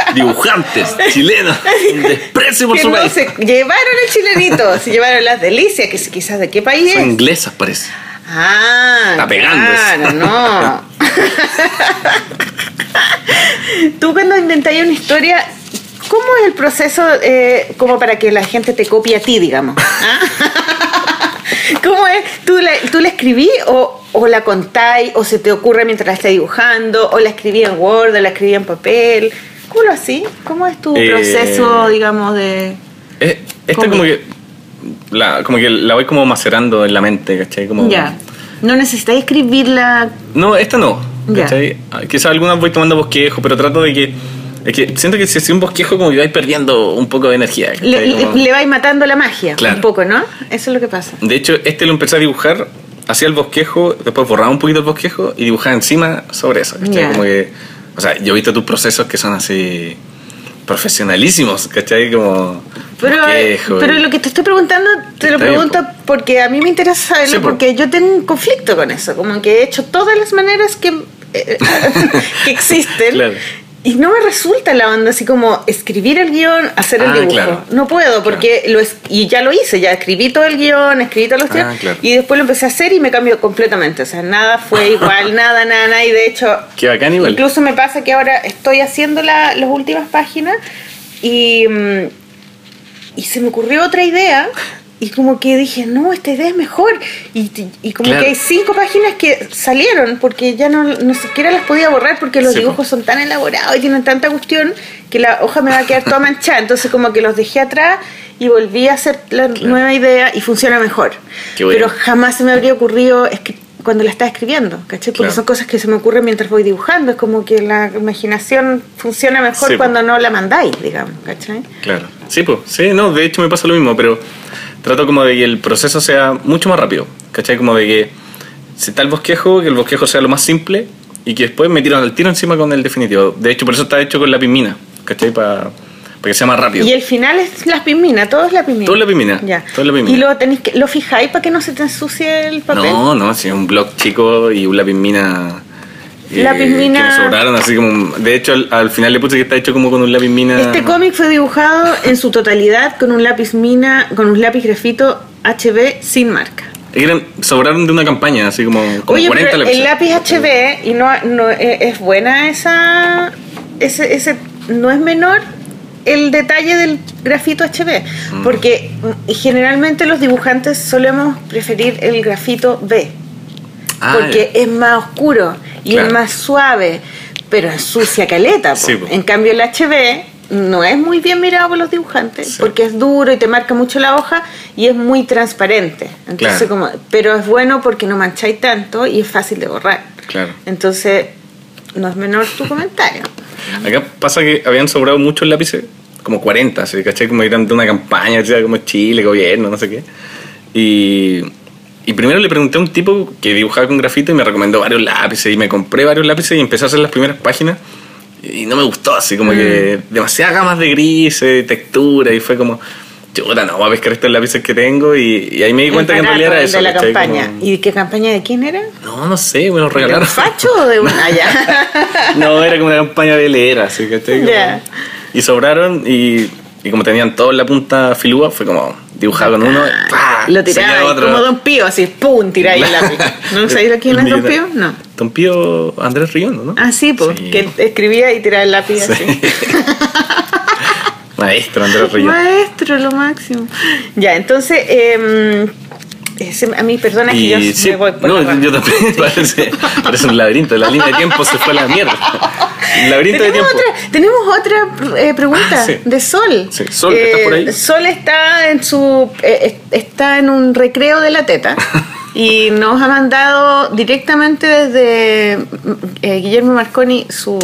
Speaker 3: Dibujantes, chilenos, un desprecio por
Speaker 1: Que
Speaker 3: su
Speaker 1: no
Speaker 3: país.
Speaker 1: se llevaron el chilenito, se llevaron las delicias, que quizás de qué país
Speaker 3: Son
Speaker 1: es.
Speaker 3: inglesas, parece.
Speaker 1: Ah,
Speaker 3: Está pegando
Speaker 1: claro,
Speaker 3: eso.
Speaker 1: no. Tú cuando inventáis una historia, ¿cómo es el proceso eh, como para que la gente te copie a ti, digamos? ¿Ah? ¿Cómo es? ¿Tú la, tú la escribí o, o la contáis o se te ocurre mientras la estás dibujando o la escribí en Word o la escribí en papel? ¿Cómo lo así? ¿Cómo es tu
Speaker 3: Eh,
Speaker 1: proceso, digamos, de...?
Speaker 3: Eh, Esta
Speaker 1: Cómic.
Speaker 3: como que. La, como que la voy como macerando en la mente, ¿cachai? Como,
Speaker 1: Ya. No necesitáis escribirla...
Speaker 3: No, esta no.
Speaker 1: Ya.
Speaker 3: ¿cachai? Ah, Quizás algunas voy tomando bosquejo, pero trato de que. Es que siento que si hacía un bosquejo, como que vais perdiendo un poco de energía. ¿cachai?
Speaker 1: Le, le,
Speaker 3: Como-
Speaker 1: le vais matando la magia
Speaker 3: Claro.
Speaker 1: un poco, ¿no? Eso es lo que pasa.
Speaker 3: De hecho, este lo empecé a dibujar, hacía el bosquejo, después borraba un poquito el bosquejo y dibujaba encima sobre eso. ¿cachai?
Speaker 1: Ya.
Speaker 3: Como que. O sea, yo he visto tus procesos que son así. profesionalísimos, ¿cachai? Como.
Speaker 1: Pero,
Speaker 3: bosquejo
Speaker 1: pero
Speaker 3: y-
Speaker 1: lo que te estoy preguntando, te lo
Speaker 3: eh. Está bien,
Speaker 1: pregunto porque a mí me interesa saberlo,
Speaker 3: Sí, po.
Speaker 1: porque yo tengo un conflicto con eso, como que he hecho todas las maneras que, eh, que existen.
Speaker 3: Claro.
Speaker 1: Y no me resulta la onda así como escribir el guión, hacer el
Speaker 3: Ah,
Speaker 1: dibujo.
Speaker 3: claro.
Speaker 1: No puedo porque lo es- y ya lo hice, ya escribí todo el guión, escribí todos los
Speaker 3: Ah,
Speaker 1: temas
Speaker 3: claro.
Speaker 1: y después lo empecé a hacer y me cambió completamente. O sea, nada fue igual, nada, nada, nada. Y de hecho,
Speaker 3: Qué bacán igual.
Speaker 1: Incluso me pasa que ahora estoy haciendo la- las últimas páginas y, mm, y se me ocurrió otra idea y como que dije, no, esta idea es mejor. Y, te- y como
Speaker 3: Claro.
Speaker 1: que hay cinco páginas que salieron porque ya no, no siquiera las podía borrar porque los
Speaker 3: Sí, po.
Speaker 1: dibujos son tan elaborados y tienen tanta cuestión que la hoja me va a quedar toda manchada. Entonces como que los dejé atrás y volví a hacer la nueva idea y funciona mejor.
Speaker 3: Qué bueno.
Speaker 1: Pero jamás se me habría ocurrido es que cuando la estaba escribiendo, ¿cachai? Porque
Speaker 3: Claro.
Speaker 1: son cosas que se me ocurren mientras voy dibujando. Es como que la imaginación funciona mejor
Speaker 3: Sí, po.
Speaker 1: cuando no la mandáis, digamos, ¿cachai?
Speaker 3: Claro. Sí, pues. Sí, no, de hecho me pasa lo mismo, pero trato como de que el proceso sea mucho más rápido. ¿Cachai? Como de que si está el bosquejo, que el bosquejo sea lo más simple y que después me tiran al tiro encima con el definitivo. De hecho, por eso está hecho con la pimina, ¿cachai? Para para que sea más rápido.
Speaker 1: Y el final es la pimina, todo es la pimina.
Speaker 3: Todo es la pimina,
Speaker 1: Ya.
Speaker 3: todo es la pimina.
Speaker 1: Y lo, tenéis que, lo fijáis para que no se te ensucie el papel.
Speaker 3: No, no, si es un blog chico y un lápiz mina. eh,
Speaker 1: Lápiz mina-
Speaker 3: Que me sobraron, así como. De hecho, al, al final le puse que está hecho como con un lápiz mina.
Speaker 1: Este cómic fue dibujado en su totalidad con un lápiz mina, con un lápiz grafito HB sin marca.
Speaker 3: Eran- sobraron de una campaña, así como, como
Speaker 1: Oye,
Speaker 3: 40
Speaker 1: pero
Speaker 3: lápices.
Speaker 1: el lápiz HB y no, no eh, es buena esa ese, ese no es menor el detalle del grafito HB, porque mm, generalmente los dibujantes solemos preferir el grafito B,
Speaker 3: Ah,
Speaker 1: porque es más oscuro y
Speaker 3: Claro.
Speaker 1: es más suave, pero ensucia caleta. po.
Speaker 3: Sí, po.
Speaker 1: En cambio el HB no es muy bien mirado por los dibujantes,
Speaker 3: Sí.
Speaker 1: porque es duro y te marca mucho la hoja y es muy transparente. Entonces,
Speaker 3: Claro.
Speaker 1: como, pero es bueno porque no mancháis tanto y es fácil de borrar.
Speaker 3: Claro.
Speaker 1: Entonces, no es menor tu comentario.
Speaker 3: Acá pasa que habían sobrado muchos lápices, como 40, así, ¿cachai? Como eran de una campaña, o sea, como Chile, gobierno, no sé qué. Y, y primero le pregunté a un tipo que dibujaba con grafito y me recomendó varios lápices y me compré varios lápices y empecé a hacer las primeras páginas y no me gustó, así como que
Speaker 1: Mm.
Speaker 3: demasiadas gamas de grises, textura y fue como... Chuta, no, voy a pescar estos lápices que tengo y, y ahí me di cuenta que en
Speaker 1: Barato,
Speaker 3: realidad era
Speaker 1: el
Speaker 3: eso.
Speaker 1: de la
Speaker 3: ¿cachai?
Speaker 1: campaña.
Speaker 3: Como-
Speaker 1: ¿Y qué campaña de quién era?
Speaker 3: no, no sé, me los
Speaker 1: ¿De un
Speaker 3: regalaron.
Speaker 1: facho o de una Ah, allá?
Speaker 3: No, era como una campaña velera, así que estoy como-
Speaker 1: Ya.
Speaker 3: Y sobraron y, y como tenían todos la punta filúa, fue como dibujado con uno. ¡pah!
Speaker 1: Ah, Lo
Speaker 3: Enseñaba
Speaker 1: tiraba
Speaker 3: otro.
Speaker 1: como Don Pío, así, ¡pum! Tiráis el lápiz. ¿No sabéis quién es Don Pío? No.
Speaker 3: Don Pío Andrés Riondo, ¿no?
Speaker 1: Ah, sí, pues,
Speaker 3: Sí.
Speaker 1: que escribía y tiraba el lápiz
Speaker 3: Sí.
Speaker 1: así.
Speaker 3: Maestro Andrés Riondo.
Speaker 1: Maestro, lo máximo. Ya, entonces, eh, ese- a mí, perdona que yo
Speaker 3: Y sí,
Speaker 1: me voy por la
Speaker 3: no,
Speaker 1: rama.
Speaker 3: yo también parece, parece un laberinto. La línea de tiempo se fue a la mierda. El laberinto de
Speaker 1: Tenemos
Speaker 3: tiempo.
Speaker 1: otra, tenemos otra eh, pregunta
Speaker 3: Ah, sí.
Speaker 1: de Sol. Eh,
Speaker 3: Sí, Sol, ¿estás por ahí?
Speaker 1: Sol está en su eh, es- está en un recreo de la teta y nos ha mandado directamente desde mm, eh, Guillermo Marconi su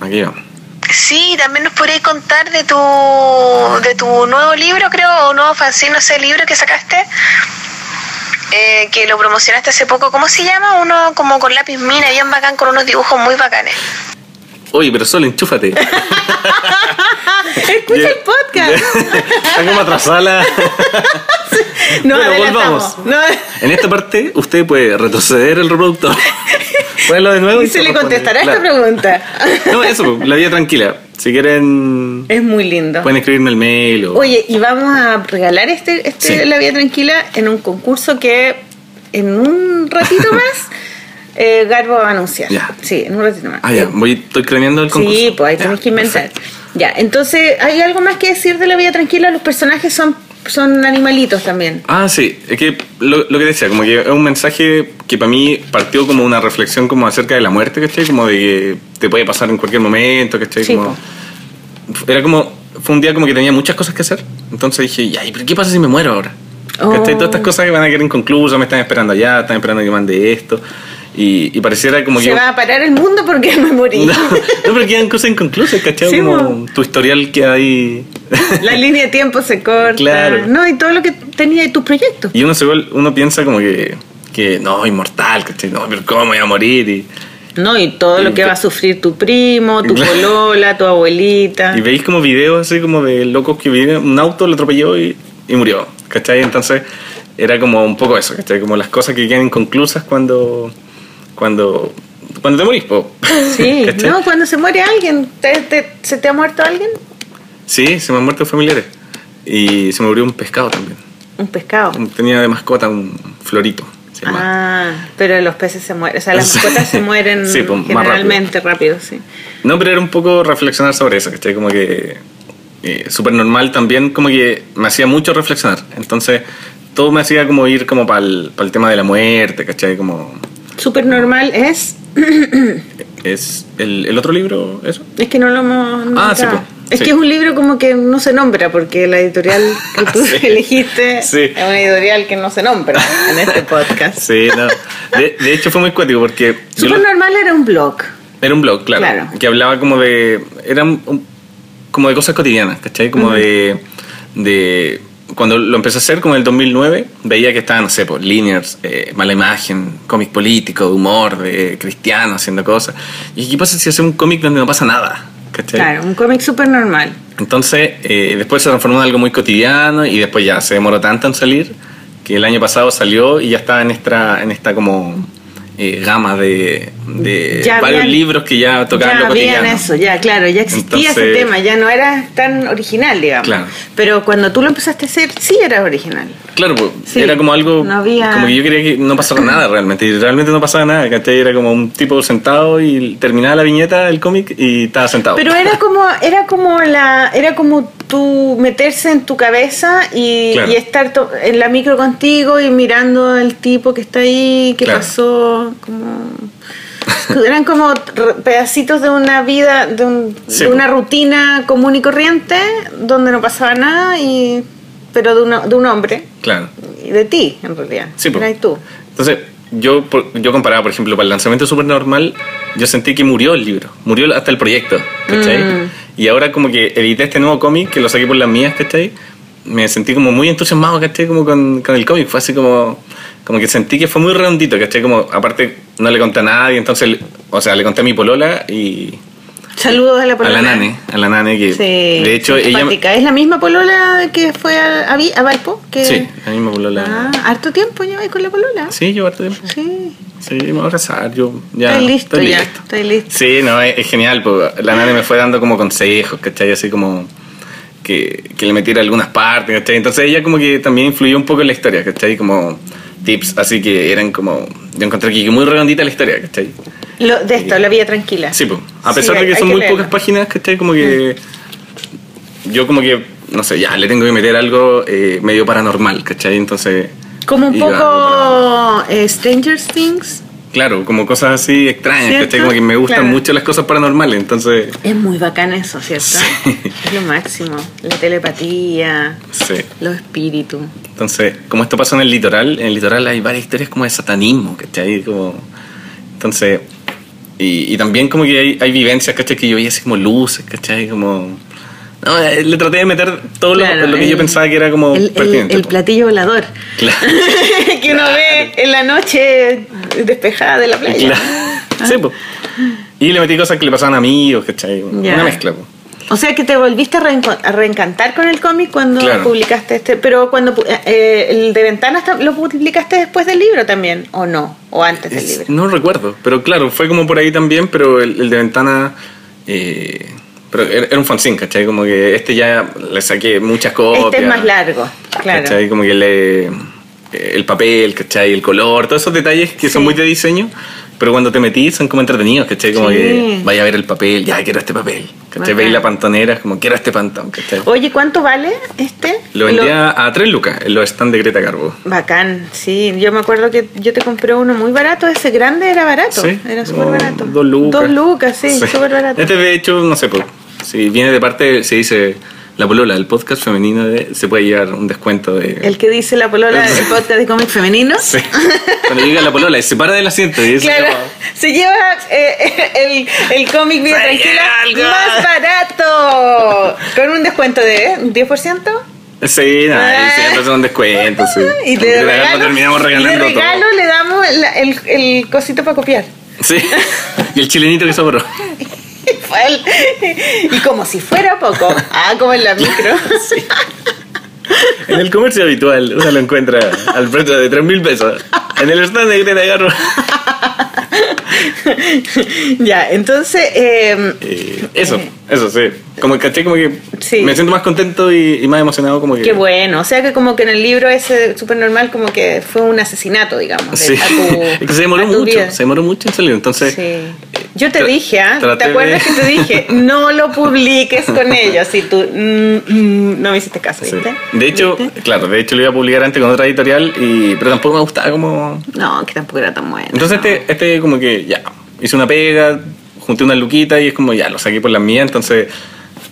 Speaker 3: Aquí vamos.
Speaker 7: Sí, también nos podrías contar de tu, de tu nuevo libro, creo, o nuevo fanzine, no sé, libro que sacaste, eh, que lo promocionaste hace poco. ¿Cómo se llama? Uno como con lápiz mina, bien bacán, con unos dibujos muy bacanes.
Speaker 3: Oye, pero solo enchúfate.
Speaker 1: escucha el podcast.
Speaker 3: Está como atrasada la-
Speaker 1: No
Speaker 3: Bueno,
Speaker 1: adelantamos.
Speaker 3: volvamos.
Speaker 1: No-
Speaker 3: En esta parte, usted puede retroceder el reproductor, ponerlo de nuevo.
Speaker 1: y se le
Speaker 3: responde.
Speaker 1: contestará esta
Speaker 3: Claro.
Speaker 1: pregunta.
Speaker 3: No, eso, pues, la vida tranquila. Si quieren,
Speaker 1: Es muy lindo.
Speaker 3: pueden escribirme el mail o.
Speaker 1: Oye, y vamos a regalar este, este
Speaker 3: Sí.
Speaker 1: La Vía Tranquila en un concurso que en un ratito más eh, Garbo va a anunciar.
Speaker 3: Ya.
Speaker 1: Sí, en un ratito más. Eh,
Speaker 3: Ah, ya, voy, estoy craneando el concurso.
Speaker 1: Sí, pues ahí
Speaker 3: Ya,
Speaker 1: tenés que inventar.
Speaker 3: perfecto.
Speaker 1: Ya, entonces, ¿hay algo más que decir de La Vía Tranquila? Los personajes son, son animalitos también.
Speaker 3: Ah, sí, es que lo, lo que decía, como que es un mensaje que para mí partió como una reflexión como acerca de la muerte, ¿cachai? Como de que te puede pasar en cualquier momento, ¿cachai?
Speaker 1: Sí,
Speaker 3: Como, era como, fue un día como que tenía muchas cosas que hacer, entonces dije, ya, ¿y pero qué pasa si me muero ahora?
Speaker 1: Oh.
Speaker 3: ¿Cachai? Todas estas cosas que van a quedar inconclusas, me están esperando allá, están esperando que mande esto, y, y pareciera como
Speaker 1: Se
Speaker 3: que...
Speaker 1: va a parar el mundo porque me morí.
Speaker 3: No, no, pero quedan cosas inconclusas, ¿cachai?
Speaker 1: Sí,
Speaker 3: como
Speaker 1: po.
Speaker 3: tu historial queda ahí...
Speaker 1: La línea de tiempo se corta.
Speaker 3: Claro.
Speaker 1: No, y todo lo que tenía de tus proyectos.
Speaker 3: Y uno, se vuel- uno piensa como que, que no, inmortal, ¿cachai? No, pero ¿cómo voy a morir? Y,
Speaker 1: No, y todo lo que va a sufrir tu primo, tu
Speaker 3: Claro.
Speaker 1: polola, tu abuelita.
Speaker 3: y veis como videos así como de locos que viven, un auto lo atropelló y, y murió, ¿cachai? Entonces era como un poco eso, ¿cachai? Como las cosas que quedan inconclusas cuando, cuando, cuando te morís, po.
Speaker 1: Sí,
Speaker 3: ¿Cachai?
Speaker 1: no, cuando se muere alguien, ¿te- te- ¿se te ha muerto alguien?
Speaker 3: Sí, se me han muerto familiares. Y se me murió un pescado también.
Speaker 1: Un pescado.
Speaker 3: Tenía de mascota un florito. Se llama.
Speaker 1: Ah, pero los peces se mueren, o sea, las
Speaker 3: Sí.
Speaker 1: mascotas se mueren
Speaker 3: Sí, pues, más rápido.
Speaker 1: generalmente rápido. sí.
Speaker 3: No, pero era un poco reflexionar sobre eso, ¿cachai? Como que eh, súper normal también, como que me hacía mucho reflexionar. Entonces, todo me hacía como ir como para el, tema de la muerte, ¿cachai? Como
Speaker 1: Súper normal es,
Speaker 3: es el, el otro libro, eso.
Speaker 1: es que no lo hemos...
Speaker 3: Ah,
Speaker 1: nunca-
Speaker 3: sí, pues,
Speaker 1: Es
Speaker 3: sí. Ah,
Speaker 1: que es un libro como que no se nombra, porque la editorial que tú
Speaker 3: Sí.
Speaker 1: elegiste
Speaker 3: Sí.
Speaker 1: es una editorial que no se nombra en este podcast.
Speaker 3: Sí, no. De, de hecho fue muy cuático porque yo
Speaker 1: Súper
Speaker 3: lo-
Speaker 1: normal era un blog.
Speaker 3: era un blog, claro,
Speaker 1: Claro.
Speaker 3: que hablaba como de era un- un- como de cosas cotidianas, ¿cachai? Como de, de cuando lo empecé a hacer como en el 2009, veía que estaban, no sé, pues, Linears, eh, Mala Imagen, cómic político, de humor, de cristiano haciendo cosas. Y ¿qué pasa si hacemos un cómic donde no pasa nada? ¿cachai?
Speaker 1: Claro, un cómic súper normal.
Speaker 3: Entonces, eh, después se transformó en algo muy cotidiano y después ya se demoró tanto en salir que el año pasado salió y ya estaba en esta, en esta como eh, gama de, de
Speaker 1: Ya
Speaker 3: varios
Speaker 1: habían-
Speaker 3: libros que ya tocaban lo
Speaker 1: ya habían
Speaker 3: cotidiano.
Speaker 1: eso, ya, claro, ya existía ese
Speaker 3: Entonces-
Speaker 1: tema, ya no era tan original, digamos.
Speaker 3: Claro.
Speaker 1: Pero cuando tú lo empezaste a hacer, sí era original.
Speaker 3: Claro, pues,
Speaker 1: Sí,
Speaker 3: era como algo
Speaker 1: no había-
Speaker 3: como que yo creía que no pasaba nada realmente y realmente no pasaba nada, ¿cachai? Era como un tipo sentado y terminaba la viñeta del cómic y estaba sentado.
Speaker 1: Pero era como, era como la, era como tú meterse en tu cabeza y,
Speaker 3: Claro.
Speaker 1: y estar to- en la micro contigo y mirando al tipo que está ahí, qué
Speaker 3: Claro.
Speaker 1: pasó, como eran como re- pedacitos de una vida, de, un-
Speaker 3: Sí,
Speaker 1: de
Speaker 3: po.
Speaker 1: una rutina común y corriente donde no pasaba nada y pero de, una- de un hombre
Speaker 3: Claro.
Speaker 1: y de ti en realidad.
Speaker 3: Sí, po.
Speaker 1: Eras tú.
Speaker 3: Entonces, yo, por- yo comparaba, por ejemplo, para el lanzamiento Supernormal, yo sentí que murió el libro, murió hasta el proyecto, ¿cachai?
Speaker 1: Mm.
Speaker 3: Y ahora como que edité este nuevo cómic, que lo saqué por las mías, ¿cachai? Me sentí como muy entusiasmado, ¿cachai? Como con, con el cómic, fue así como... Como que sentí que fue muy redondito, ¿cachai? Como, aparte, no le conté a nadie, entonces... O sea, le conté a mi polola y...
Speaker 1: Saludos a la
Speaker 3: a la
Speaker 1: polola.
Speaker 3: nane, a la nane que...
Speaker 1: Sí,
Speaker 3: de hecho, ella...
Speaker 1: simpática. ¿Es la misma polola que fue a, a Vi- a Valpo? Que...
Speaker 3: Sí, a mí me polola...
Speaker 1: Ah, harto tiempo lleváis con la polola.
Speaker 3: Sí, yo harto tiempo.
Speaker 1: Sí.
Speaker 3: Sí, me voy a abrazar, yo ya.
Speaker 1: Estoy listo ya, estoy listo.
Speaker 3: Sí, no, es, es genial, po. la nana me fue dando como consejos, ¿cachai? Así como que, que le metiera algunas partes, ¿cachai? Entonces ella como que también influyó un poco en la historia, ¿cachai? Como tips, así que eran como, yo encontré aquí que muy redondita la historia, ¿cachai?
Speaker 1: Lo- de esto, la vida tranquila.
Speaker 3: Sí, pues, a
Speaker 1: Sí,
Speaker 3: pesar
Speaker 1: hay-
Speaker 3: de que
Speaker 1: hay
Speaker 3: son muy
Speaker 1: leerlo.
Speaker 3: pocas páginas, ¿cachai? Como que yo como que, no sé, ya le tengo que meter algo eh, medio paranormal, ¿cachai? Entonces...
Speaker 1: Como un
Speaker 3: iba algo
Speaker 1: poco eh, Stranger Things.
Speaker 3: Claro, como cosas así extrañas,
Speaker 1: ¿Cierto?
Speaker 3: ¿cachai? Como que me gustan
Speaker 1: Claro.
Speaker 3: mucho las cosas paranormales, entonces,
Speaker 1: Es muy bacán eso, ¿cierto?
Speaker 3: Sí.
Speaker 1: Es lo máximo. La telepatía,
Speaker 3: sí.
Speaker 1: los espíritus.
Speaker 3: Entonces, como esto pasa en el litoral, en el litoral hay varias historias como de satanismo, ¿cachai? Como, entonces, y, y también como que hay, hay vivencias, ¿cachai? Que yo veía así como luces, ¿cachai? Como... No, eh, le traté de meter todo lo-
Speaker 1: Claro,
Speaker 3: lo, que
Speaker 1: el-
Speaker 3: yo pensaba que era como
Speaker 1: el, el-
Speaker 3: pertinente.
Speaker 1: el
Speaker 3: po.
Speaker 1: platillo volador.
Speaker 3: Claro.
Speaker 1: que uno ve en la noche despejada de la playa.
Speaker 3: Claro.
Speaker 1: Ah.
Speaker 3: Sí, po. Y le metí cosas que le pasaban a amigos, ¿cachai?
Speaker 1: Ya.
Speaker 3: Una mezcla, po.
Speaker 1: O sea que te volviste a, reenco- a reencantar con el cómic cuando
Speaker 3: Claro.
Speaker 1: publicaste este, pero cuando pu- eh, el de ventanas tam- lo publicaste después del libro también, o no, o antes del
Speaker 3: Es-
Speaker 1: libro.
Speaker 3: No recuerdo, pero claro, fue como por ahí también, pero el, el de ventana... eh, pero era era un fanzine, ¿cachai? Como que este ya le saqué muchas copias.
Speaker 1: Este es más largo, claro.
Speaker 3: ¿Cachai? Como que le- eh, el papel, ¿cachai? El color, todos esos detalles que son
Speaker 1: Sí.
Speaker 3: muy de diseño, pero cuando te metís son como entretenidos, ¿cachai? Como
Speaker 1: Sí.
Speaker 3: que vaya a ver el papel, ya quiero este papel, ¿cachai?
Speaker 1: Bacán. Oh,
Speaker 3: Veis la pantonera, como quiero este pantón, ¿cachai?
Speaker 1: Oye, ¿cuánto vale este?
Speaker 3: Lo vendía a 3 lucas en los stand de Greta Garbo.
Speaker 1: Bacán, sí. Yo me acuerdo que yo te compré uno muy barato, ese grande era barato,
Speaker 3: Sí,
Speaker 1: era
Speaker 3: como
Speaker 1: súper barato.
Speaker 3: Dos lucas.
Speaker 1: Dos lucas, sí,
Speaker 3: Sí.
Speaker 1: súper barato.
Speaker 3: Este, de hecho, no sé, pues, si viene de parte, se dice la polola, el podcast femenino, de- se puede llevar un descuento de.
Speaker 1: El que dice la polola
Speaker 3: El-
Speaker 1: del podcast de cómic femenino.
Speaker 3: Sí. Cuando llega la polola y se para del asiento y dice. "Oh,
Speaker 1: Claro,
Speaker 3: como,
Speaker 1: se lleva eh, el, el cómic Vida Tranquila más barato. Con un descuento de ¿un 10%.
Speaker 3: Sí, nada,
Speaker 1: Ah.
Speaker 3: y siempre son descuentos. Sí.
Speaker 1: Y
Speaker 3: Como que
Speaker 1: de
Speaker 3: la
Speaker 1: regalo,
Speaker 3: garpa terminamos regalando
Speaker 1: y de regalo
Speaker 3: todo.
Speaker 1: le damos la- el, el cosito para copiar.
Speaker 3: Sí. Y el chilenito que sobró.
Speaker 1: Fue el- Y como si fuera poco. Ah, como en la micro.
Speaker 3: En el comercio habitual, uno lo encuentra al precio de 3 mil pesos. En el stand de Greta Garbo.
Speaker 1: ya, entonces. eh,
Speaker 3: Eh, eso, eso, sí. Como caché, como que
Speaker 1: Sí.
Speaker 3: me siento más contento y, y más emocionado como que...
Speaker 1: Qué bueno, o sea que como que en el libro ese súper normal como que fue un asesinato, digamos. de-
Speaker 3: Sí.
Speaker 1: a tu-
Speaker 3: Es que se demoró
Speaker 1: a tu
Speaker 3: mucho,
Speaker 1: vida.
Speaker 3: se demoró mucho en salir, entonces...
Speaker 1: Sí. Yo te
Speaker 3: Tra-
Speaker 1: dije, ¿ah? ¿te
Speaker 3: traté de-
Speaker 1: acuerdas que te dije? No lo publiques con ellos. Y tú mm, mm, no me hiciste caso,
Speaker 3: sí.
Speaker 1: ¿viste?
Speaker 3: De hecho, claro, de hecho lo iba a publicar antes con otra editorial, y, pero tampoco me gustaba como...
Speaker 1: No, que tampoco era tan bueno.
Speaker 3: Entonces
Speaker 1: no.
Speaker 3: este, este como que ya, hice una pega, junté una luquita y es como ya, lo saqué por la mía, entonces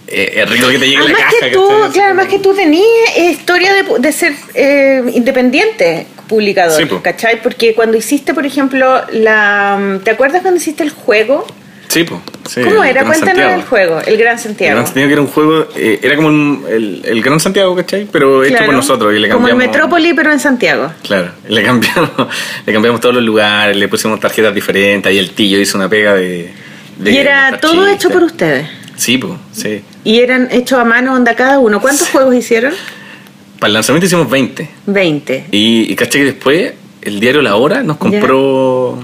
Speaker 3: eh, es rico que te llegue
Speaker 1: Además
Speaker 3: la caja.
Speaker 1: que tú,
Speaker 3: ¿cachai?
Speaker 1: claro, además que tú tenías eh, historia de, pu- de ser eh, independiente publicador,
Speaker 3: Sí, po.
Speaker 1: ¿cachai? Porque cuando hiciste, por ejemplo, la... mm, ¿Te acuerdas cuando hiciste el juego?
Speaker 3: Sí, po, sí,
Speaker 1: ¿Cómo
Speaker 3: el
Speaker 1: era?
Speaker 3: Gran
Speaker 1: Cuéntanos
Speaker 3: Santiago.
Speaker 1: el juego, el Gran
Speaker 3: El
Speaker 1: Santiago.
Speaker 3: Gran Santiago que era un juego, eh, era como un- el, el Gran Santiago, ¿cachai? Pero hecho
Speaker 1: Claro.
Speaker 3: por nosotros y le
Speaker 1: Como
Speaker 3: cambiamos.
Speaker 1: el Metrópoli, pero en Santiago.
Speaker 3: Claro, le cambiamos, le cambiamos todos los lugares, le pusimos tarjetas diferentes, ahí el tío hizo una pega de... de
Speaker 1: y era todo
Speaker 3: taxista.
Speaker 1: hecho por ustedes.
Speaker 3: Sí, pues, sí.
Speaker 1: Y eran hechos a mano, onda cada uno. ¿Cuántos juegos hicieron?
Speaker 3: Para el lanzamiento hicimos 20.
Speaker 1: 20.
Speaker 3: Y, y caché que después el diario La Hora nos compró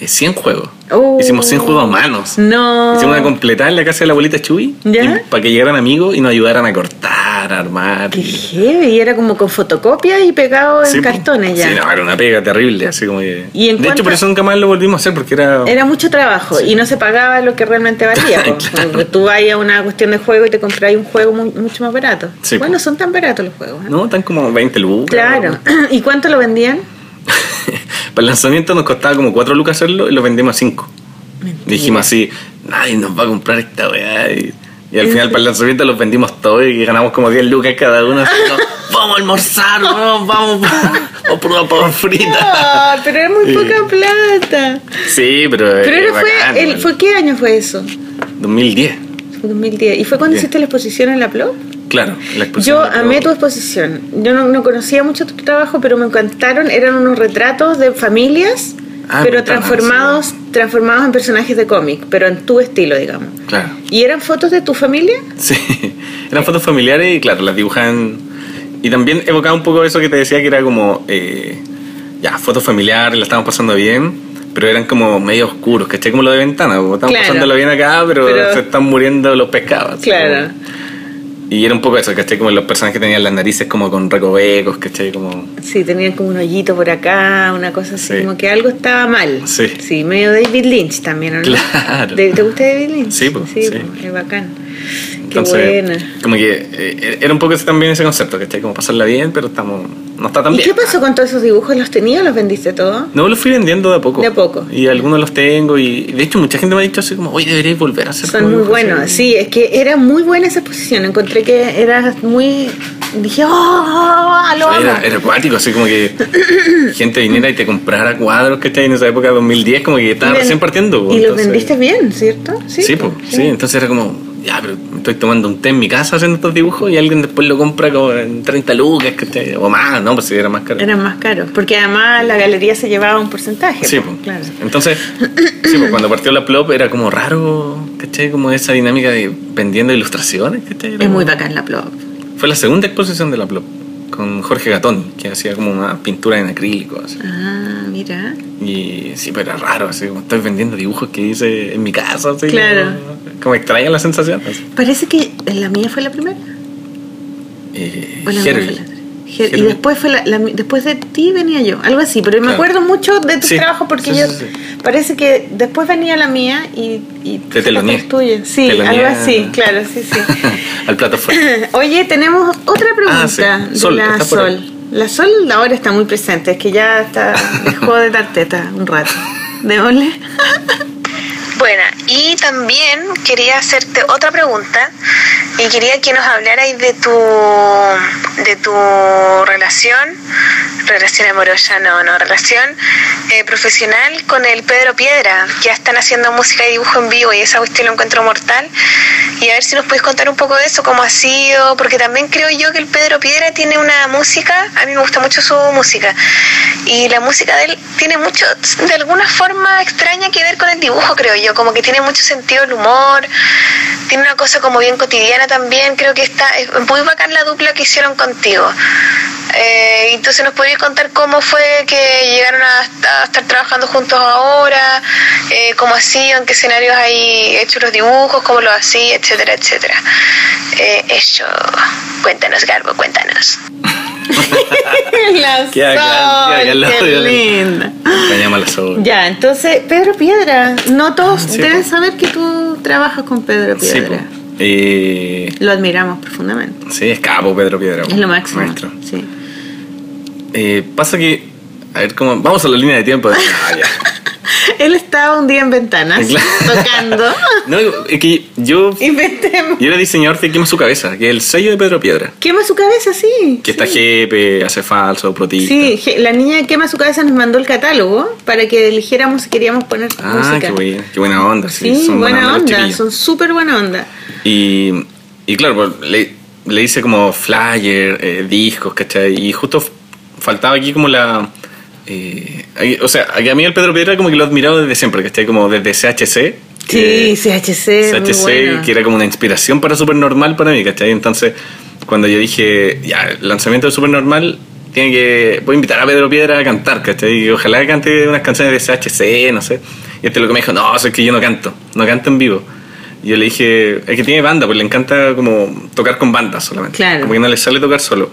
Speaker 3: eh, 100 juegos.
Speaker 1: Oh.
Speaker 3: Hicimos 100 juegos a manos.
Speaker 1: No.
Speaker 3: Hicimos una completada en la casa de la abuelita Chuy
Speaker 1: Ya.
Speaker 3: para que llegaran amigos y nos ayudaran a cortar, a armar.
Speaker 1: Qué heavy, y era como con fotocopias y pegado en
Speaker 3: Sí, po.
Speaker 1: cartones ya.
Speaker 3: Sí, no, era una pega terrible, así como que-
Speaker 1: ¿Y
Speaker 3: de
Speaker 1: en cuánto-
Speaker 3: hecho, por eso nunca más lo volvimos a hacer porque era.
Speaker 1: Era mucho trabajo y no se pagaba lo que realmente valía. po. Porque Tú vas a una cuestión de juego y te compras un juego mu- mucho más barato.
Speaker 3: Sí,
Speaker 1: bueno,
Speaker 3: po.
Speaker 1: son tan baratos los juegos. ¿eh?
Speaker 3: No, tan como 20 lucas.
Speaker 1: Claro. ¿Y cuánto lo vendían?
Speaker 3: Para el lanzamiento nos costaba como 4 lucas hacerlo y lo vendimos a 5. Dijimos así, nadie nos va a comprar esta weá. Y, y al final para el lanzamiento los vendimos todos y ganamos como 10 lucas cada uno. así como, vamos a almorzar, vamos, vamos, vamos, vamos por una papa frita.
Speaker 1: Ah, pero era muy
Speaker 3: Sí.
Speaker 1: poca plata.
Speaker 3: Sí, pero...
Speaker 1: Pero
Speaker 3: eh,
Speaker 1: era
Speaker 3: bacán,
Speaker 1: fue, el-
Speaker 3: bueno.
Speaker 1: fue ¿qué año fue eso?
Speaker 3: 2010,
Speaker 1: Fue 2010. ¿Y fue cuando
Speaker 3: Bien.
Speaker 1: hiciste la exposición en la PLO?
Speaker 3: claro. Pues la exposición
Speaker 1: Yo
Speaker 3: de
Speaker 1: amé tu
Speaker 3: Pro.
Speaker 1: exposición. Yo no, no conocía mucho tu trabajo, pero me encantaron. Eran unos retratos de familias,
Speaker 3: Ah,
Speaker 1: pero
Speaker 3: puta,
Speaker 1: transformados, transformados en personajes de cómic, pero en tu estilo, digamos.
Speaker 3: Claro.
Speaker 1: ¿Y eran fotos de tu familia?
Speaker 3: Sí, eran fotos familiares y claro, las dibujan. Y también evocaba un poco eso que te decía que era como, eh, ya, fotos familiares, la estábamos pasando bien, pero eran como medio oscuros, ¿cachai? Como lo de ventana, como estamos
Speaker 1: Claro.
Speaker 3: pasándolo bien acá, pero,
Speaker 1: Pero-
Speaker 3: se están muriendo los pescados. así
Speaker 1: Claro.
Speaker 3: como- y era un poco eso, ¿cachai? Como los personajes tenían las narices como con recovecos, ¿cachai? Como...
Speaker 1: Sí, tenían como un hoyito por acá, una cosa así,
Speaker 3: Sí.
Speaker 1: como que algo estaba mal.
Speaker 3: Sí.
Speaker 1: Sí, medio David Lynch también, ¿o ¿no?
Speaker 3: Claro.
Speaker 1: ¿Te, te gusta David Lynch?
Speaker 3: Sí, po,
Speaker 1: sí,
Speaker 3: sí.
Speaker 1: po, es bacán. Qué
Speaker 3: Entonces,
Speaker 1: buena.
Speaker 3: como que eh, era un poco ese- también ese concepto, ¿cachai? Como pasarla bien, pero estamos... No está tan
Speaker 1: ¿Y
Speaker 3: bien.
Speaker 1: qué pasó con todos esos dibujos? ¿Los tenías? ¿Los vendiste todos?
Speaker 3: No, los fui vendiendo de a poco.
Speaker 1: De a poco.
Speaker 3: Y algunos los tengo y de hecho mucha gente me ha dicho así como, oye, deberíais volver a hacer
Speaker 1: Son
Speaker 3: como
Speaker 1: muy
Speaker 3: dibujos
Speaker 1: buenos,
Speaker 3: así".
Speaker 1: sí, es que era muy buena esa exposición. Encontré que era muy. Dije, ¡oh! ¡Lo amo!
Speaker 3: Era, era acuático, así como que gente viniera y te comprara cuadros que en esa época 2010, como que estaba
Speaker 1: Y ven-
Speaker 3: recién partiendo. po,
Speaker 1: Y los
Speaker 3: entonces-
Speaker 1: vendiste bien, ¿cierto?
Speaker 3: Sí, po,
Speaker 1: po,
Speaker 3: sí, entonces era como, ya, pero me estoy tomando un té en mi casa haciendo estos dibujos y alguien después lo compra como en 30 lucas, ¿cachai? O más, no, pues sí, era más caro.
Speaker 1: Eran más caros, porque además la galería se llevaba un porcentaje.
Speaker 3: Sí,
Speaker 1: po,
Speaker 3: pues.
Speaker 1: claro.
Speaker 3: Entonces, sí, pues, cuando partió la plop era como raro, ¿cachai? Como esa dinámica de vendiendo ilustraciones, ¿cachai? Era
Speaker 1: Es
Speaker 3: como-
Speaker 1: muy bacán la plop.
Speaker 3: Fue la segunda exposición de la plop con Jorge Gatón, que hacía como una pintura en acrílico. así.
Speaker 1: Ah, mira.
Speaker 3: Y sí, pero era raro, así como estoy vendiendo dibujos que hice en mi casa. Así,
Speaker 1: Claro.
Speaker 3: Como, como extraña la sensación. así.
Speaker 1: Parece que la mía fue la primera.
Speaker 3: Eh,
Speaker 1: o la mía
Speaker 3: Herbie.
Speaker 1: fue la otra. Her- y
Speaker 3: Herbie.
Speaker 1: después fue la- la mi- después de ti venía yo, algo así, pero me
Speaker 3: Claro.
Speaker 1: acuerdo mucho de tu
Speaker 3: Sí,
Speaker 1: trabajo porque
Speaker 3: sí,
Speaker 1: yo
Speaker 3: sí, sí.
Speaker 1: parece que después venía la mía y, y
Speaker 3: Te teloneé.
Speaker 1: tuya. Sí,
Speaker 3: Teloneé
Speaker 1: algo
Speaker 3: a-
Speaker 1: así, claro, sí, sí.
Speaker 3: Al plato fuerte.
Speaker 1: Oye, tenemos otra pregunta
Speaker 3: Ah, sí.
Speaker 1: de
Speaker 3: Sol,
Speaker 1: la
Speaker 3: está por
Speaker 1: Sol.
Speaker 3: ahí.
Speaker 1: La Sol ahora está muy presente, es que ya está, dejó de dar teta un rato. Démosle.
Speaker 7: Bueno, y también quería hacerte otra pregunta y quería que nos hablarais de tu de tu relación, relación amorosa, no, no, relación eh, profesional con el Pedro Piedra, que ya están haciendo música y dibujo en vivo y esa cuestión lo encuentro mortal. Y a ver si nos podéis contar un poco de eso, cómo ha sido, porque también creo yo que el Pedro Piedra tiene una música, a mí me gusta mucho su música, y la música de él tiene mucho, de alguna forma extraña que ver con el dibujo, creo yo, como que tiene mucho sentido el humor, tiene una cosa como bien cotidiana también, creo que está, es muy bacán la dupla que hicieron contigo. Eh, entonces nos podrías contar cómo fue que llegaron a, a estar trabajando juntos ahora, eh, cómo ha sido, en qué escenarios hay hecho los dibujos, cómo lo hacía, etcétera, etcétera. Eh, eso, cuéntanos, Garbo, cuéntanos.
Speaker 1: la
Speaker 3: Qué bacán, qué bacán, la
Speaker 1: Sol, qué
Speaker 3: Sol.
Speaker 1: linda.
Speaker 3: Acompañamos a la Sol.
Speaker 1: Ya, entonces, Pedro Piedra, no todos
Speaker 3: Sí,
Speaker 1: deben
Speaker 3: po.
Speaker 1: saber que tú trabajas con Pedro
Speaker 3: Sí,
Speaker 1: Piedra.
Speaker 3: po. Eh,
Speaker 1: Lo admiramos profundamente.
Speaker 3: sí, es capo Pedro Piedra.
Speaker 1: Es lo máximo.
Speaker 3: Maestro.
Speaker 1: Sí.
Speaker 3: Eh, pasa que, a ver cómo... Vamos a la línea de tiempo. Ah, ya.
Speaker 1: Él estaba un día en ventanas
Speaker 3: Claro.
Speaker 1: tocando.
Speaker 3: No, es que yo...
Speaker 1: Inventemos.
Speaker 3: Yo era diseñador de Quema su cabeza, que es el sello de Pedro Piedra.
Speaker 1: Quema su cabeza, sí.
Speaker 3: Que
Speaker 1: sí.
Speaker 3: está jefe, hace falso, protista.
Speaker 1: Sí, je- la niña que quema su cabeza nos mandó el catálogo para que eligiéramos si queríamos poner
Speaker 3: Ah,
Speaker 1: música.
Speaker 3: qué buena, qué buena onda. Sí,
Speaker 1: Sí,
Speaker 3: son
Speaker 1: buena,
Speaker 3: los
Speaker 1: onda,
Speaker 3: chiquillos.
Speaker 1: son súper buena onda.
Speaker 3: Y, y claro, pues, le, le hice como flyer, eh, discos, ¿cachai? Y justo f- faltaba aquí como la... eh, ahí- o sea, aquí a mí el Pedro Piedra como que lo he admirado desde siempre, ¿cachai? Como desde CHC,
Speaker 1: Sí,
Speaker 3: que-
Speaker 1: CHC. muy
Speaker 3: CHC,
Speaker 1: bueno.
Speaker 3: que era como una inspiración para Supernormal para mí, ¿cachai? Entonces, cuando yo dije, ya, el lanzamiento de Supernormal, tiene que, voy a invitar a Pedro Piedra a cantar, ¿cachai? Y ojalá que cante unas canciones de CHC, no sé. Y este lo que me dijo, no, eso es que yo no canto, no canto en vivo. Y yo le dije, es que tiene banda, pues le encanta como tocar con bandas solamente.
Speaker 1: Claro.
Speaker 3: Como que no le sale tocar solo.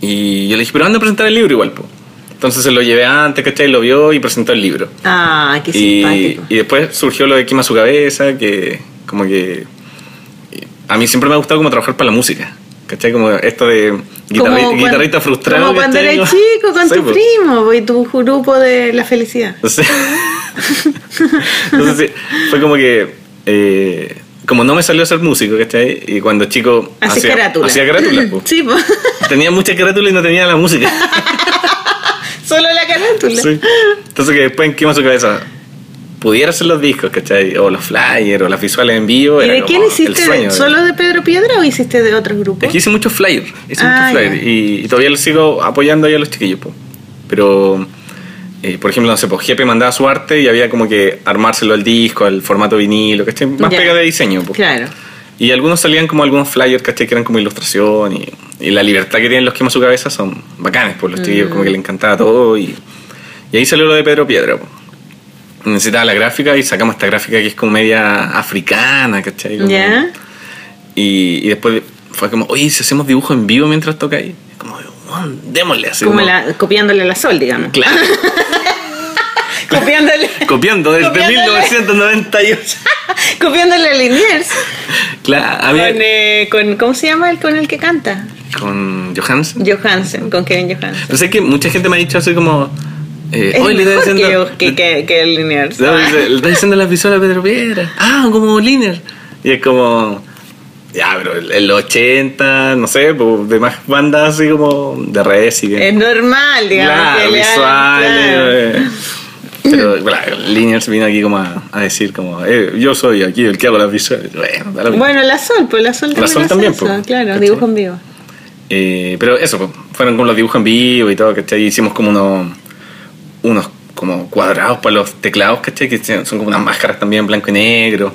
Speaker 3: Y yo le dije, pero anda a presentar el libro igual, pues. Entonces se lo llevé antes, ¿cachai? Lo vio y presentó el libro
Speaker 1: Ah, qué
Speaker 3: y,
Speaker 1: simpático.
Speaker 3: y después surgió lo de Quima su cabeza, que como que... A mí siempre me ha gustado como trabajar para la música. ¿Cachai? Como esto de guitarri-
Speaker 1: cuan-
Speaker 3: guitarrista frustrado.
Speaker 1: Como cuando
Speaker 3: ¿cachai?
Speaker 1: eres
Speaker 3: Como-
Speaker 1: chico
Speaker 3: Sí,
Speaker 1: con
Speaker 3: pues.
Speaker 1: tu
Speaker 3: po.
Speaker 1: primo y tu grupo de la felicidad.
Speaker 3: Entonces, entonces, sí, fue como que... eh, como no me salió a ser músico, ¿cachai? Y cuando chico...
Speaker 1: Así
Speaker 3: hacía-
Speaker 1: carátula.
Speaker 3: Hacía pues. carátulas, po.
Speaker 1: Sí, pues. po.
Speaker 3: Tenía muchas carátulas y no tenía la música.
Speaker 1: solo la carátula.
Speaker 3: Sí. Entonces que después en quema su cabeza pudiera ser los discos, ¿cachai? O los flyers, o las visuales en vivo.
Speaker 1: ¿Y
Speaker 3: era
Speaker 1: de
Speaker 3: como
Speaker 1: quién
Speaker 3: el
Speaker 1: hiciste?
Speaker 3: sueño,
Speaker 1: ¿Solo de Pedro Piedra o hiciste de otros grupos?
Speaker 3: Es que hice muchos flyers. Hice
Speaker 1: Ah,
Speaker 3: muchos flyers.
Speaker 1: ya.
Speaker 3: Y, y todavía lo sigo apoyando ahí a los chiquillos. po. Pero, eh, por ejemplo, no sé, pues Jepe mandaba su arte y había como que armárselo al disco, al formato vinilo, ¿cachai? Más
Speaker 1: Ya.
Speaker 3: pega de diseño. po.
Speaker 1: Claro.
Speaker 3: Y algunos salían como algunos flyers, ¿cachai? Que eran como ilustración y, y la libertad que tienen los quemas su cabeza son bacanes, pues los
Speaker 1: Mm.
Speaker 3: chiquillos como que le encantaba todo y, y ahí salió lo de Pedro Piedra, po. Necesitaba la gráfica y sacamos esta gráfica que es como media africana, ¿cachai? Como-
Speaker 1: ¿Ya?
Speaker 3: y, y después fue como, oye, si hacemos dibujo en vivo mientras toca ahí, como, "Bueno, démosle así.
Speaker 1: Como
Speaker 3: como-
Speaker 1: la, copiándole la sol, digamos.
Speaker 3: Claro,
Speaker 1: Copiándole.
Speaker 3: copiando desde
Speaker 1: Copiándole.
Speaker 3: 1998.
Speaker 1: copiándole a Liniers.
Speaker 3: Claro,
Speaker 1: Con,
Speaker 3: había-
Speaker 1: eh, con, ¿Cómo se llama el con el que canta?
Speaker 3: con Johannes.
Speaker 1: Johansen, con Kevin Johansen.
Speaker 3: Pero Pues sé que mucha gente me ha dicho así como, eh,
Speaker 1: Es
Speaker 3: "Oye, le
Speaker 1: mejor
Speaker 3: estás haciendo-
Speaker 1: que, que, que, que el Liniers.
Speaker 3: le- le- le estás haciendo las visuales a Pedro Piedra. Ah, como Liner. Y es como, ya, pero el, el 80, no sé, pues, de más bandas así como de Resident.
Speaker 1: es normal, digamos.
Speaker 3: Claro,
Speaker 1: que le hagan- claro.
Speaker 3: visuales. eh. Pero claro, Liniers vino aquí como a, a decir como, eh, yo soy aquí el que hago las visuales. Bueno, da lo mismo.
Speaker 1: Bueno, la sol, pues la sol
Speaker 3: La
Speaker 1: también.
Speaker 3: Sol
Speaker 1: hace
Speaker 3: también,
Speaker 1: eso,
Speaker 3: pues.
Speaker 1: Claro,
Speaker 3: ¿Cachai?
Speaker 1: dibujo en vivo.
Speaker 3: Eh, pero eso, pues, fueron como los dibujos en vivo y todo, ¿cachai? Hicimos como unos, unos como cuadrados para los teclados, ¿cachai? Que son como unas máscaras también en blanco y negro.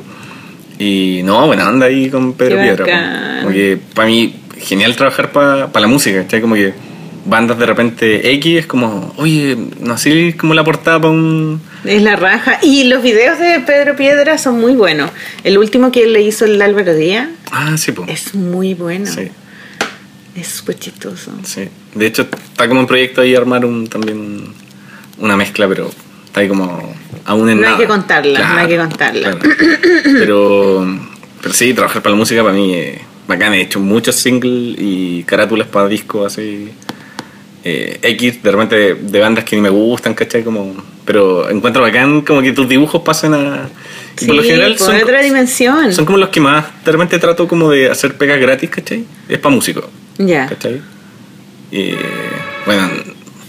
Speaker 3: Y no, buena onda ahí con Pedro
Speaker 1: Qué
Speaker 3: Piedra.
Speaker 1: bacán.
Speaker 3: pues. Como que para mí, genial trabajar para la música, ¿cachai? Como que bandas de repente X es como, oye, no así como la portada para un...
Speaker 1: Es la raja. Y los videos de Pedro Piedra son muy buenos. El último que le hizo el Álvaro Díaz
Speaker 3: Ah, sí, pues.
Speaker 1: es muy bueno.
Speaker 3: Sí,
Speaker 1: Es súper chistoso.
Speaker 3: sí. De hecho, está como un proyecto ahí armar un, también un- una mezcla, pero está ahí como aún en
Speaker 1: No hay
Speaker 3: nada.
Speaker 1: que contarla, no hay que contarla.
Speaker 3: Pero, pero sí, trabajar para la música para mí es bacán. He hecho muchos singles y carátulas para discos así. eh, X, de repente de, de bandas que ni me gustan, ¿cachai? Como, pero encuentro bacán como que tus dibujos pasen a... y
Speaker 1: Sí, por otra dimensión.
Speaker 3: Son como los que más, de repente trato como de hacer pegas gratis, ¿cachai? Es para músicos.
Speaker 1: Ya.
Speaker 3: ¿Cachai? Y bueno,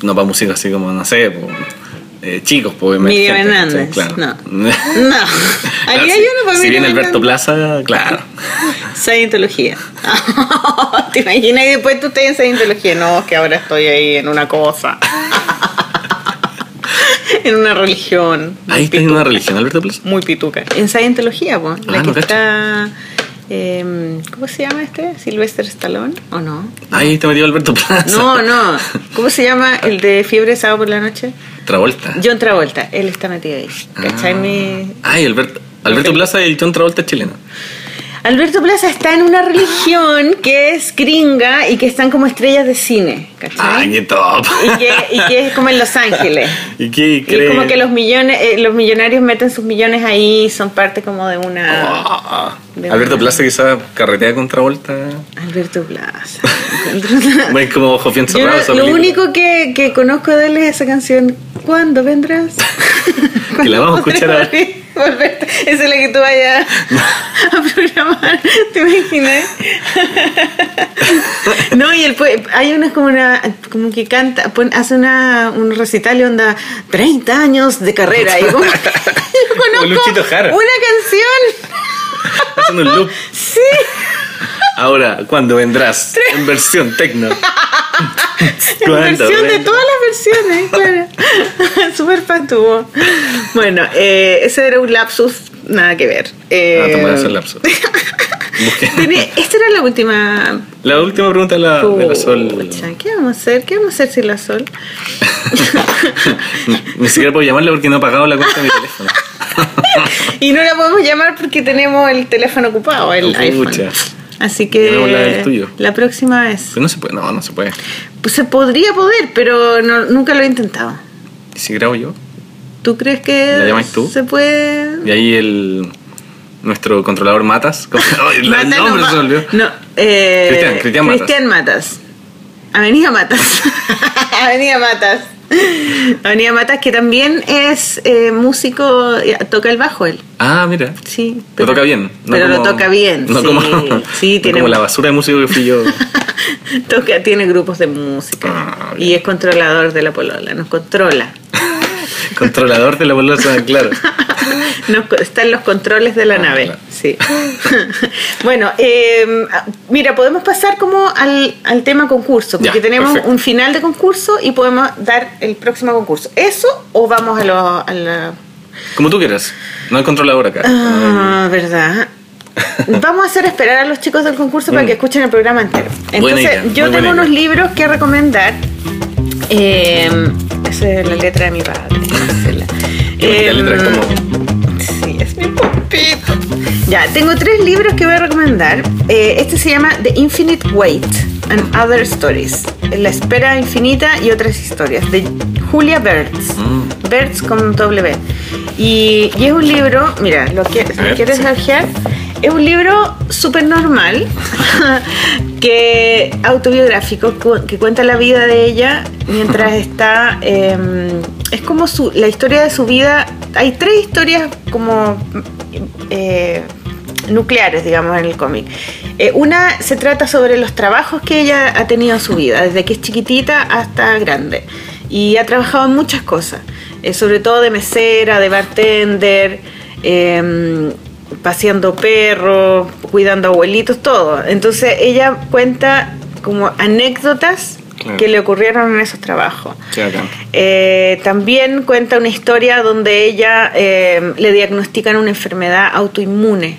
Speaker 3: no para músicos así como, no sé, po, eh, chicos, pues.
Speaker 1: Miriam Hernández, no. No. Había
Speaker 3: si,
Speaker 1: uno
Speaker 3: Ah,
Speaker 1: para
Speaker 3: Si
Speaker 1: Miriam
Speaker 3: viene Alberto
Speaker 1: Hernández.
Speaker 3: Plaza, claro.
Speaker 1: Scientología. ¿Te imaginas? Y después tú estás en Scientología. No, es que ahora estoy ahí en una cosa. en una religión.
Speaker 3: Ahí está en una religión, Alberto Plaza.
Speaker 1: Muy pituca. En Scientología, pues. la
Speaker 3: Ah,
Speaker 1: que
Speaker 3: no cacho.
Speaker 1: está. em, ¿Cómo se llama este? ¿Sylvester Stallone? ¿O no?
Speaker 3: Ahí está metido Alberto Plaza.
Speaker 1: No, no. ¿Cómo se llama el de fiebre de sábado por la noche?
Speaker 3: Travolta.
Speaker 1: John Travolta. Él está metido ahí. ¿Cachai?
Speaker 3: Ah.
Speaker 1: Mi-
Speaker 3: Ay, Alberto. Alberto Plaza y el John Travolta es chileno.
Speaker 1: Alberto Plaza está en una religión que es gringa y que están como estrellas de cine.
Speaker 3: Ay,
Speaker 1: ¿Cachai?
Speaker 3: qué top.
Speaker 1: Y que, y que es como en Los Ángeles.
Speaker 3: ¿Y qué
Speaker 1: Y es
Speaker 3: cree?
Speaker 1: como que los millones, eh, los millonarios meten sus millones ahí y son parte como de una.
Speaker 3: Ah,
Speaker 1: De
Speaker 3: Alberto
Speaker 1: una-
Speaker 3: Plaza quizá carretea con Travolta.
Speaker 1: Alberto Plaza.
Speaker 3: Bueno, es como ojo bien
Speaker 1: Ah. Yo
Speaker 3: cerrado. esa
Speaker 1: lo
Speaker 3: película.
Speaker 1: único que, que conozco de él es esa canción ¿Cuándo vendrás?
Speaker 3: Que la vamos a
Speaker 1: ¿Cuándo
Speaker 3: escuchar ahora.
Speaker 1: podré volverte? Esa es la que tú vayas a programar, ¿te imaginas? no, y él fue- hay unas como una como que canta, pon- hace una, un recital y onda 30 años de carrera y como, yo
Speaker 3: Como
Speaker 1: conozco
Speaker 3: Luchito Jara.
Speaker 1: una canción.
Speaker 3: Haciendo un loop.
Speaker 1: Sí,
Speaker 3: Ahora, ¿cuándo vendrás? En versión tecno.
Speaker 1: la
Speaker 3: ¿Cuándo
Speaker 1: versión de
Speaker 3: vendrás?
Speaker 1: todas las versiones, claro. Súper fan tuvo. Bueno, eh, ese era un lapsus nada que ver.
Speaker 3: Ah, te voy a
Speaker 1: Eh,
Speaker 3: hacer lapso. Busqué-
Speaker 1: tenía- esta era la última.
Speaker 3: La última pregunta es la Ah, de la sol.
Speaker 1: Pucha, ¿Qué vamos a hacer? ¿Qué vamos a hacer sin la sol?
Speaker 3: Ni siquiera puedo llamarle porque no he pagado la cuenta de mi teléfono.
Speaker 1: Y no la podemos llamar porque tenemos el teléfono ocupado, el
Speaker 3: Pucha.
Speaker 1: iPhone. Así
Speaker 3: Tenemos la del
Speaker 1: que
Speaker 3: tuyo.
Speaker 1: la próxima vez.
Speaker 3: Pero no se puede, no, no se puede.
Speaker 1: Pues se podría poder, pero no- nunca lo he intentado.
Speaker 3: ¿Y si grabo yo?
Speaker 1: ¿Tú crees que
Speaker 3: ¿La llamas tú?
Speaker 1: se puede?
Speaker 3: Y ahí el nuestro controlador Matas. Ay, la- el
Speaker 1: Mata
Speaker 3: nombre
Speaker 1: no va-
Speaker 3: se volvió.
Speaker 1: No, eh,
Speaker 3: Cristian, Cristian Matas.
Speaker 1: Matas. Avenida Matas. Avenida Matas. Avenida Matas, que también es eh, músico, eh, toca el bajo él.
Speaker 3: Ah, mira.
Speaker 1: Sí.
Speaker 3: Lo toca bien. no
Speaker 1: pero lo
Speaker 3: como-
Speaker 1: toca bien.
Speaker 3: No
Speaker 1: sí,
Speaker 3: como,
Speaker 1: sí,
Speaker 3: no
Speaker 1: tiene
Speaker 3: como la basura de músico que fui yo.
Speaker 1: Toca, tiene grupos de música
Speaker 3: Ah,
Speaker 1: y es controlador de la polola, nos controla.
Speaker 3: Controlador de la bolsa, claro.
Speaker 1: Nos co- están los controles de la
Speaker 3: Ah,
Speaker 1: nave.
Speaker 3: claro.
Speaker 1: Sí. bueno, eh, mira, podemos pasar como al, al tema concurso, porque
Speaker 3: Ya,
Speaker 1: tenemos
Speaker 3: perfecto.
Speaker 1: un final de concurso y podemos dar el próximo concurso. ¿Eso o vamos a, lo- a la...
Speaker 3: Como tú quieras. No hay controlador acá.
Speaker 1: Ah, ¿verdad? Vamos a hacer esperar a los chicos del concurso para que escuchen el programa entero.
Speaker 3: Mm. Buena
Speaker 1: Entonces,
Speaker 3: idea, muy
Speaker 1: yo
Speaker 3: buena
Speaker 1: tengo
Speaker 3: idea.
Speaker 1: unos libros que recomendar. Eh, esa es la letra de mi padre. Marcela.
Speaker 3: Y la letra es
Speaker 1: Em,
Speaker 3: como-
Speaker 1: Sí, es mi popito. Ya, tengo tres libros que voy a recomendar. Eh, este se llama The Infinite Wait and Other Stories. La espera infinita y otras historias. De Julia Bertz.
Speaker 3: mm,
Speaker 1: Bertz con W. Y, y es un libro, mira, lo, que,
Speaker 3: A ver,
Speaker 1: lo quieres
Speaker 3: sí.
Speaker 1: Jorgear? Es un libro súper normal, que, autobiográfico, cu- que cuenta la vida de ella mientras está... eh, es como su, la historia de su vida. Hay tres historias como eh, nucleares, digamos, en el cómic. Eh, una se trata sobre los trabajos que ella ha tenido en su vida, desde que es chiquitita hasta grande. Y ha trabajado en muchas cosas, eh, sobre todo de mesera, de bartender eh, paseando perros, cuidando abuelitos, todo. Entonces ella cuenta como anécdotas
Speaker 3: Claro.
Speaker 1: que le ocurrieron en esos trabajos.
Speaker 3: Qué bacán.
Speaker 1: Eh, también cuenta una historia donde ella eh, le diagnostican una enfermedad autoinmune.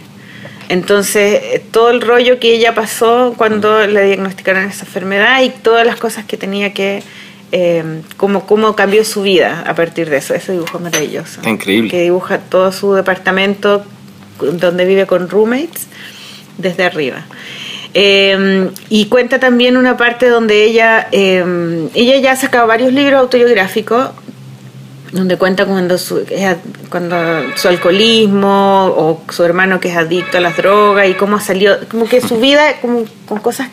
Speaker 1: Entonces, eh, todo el rollo que ella pasó cuando le diagnosticaron esa enfermedad y todas las cosas que tenía que, eh, cómo, cómo cambió su vida a partir de eso. Ese dibujo es maravilloso.
Speaker 3: Está increíble.
Speaker 1: Que dibuja todo su departamento donde vive con roommates desde arriba. Eh, y cuenta también una parte donde ella, eh, ella ya ha sacado varios libros autobiográficos donde cuenta cuando su, es ad- cuando su alcoholismo o su hermano que es adicto a las drogas y cómo salió, como que su vida como, con cosas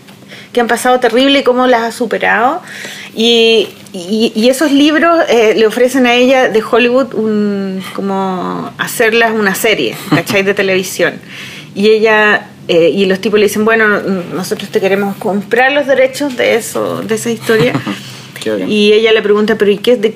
Speaker 1: que han pasado terrible y cómo las ha superado. Y, y- y esos libros eh, le ofrecen a ella de Hollywood un, como hacerlas una serie, ¿cachai? De televisión. Y ella... eh, y los tipos le dicen, bueno, nosotros te queremos comprar los derechos de eso, de esa historia.
Speaker 3: Qué bacán.
Speaker 1: Y ella le pregunta, pero ¿y qué, de-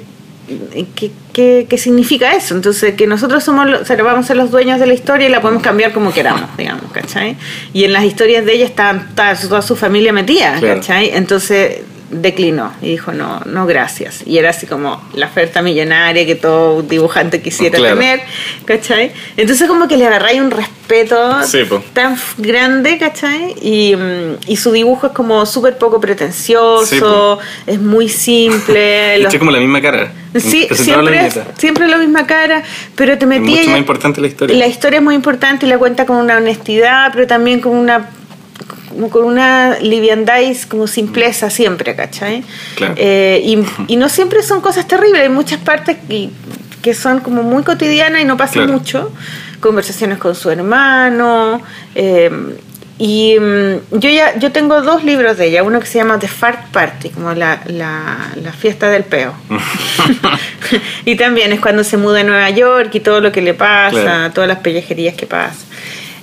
Speaker 1: qué, qué- qué significa eso? Entonces, que nosotros somos, los- o sea, vamos a ser los dueños de la historia y la podemos cambiar como queramos, digamos, ¿cachai? Y en las historias de ella está, está toda su familia metida,
Speaker 3: Claro.
Speaker 1: ¿cachai? Entonces declinó y dijo, no, no, gracias. Y era así como la oferta millonaria que todo dibujante quisiera
Speaker 3: Claro.
Speaker 1: tener, ¿cachai? Entonces como que le agarráis un respeto
Speaker 3: Sí, po.
Speaker 1: tan f- grande, ¿cachai? Y, mm, y su dibujo es como súper poco pretencioso,
Speaker 3: Sí, po.
Speaker 1: es muy simple.
Speaker 3: Eché
Speaker 1: los-
Speaker 3: como la misma cara.
Speaker 1: Sí,
Speaker 3: Casi toda la
Speaker 1: siempre, es-
Speaker 3: viñeta.
Speaker 1: siempre la misma cara, pero te
Speaker 3: Es
Speaker 1: metí
Speaker 3: mucho
Speaker 1: ella-
Speaker 3: más importante la historia.
Speaker 1: La historia es muy importante y la cuenta con una honestidad, pero también con una como con una liviandad y como simpleza siempre, ¿cachai?
Speaker 3: Mm. Claro.
Speaker 1: Eh, y, y no siempre son cosas terribles, hay muchas partes que, que son como muy cotidianas y no pasa
Speaker 3: Claro.
Speaker 1: mucho, conversaciones con su hermano, eh, y mm, yo ya yo tengo dos libros de ella, uno que se llama The Fart Party, como la, la, la fiesta del peo, y también es cuando se muda a Nueva York y todo lo que le pasa,
Speaker 3: Claro.
Speaker 1: todas las pellejerías que pasa.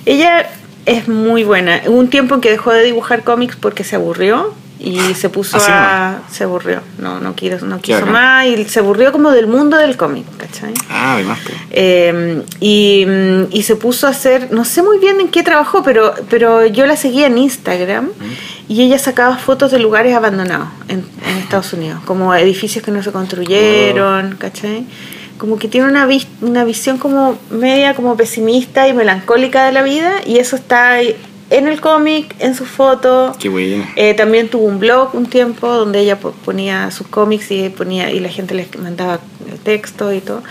Speaker 1: Ella es muy buena. Hubo un tiempo en que dejó de dibujar cómics porque se aburrió y se puso
Speaker 3: Ah, Así
Speaker 1: a... Se aburrió, no, no quiso, no quiso
Speaker 3: bacán.
Speaker 1: más y se aburrió como del mundo del cómic, ¿cachai?
Speaker 3: Ah, además. po.
Speaker 1: Eh, y, mm, y se puso a hacer, no sé muy bien en qué trabajó, pero, pero yo la seguía en Instagram y ella sacaba fotos de lugares abandonados en, en Estados Unidos, como edificios que no se construyeron, ¿cachai? como que tiene una, vis- una visión como media como pesimista y melancólica de la vida y eso está ahí en el cómic, en sus fotos.
Speaker 3: Qué buena.
Speaker 1: Eh, también tuvo un blog un tiempo donde ella po- ponía sus cómics y ponía y la gente les mandaba el texto y todo.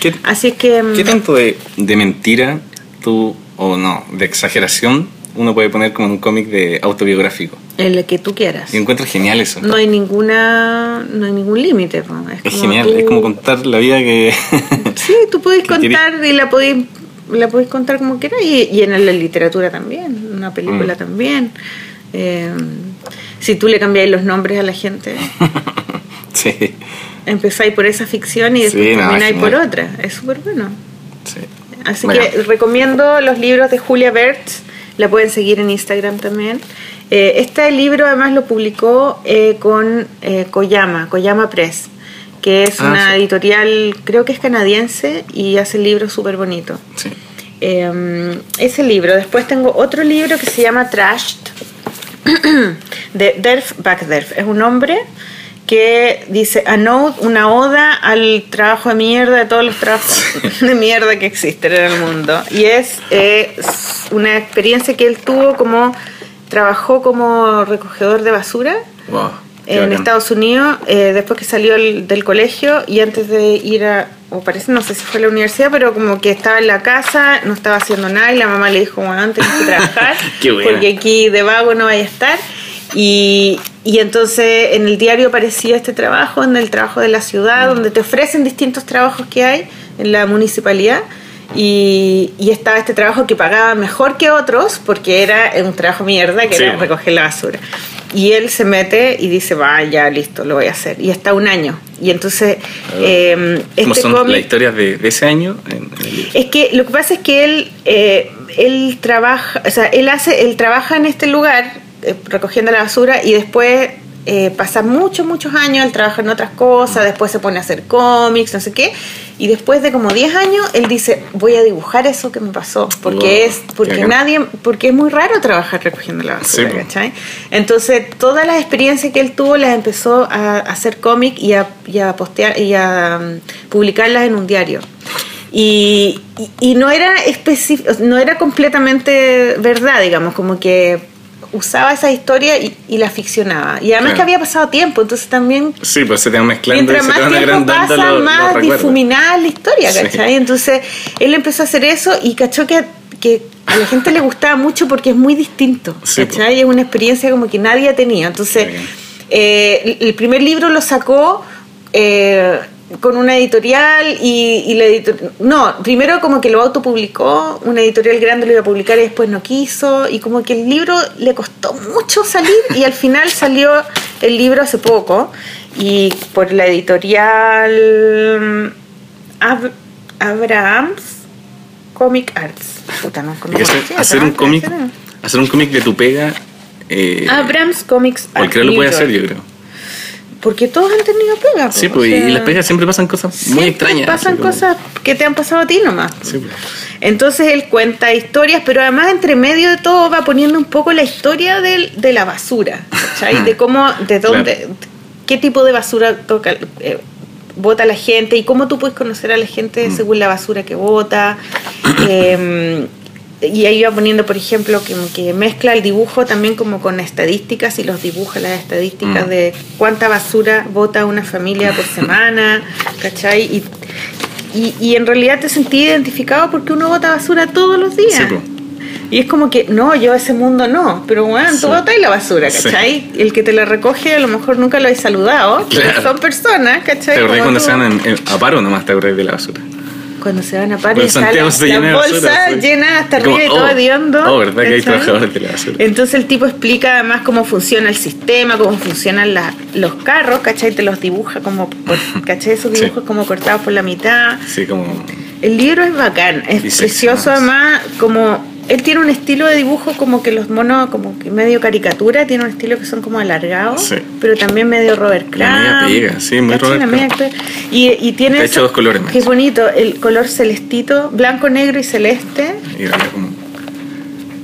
Speaker 3: ¿Qué-
Speaker 1: Así es que mm,
Speaker 3: ¿Qué tanto de, de mentira tú, o no, de exageración, uno puede poner como en un cómic de autobiográfico?
Speaker 1: el que tú quieras.
Speaker 3: Y encuentro genial eso.
Speaker 1: No hay ninguna no hay ningún límite, po. es,
Speaker 3: es
Speaker 1: como
Speaker 3: genial,
Speaker 1: tú-
Speaker 3: es como contar la vida que...
Speaker 1: Sí, tú podés
Speaker 3: que
Speaker 1: contar y la podés la podés contar como quieras y, y en la literatura también, en una película
Speaker 3: Mm.
Speaker 1: también. Eh, si tú le cambiáis los nombres a la gente,
Speaker 3: sí,
Speaker 1: empezáis por esa ficción y
Speaker 3: Sí,
Speaker 1: después
Speaker 3: no,
Speaker 1: termináis por
Speaker 3: genial.
Speaker 1: otra. Es súper bueno.
Speaker 3: sí.
Speaker 1: Así
Speaker 3: Bueno.
Speaker 1: que recomiendo los libros de Julia Bertz, la pueden seguir en Instagram también. Eh, este libro además lo publicó eh, con eh, Koyama, Koyama Press, que es
Speaker 3: Ah,
Speaker 1: una
Speaker 3: sí.
Speaker 1: editorial, creo que es canadiense, y hace libros súper bonitos.
Speaker 3: sí.
Speaker 1: Eh, ese libro. Después tengo otro libro que se llama Trashed, de Derf Backderf. Es un hombre que dice a note, una oda al trabajo de mierda, de todos los trabajos de mierda que existen en el mundo. Y es eh, s- una experiencia que él tuvo como, trabajó como recogedor de basura
Speaker 3: Wow. qué
Speaker 1: en
Speaker 3: bacán.
Speaker 1: Estados Unidos, eh, después que salió el- del colegio y antes de ir a, o parece, no sé si fue a la universidad, pero como que estaba en la casa, no estaba haciendo nada y la mamá le dijo, bueno, tenés que trabajar
Speaker 3: Qué buena.
Speaker 1: porque aquí de vago no vaya a estar. Y, y entonces en el diario aparecía este trabajo, en el trabajo de la
Speaker 3: Mm.
Speaker 1: ciudad, donde te ofrecen distintos trabajos que hay en la municipalidad. Y, y estaba este trabajo que pagaba mejor que otros porque era un trabajo mierda que
Speaker 3: Sí.
Speaker 1: era recoger la basura. Y él se mete y dice, vaya, listo, lo voy a hacer. Y está un año. Y entonces, eh,
Speaker 3: Como
Speaker 1: este
Speaker 3: son las
Speaker 1: cómic...
Speaker 3: historias de, de ese año en, en el libro.
Speaker 1: Es que lo que pasa es que él, eh, él trabaja, o sea, él hace, él trabaja en este lugar eh, recogiendo la basura y después eh, pasa muchos, muchos años, él trabaja en otras cosas, después se pone a hacer cómics, no sé qué, y después de como 10 años, él dice, voy a dibujar eso que me pasó, porque
Speaker 3: Wow,
Speaker 1: es, porque
Speaker 3: qué bacán.
Speaker 1: nadie, porque es muy raro trabajar recogiendo la basura,
Speaker 3: Sí, po.
Speaker 1: ¿cachai? Entonces, todas las experiencias que él tuvo las empezó a hacer cómic y a, y a postear y a um, publicarlas en un diario. Y, y- y no era especi- no era completamente verdad, digamos, como que usaba esa historia y, y la ficcionaba. Y además
Speaker 3: Claro.
Speaker 1: que había pasado tiempo, entonces también
Speaker 3: Sí, pues se te van mezclando y
Speaker 1: Mientras
Speaker 3: se te
Speaker 1: más
Speaker 3: van
Speaker 1: tiempo
Speaker 3: agrandando
Speaker 1: pasa,
Speaker 3: los, los
Speaker 1: más
Speaker 3: recuerdos.
Speaker 1: difuminada es la historia,
Speaker 3: Sí.
Speaker 1: ¿cachai? Entonces, él empezó a hacer eso y cachó que, que a la gente le gustaba mucho porque es muy distinto,
Speaker 3: Sí,
Speaker 1: ¿cachai? Es una experiencia como que nadie ha tenido. Entonces,
Speaker 3: Bien.
Speaker 1: eh, el el primer libro lo sacó... eh, con una editorial y, y la editorial... No, primero como que lo autopublicó, una editorial grande lo iba a publicar y después no quiso, y como que el libro le costó mucho salir y al final salió el libro hace poco, y por la editorial Ab- Abrahams Comic Arts. Puta, no,
Speaker 3: Y que hacer, hacer un cómic, hacer un cómic de tu pega, eh,
Speaker 1: Abrams Comics Arts.
Speaker 3: cualquiera lo puede
Speaker 1: New
Speaker 3: hacer, yo
Speaker 1: York.
Speaker 3: creo.
Speaker 1: Porque todos han tenido pegas.
Speaker 3: Sí, pues, y las pegas siempre pasan cosas muy extrañas.
Speaker 1: Pasan
Speaker 3: así como-
Speaker 1: cosas que te han pasado a ti nomás.
Speaker 3: Sí, pues.
Speaker 1: Entonces él cuenta historias, pero además entre medio de todo va poniendo un poco la historia del- de la basura, ¿cachai? De cómo, de dónde, qué tipo de basura toca, eh, bota la gente y cómo tú puedes conocer a la gente según la basura que bota. Eh, y ahí va poniendo, por ejemplo, que, que mezcla el dibujo también como con estadísticas y los dibuja las estadísticas
Speaker 3: Mm.
Speaker 1: de cuánta basura bota una familia por semana, ¿cachai? Y y, y en realidad te sentí identificado porque uno bota basura todos los días.
Speaker 3: Sí, po.
Speaker 1: Y es como que, no, yo a ese mundo no, pero bueno,
Speaker 3: Sí.
Speaker 1: tú botas la basura, ¿cachai? El que te la recoge a lo mejor nunca lo has saludado, pero
Speaker 3: Claro.
Speaker 1: son personas, ¿cachai?
Speaker 3: ¿Te acordás
Speaker 1: Como
Speaker 3: cuando
Speaker 1: tú.
Speaker 3: se van en- en- a paro nomás? ¿Te acordás de la basura?
Speaker 1: Cuando se van a
Speaker 3: Cuando
Speaker 1: parir, está
Speaker 3: Santiago
Speaker 1: la,
Speaker 3: se
Speaker 1: la
Speaker 3: llena de
Speaker 1: bolsa
Speaker 3: basura, sí.
Speaker 1: llena hasta
Speaker 3: Y como,
Speaker 1: arriba y todo
Speaker 3: oh,
Speaker 1: hediondo.
Speaker 3: oh, ¿verdad que hay
Speaker 1: ¿cachai?
Speaker 3: trabajadores de la basura?
Speaker 1: Entonces el tipo explica además cómo funciona el sistema, cómo funcionan la- los carros, ¿cachai? Te los dibuja como, por- ¿cachai? Esos
Speaker 3: Sí.
Speaker 1: dibujos como cortados por la mitad.
Speaker 3: Sí, como...
Speaker 1: El libro es bacán, es
Speaker 3: Dice,
Speaker 1: precioso
Speaker 3: ah, sí.
Speaker 1: además, como él tiene un estilo de dibujo como que los monos como que medio caricatura, tiene un estilo que son como alargados,
Speaker 3: Sí.
Speaker 1: pero también medio Robert
Speaker 3: La
Speaker 1: Crumb.
Speaker 3: media pega, sí, muy
Speaker 1: ¿cachai?
Speaker 3: Robert
Speaker 1: La media que- Y, y tiene
Speaker 3: Está hecho
Speaker 1: eso-
Speaker 3: dos colores,
Speaker 1: Qué
Speaker 3: macho.
Speaker 1: bonito, el color celestito, blanco, negro y celeste,
Speaker 3: y era como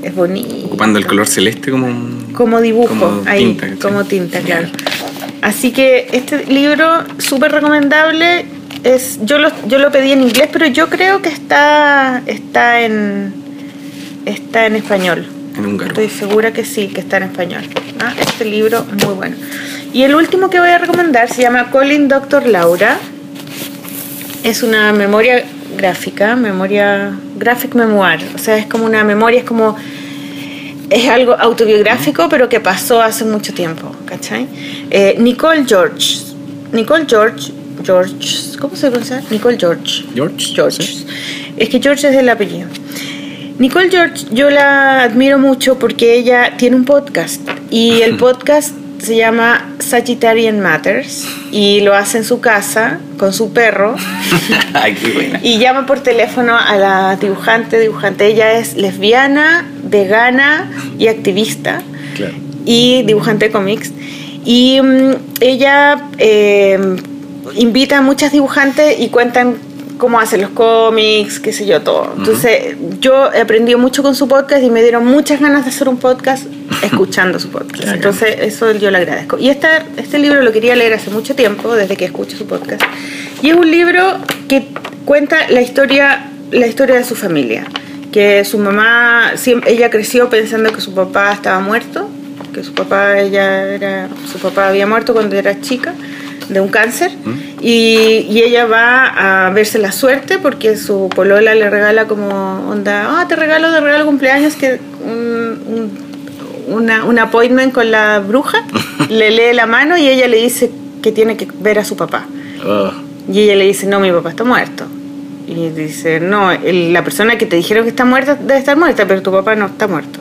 Speaker 1: es bonito.
Speaker 3: ocupando el color celeste como un-
Speaker 1: como dibujo
Speaker 3: como
Speaker 1: ahí,
Speaker 3: tinta, ¿cachai?
Speaker 1: como tinta, claro. Así que este libro súper recomendable es yo lo, yo lo pedí en inglés, pero yo creo que está está en está en español.
Speaker 3: En húngaro.
Speaker 1: Estoy segura que sí, que está en español. Ah, Este libro es muy bueno. Y el último que voy a recomendar se llama Colin Doctor Laura. Es una memoria gráfica, memoria graphic memoir, o sea, es como una memoria, es como es algo autobiográfico, pero que pasó hace mucho tiempo, ¿cachai? Eh, Nicole George. Nicole George. George. ¿Cómo se pronuncia? Nicole George.
Speaker 3: George,
Speaker 1: George.
Speaker 3: sí.
Speaker 1: Es que George es el apellido. Nicole George, yo la admiro mucho porque ella tiene un podcast y el podcast se llama Sagittarian Matters y lo hace en su casa con su perro
Speaker 3: Ay, qué buena.
Speaker 1: y llama por teléfono a la dibujante, dibujante. Ella es lesbiana, vegana y activista
Speaker 3: Claro.
Speaker 1: y dibujante de cómics. Y mm, ella eh, invita a muchas dibujantes y cuentan cómo hacen los cómics, qué sé yo, todo. Entonces, yo he aprendido mucho con su podcast y me dieron muchas ganas de hacer un podcast escuchando su podcast.
Speaker 3: Claro.
Speaker 1: Entonces, eso yo le agradezco. Y este, este libro lo quería leer hace mucho tiempo, desde que escucho su podcast. Y es un libro que cuenta la historia, la historia de su familia. Que su mamá, siem- ella creció pensando que su papá estaba muerto, que su papá, ella era, su papá había muerto cuando era chica de un cáncer y, y ella va a verse la suerte porque su polola le regala como onda, ah, te regalo de regalo cumpleaños que un, un- una, un appointment con la bruja, le lee la mano y ella le dice que tiene que ver a su papá.
Speaker 3: Oh,
Speaker 1: Y ella le dice, no, mi papá está muerto. Y dice, no, el- la persona que te dijeron que está muerta debe estar muerta, pero tu papá no está muerto.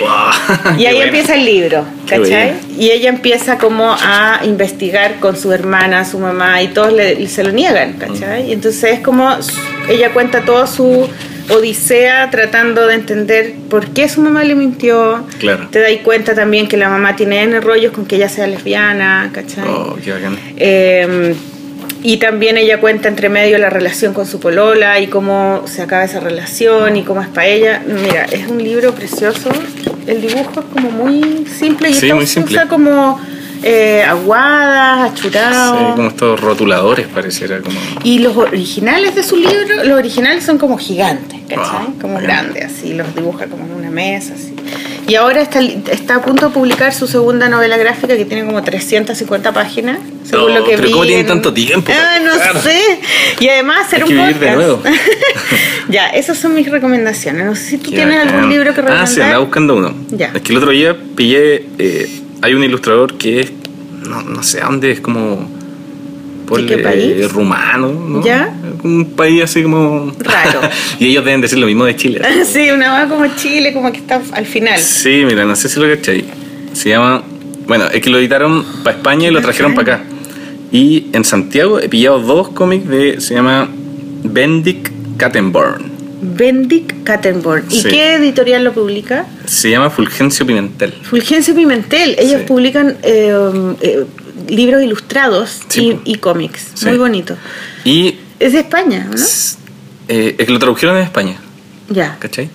Speaker 3: wow,
Speaker 1: Y
Speaker 3: qué
Speaker 1: ahí
Speaker 3: buena.
Speaker 1: empieza el libro,
Speaker 3: Qué
Speaker 1: ¿cachai?
Speaker 3: bueno.
Speaker 1: Y ella empieza como a investigar con su hermana, su mamá, y todos le- se lo niegan,
Speaker 3: Mm.
Speaker 1: ¿cachai? Y entonces es como su- ella cuenta toda su odisea tratando de entender por qué su mamá le mintió.
Speaker 3: Claro.
Speaker 1: Te das cuenta también que la mamá tiene N rollos con que ella sea lesbiana, ¿cachai?
Speaker 3: Oh, qué bacán.
Speaker 1: Eh, y también ella cuenta entre medio la relación con su polola y cómo se acaba esa relación y cómo es para ella. Mira, es un libro precioso. El dibujo es como muy simple y
Speaker 3: Sí,
Speaker 1: esta
Speaker 3: muy
Speaker 1: usa
Speaker 3: simple.
Speaker 1: como eh, aguadas, achurados.
Speaker 3: Sí, como estos rotuladores pareciera como.
Speaker 1: Y los originales de su libro, los originales son como gigantes, ¿cachai?
Speaker 3: Ah,
Speaker 1: como
Speaker 3: bien.
Speaker 1: grandes, así, los dibuja como en una mesa, así. Y ahora está, li- está a punto de publicar su segunda novela gráfica que tiene como 350 páginas, según
Speaker 3: No,
Speaker 1: lo que
Speaker 3: pero
Speaker 1: vi
Speaker 3: ¿cómo tienen
Speaker 1: en-
Speaker 3: tanto tiempo?
Speaker 1: Ah, no
Speaker 3: Claro.
Speaker 1: sé. Y además hacer
Speaker 3: Hay
Speaker 1: un
Speaker 3: que vivir de
Speaker 1: podcast.
Speaker 3: nuevo.
Speaker 1: ya, esas son mis recomendaciones. No sé si tú
Speaker 3: Qué
Speaker 1: tienes
Speaker 3: bacán.
Speaker 1: algún libro que recomendar.
Speaker 3: Ah, sí, andaba buscando uno.
Speaker 1: Ya.
Speaker 3: Es que el otro día pillé. eh, hay un ilustrador que es. No, no sé a dónde, es como. ponle,
Speaker 1: país?
Speaker 3: Rumano, ¿no?
Speaker 1: Ya.
Speaker 3: Un país así como.
Speaker 1: Raro.
Speaker 3: y ellos deben decir lo mismo de Chile.
Speaker 1: sí, una va como Chile, como que está al final.
Speaker 3: Sí, mira, no sé si lo cachai. Se llama. Bueno, es que lo editaron para España y lo trajeron para acá. Y en Santiago he pillado dos cómics de. Se llama Bendik Kattenborn.
Speaker 1: Bendik Kattenborn. ¿Y
Speaker 3: Sí.
Speaker 1: qué editorial lo publica?
Speaker 3: Se llama Fulgencio Pimentel.
Speaker 1: Fulgencio Pimentel, ellos
Speaker 3: Sí.
Speaker 1: publican eh, um, eh, libros ilustrados
Speaker 3: Sí,
Speaker 1: y, y cómics,
Speaker 3: Sí.
Speaker 1: muy bonito.
Speaker 3: Y.
Speaker 1: Es de España, ¿no?
Speaker 3: eh, es que lo tradujeron en España,
Speaker 1: Ya.
Speaker 3: ¿cachai?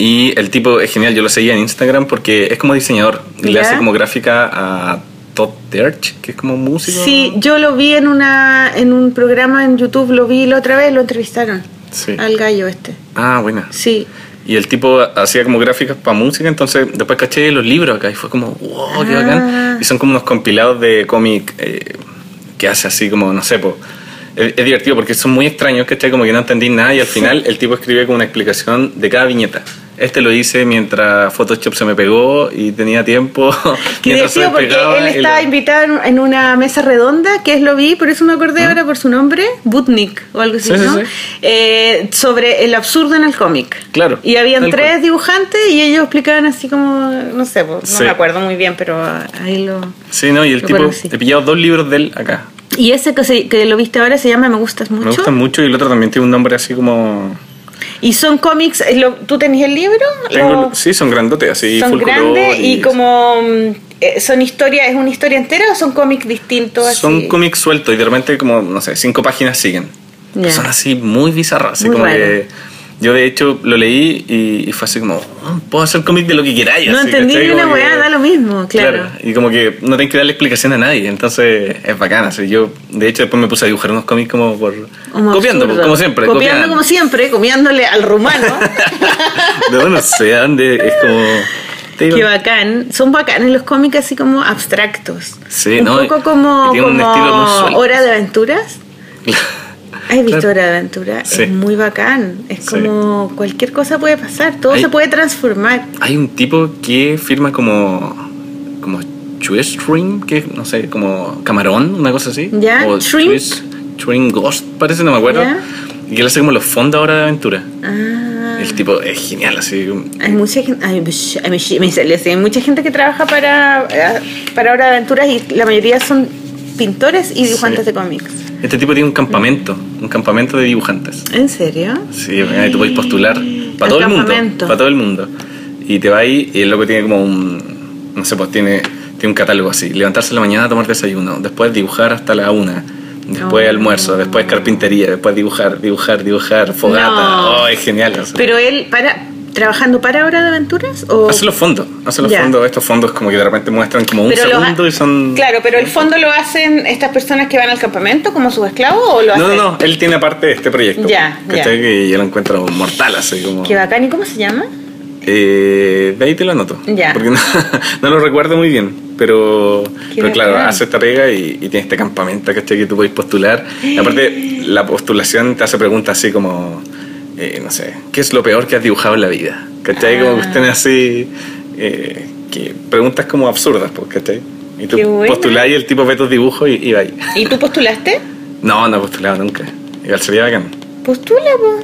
Speaker 3: Y el tipo es genial, yo lo seguía en Instagram porque es como diseñador. Y le
Speaker 1: Ya.
Speaker 3: hace como gráfica a Todd Terch, que es como músico.
Speaker 1: Sí, yo lo vi en una en un programa en YouTube, lo vi la otra vez, lo entrevistaron
Speaker 3: Sí.
Speaker 1: al gallo este.
Speaker 3: Ah, buena.
Speaker 1: Sí.
Speaker 3: Y el tipo hacía como gráficas para música, entonces después caché los libros acá y fue como, wow, qué
Speaker 1: Ah.
Speaker 3: bacán. Y son como unos compilados de cómic eh, que hace así como, no sé, po. Es, es divertido porque son muy extraños, ¿cachai? Como que no entendí nada y al final el tipo escribe como una explicación de cada viñeta. Este lo hice mientras Photoshop se me pegó y tenía tiempo.
Speaker 1: Qué divertido porque él
Speaker 3: y
Speaker 1: estaba
Speaker 3: lo-
Speaker 1: invitado en- en una mesa redonda, que es lo vi, por eso me acordé ahora por su nombre, Butnik o algo así,
Speaker 3: ¿Ah? Sí, sí,
Speaker 1: ¿no?
Speaker 3: sí.
Speaker 1: Eh, sobre el absurdo en el cómic.
Speaker 3: Claro,
Speaker 1: Y habían
Speaker 3: tal
Speaker 1: tres
Speaker 3: cual.
Speaker 1: dibujantes y ellos explicaban así como, no sé, pues, no
Speaker 3: Sí.
Speaker 1: me acuerdo muy bien, pero ahí lo...
Speaker 3: Sí, no, y el
Speaker 1: Lo
Speaker 3: tipo,
Speaker 1: conocí.
Speaker 3: he pillado dos libros de él acá.
Speaker 1: Y ese que, se- que lo viste ahora se llama Me Gustas Mucho.
Speaker 3: Me gustan mucho y el otro también tiene un nombre así como...
Speaker 1: Y son cómics, eh, lo- ¿tú tenés el libro?
Speaker 3: Tengo,
Speaker 1: Lo-
Speaker 3: sí, son grandotes, así.
Speaker 1: son
Speaker 3: full color
Speaker 1: grandes y, como... mm, eh, ¿Son historia, es una historia entera o son cómics distintos? así?
Speaker 3: Son cómics sueltos y de repente como, no sé, cinco páginas siguen. Pero
Speaker 1: Ya.
Speaker 3: Son así muy bizarras, así
Speaker 1: Muy
Speaker 3: como
Speaker 1: raro.
Speaker 3: que Yo de hecho lo leí y, y fue así como, "Ah, puedo hacer cómic de lo que queráis.
Speaker 1: No
Speaker 3: así,
Speaker 1: entendí
Speaker 3: ¿cachai?
Speaker 1: ni
Speaker 3: Como
Speaker 1: una
Speaker 3: que-
Speaker 1: weá, da lo mismo, claro.
Speaker 3: Y como que no tengo que darle explicación a nadie, entonces es bacana. así, yo, de hecho, después me puse a dibujar unos cómics como por...
Speaker 1: Como
Speaker 3: copiando,
Speaker 1: absurdo.
Speaker 3: como siempre.
Speaker 1: Copiando
Speaker 3: copiando.
Speaker 1: como siempre, comiéndole al rumano.
Speaker 3: No, no sé a dónde, es como... te digo,
Speaker 1: Qué bacán. Son bacanes los cómics así como abstractos.
Speaker 3: Sí,
Speaker 1: un
Speaker 3: ¿no?
Speaker 1: poco como,
Speaker 3: Y tiene un
Speaker 1: como
Speaker 3: estilo muy suelto.
Speaker 1: Hora de Aventuras. ¿Has visto
Speaker 3: Claro.
Speaker 1: Hora de Aventura?
Speaker 3: Sí.
Speaker 1: Es muy bacán. Es
Speaker 3: Sí.
Speaker 1: como cualquier cosa puede pasar, todo
Speaker 3: Hay-
Speaker 1: se puede transformar.
Speaker 3: Hay un tipo que firma como... como Chewstring, que no sé, como camarón, una cosa así.
Speaker 1: Ya,
Speaker 3: O
Speaker 1: Shrimp.
Speaker 3: Twist- Shrimp Ghost, parece, no me acuerdo.
Speaker 1: Ya.
Speaker 3: Y que él hace como los fondos ahora de aventura.
Speaker 1: Ah.
Speaker 3: El tipo es genial, así.
Speaker 1: Hay mucha gente, ay, bsh, ay, bsh, me salió así. Hay mucha gente que trabaja para, eh, para Hora de Aventuras y la mayoría son pintores y dibujantes
Speaker 3: Sí.
Speaker 1: de cómics.
Speaker 3: Este tipo tiene un campamento, un campamento de dibujantes.
Speaker 1: ¿En serio?
Speaker 3: Sí, ahí tú puedes postular para
Speaker 1: Al
Speaker 3: todo el mundo.
Speaker 1: campamento.
Speaker 3: Para todo el mundo. Y te va ahí y el loco tiene como un. No sé, pues tiene, tiene un catálogo así. Levantarse en la mañana a tomar desayuno, después dibujar hasta la una, después
Speaker 1: Oh.
Speaker 3: almuerzo, después carpintería, después dibujar, dibujar, dibujar, fogata.
Speaker 1: No.
Speaker 3: Oh, es genial. o sea.
Speaker 1: Pero él, para ¿trabajando para Hora de Aventuras? O...
Speaker 3: Hace los fondos, hace los
Speaker 1: Ya.
Speaker 3: fondos. Estos fondos como que de repente muestran como un
Speaker 1: los ha-
Speaker 3: segundo y son.
Speaker 1: Claro, pero el fondo lo hacen estas personas que van al campamento como sus esclavos o lo
Speaker 3: No,
Speaker 1: hacen.
Speaker 3: no, no, él tiene aparte este proyecto.
Speaker 1: Ya,
Speaker 3: ¿cachai? Que yo lo encuentro mortal, así como.
Speaker 1: Qué bacán, ¿y cómo se llama?
Speaker 3: Eh, de ahí te lo anoto.
Speaker 1: Ya.
Speaker 3: Porque no, no lo recuerdo muy bien. Pero,
Speaker 1: Qué
Speaker 3: pero claro,
Speaker 1: bacán.
Speaker 3: hace esta pega y, y tiene este campamento ¿cachai? que tú puedes postular. Y aparte, la postulación te hace preguntas así como, eh, no sé, ¿qué es lo peor que has dibujado en la vida? ¿Cachai? Como que
Speaker 1: Ah.
Speaker 3: estén así, eh, que preguntas como absurdas, pues, ¿cachai? Y tú
Speaker 1: Qué buena.
Speaker 3: postulás y el tipo ve tus dibujos y, y va ahí.
Speaker 1: ¿Y tú postulaste?
Speaker 3: No, no he postulado nunca. Igual sería bacán.
Speaker 1: Postula, po.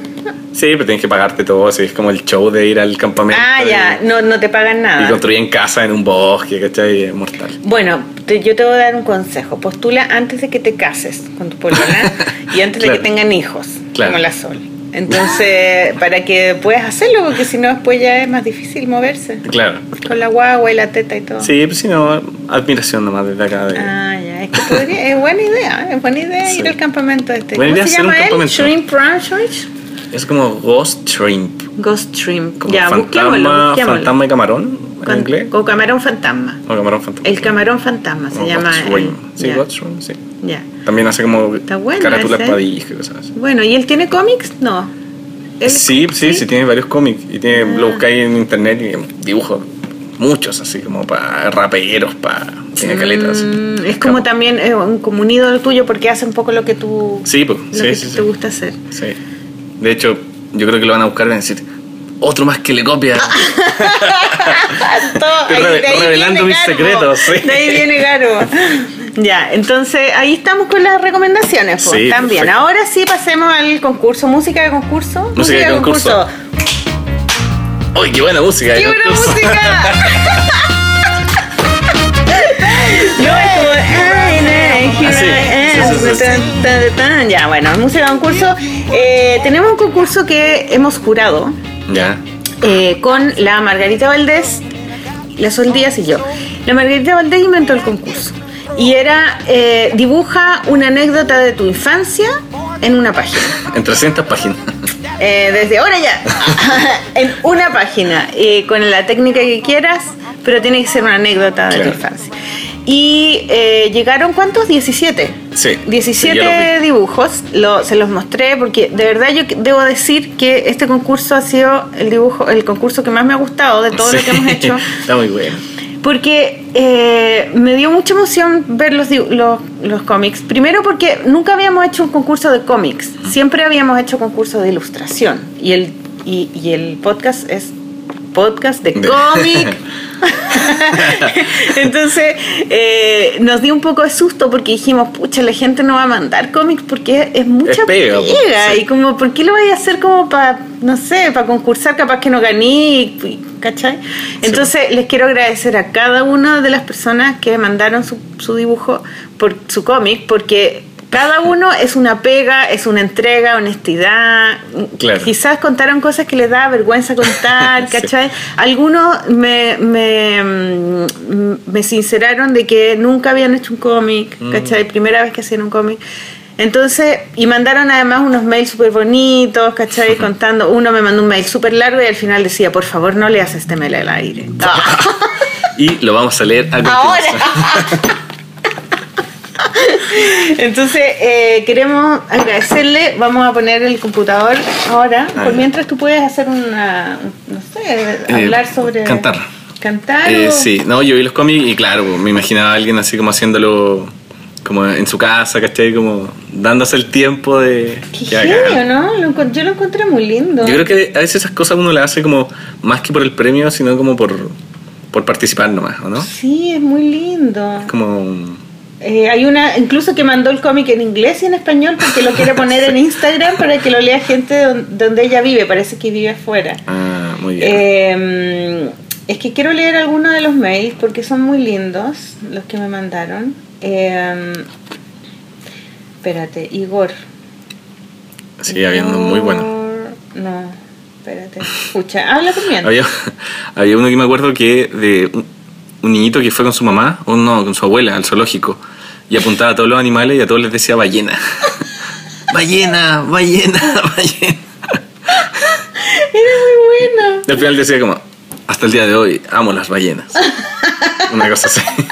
Speaker 3: Sí, pero tienes que pagarte todo, así es como el show de ir al campamento.
Speaker 1: Ah,
Speaker 3: y-
Speaker 1: ya, no, no te pagan
Speaker 3: y
Speaker 1: nada.
Speaker 3: construyen casa en un bosque, ¿cachai? Es mortal.
Speaker 1: Bueno, te- yo te voy a dar un consejo. Postula antes de que te cases con tu polola y antes de
Speaker 3: Claro.
Speaker 1: que tengan hijos,
Speaker 3: Claro.
Speaker 1: como la Sol. Entonces, para que puedas hacerlo, porque si no después ya es más difícil moverse.
Speaker 3: Claro.
Speaker 1: Con la guagua y la teta y todo.
Speaker 3: Sí, pues si no, admiración nomás desde acá. De...
Speaker 1: Ah, ya, es que podría- es buena idea, es buena idea
Speaker 3: Sí.
Speaker 1: ir al campamento este.
Speaker 3: Buena
Speaker 1: ¿Cómo
Speaker 3: idea
Speaker 1: se
Speaker 3: hacer un
Speaker 1: llama él?
Speaker 3: campamento.
Speaker 1: Shrimp Ranch?
Speaker 3: Es como Ghost Shrimp.
Speaker 1: Ghost Shrimp.
Speaker 3: Como
Speaker 1: ya, busquémoslo,
Speaker 3: fantasma,
Speaker 1: busquémoslo.
Speaker 3: fantasma y camarón en
Speaker 1: Con-
Speaker 3: inglés.
Speaker 1: o camarón fantasma.
Speaker 3: O camarón fantasma.
Speaker 1: El camarón fantasma se
Speaker 3: Como
Speaker 1: llama.
Speaker 3: Ghost
Speaker 1: el-
Speaker 3: Shrimp. Sí,
Speaker 1: ya,
Speaker 3: Ghost Shrimp, sí.
Speaker 1: ya.
Speaker 3: También hace como
Speaker 1: Está bueno
Speaker 3: carátulas
Speaker 1: ese.
Speaker 3: para discos y cosas así.
Speaker 1: Bueno, ¿y él tiene cómics? No. Él-
Speaker 3: Sí, sí, sí, tiene varios cómics. Y tiene,
Speaker 1: Ah.
Speaker 3: lo buscáis en internet y dibujos. Muchos, así como para raperos, para. Tiene caletas.
Speaker 1: Mm, es como
Speaker 3: Capo.
Speaker 1: también eh, un, como un ídolo tuyo porque hace un poco lo que tú,
Speaker 3: Sí, pues.
Speaker 1: lo
Speaker 3: sí,
Speaker 1: que
Speaker 3: sí,
Speaker 1: te
Speaker 3: sí.
Speaker 1: gusta hacer.
Speaker 3: Sí. De hecho, yo creo que lo van a buscar y van a decir, otro más que le copia.
Speaker 1: Todo-
Speaker 3: Estoy reve- revelando
Speaker 1: viene
Speaker 3: mis secretos, sí.
Speaker 1: De ahí viene Garo. Ya, entonces ahí estamos con las recomendaciones. pues,
Speaker 3: Sí,
Speaker 1: también.
Speaker 3: perfecto.
Speaker 1: Ahora sí pasemos al concurso. Música de concurso. Música,
Speaker 3: de concurso. ¡Uy, qué buena música!
Speaker 1: ¡Qué
Speaker 3: ¿no?
Speaker 1: buena
Speaker 3: Pues,
Speaker 1: música! No, es como, "Ay, na, here
Speaker 3: Así,
Speaker 1: I
Speaker 3: Ah, sí,
Speaker 1: am",
Speaker 3: sí, sí, sí.
Speaker 1: tan, tan, tan. Ya, bueno, música de concurso. Eh, tenemos un concurso que hemos jurado.
Speaker 3: Ya.
Speaker 1: eh, con la Margarita Valdés, la Sol Díaz y yo. La Margarita Valdés inventó el concurso y era eh, dibuja una anécdota de tu infancia en una página.
Speaker 3: En 300 páginas.
Speaker 1: Eh, desde ahora ya, en una página, eh, con la técnica que quieras, pero tiene que ser una anécdota de
Speaker 3: Claro.
Speaker 1: tu infancia. Y eh, llegaron, ¿cuántos? 17.
Speaker 3: Sí, sí,
Speaker 1: 17
Speaker 3: ya los vi.
Speaker 1: dibujos, lo- se los mostré porque de verdad yo que- debo decir que este concurso ha sido el dibujo, el concurso que más me ha gustado de todo lo
Speaker 3: Sí.
Speaker 1: que hemos hecho,
Speaker 3: Está muy bueno.
Speaker 1: porque eh, me dio mucha emoción ver los, dibu- los, los cómics. Primero porque nunca habíamos hecho un concurso de cómics, siempre habíamos hecho concursos de ilustración y el, y, y el podcast es podcast de
Speaker 3: De-
Speaker 1: cómic. Entonces eh, nos dio un poco de susto porque dijimos, pucha, la gente no va a mandar cómics porque es, es mucha
Speaker 3: Es pega,
Speaker 1: pega.
Speaker 3: po, sí.
Speaker 1: Y como, ¿por qué lo vais a hacer como para, no sé, para concursar? Capaz que no gané, y- y- ¿cachai? Entonces les quiero agradecer a cada una de las personas que mandaron su, su dibujo, por su cómic, porque... Cada uno es una pega, es una entrega, honestidad.
Speaker 3: Claro.
Speaker 1: Quizás contaron cosas que les da vergüenza contar,
Speaker 3: Sí.
Speaker 1: ¿cachai? Algunos me, me, mm, me sinceraron de que nunca habían hecho un cómic, ¿cachai? Primera vez que hacían un cómic. Entonces, y mandaron además unos mails súper bonitos, ¿cachai? Contando, uno me mandó un mail súper largo y al final decía, por favor no leas este mail al aire. Ah.
Speaker 3: Y lo vamos a leer a continuación. Eh,
Speaker 1: Entonces, eh, queremos agradecerle. Vamos a poner el computador ahora.
Speaker 3: Ah,
Speaker 1: por
Speaker 3: ya. Eh,
Speaker 1: mientras tú puedes hacer una. No sé, hablar sobre.
Speaker 3: cantar.
Speaker 1: Cantar.
Speaker 3: Eh,
Speaker 1: o-
Speaker 3: sí, no, yo vi los cómics y claro, pues, me imaginaba a alguien así como haciéndolo como en su casa, ¿cachai? Como dándose el tiempo de...
Speaker 1: Qué
Speaker 3: que haga.
Speaker 1: genio, ¿no? Lo encon- yo lo encontré muy lindo.
Speaker 3: Yo creo que a veces esas cosas uno las hace como más que por el premio, sino como por, por participar nomás, ¿o no? Es
Speaker 1: Sí, es muy lindo.
Speaker 3: como... un-
Speaker 1: Eh, hay una, incluso que mandó el cómic en inglés y en español porque lo quiere poner en Instagram para que lo lea gente don- donde ella vive. Parece que vive afuera.
Speaker 3: Ah, muy bien.
Speaker 1: Eh, es que quiero leer algunos de los mails porque son muy lindos los que me mandaron. Eh, espérate, Igor.
Speaker 3: Sigue habiendo muy bueno.
Speaker 1: Igor- No, espérate. Escucha, habla también.
Speaker 3: Había, había uno que me acuerdo que de un, un niñito que fue con su mamá, o no, con su abuela, al zoológico, y apuntaba a todos los animales y a todos les decía ballena. ballena, ballena, ballena.
Speaker 1: Era muy bueno.
Speaker 3: Y al final decía como, hasta el día de hoy, amo las ballenas. Una cosa así.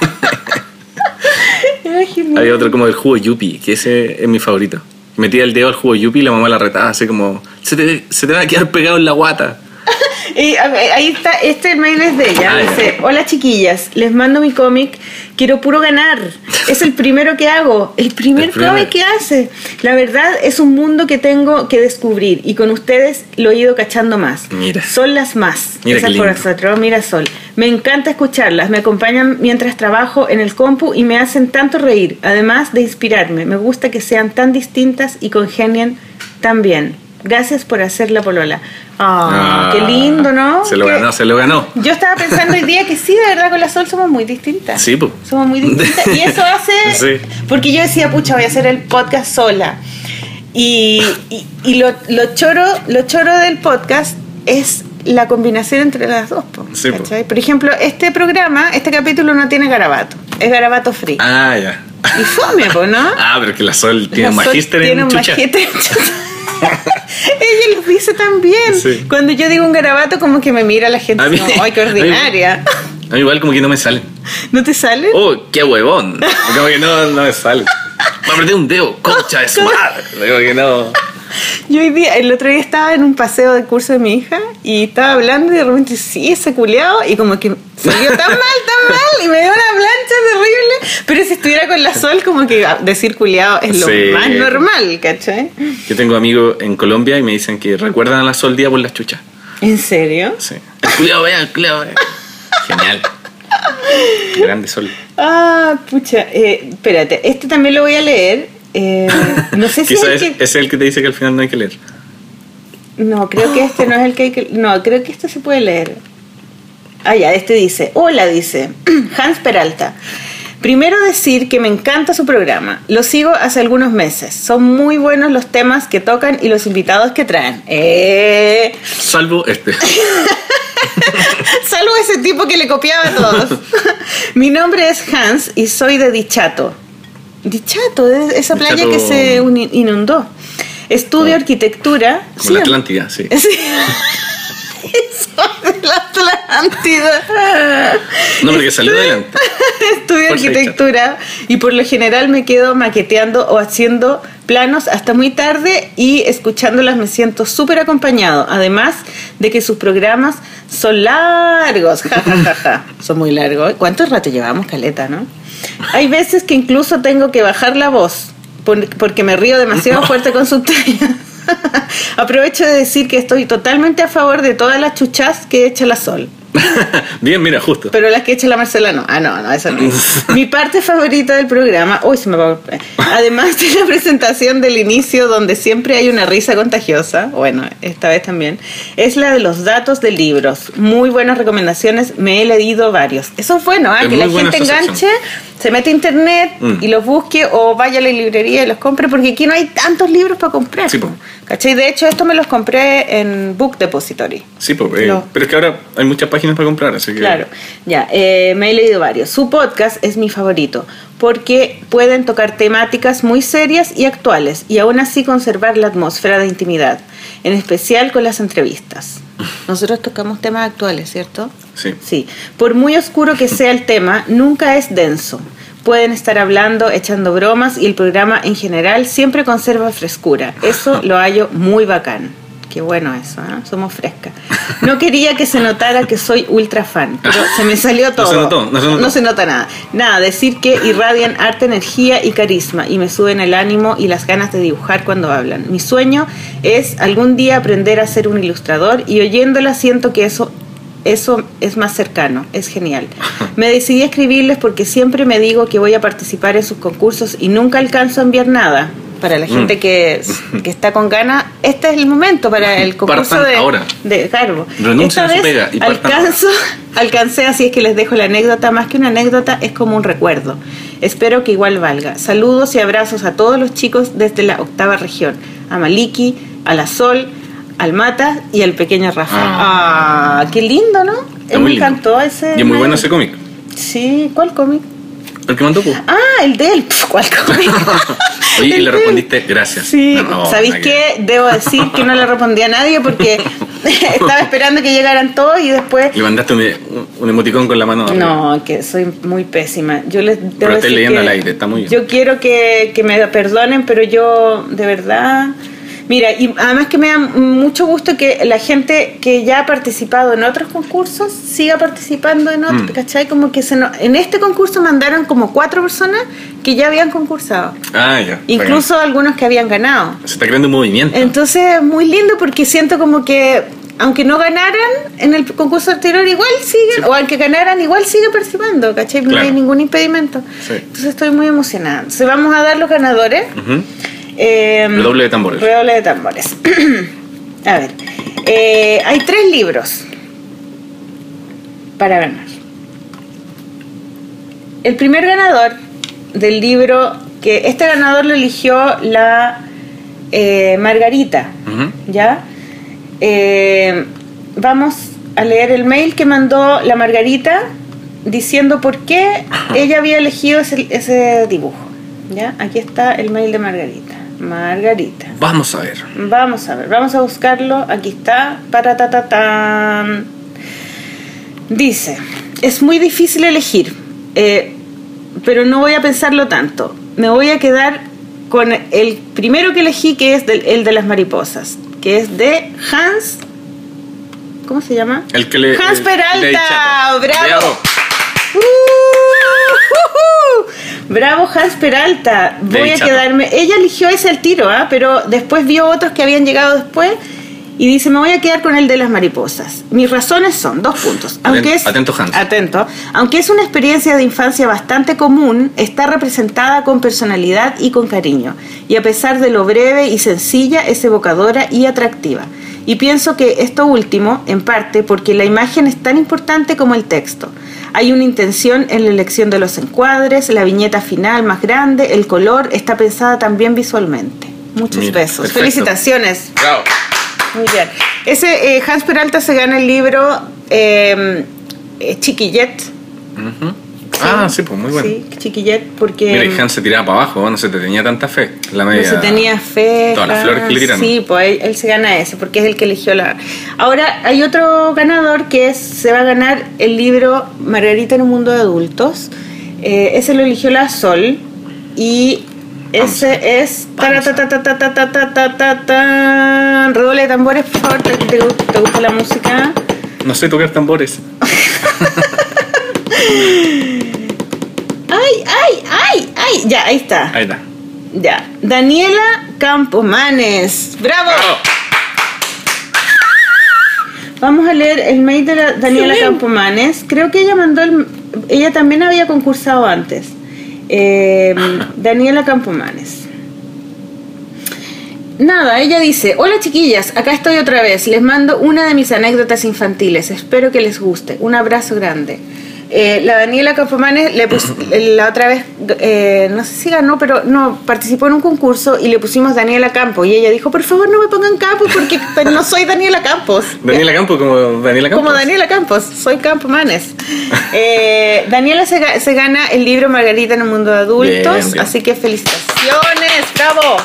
Speaker 1: Era genial.
Speaker 3: Había otro como del jugo Yupi, que ese es mi favorito. Metía el dedo al jugo Yupi y la mamá la retaba, así como, se te, se te va a quedar pegado en la guata.
Speaker 1: Y a ver, ahí está, este mail es de ella.
Speaker 3: Ah, ya.
Speaker 1: Dice, hola chiquillas, les mando mi cómic, quiero puro ganar. Es el primero que hago, el primer
Speaker 3: El primer.
Speaker 1: cómic que hace. La verdad es un mundo que tengo que descubrir y con ustedes lo he ido cachando más.
Speaker 3: Mira.
Speaker 1: Son las más.
Speaker 3: Mira
Speaker 1: Esas
Speaker 3: qué lindo.
Speaker 1: por nosotros, mira Sol. Me encanta escucharlas, me acompañan mientras trabajo en el compu y me hacen tanto reír, además de inspirarme. Me gusta que sean tan distintas y congenian tan bien. Gracias por hacer la polola. Ah, qué lindo, ¿no?
Speaker 3: Se lo
Speaker 1: Que-
Speaker 3: ganó, se lo ganó.
Speaker 1: Yo estaba pensando hoy día que sí, de verdad, con la Sol somos muy distintas.
Speaker 3: Sí, po.
Speaker 1: Somos muy distintas. Y eso hace.
Speaker 3: Sí.
Speaker 1: Porque yo decía, pucha, voy a hacer el podcast sola. Y, y- y lo, lo choro, lo choro del podcast es la combinación entre las dos. po,
Speaker 3: Sí, po.
Speaker 1: ¿cachai? Por ejemplo, este programa, este capítulo no tiene garabato. Es garabato free.
Speaker 3: Ah, ya.
Speaker 1: Y fome, po, ¿no?
Speaker 3: Ah, pero que la Sol tiene un
Speaker 1: La Sol
Speaker 3: magíster en
Speaker 1: tiene un
Speaker 3: chucha.
Speaker 1: magíster en chucha. Ella lo dice también.
Speaker 3: Sí.
Speaker 1: Cuando yo digo un garabato, como que me mira la gente
Speaker 3: A mí-
Speaker 1: como, ¡ay, qué
Speaker 3: a mí-
Speaker 1: ordinaria!
Speaker 3: A mí igual como que no me sale.
Speaker 1: ¿No te sale?
Speaker 3: Oh, qué huevón. Como que no, no me sale. Me apreté un dedo, concha de su madre. Como que no.
Speaker 1: Yo hoy día, el otro día estaba en un paseo de curso de mi hija y estaba hablando y de repente, sí, ese culeado, y como que salió tan mal, tan mal, y me dio una plancha terrible. Pero si estuviera con la sol, como que decir culeado es lo
Speaker 3: Sí.
Speaker 1: más normal, ¿cachai?
Speaker 3: Yo tengo amigos en Colombia y me dicen que recuerdan a la Sol día por las chuchas.
Speaker 1: ¿En serio?
Speaker 3: Sí. El culiao, vea, el culiao, vea. Genial. Qué Grande Sol.
Speaker 1: Ah, pucha, eh, espérate, este también lo voy a leer. eh, no sé si es
Speaker 3: Quizás
Speaker 1: el
Speaker 3: es,
Speaker 1: que-
Speaker 3: es el que te dice que al final no hay que leer.
Speaker 1: No, creo que este no es el que hay que... No, creo que este se puede leer. Ah, ya, este dice, hola, dice Hans Peralta. Primero decir que me encanta su programa. Lo sigo hace algunos meses. Son muy buenos los temas que tocan y los invitados que traen. Eh,
Speaker 3: Salvo este.
Speaker 1: salvo ese tipo que le copiaba a todos. Mi nombre es Hans y soy de Dichato. Dichato, es esa playa
Speaker 3: Dichato-
Speaker 1: que se uni- inundó. Estudio
Speaker 3: Como-
Speaker 1: arquitectura.
Speaker 3: Como la Atlántida, sí.
Speaker 1: Sí. Soy de la Atlántida.
Speaker 3: No, porque salió adelante.
Speaker 1: Estudio
Speaker 3: Fuerza
Speaker 1: arquitectura y por lo general me quedo maqueteando o haciendo planos hasta muy tarde y escuchándolas me siento súper acompañado. Además de que sus programas son largos. Ja, ja, ja, ja. Son muy largos. ¿Cuánto rato llevamos, Caleta, no? Hay veces que incluso tengo que bajar la voz por- porque me río demasiado fuerte con su talla. Aprovecho de decir que estoy totalmente a favor de todas las chuchas que echa la sol.
Speaker 3: Bien, mira, justo.
Speaker 1: Pero las que echa la Marcela no. Ah, no, no, eso no. es. Mi parte favorita del programa. Uy, se me apagó el- Además de la presentación del inicio, donde siempre hay una risa contagiosa. Bueno, esta vez también. Es la de los datos de libros. Muy buenas recomendaciones. Me he leído varios. Eso es bueno, ¿ah?
Speaker 3: Es
Speaker 1: que la
Speaker 3: muy buena
Speaker 1: gente
Speaker 3: esa sección.
Speaker 1: enganche, se mete a internet
Speaker 3: Mm.
Speaker 1: y los busque o vaya a la librería y los compre, porque aquí no hay tantos libros para comprar.
Speaker 3: Sí, po.
Speaker 1: ¿Cachai? De hecho, esto me los compré en Book Depository.
Speaker 3: Sí, po, eh,
Speaker 1: No.
Speaker 3: pero es que ahora hay muchas páginas para comprar, así que.
Speaker 1: Claro, ya, eh, me he leído varios. Su podcast es mi favorito. porque pueden tocar temáticas muy serias y actuales y aún así conservar la atmósfera de intimidad, en especial con las entrevistas. Nosotros tocamos temas actuales, ¿cierto?
Speaker 3: Sí.
Speaker 1: Sí. Por muy oscuro que sea el tema, nunca es denso. Pueden estar hablando, echando bromas y el programa en general siempre conserva frescura. Eso lo hallo muy bacán. Qué bueno eso, ¿eh? somos frescas. No quería que se notara que soy ultra fan, pero se me salió
Speaker 3: No
Speaker 1: todo.
Speaker 3: se notó, no se notó.
Speaker 1: No se nota nada. Nada, decir que irradian arte, energía y carisma y me suben el ánimo y las ganas de dibujar cuando hablan. Mi sueño es algún día aprender a ser un ilustrador y oyéndola siento que eso eso es más cercano, es genial. Me decidí a escribirles porque siempre me digo que voy a participar en sus concursos y nunca alcanzo a enviar nada. Para
Speaker 3: Mm.
Speaker 1: la gente que, que está con ganas, este es el momento para el concurso
Speaker 3: Partan
Speaker 1: de,
Speaker 3: ahora.
Speaker 1: de Garbo.
Speaker 3: Renuncien
Speaker 1: Esta
Speaker 3: a su
Speaker 1: vez
Speaker 3: pega y partan ahora.
Speaker 1: alcanzo alcancé, así es que les dejo la anécdota. Más que una anécdota, es como un recuerdo. Espero que igual valga. Saludos y abrazos a todos los chicos desde la octava región. A Maliki, a la Sol, al Mata y al pequeño Rafa. Ah, qué lindo, ¿no?
Speaker 3: Está
Speaker 1: Él
Speaker 3: muy
Speaker 1: me
Speaker 3: lindo.
Speaker 1: encantó ese.
Speaker 3: Y es muy bueno ese cómic.
Speaker 1: Sí, ¿cuál cómic?
Speaker 3: El que mandó pu.
Speaker 1: Ah, el de él. Pf, ¿Cuál cómic?
Speaker 3: Oye, y
Speaker 1: El
Speaker 3: le
Speaker 1: de él.
Speaker 3: respondiste gracias.
Speaker 1: Sí,
Speaker 3: No, no,
Speaker 1: ¿sabéis
Speaker 3: nada que ver.
Speaker 1: qué? Debo decir que no le respondí a nadie porque estaba esperando que llegaran todos y después
Speaker 3: Le mandaste un, e-, un emoticón con la mano. arriba.
Speaker 1: No, que soy muy pésima. Yo les debo
Speaker 3: Pero estoy
Speaker 1: decir
Speaker 3: leyendo
Speaker 1: que
Speaker 3: al aire, está muy bien.
Speaker 1: Yo quiero que, que me perdonen, pero yo de verdad... Mira, y además que me da mucho gusto que la gente que ya ha participado en otros concursos siga participando en otros,
Speaker 3: Mm.
Speaker 1: ¿cachai? Como que se no- en este concurso mandaron como cuatro personas que ya habían concursado,
Speaker 3: Ah, ya.
Speaker 1: incluso algunos que habían ganado.
Speaker 3: Se está creando un movimiento.
Speaker 1: Entonces, muy lindo porque siento como que, aunque no ganaran en el concurso anterior, igual siguen, o aunque ganaran, igual siguen participando, ¿cachai? No
Speaker 3: Claro.
Speaker 1: hay ningún impedimento.
Speaker 3: Sí.
Speaker 1: Entonces, estoy muy emocionada. Entonces, vamos a dar los ganadores.
Speaker 3: Ujú.
Speaker 1: Eh,
Speaker 3: Redoble de tambores.
Speaker 1: Redoble de tambores. a ver, eh, hay tres libros para ganar. El primer ganador del libro, que este ganador lo eligió la eh, Margarita,
Speaker 3: Ujú.
Speaker 1: ¿ya? Eh, vamos a leer el mail que mandó la Margarita diciendo por qué ella había elegido ese, ese dibujo, ¿ya? Aquí está el mail de Margarita. Margarita.
Speaker 3: Vamos a ver.
Speaker 1: Vamos a ver, vamos a buscarlo. Aquí está. Para ta ta tan. Dice, es muy difícil elegir, eh, pero no voy a pensarlo tanto. Me voy a quedar con el primero que elegí, que es del- el de las mariposas, que es de Hans. ¿Cómo se llama?
Speaker 3: El que le.
Speaker 1: Hans
Speaker 3: el-
Speaker 1: Peralta.
Speaker 3: le di chato.
Speaker 1: Bravo. Uh, Bravo Hans Peralta.
Speaker 3: De
Speaker 1: Voy a
Speaker 3: Chato.
Speaker 1: quedarme. Ella eligió ese al tiro, ¿ah? pero después vio otros que habían llegado después y dice, me voy a quedar con el de las mariposas. Mis razones son dos puntos. Aunque
Speaker 3: Aten-
Speaker 1: es,
Speaker 3: atento, Hans.
Speaker 1: Atento. Aunque es una experiencia de infancia bastante común, está representada con personalidad y con cariño. Y a pesar de lo breve y sencilla, es evocadora y atractiva. Y pienso que esto último, en parte, porque la imagen es tan importante como el texto. Hay una intención en la elección de los encuadres, la viñeta final más grande, el color está pensada también visualmente. Muchos
Speaker 3: Mira,
Speaker 1: besos.
Speaker 3: perfecto.
Speaker 1: Felicitaciones.
Speaker 3: Bravo.
Speaker 1: Muy bien. Ese eh, Hans Peralta se gana el libro eh, eh, Chiquillet.
Speaker 3: Ujú. Ah, sí, pues muy bueno.
Speaker 1: Sí, Chiquillet, porque
Speaker 3: Mira, y Hans se tiraba para abajo, no se te tenía tanta fe. La
Speaker 1: no
Speaker 3: media.
Speaker 1: se tenía fe.
Speaker 3: Todas las
Speaker 1: Hans.
Speaker 3: flores que le tiraron.
Speaker 1: Sí, pues él, él se gana ese, porque es el que eligió la. Ahora hay otro ganador que es- se va a ganar el libro Margarita en un mundo de adultos. Eh, ese lo eligió la Sol. Y ese es. Taratatatatatatatatatatán. Redoble de tambores, por favor, ¿te- te gu- te gusta la música?
Speaker 3: No sé tocar tambores.
Speaker 1: ¡Ay, ay, ay, ay! Ya, ahí está.
Speaker 3: Ahí está.
Speaker 1: Ya. Daniela Campomanes. ¡Bravo!
Speaker 3: Bravo.
Speaker 1: Vamos a leer el mail de la Daniela
Speaker 2: Sí.
Speaker 1: Campomanes. Creo que ella mandó el. Ella también había concursado antes. Eh, Daniela Campomanes. Nada, ella dice, hola chiquillas, acá estoy otra vez, les mando una de mis anécdotas infantiles, espero que les guste, un abrazo grande. Eh, la Daniela Campomanes le pus- la otra vez, eh, no sé si ganó, pero no, participó en un concurso y le pusimos Daniela Campo. Y ella dijo, por favor no me pongan Campos porque no soy Daniela Campos.
Speaker 3: Daniela Campo, como Daniela Campo.
Speaker 1: Como Daniela Campos, soy Campomanes. Eh, Daniela se, ga- se gana el libro Margarita en el mundo de adultos,
Speaker 3: Bien, bien.
Speaker 1: así que felicitaciones, bravo,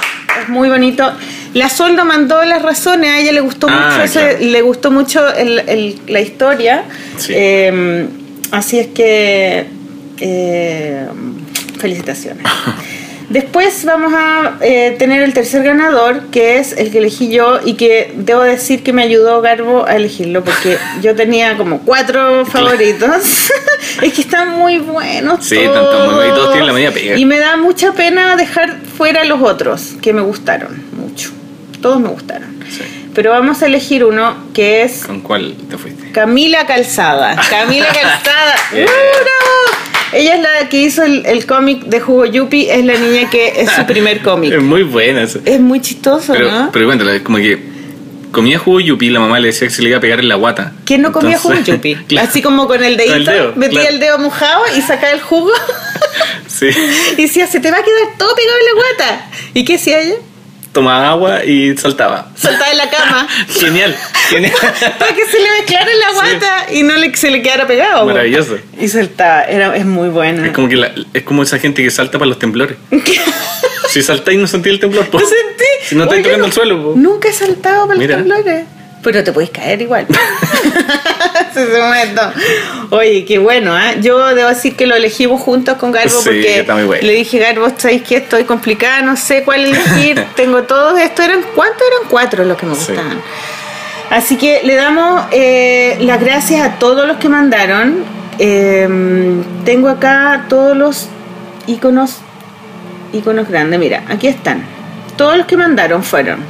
Speaker 1: es muy bonito. La Sol no mandó las razones, a ella le gustó
Speaker 3: Ah,
Speaker 1: mucho, ese-
Speaker 3: claro.
Speaker 1: le gustó mucho el- el- la historia,
Speaker 3: Sí.
Speaker 1: Eh, así es que eh, felicitaciones. Después vamos a eh, tener el tercer ganador, que es el que elegí yo y que debo decir que me ayudó Garbo a elegirlo, porque yo tenía como cuatro favoritos. es que están muy buenos.
Speaker 3: Sí, están todos muy buenos y todos tienen la media pega.
Speaker 1: Y me da mucha pena dejar fuera los otros, que me gustaron mucho. Todos me gustaron.
Speaker 3: Sí.
Speaker 1: Pero vamos a elegir uno que es
Speaker 3: ¿Con cuál te fuiste?
Speaker 1: Camila Calzada. Camila Calzada.
Speaker 3: Yeah.
Speaker 1: ¡Bravo! Ella es la que hizo el, el cómic de Jugo Yupi, es la niña que es su primer
Speaker 3: Es
Speaker 1: cómic.
Speaker 3: muy buena esa.
Speaker 1: Es muy chistoso,
Speaker 3: Pero,
Speaker 1: ¿no?
Speaker 3: pero cuéntalo, es como que comía jugo yupi, la mamá le decía que se le iba a pegar en la guata.
Speaker 1: ¿Quién no comía jugo
Speaker 3: Entonces-
Speaker 1: Yupi?
Speaker 3: Claro.
Speaker 1: Así como con el dedito,
Speaker 3: Con el dedo,
Speaker 1: metía
Speaker 3: claro.
Speaker 1: el dedo mojado y sacaba el jugo.
Speaker 3: Sí.
Speaker 1: y decía, se te va a quedar todo pegado en la guata. ¿Y qué hacía ella?
Speaker 3: Tomaba agua y saltaba.
Speaker 1: Saltaba en la cama
Speaker 3: Genial, genial.
Speaker 1: para que se le mezclara en la guata y no le, se le quedara pegado. po.
Speaker 3: Maravilloso.
Speaker 1: Y saltaba, era, es muy buena.
Speaker 3: Es como, que la- es como esa gente que salta para los temblores. Si saltáis no sentí el temblor, po.
Speaker 1: No sentí.
Speaker 3: Si no estáis
Speaker 1: Oye,
Speaker 3: tocando
Speaker 1: no-
Speaker 3: el suelo, pues. po.
Speaker 1: Nunca he saltado para
Speaker 3: Mira.
Speaker 1: los temblores. Pero te puedes caer igual. Sí, se momento. Oye, qué bueno, ¿ah? Yo debo decir que lo elegimos juntos con Garbo
Speaker 3: Sí,
Speaker 1: porque
Speaker 3: está muy bueno.
Speaker 1: le dije, Garbo, ¿sabéis que estoy complicada? No sé cuál elegir. Tengo todos estos. Eran, ¿Cuántos eran? Cuatro los que me
Speaker 3: Sí.
Speaker 1: gustaban. Así que le damos eh, las gracias a todos los que mandaron. Eh, tengo acá todos los iconos, iconos grandes. Mira, aquí están. Todos los que mandaron fueron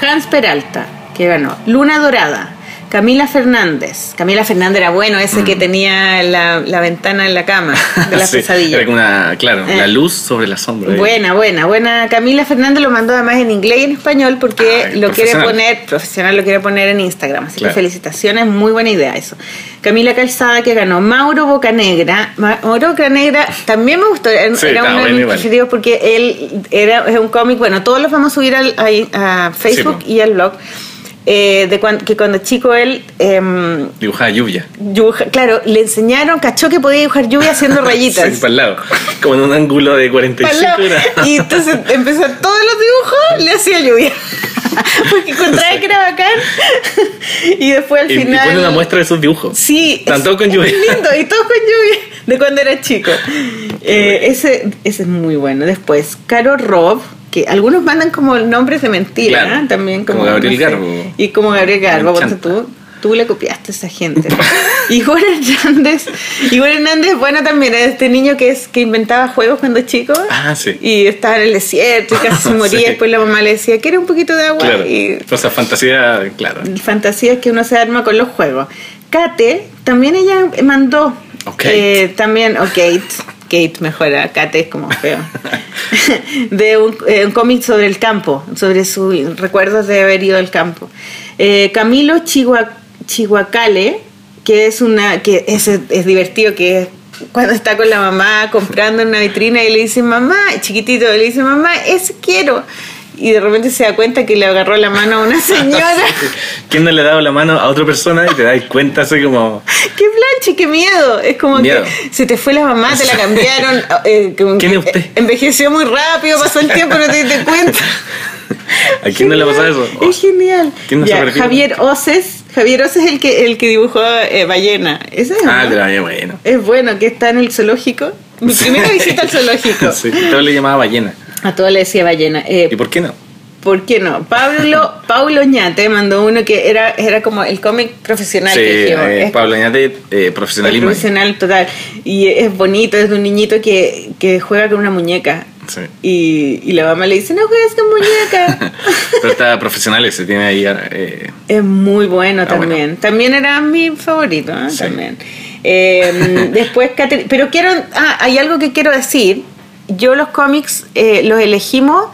Speaker 1: Hans Peralta, que ganó, Luna Dorada, Camila Fernández. Camila Fernández era bueno, ese que tenía la, la ventana en la cama de la
Speaker 3: Mm. Sí,
Speaker 1: pesadilla.
Speaker 3: Era como una, claro,
Speaker 1: Eh.
Speaker 3: la luz sobre la sombra. eh.
Speaker 1: Buena, buena, buena. Camila Fernández lo mandó además en inglés y en español porque
Speaker 3: Ah,
Speaker 1: lo quiere
Speaker 3: profesional.
Speaker 1: poner, profesional lo quiere poner en Instagram. Así
Speaker 3: Claro.
Speaker 1: que felicitaciones, muy buena idea eso. Camila Calzada que ganó. Mauro Bocanegra. Mauro Bocanegra también me gustó. Era
Speaker 3: Sí,
Speaker 1: era
Speaker 3: está
Speaker 1: uno de
Speaker 3: bueno
Speaker 1: mis
Speaker 3: igual.
Speaker 1: preferidos porque él era, es un cómic. Bueno, todos los vamos a subir al, ahí, a Facebook
Speaker 3: Sí, po.
Speaker 1: y al blog. eh, de cuan- que cuando chico él. em,
Speaker 3: Dibujada lluvia.
Speaker 1: dibuja- claro, le enseñaron, cachó que podía dibujar lluvia haciendo rayitas.
Speaker 3: Sí, para el lado. Como en un ángulo de 45
Speaker 1: Palo.
Speaker 3: grados.
Speaker 1: Y entonces empezó todos los dibujos, le hacía lluvia. Porque encontraba que era bacán. Y después al
Speaker 3: Y, y
Speaker 1: final.
Speaker 3: pone una muestra de sus dibujos.
Speaker 1: Sí.
Speaker 3: Están
Speaker 1: es-
Speaker 3: todos con
Speaker 1: es
Speaker 3: lluvia.
Speaker 1: Lindo, y todos con lluvia. De cuando era chico. Eh, ese, ese es muy bueno. Después, Caro Rob, que algunos mandan como nombres de mentira,
Speaker 3: Claro,
Speaker 1: ¿eh? también como,
Speaker 3: como Gabriel
Speaker 1: no sé,
Speaker 3: Garbo.
Speaker 1: Y como Gabriel Garbo,
Speaker 3: Me
Speaker 1: ponte
Speaker 3: encanta.
Speaker 1: tú. Tú le copiaste a esa gente. Igor Hernández, Igor Hernández, bueno también, era este niño que es que inventaba juegos cuando chico.
Speaker 3: Ah, sí.
Speaker 1: Y estaba en el desierto y casi se moría.
Speaker 3: Sí.
Speaker 1: Después la mamá le decía, ¿quieres un poquito de agua?
Speaker 3: Claro.
Speaker 1: Y
Speaker 3: O sea, fantasía, claro.
Speaker 1: fantasías que uno se arma con los juegos. Kate, también ella mandó.
Speaker 3: O Kate.
Speaker 1: eh, también, o Kate. Kate mejora, Kate es como feo. de un, eh, un cómic sobre el campo, sobre sus recuerdos de haber ido al campo. Eh, Camilo Chihuahua, Chihuacale, que es una. que es, es divertido, que es cuando está con la mamá comprando en una vitrina y le dice mamá, chiquitito, le dice mamá, ese quiero. Y de repente se da cuenta que le agarró la mano a una señora.
Speaker 3: ¿Quién no le ha dado la mano a otra persona y te das cuenta así como...
Speaker 1: ¡Qué planche, qué miedo! Es como
Speaker 3: Miedo.
Speaker 1: que se te fue la mamá, te la cambiaron. eh, como
Speaker 3: ¿Quién
Speaker 1: que
Speaker 3: es usted?
Speaker 1: Envejeció muy rápido, pasó el tiempo, no te diste cuenta.
Speaker 3: ¿A quién no le ha pasado eso? Oh,
Speaker 1: Es genial.
Speaker 3: ¿Quién no se
Speaker 1: Ya,
Speaker 3: perdió?
Speaker 1: Javier Oces. Javier Oces es el que, el que dibujó eh, Ballena. Ese es,
Speaker 3: Ah,
Speaker 1: ¿no?
Speaker 3: te la había bueno.
Speaker 1: es bueno, que está en el zoológico. Mi primera visita al zoológico.
Speaker 3: Sí, todo le llamaba ballena.
Speaker 1: A todo le decía ballena. Eh,
Speaker 3: ¿Y por qué no?
Speaker 1: ¿Por qué no? Pablo, Paulo Ñate mandó uno que era, era como el cómic profesional
Speaker 3: sí,
Speaker 1: que dijimos.
Speaker 3: eh,
Speaker 1: Es
Speaker 3: Pablo Añate, eh,
Speaker 1: Es
Speaker 3: profesionalismo.
Speaker 1: profesional total. Y es bonito, es de un niñito que, que juega con una muñeca.
Speaker 3: Sí.
Speaker 1: Y, y la mamá le dice, no juegues con muñeca.
Speaker 3: Pero está profesional se tiene ahí... eh,
Speaker 1: es muy bueno
Speaker 3: Está
Speaker 1: también. También era mi favorito, ¿eh?
Speaker 3: Ah, Sí.
Speaker 1: también. Eh, después, Catherine- pero quiero, ah, hay algo que quiero decir. Yo los cómics eh, los elegimos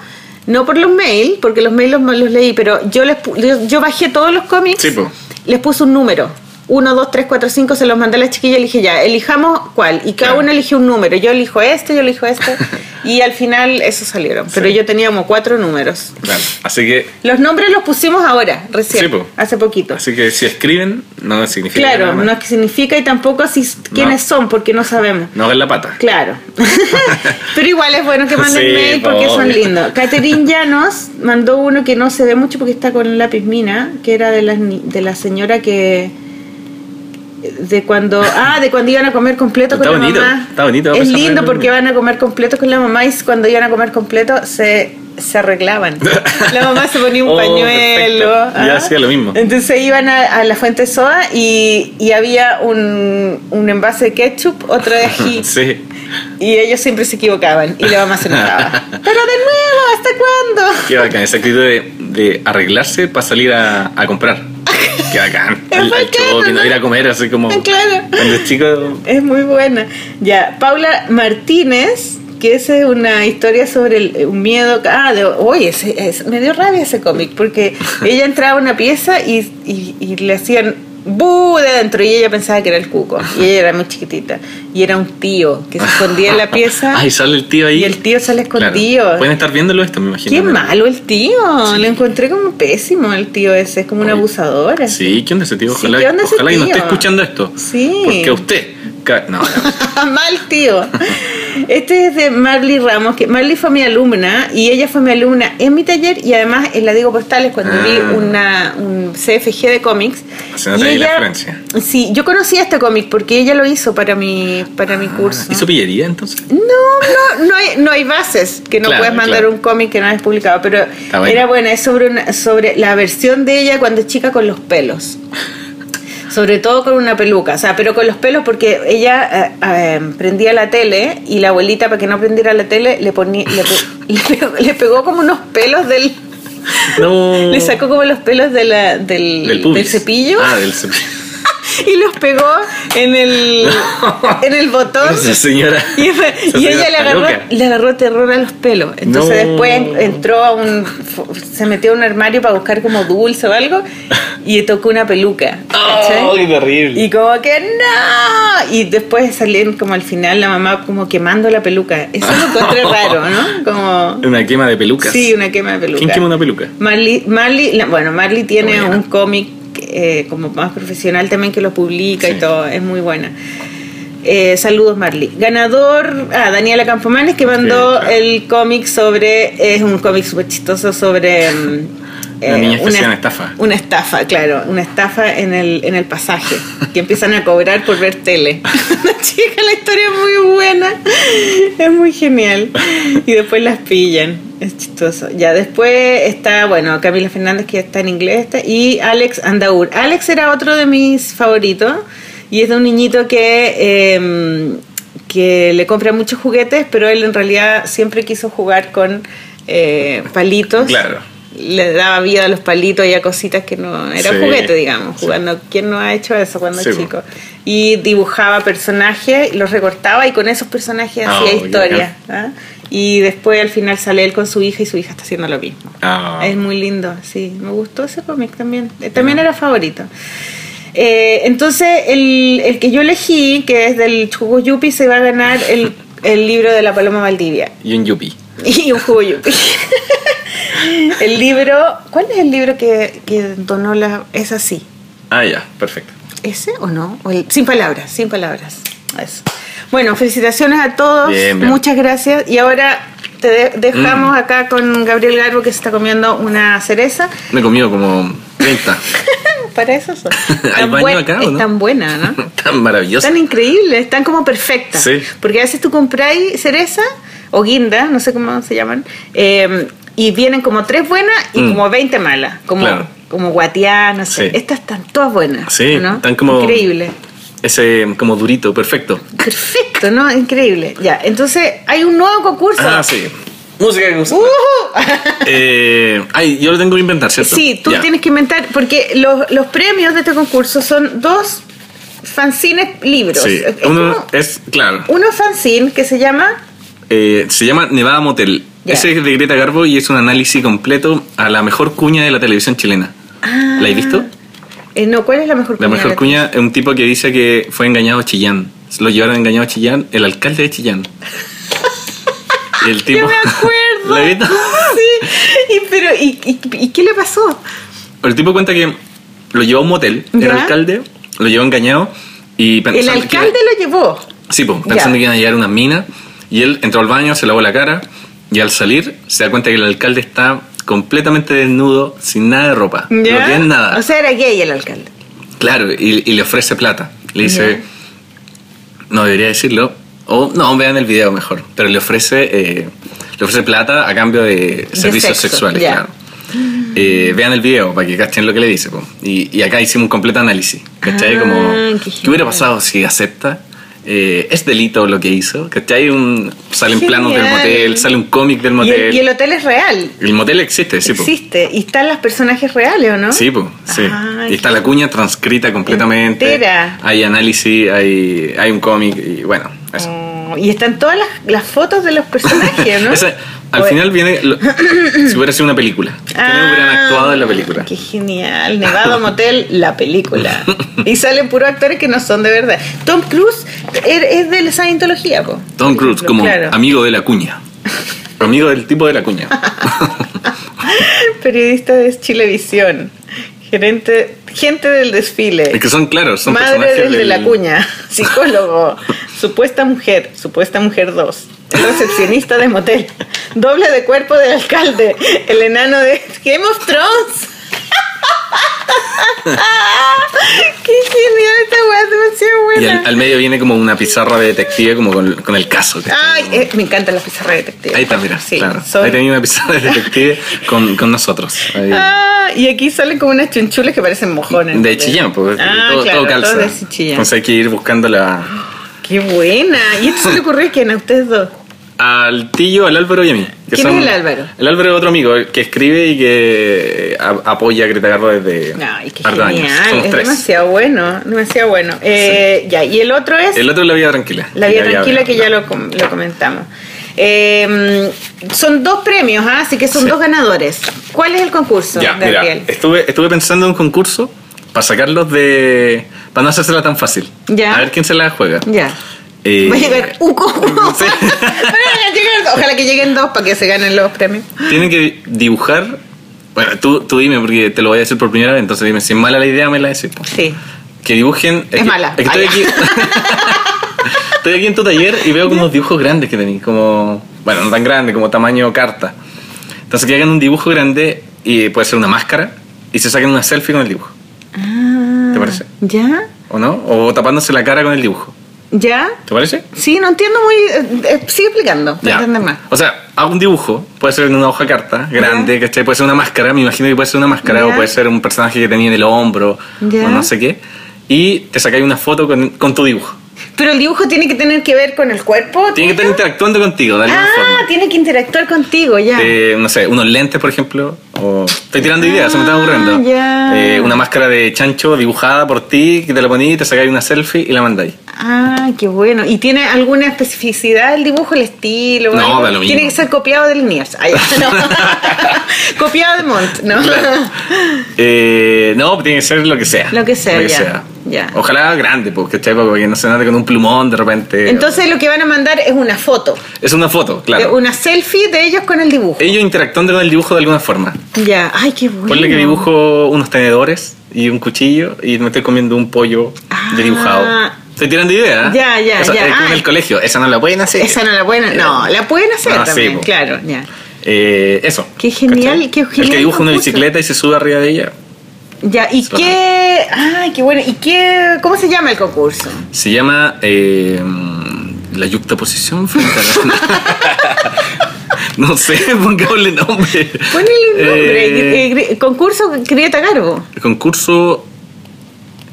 Speaker 1: no por los mails, porque los mails los, los leí, pero yo, les, pu- yo, yo bajé todos los cómics,
Speaker 3: Sí, po.
Speaker 1: les puse un número. 1, 2, 3, 4, 5, se los mandé a la chiquilla y le dije, ya, elijamos cuál. Y cada
Speaker 3: Claro.
Speaker 1: uno eligió un número. Yo elijo este, yo elijo este. y al final esos salieron. Pero
Speaker 3: Sí.
Speaker 1: yo tenía como cuatro números.
Speaker 3: Claro. Así que,
Speaker 1: Los nombres los pusimos ahora, recién.
Speaker 3: Sí, po.
Speaker 1: Hace poquito.
Speaker 3: así que si escriben, no significa
Speaker 1: Claro,
Speaker 3: nada más.
Speaker 1: no es que significa y tampoco si quiénes son, porque no sabemos.
Speaker 3: No hagan la pata.
Speaker 1: Claro. Pero igual es bueno que manden
Speaker 3: Sí,
Speaker 1: mail porque son
Speaker 3: obvio.
Speaker 1: lindos. Caterín Llanos mandó uno que no se ve mucho porque está con lápiz mina, que era de la, de la señora que de cuando ah de cuando iban a comer completo
Speaker 3: Está
Speaker 1: con
Speaker 3: bonito,
Speaker 1: la mamá
Speaker 3: está bonito, va a
Speaker 1: es
Speaker 3: pasar
Speaker 1: lindo
Speaker 3: el-
Speaker 1: porque van a comer completo con la mamá y cuando iban a comer completo se se arreglaban la mamá se ponía un
Speaker 3: Oh,
Speaker 1: pañuelo
Speaker 3: perfecto. Yo
Speaker 1: ah.
Speaker 3: hacía lo mismo.
Speaker 1: Entonces iban a, a la fuente soda y, y había un, un envase de ketchup, otro de ají.
Speaker 3: Sí.
Speaker 1: Y ellos siempre se equivocaban y la mamá se enojaba. Pero de nuevo, ¿hasta cuándo?
Speaker 3: Qué bacán, esa actitud de, de arreglarse para salir a, a comprar. Qué bacán.
Speaker 1: Es
Speaker 3: Al- al
Speaker 1: bacán,
Speaker 3: shopping,
Speaker 1: ¿no?
Speaker 3: a ir a comer, así como.
Speaker 1: Ah, claro.
Speaker 3: Cuando es chico.
Speaker 1: Es muy buena. Ya, Paula Martínez, que esa es eh, una historia sobre el, un miedo. Ah, de, oye, ese- es- me dio rabia ese cómic porque ella entraba a una pieza y, y- y le hacían bu de adentro y ella pensaba que era el cuco. Y ella era muy chiquitita. Y era un tío que se escondía en la pieza.
Speaker 3: Ay, sale el tío ahí.
Speaker 1: Y el tío sale
Speaker 3: Claro.
Speaker 1: escondido.
Speaker 3: Pueden estar viéndolo esto, me imagino.
Speaker 1: Qué malo el tío. Lo encontré como pésimo el tío ese. Es como un
Speaker 3: Oye.
Speaker 1: abusador.
Speaker 3: Sí, ¿qué onda ese tío?
Speaker 1: Sí,
Speaker 3: Ojalá,
Speaker 1: ¿qué onda ese
Speaker 3: ojalá que no
Speaker 1: tío?
Speaker 3: esté escuchando esto.
Speaker 1: Sí.
Speaker 3: Porque usted. ca- No,
Speaker 1: Mal tío. Este es de Marley Ramos, que Marley fue mi alumna y ella fue mi alumna en mi taller y además en la Diego Postales cuando
Speaker 3: Ah.
Speaker 1: vi una, un CFG de cómics.
Speaker 3: Se nota
Speaker 1: Y
Speaker 3: ahí la referencia.
Speaker 1: Sí, yo conocía este cómic porque ella lo hizo para mi, para
Speaker 3: Ah.
Speaker 1: mi curso.
Speaker 3: ¿Hizo pillería entonces?
Speaker 1: No, no, no hay, no hay bases, que no
Speaker 3: Claro,
Speaker 1: puedes mandar
Speaker 3: claro.
Speaker 1: un cómic que no has publicado, pero
Speaker 3: bueno.
Speaker 1: era buena, es sobre, una- sobre la versión de ella cuando es chica con los pelos. Sobre todo con una peluca, o sea, pero con los pelos porque ella eh, eh, prendía la tele y la abuelita para que no prendiera la tele le ponía, le, pe- le pegó, le pegó como unos pelos del,
Speaker 3: No.
Speaker 1: le sacó como los pelos de la, del,
Speaker 3: del, pubis.
Speaker 1: cepillo
Speaker 3: Ah, del cepillo.
Speaker 1: y los pegó en el, en el botón
Speaker 3: Esa señora.
Speaker 1: y, fue-
Speaker 3: esa
Speaker 1: y
Speaker 3: señora
Speaker 1: ella le
Speaker 3: está
Speaker 1: agarró,
Speaker 3: loca.
Speaker 1: le agarró terror a los pelos. Entonces
Speaker 3: No.
Speaker 1: después en- entró a un. fu- Se metió a un armario para buscar como dulce o algo y tocó una peluca. ¿cachai?
Speaker 3: Oh, qué terrible.
Speaker 1: Y como que no. Y después salieron como al final la mamá como quemando la peluca. Eso lo encontré raro, ¿no? Como.
Speaker 3: Una quema de pelucas.
Speaker 1: Sí, una quema de peluca.
Speaker 3: ¿Quién quema una peluca?
Speaker 1: Marley, Marley- la- bueno, Marley tiene
Speaker 3: Buena.
Speaker 1: un cómic eh, como más profesional también que lo publica y
Speaker 3: Sí.
Speaker 1: todo, es muy buena. Eh, saludos Marley. Ganador, ah, Daniela Campomanes que mandó
Speaker 3: claro.
Speaker 1: el cómic sobre, es un cómic súper chistoso sobre... mm,
Speaker 3: Una niña que hacía una estafa.
Speaker 1: Una estafa, claro, una estafa en el, en el pasaje, que empiezan a cobrar por ver tele. Una chica, la historia es muy buena, es muy genial. Y después las pillan, es chistoso. Ya después está, bueno, Camila Fernández que ya está en inglés, está, y Alex Andaur. Alex era otro de mis favoritos, y es de un niñito que... em, que le compra muchos juguetes, pero él en realidad siempre quiso jugar con eh, palitos
Speaker 3: Claro.
Speaker 1: le daba vida a los palitos y a cositas que no era
Speaker 3: Sí.
Speaker 1: juguete digamos jugando quién no ha hecho eso cuando
Speaker 3: Sí,
Speaker 1: es
Speaker 3: po.
Speaker 1: chico y dibujaba personajes los recortaba y con esos personajes
Speaker 3: Ah,
Speaker 1: hacía
Speaker 3: qué
Speaker 1: historias ¿ah? y después al final sale él con su hija y su hija está haciendo lo mismo
Speaker 3: Ah.
Speaker 1: es muy lindo sí me gustó ese cómic también Eh, también era favorito Eh, entonces el, el que yo elegí que es del Chugo Yupi se va a ganar el, el libro de la Paloma Valdivia
Speaker 3: Y un yupi.
Speaker 1: y un jugo yupi. el libro, ¿cuál es el libro que, que donó la... Es así,
Speaker 3: Ah, ya, perfecto.
Speaker 1: ¿ese o no? O el- sin palabras, sin palabras. Eso. Bueno, felicitaciones a todos,
Speaker 3: Bien, Mm. bien.
Speaker 1: muchas gracias. Y ahora te de- dejamos acá con Gabriel Garbo que se está comiendo una cereza.
Speaker 3: Me he comido como 30.
Speaker 1: Para eso son.
Speaker 3: ¿Hay
Speaker 1: Tan
Speaker 3: baño
Speaker 1: buen-
Speaker 3: acá o
Speaker 1: es
Speaker 3: no?
Speaker 1: tan buena, ¿no?
Speaker 3: Tan maravilloso.
Speaker 1: Están increíbles, están como perfectas.
Speaker 3: Sí.
Speaker 1: Porque a veces tú compráis cereza o guinda, no sé cómo se llaman, eh, y vienen como tres buenas y
Speaker 3: Mm.
Speaker 1: como 20 malas. Como,
Speaker 3: Claro.
Speaker 1: como guatiá, no sé.
Speaker 3: Sí.
Speaker 1: Estas están todas buenas.
Speaker 3: Sí,
Speaker 1: ¿no?
Speaker 3: están como-
Speaker 1: Increíble.
Speaker 3: Ese como durito, perfecto.
Speaker 1: Perfecto, ¿no? Increíble. Ya, entonces hay un nuevo concurso.
Speaker 3: Ah, sí. Música que gusta.
Speaker 1: ¡Ujú!
Speaker 3: Eh, ay, yo lo tengo que inventar, ¿cierto?
Speaker 1: Sí, tú
Speaker 3: Ya.
Speaker 1: tienes que inventar, porque los, los premios de este concurso son dos fanzines libros.
Speaker 3: Sí,
Speaker 1: Es
Speaker 3: uno
Speaker 1: como-
Speaker 3: es, claro,
Speaker 1: uno fanzine que se llama
Speaker 3: eh, se llama Nevada Motel.
Speaker 1: Ya.
Speaker 3: Ese es de Greta
Speaker 1: Ah.
Speaker 3: Garbo y es un análisis completo a la mejor cuña de la televisión chilena. ¿La has visto?
Speaker 1: Eh, no, ¿cuál es la mejor
Speaker 3: La
Speaker 1: cuña
Speaker 3: mejor
Speaker 1: de-
Speaker 3: cuña es un tipo que dice que fue engañado a Chillán. Lo llevaron engañado a Chillán, el alcalde de Chillán. Y el tipo.
Speaker 1: Yo me acuerdo.
Speaker 3: ¿La viste?
Speaker 1: Sí. Y, pero, ¿y, y, y qué le pasó?
Speaker 3: El tipo cuenta que lo llevó a un motel, el
Speaker 1: Ya.
Speaker 3: alcalde, lo llevó engañado y
Speaker 1: El
Speaker 3: pensando que-
Speaker 1: alcalde lo llevó.
Speaker 3: Sí, po, pensando
Speaker 1: Ya.
Speaker 3: que iban a llegar unas minas. Y él entró al baño, se lavó la cara. Y al salir, se da cuenta que el alcalde está completamente desnudo, sin nada de ropa. No
Speaker 1: ¿Ya?
Speaker 3: tiene nada.
Speaker 1: O sea, era gay el alcalde.
Speaker 3: claro, y, y le ofrece plata. Le dice.
Speaker 1: Ya.
Speaker 3: No debería decirlo. O no, vean el video mejor. Pero le ofrece, eh, le ofrece plata a cambio de servicios
Speaker 1: sexo,
Speaker 3: sexuales,
Speaker 1: ya.
Speaker 3: claro. Eh, vean el video para que cachen lo que le dice. po. Y, y acá hicimos un completo análisis. ¿Cachai?
Speaker 1: Ah,
Speaker 3: Como,
Speaker 1: qué
Speaker 3: ¿qué hubiera
Speaker 1: genial.
Speaker 3: pasado si acepta? Eh, ¿Es delito lo que hizo? ¿Cachai? Un, salen planos del
Speaker 1: Genial.
Speaker 3: motel, sale un cómic del
Speaker 1: Y
Speaker 3: motel.
Speaker 1: el, y el hotel es real.
Speaker 3: El motel existe, sí, po.
Speaker 1: Existe. Y están los personajes reales, ¿o no?
Speaker 3: Sí, pues, sí.
Speaker 1: Ah,
Speaker 3: y está la cuña transcrita completamente.
Speaker 1: Entera.
Speaker 3: Hay análisis, hay, hay un cómic y bueno, eso.
Speaker 1: Oh, y están todas las, las fotos de los personajes, Oh, ¿no?
Speaker 3: Ese- al
Speaker 1: Oye.
Speaker 3: final viene lo- si hubiera sido una película. Que no hubieran
Speaker 1: Ah,
Speaker 3: actuado en la película.
Speaker 1: Qué genial. Nevado Motel, la película. Y salen puros actores que no son de verdad. Tom Cruise es, es de la Scientología, po.
Speaker 3: Tom Cruise como
Speaker 1: Claro.
Speaker 3: amigo de la cuña. Amigo del tipo de la cuña.
Speaker 1: Periodista de Chilevisión. Gerente, gente del desfile.
Speaker 3: es que son claros, son
Speaker 1: Madre
Speaker 3: personajes
Speaker 1: del de
Speaker 3: del-
Speaker 1: la cuña, psicólogo, supuesta mujer, supuesta mujer 2, recepcionista de motel, doble de cuerpo del alcalde, el enano de Game of Thrones. ¡Qué genial esta weá! Es demasiado
Speaker 3: Y
Speaker 1: buena.
Speaker 3: al, al medio viene como una pizarra de detective como con, con el caso. ¿cachai?
Speaker 1: Ay, eh, me encanta la pizarra de detective.
Speaker 3: Ahí está, mira.
Speaker 1: Sí,
Speaker 3: claro.
Speaker 1: son-
Speaker 3: Ahí tenía una pizarra de detective con, con nosotros. Ahí.
Speaker 1: Ah, y aquí salen como unas chunchulas que parecen mojones.
Speaker 3: De Chillán, pues.
Speaker 1: Ah,
Speaker 3: todo,
Speaker 1: claro,
Speaker 3: todo calza.
Speaker 1: todos de Chillán.
Speaker 3: Entonces hay que ir buscando la,
Speaker 1: Qué buena. ¿Y esto se le ocurrió a quién? ¿A ustedes dos?
Speaker 3: al tío, al Álvaro y a mí. que
Speaker 1: ¿Quién es el Álvaro?
Speaker 3: El Álvaro es otro amigo que escribe y que eh, a- apoya a Greta Garbo desde
Speaker 1: Ay, qué
Speaker 3: hartos
Speaker 1: genial.
Speaker 3: años. Somos
Speaker 1: es
Speaker 3: tres.
Speaker 1: demasiado bueno, demasiado bueno. Eh, Ya, y el otro es
Speaker 3: El otro es La Vida Tranquila.
Speaker 1: La Vía Tranquila,
Speaker 3: Brava.
Speaker 1: que ya lo, com- lo comentamos. Eh, son dos premios, ¿ah? así que son
Speaker 3: Sí.
Speaker 1: dos ganadores. ¿Cuál es el concurso,
Speaker 3: Ya, mira, eh,
Speaker 1: Gabriel?
Speaker 3: estuve, estuve pensando en un concurso para sacarlos de... para no hacérsela tan fácil.
Speaker 1: Ya.
Speaker 3: A ver quién se la juega.
Speaker 1: Ya.
Speaker 3: Eh,
Speaker 1: Va a llegar un concurso.
Speaker 3: Sí.
Speaker 1: Van a llegar- Ojalá que lleguen dos para que se ganen los premios.
Speaker 3: Tienen que dibujar... Bueno, tú, tú dime, porque te lo voy a decir por primera vez, entonces dime, si es mala la idea, me la decís. pues. po.
Speaker 1: Sí.
Speaker 3: Que dibujen.
Speaker 1: Es
Speaker 3: que-
Speaker 1: mala.
Speaker 3: que estoy,
Speaker 1: Ah,
Speaker 3: aquí, estoy aquí en tu taller y veo como unos dibujos grandes que tenéis, como. Bueno, no tan grande, como tamaño carta. Entonces que hagan un dibujo grande y puede ser una máscara y se saquen una selfie con el dibujo, Ah, ¿Te parece?
Speaker 1: ¿Ya?
Speaker 3: ¿o no? O tapándose la cara con el dibujo.
Speaker 1: ¿Ya?
Speaker 3: ¿Te parece?
Speaker 1: Sí, no entiendo muy. eh, eh, sigue explicando, para entender más.
Speaker 3: O sea, hago un dibujo, puede ser en una hoja carta grande, ¿cachai? Puede ser una máscara, me imagino que puede ser una máscara,
Speaker 1: Ya.
Speaker 3: o puede ser un personaje que tenía en el hombro,
Speaker 1: Ya.
Speaker 3: o no sé qué. Y te sacáis una foto con, con tu dibujo.
Speaker 1: Pero el dibujo tiene que tener que ver con el cuerpo.
Speaker 3: Tiene que estar
Speaker 1: tuyo?
Speaker 3: interactuando contigo de alguna
Speaker 1: Ah,
Speaker 3: forma.
Speaker 1: tiene que interactuar contigo, ya.
Speaker 3: Eh, no sé, unos lentes, por ejemplo. O... Estoy tirando
Speaker 1: Ah,
Speaker 3: ideas, se me está ocurriendo.
Speaker 1: ya.
Speaker 3: Eh, una máscara de chancho dibujada por ti, que te la ponís, te sacáis una selfie y la mandáis.
Speaker 1: Ah, qué bueno. ¿Y tiene alguna especificidad el dibujo, el estilo?
Speaker 3: No,
Speaker 1: algo?
Speaker 3: da lo mismo.
Speaker 1: Tiene que ser copiado del Niers. Ay, no. copiado de Mont, ¿no?
Speaker 3: Eh, no, tiene que ser lo que sea.
Speaker 1: Lo que sea, ya, ya.
Speaker 3: Ojalá grande, porque para que no se note con un plumón de repente.
Speaker 1: Entonces lo que van a mandar es una foto,
Speaker 3: es una foto,
Speaker 1: eh,
Speaker 3: claro.
Speaker 1: una selfie de ellos con el dibujo.
Speaker 3: Ellos interactuando con el dibujo de alguna forma.
Speaker 1: Ya, ay, qué bueno.
Speaker 3: Ponle que dibujo unos tenedores y un cuchillo y me estoy comiendo un pollo
Speaker 1: Ah.
Speaker 3: de dibujado. Estoy tirando ideas.
Speaker 1: Ya, ya,
Speaker 3: Eso
Speaker 1: ya.
Speaker 3: Es como en
Speaker 1: Ah.
Speaker 3: el colegio. Esa no la pueden hacer.
Speaker 1: Esa no la pueden, no, la pueden hacer
Speaker 3: Ah, sí,
Speaker 1: también,
Speaker 3: po.
Speaker 1: claro, ya.
Speaker 3: Eh, eso.
Speaker 1: Qué genial, qué
Speaker 3: El que
Speaker 1: genial
Speaker 3: dibuja una
Speaker 1: concurso.
Speaker 3: bicicleta y se sube arriba de ella.
Speaker 1: Ya, ¿y
Speaker 3: Eso.
Speaker 1: qué? Ay, qué bueno. ¿Y qué? ¿Cómo se llama el concurso?
Speaker 3: Se llama eh, mm, la yuxtaposición frente a la- No sé, pongámosle nombre.
Speaker 1: Ponle un nombre.
Speaker 3: Eh,
Speaker 1: eh, gre- concurso Grieta Garbo.
Speaker 3: el concurso.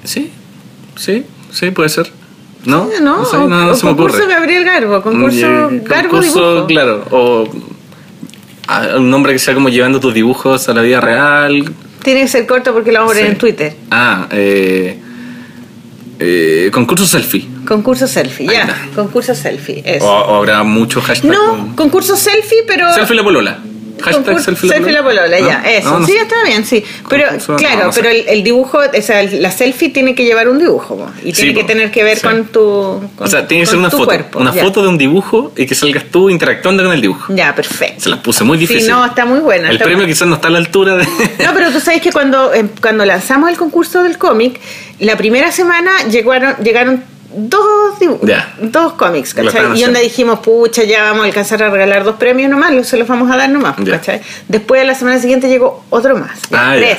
Speaker 3: Sí, sí, sí, puede ser. ¿No?
Speaker 1: No,
Speaker 3: sé,
Speaker 1: o-
Speaker 3: no, no
Speaker 1: o
Speaker 3: se me ocurre.
Speaker 1: Concurso Gabriel Garbo, concurso
Speaker 3: Eh,
Speaker 1: Garbo
Speaker 3: concurso,
Speaker 1: dibujo.
Speaker 3: claro. O ah, un nombre que sea como llevando tus dibujos a la vida real.
Speaker 1: Tiene que ser corto porque lo vamos a poner
Speaker 3: Sí.
Speaker 1: en Twitter.
Speaker 3: Ah, eh, eh, concurso selfie.
Speaker 1: Concurso selfie,
Speaker 3: Ahí
Speaker 1: ya.
Speaker 3: está.
Speaker 1: Concurso selfie,
Speaker 3: O,
Speaker 1: eso.
Speaker 3: o habrá muchos hashtags.
Speaker 1: no, concurso selfie, pero
Speaker 3: Selfie la polola. Hashtag
Speaker 1: concurso-
Speaker 3: selfie la polola.
Speaker 1: polola, ya,
Speaker 3: No,
Speaker 1: eso.
Speaker 3: no, no
Speaker 1: sí,
Speaker 3: sé.
Speaker 1: está bien, sí. Pero,
Speaker 3: Concurso,
Speaker 1: claro,
Speaker 3: no, no sé.
Speaker 1: pero el, el dibujo, o sea, la selfie tiene que llevar un dibujo, po, y
Speaker 3: Sí,
Speaker 1: tiene que
Speaker 3: po,
Speaker 1: tener que ver
Speaker 3: sí.
Speaker 1: con tu.
Speaker 3: O sea, tiene que
Speaker 1: con
Speaker 3: ser una
Speaker 1: tu
Speaker 3: foto.
Speaker 1: cuerpo,
Speaker 3: una
Speaker 1: ya.
Speaker 3: foto de un dibujo y que salgas tú interactuando con el dibujo.
Speaker 1: Ya, perfecto.
Speaker 3: Se las puse muy difícil.
Speaker 1: Sí, no, está muy buena.
Speaker 3: El
Speaker 1: está
Speaker 3: premio quizás no está a la altura de.
Speaker 1: No, pero tú sabes que cuando, em, cuando lanzamos el concurso del cómic, la primera semana llegaron, llegaron dos, dibu-
Speaker 3: Ya.
Speaker 1: dos cómics,
Speaker 3: Lo estaban
Speaker 1: ¿cachai? Y
Speaker 3: haciendo.
Speaker 1: onda dijimos, pucha, ya vamos a alcanzar a regalar dos premios nomás, los- se los vamos a dar nomás,
Speaker 3: Ya.
Speaker 1: ¿cachai? Después de la semana siguiente llegó otro más, ya,
Speaker 3: Ah, ya.
Speaker 1: tres.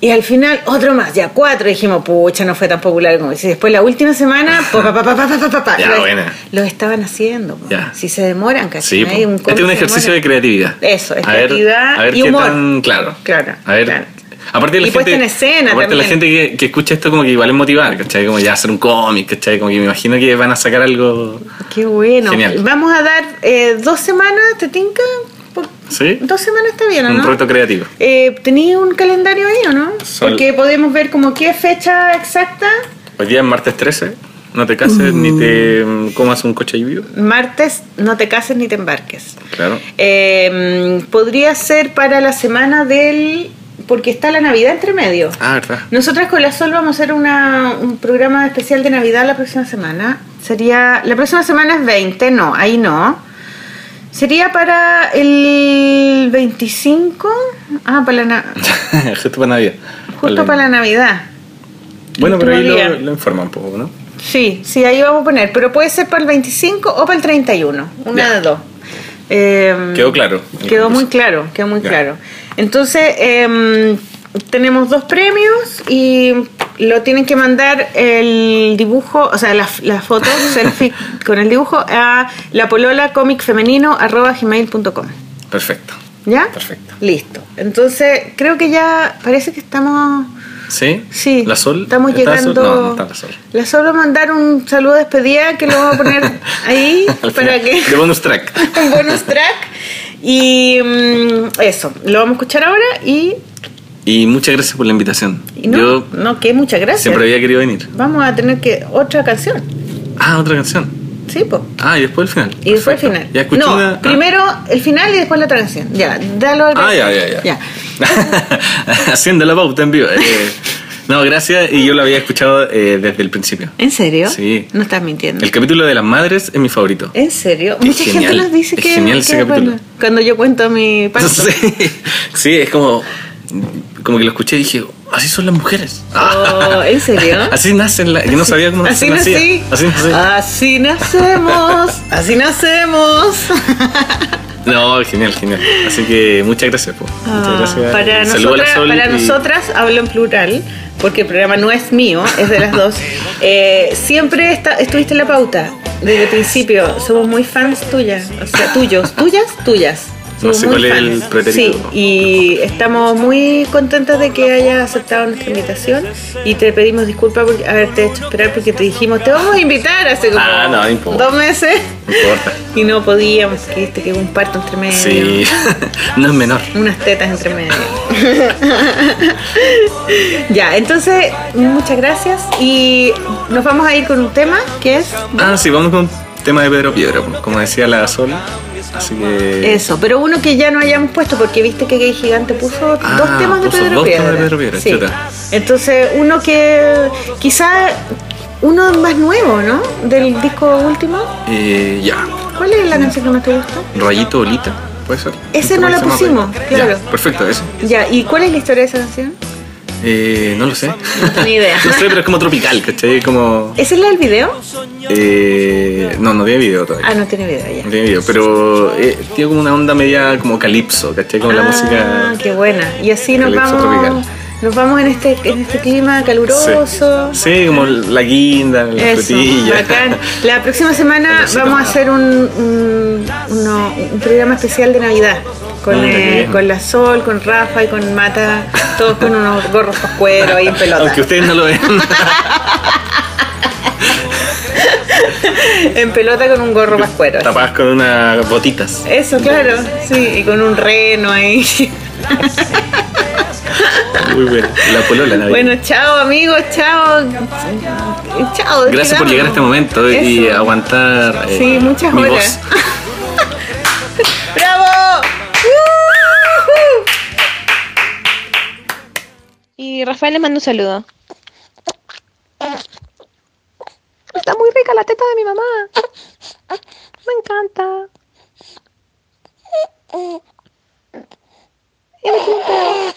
Speaker 1: Y al final otro más, ya cuatro, dijimos, pucha, no fue tan popular como dice. Después la última semana, pa, pa, pa, pa, pa, pa, pa, pa,
Speaker 3: Ya,
Speaker 1: los,
Speaker 3: buena.
Speaker 1: los estaban haciendo. po.
Speaker 3: Ya.
Speaker 1: Si se demoran, ¿cachai?
Speaker 3: Sí, po.
Speaker 1: Hay un
Speaker 3: este es
Speaker 1: cómic
Speaker 3: un
Speaker 1: que
Speaker 3: ejercicio
Speaker 1: demora.
Speaker 3: de creatividad.
Speaker 1: Eso, es
Speaker 3: A ver-
Speaker 1: creatividad
Speaker 3: a ver
Speaker 1: y
Speaker 3: qué
Speaker 1: humor.
Speaker 3: tan- claro.
Speaker 1: Claro,
Speaker 3: A ver.
Speaker 1: claro.
Speaker 3: Aparte la
Speaker 1: Y puesta
Speaker 3: gente,
Speaker 1: en escena
Speaker 3: aparte la
Speaker 1: también.
Speaker 3: gente que, que escucha esto como que igual es motivar, ¿cachai? Como ya hacer un cómic, ¿cachai? Como que me imagino que van a sacar algo.
Speaker 1: Qué bueno.
Speaker 3: Genial.
Speaker 1: Vamos a dar eh, dos semanas, ¿te tinca? Por-
Speaker 3: ¿Sí?
Speaker 1: Dos semanas está bien, ¿o
Speaker 3: Un
Speaker 1: ¿no?
Speaker 3: reto creativo.
Speaker 1: Eh, ¿Tenía un calendario ahí o no?
Speaker 3: Sol-
Speaker 1: Porque podemos ver como qué fecha exacta.
Speaker 3: Hoy día es martes 13. No te cases ni te mm, comas un coche vivo.
Speaker 1: Martes, no te cases ni te embarques.
Speaker 3: Claro.
Speaker 1: Eh, podría ser para la semana del... Porque está la Navidad entre medio.
Speaker 3: Ah, verdad.
Speaker 1: Nosotras con la Sol vamos a hacer una- un programa especial de Navidad la próxima semana. Sería. La próxima semana es 20, no, ahí no. Sería para el 25. Ah, para la na-
Speaker 3: Justo para Navidad.
Speaker 1: justo para la Navidad.
Speaker 3: Bueno, pero ahí
Speaker 1: Último
Speaker 3: lo,
Speaker 1: día. Mm.
Speaker 3: lo informan un poco, ¿no?
Speaker 1: Sí, sí, ahí vamos a poner. Pero puede ser para el 25 o para el 31. Una
Speaker 3: Ya.
Speaker 1: de dos. Eh,
Speaker 3: Quedó claro.
Speaker 1: Quedó muy claro, quedó muy
Speaker 3: Ya.
Speaker 1: claro. Entonces, eh, tenemos dos premios y lo tienen que mandar el dibujo, o sea, la, la foto, selfie con el dibujo a la polola
Speaker 3: Perfecto.
Speaker 1: ¿Ya?
Speaker 3: Perfecto.
Speaker 1: Listo. Entonces, creo que ya parece que estamos...
Speaker 3: ¿Sí?
Speaker 1: Sí.
Speaker 3: ¿La sol?
Speaker 1: Estamos
Speaker 3: ¿Está la
Speaker 1: llegando.
Speaker 3: Sol? No, no está la sol.
Speaker 1: La Sol va a mandar un saludo de despedida que lo vamos a poner ahí
Speaker 3: Al
Speaker 1: para
Speaker 3: final,
Speaker 1: que.
Speaker 3: De bonus track.
Speaker 1: un bonus track. Y mm, eso, lo vamos a escuchar ahora y.
Speaker 3: Y muchas gracias por la invitación.
Speaker 1: y no,
Speaker 3: Yo
Speaker 1: no, que muchas gracias.
Speaker 3: siempre había querido venir.
Speaker 1: Vamos a tener que. otra canción.
Speaker 3: Ah, otra canción.
Speaker 1: Sí, po.
Speaker 3: Ah, y después el final.
Speaker 1: Y después el
Speaker 3: Perfecto.
Speaker 1: final.
Speaker 3: Ya escuché
Speaker 1: no,
Speaker 3: una- ah.
Speaker 1: primero el final y después la otra canción. Ya, dalo al
Speaker 3: Ah, ya, ya, ya. Haciendo la pauta en vivo. Eh, no, gracias. Y yo lo había escuchado eh, desde el principio.
Speaker 1: ¿En serio?
Speaker 3: Sí.
Speaker 1: No estás mintiendo.
Speaker 3: El capítulo de las madres es mi favorito.
Speaker 1: ¿En serio?
Speaker 3: Es
Speaker 1: Mucha gente
Speaker 3: genial,
Speaker 1: nos dice
Speaker 3: es
Speaker 1: que.
Speaker 3: genial ese
Speaker 1: que es
Speaker 3: capítulo.
Speaker 1: bueno. Cuando yo cuento mi parto.
Speaker 3: Sí, sí, es como. Como que lo escuché y dije, así son las mujeres.
Speaker 1: Oh, ¿En serio?
Speaker 3: Así nacen las. Yo no sabía cómo
Speaker 1: Así
Speaker 3: se nacía.
Speaker 1: nací. Ah.
Speaker 3: Así nací.
Speaker 1: Así nacemos. Así nacemos.
Speaker 3: No, genial, genial. Así que muchas gracias, po.
Speaker 1: Ah,
Speaker 3: Muchas gracias.
Speaker 1: Para,
Speaker 3: Saludo a la
Speaker 1: nosotras,
Speaker 3: Sol
Speaker 1: para
Speaker 3: y-
Speaker 1: nosotras, hablo en plural, porque el programa no es mío, es de las dos. Eh, siempre está- estuviste en la pauta, desde el principio. Somos muy fans tuyas, o sea, tuyos, tuyas, tuyas.
Speaker 3: No
Speaker 1: Somos
Speaker 3: sé
Speaker 1: muy
Speaker 3: cuál es el
Speaker 1: fans.
Speaker 3: pretérito.
Speaker 1: Sí, y estamos muy contentas de que hayas aceptado nuestra invitación y te pedimos disculpas por haberte hecho esperar porque te dijimos, te vamos a invitar hace como
Speaker 3: Ah, no, no importa.
Speaker 1: dos meses
Speaker 3: No importa.
Speaker 1: y no podíamos, que este que hubo un parto entre medio
Speaker 3: Sí, no es menor.
Speaker 1: unas tetas entre medio. ya, entonces, muchas gracias y nos vamos a ir con un tema que es
Speaker 3: Ah, sí, vamos con un tema de Pedro Piedra, po, como decía la Sol. Así que.
Speaker 1: eso, pero uno que ya no hayamos puesto porque viste que Gay Gigante puso
Speaker 3: Ah,
Speaker 1: dos temas de
Speaker 3: puso
Speaker 1: Pedro
Speaker 3: dos
Speaker 1: Piedra.
Speaker 3: temas de Pedro Piedra,
Speaker 1: Sí.
Speaker 3: chuta.
Speaker 1: Entonces, uno que quizá uno más nuevo, ¿no? Del disco último.
Speaker 3: Eh, ya.
Speaker 1: ¿Cuál es la canción que más te gusta?
Speaker 3: Rayito Olita, ¿puede ser?
Speaker 1: Ese
Speaker 3: Un
Speaker 1: no
Speaker 3: tema
Speaker 1: la
Speaker 3: que se llama
Speaker 1: pusimos,
Speaker 3: Rayito. Ya,
Speaker 1: claro.
Speaker 3: perfecto, ese.
Speaker 1: Ya, ¿y cuál es la historia de esa canción?
Speaker 3: Eh, no lo sé.
Speaker 1: No tengo ni idea.
Speaker 3: no sé, pero es como tropical, ¿cachai? Como.
Speaker 1: ¿Esa es la del video?
Speaker 3: Eh, no, no tiene video todavía.
Speaker 1: Ah, no tiene video ya.
Speaker 3: No tiene video, pero eh, tiene como una onda media como calipso, ¿cachai? Como la
Speaker 1: Ah,
Speaker 3: música.
Speaker 1: qué buena. Y así nos
Speaker 3: Calipso
Speaker 1: vamos,
Speaker 3: tropical.
Speaker 1: nos vamos en este, en este clima caluroso.
Speaker 3: Sí. Sí, como la guinda, la
Speaker 1: Eso,
Speaker 3: frutilla.
Speaker 1: bacán. La próxima semana
Speaker 3: Calorcito.
Speaker 1: vamos a hacer un, un, uno- un programa especial de Navidad. Con,
Speaker 3: Mira,
Speaker 1: eh,
Speaker 3: qué bien.
Speaker 1: con la Sol, con Rafa y con Mata, todos con unos gorros con cuero y en pelota.
Speaker 3: Aunque ustedes no lo ven.
Speaker 1: En pelota con un gorro más cuero.
Speaker 3: Tapadas con unas botitas.
Speaker 1: Eso, claro, sí, y con un reno ahí.
Speaker 3: Muy buena. La polola, la
Speaker 1: Bueno, chao amigos, chao. Chao.
Speaker 3: Gracias por llegar a este momento y
Speaker 1: Eso.
Speaker 3: aguantar. eh,
Speaker 1: Sí, muchas
Speaker 3: mi
Speaker 1: horas.
Speaker 3: voz.
Speaker 1: ¡Bravo! ¡Woo!
Speaker 7: y Rafael le manda un saludo. Está muy rica la teta de mi mamá. Me encanta. Y me tiene un pedo.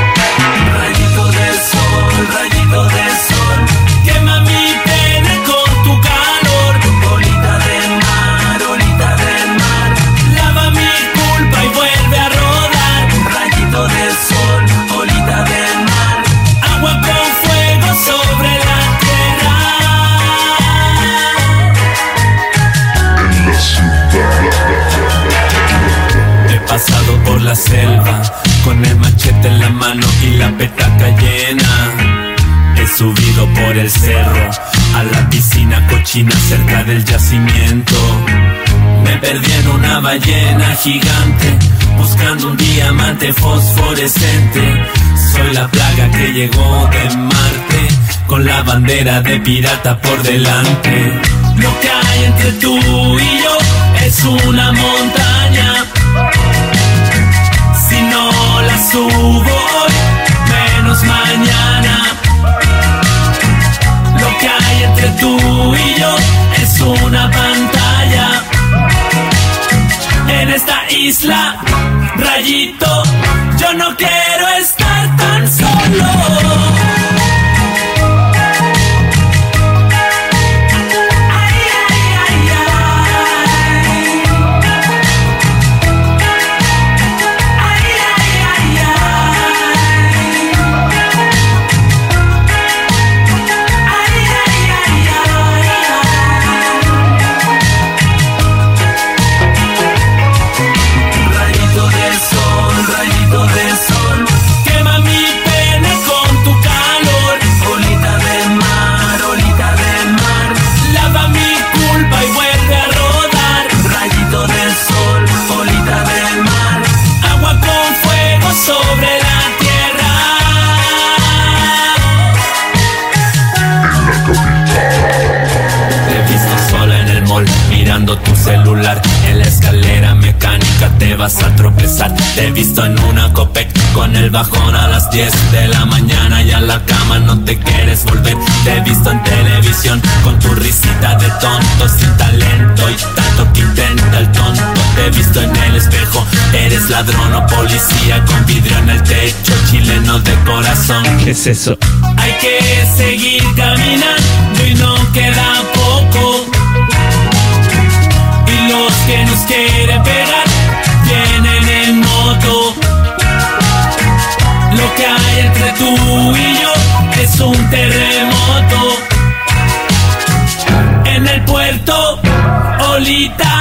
Speaker 8: Rayito de sol, rayito de sol, quema mi pene con tu calor. Olita de mar, olita de mar, lava mi culpa y vuelve a rodar. Rayito de sol, olita de mar, agua con fuego sobre la tierra. He pasado por la selva con el machete en la mano y la petaca llena. He subido por el cerro a la piscina cochina cerca del yacimiento. Me perdí en una ballena gigante buscando un diamante fosforescente. Soy la plaga que llegó de Marte con la bandera de pirata por delante. Lo que hay entre tú y yo es una montaña si no la subo hoy, menos mañana. Lo que hay entre tú y yo es una pantalla. En esta isla, rayito, yo no quiero estar tan solo. Ay, ay, ay, ay. Ay, ay, ay, ay. Ay, ay, ay, ay. Rayito de sol, rayito de sol, quema mi pene con tu calor. Olita de mar, olita de mar, lava mi culpa y vuelve a rodar. Rayito de sol, olita de mar, agua con fuego sobre la tierra. Te he visto sola en el mall, mirando tu celular. En la escalera mecánica te vas a tropezar. Te he visto en una copec con el bajón a las 10 de la mañana y a la cama no te quieres volver. Te he visto en televisión con tu risita de tonto sin talento y tanto que intenta el tonto. Te he visto en el espejo, eres ladrón o policía con vidrio en el techo, chileno de corazón. ¿Qué es eso? Hay que seguir caminando y no queda poco. Y los que nos quieren pegar vienen en moto. Lo que hay entre tú y yo es un terremoto. En el puerto, olita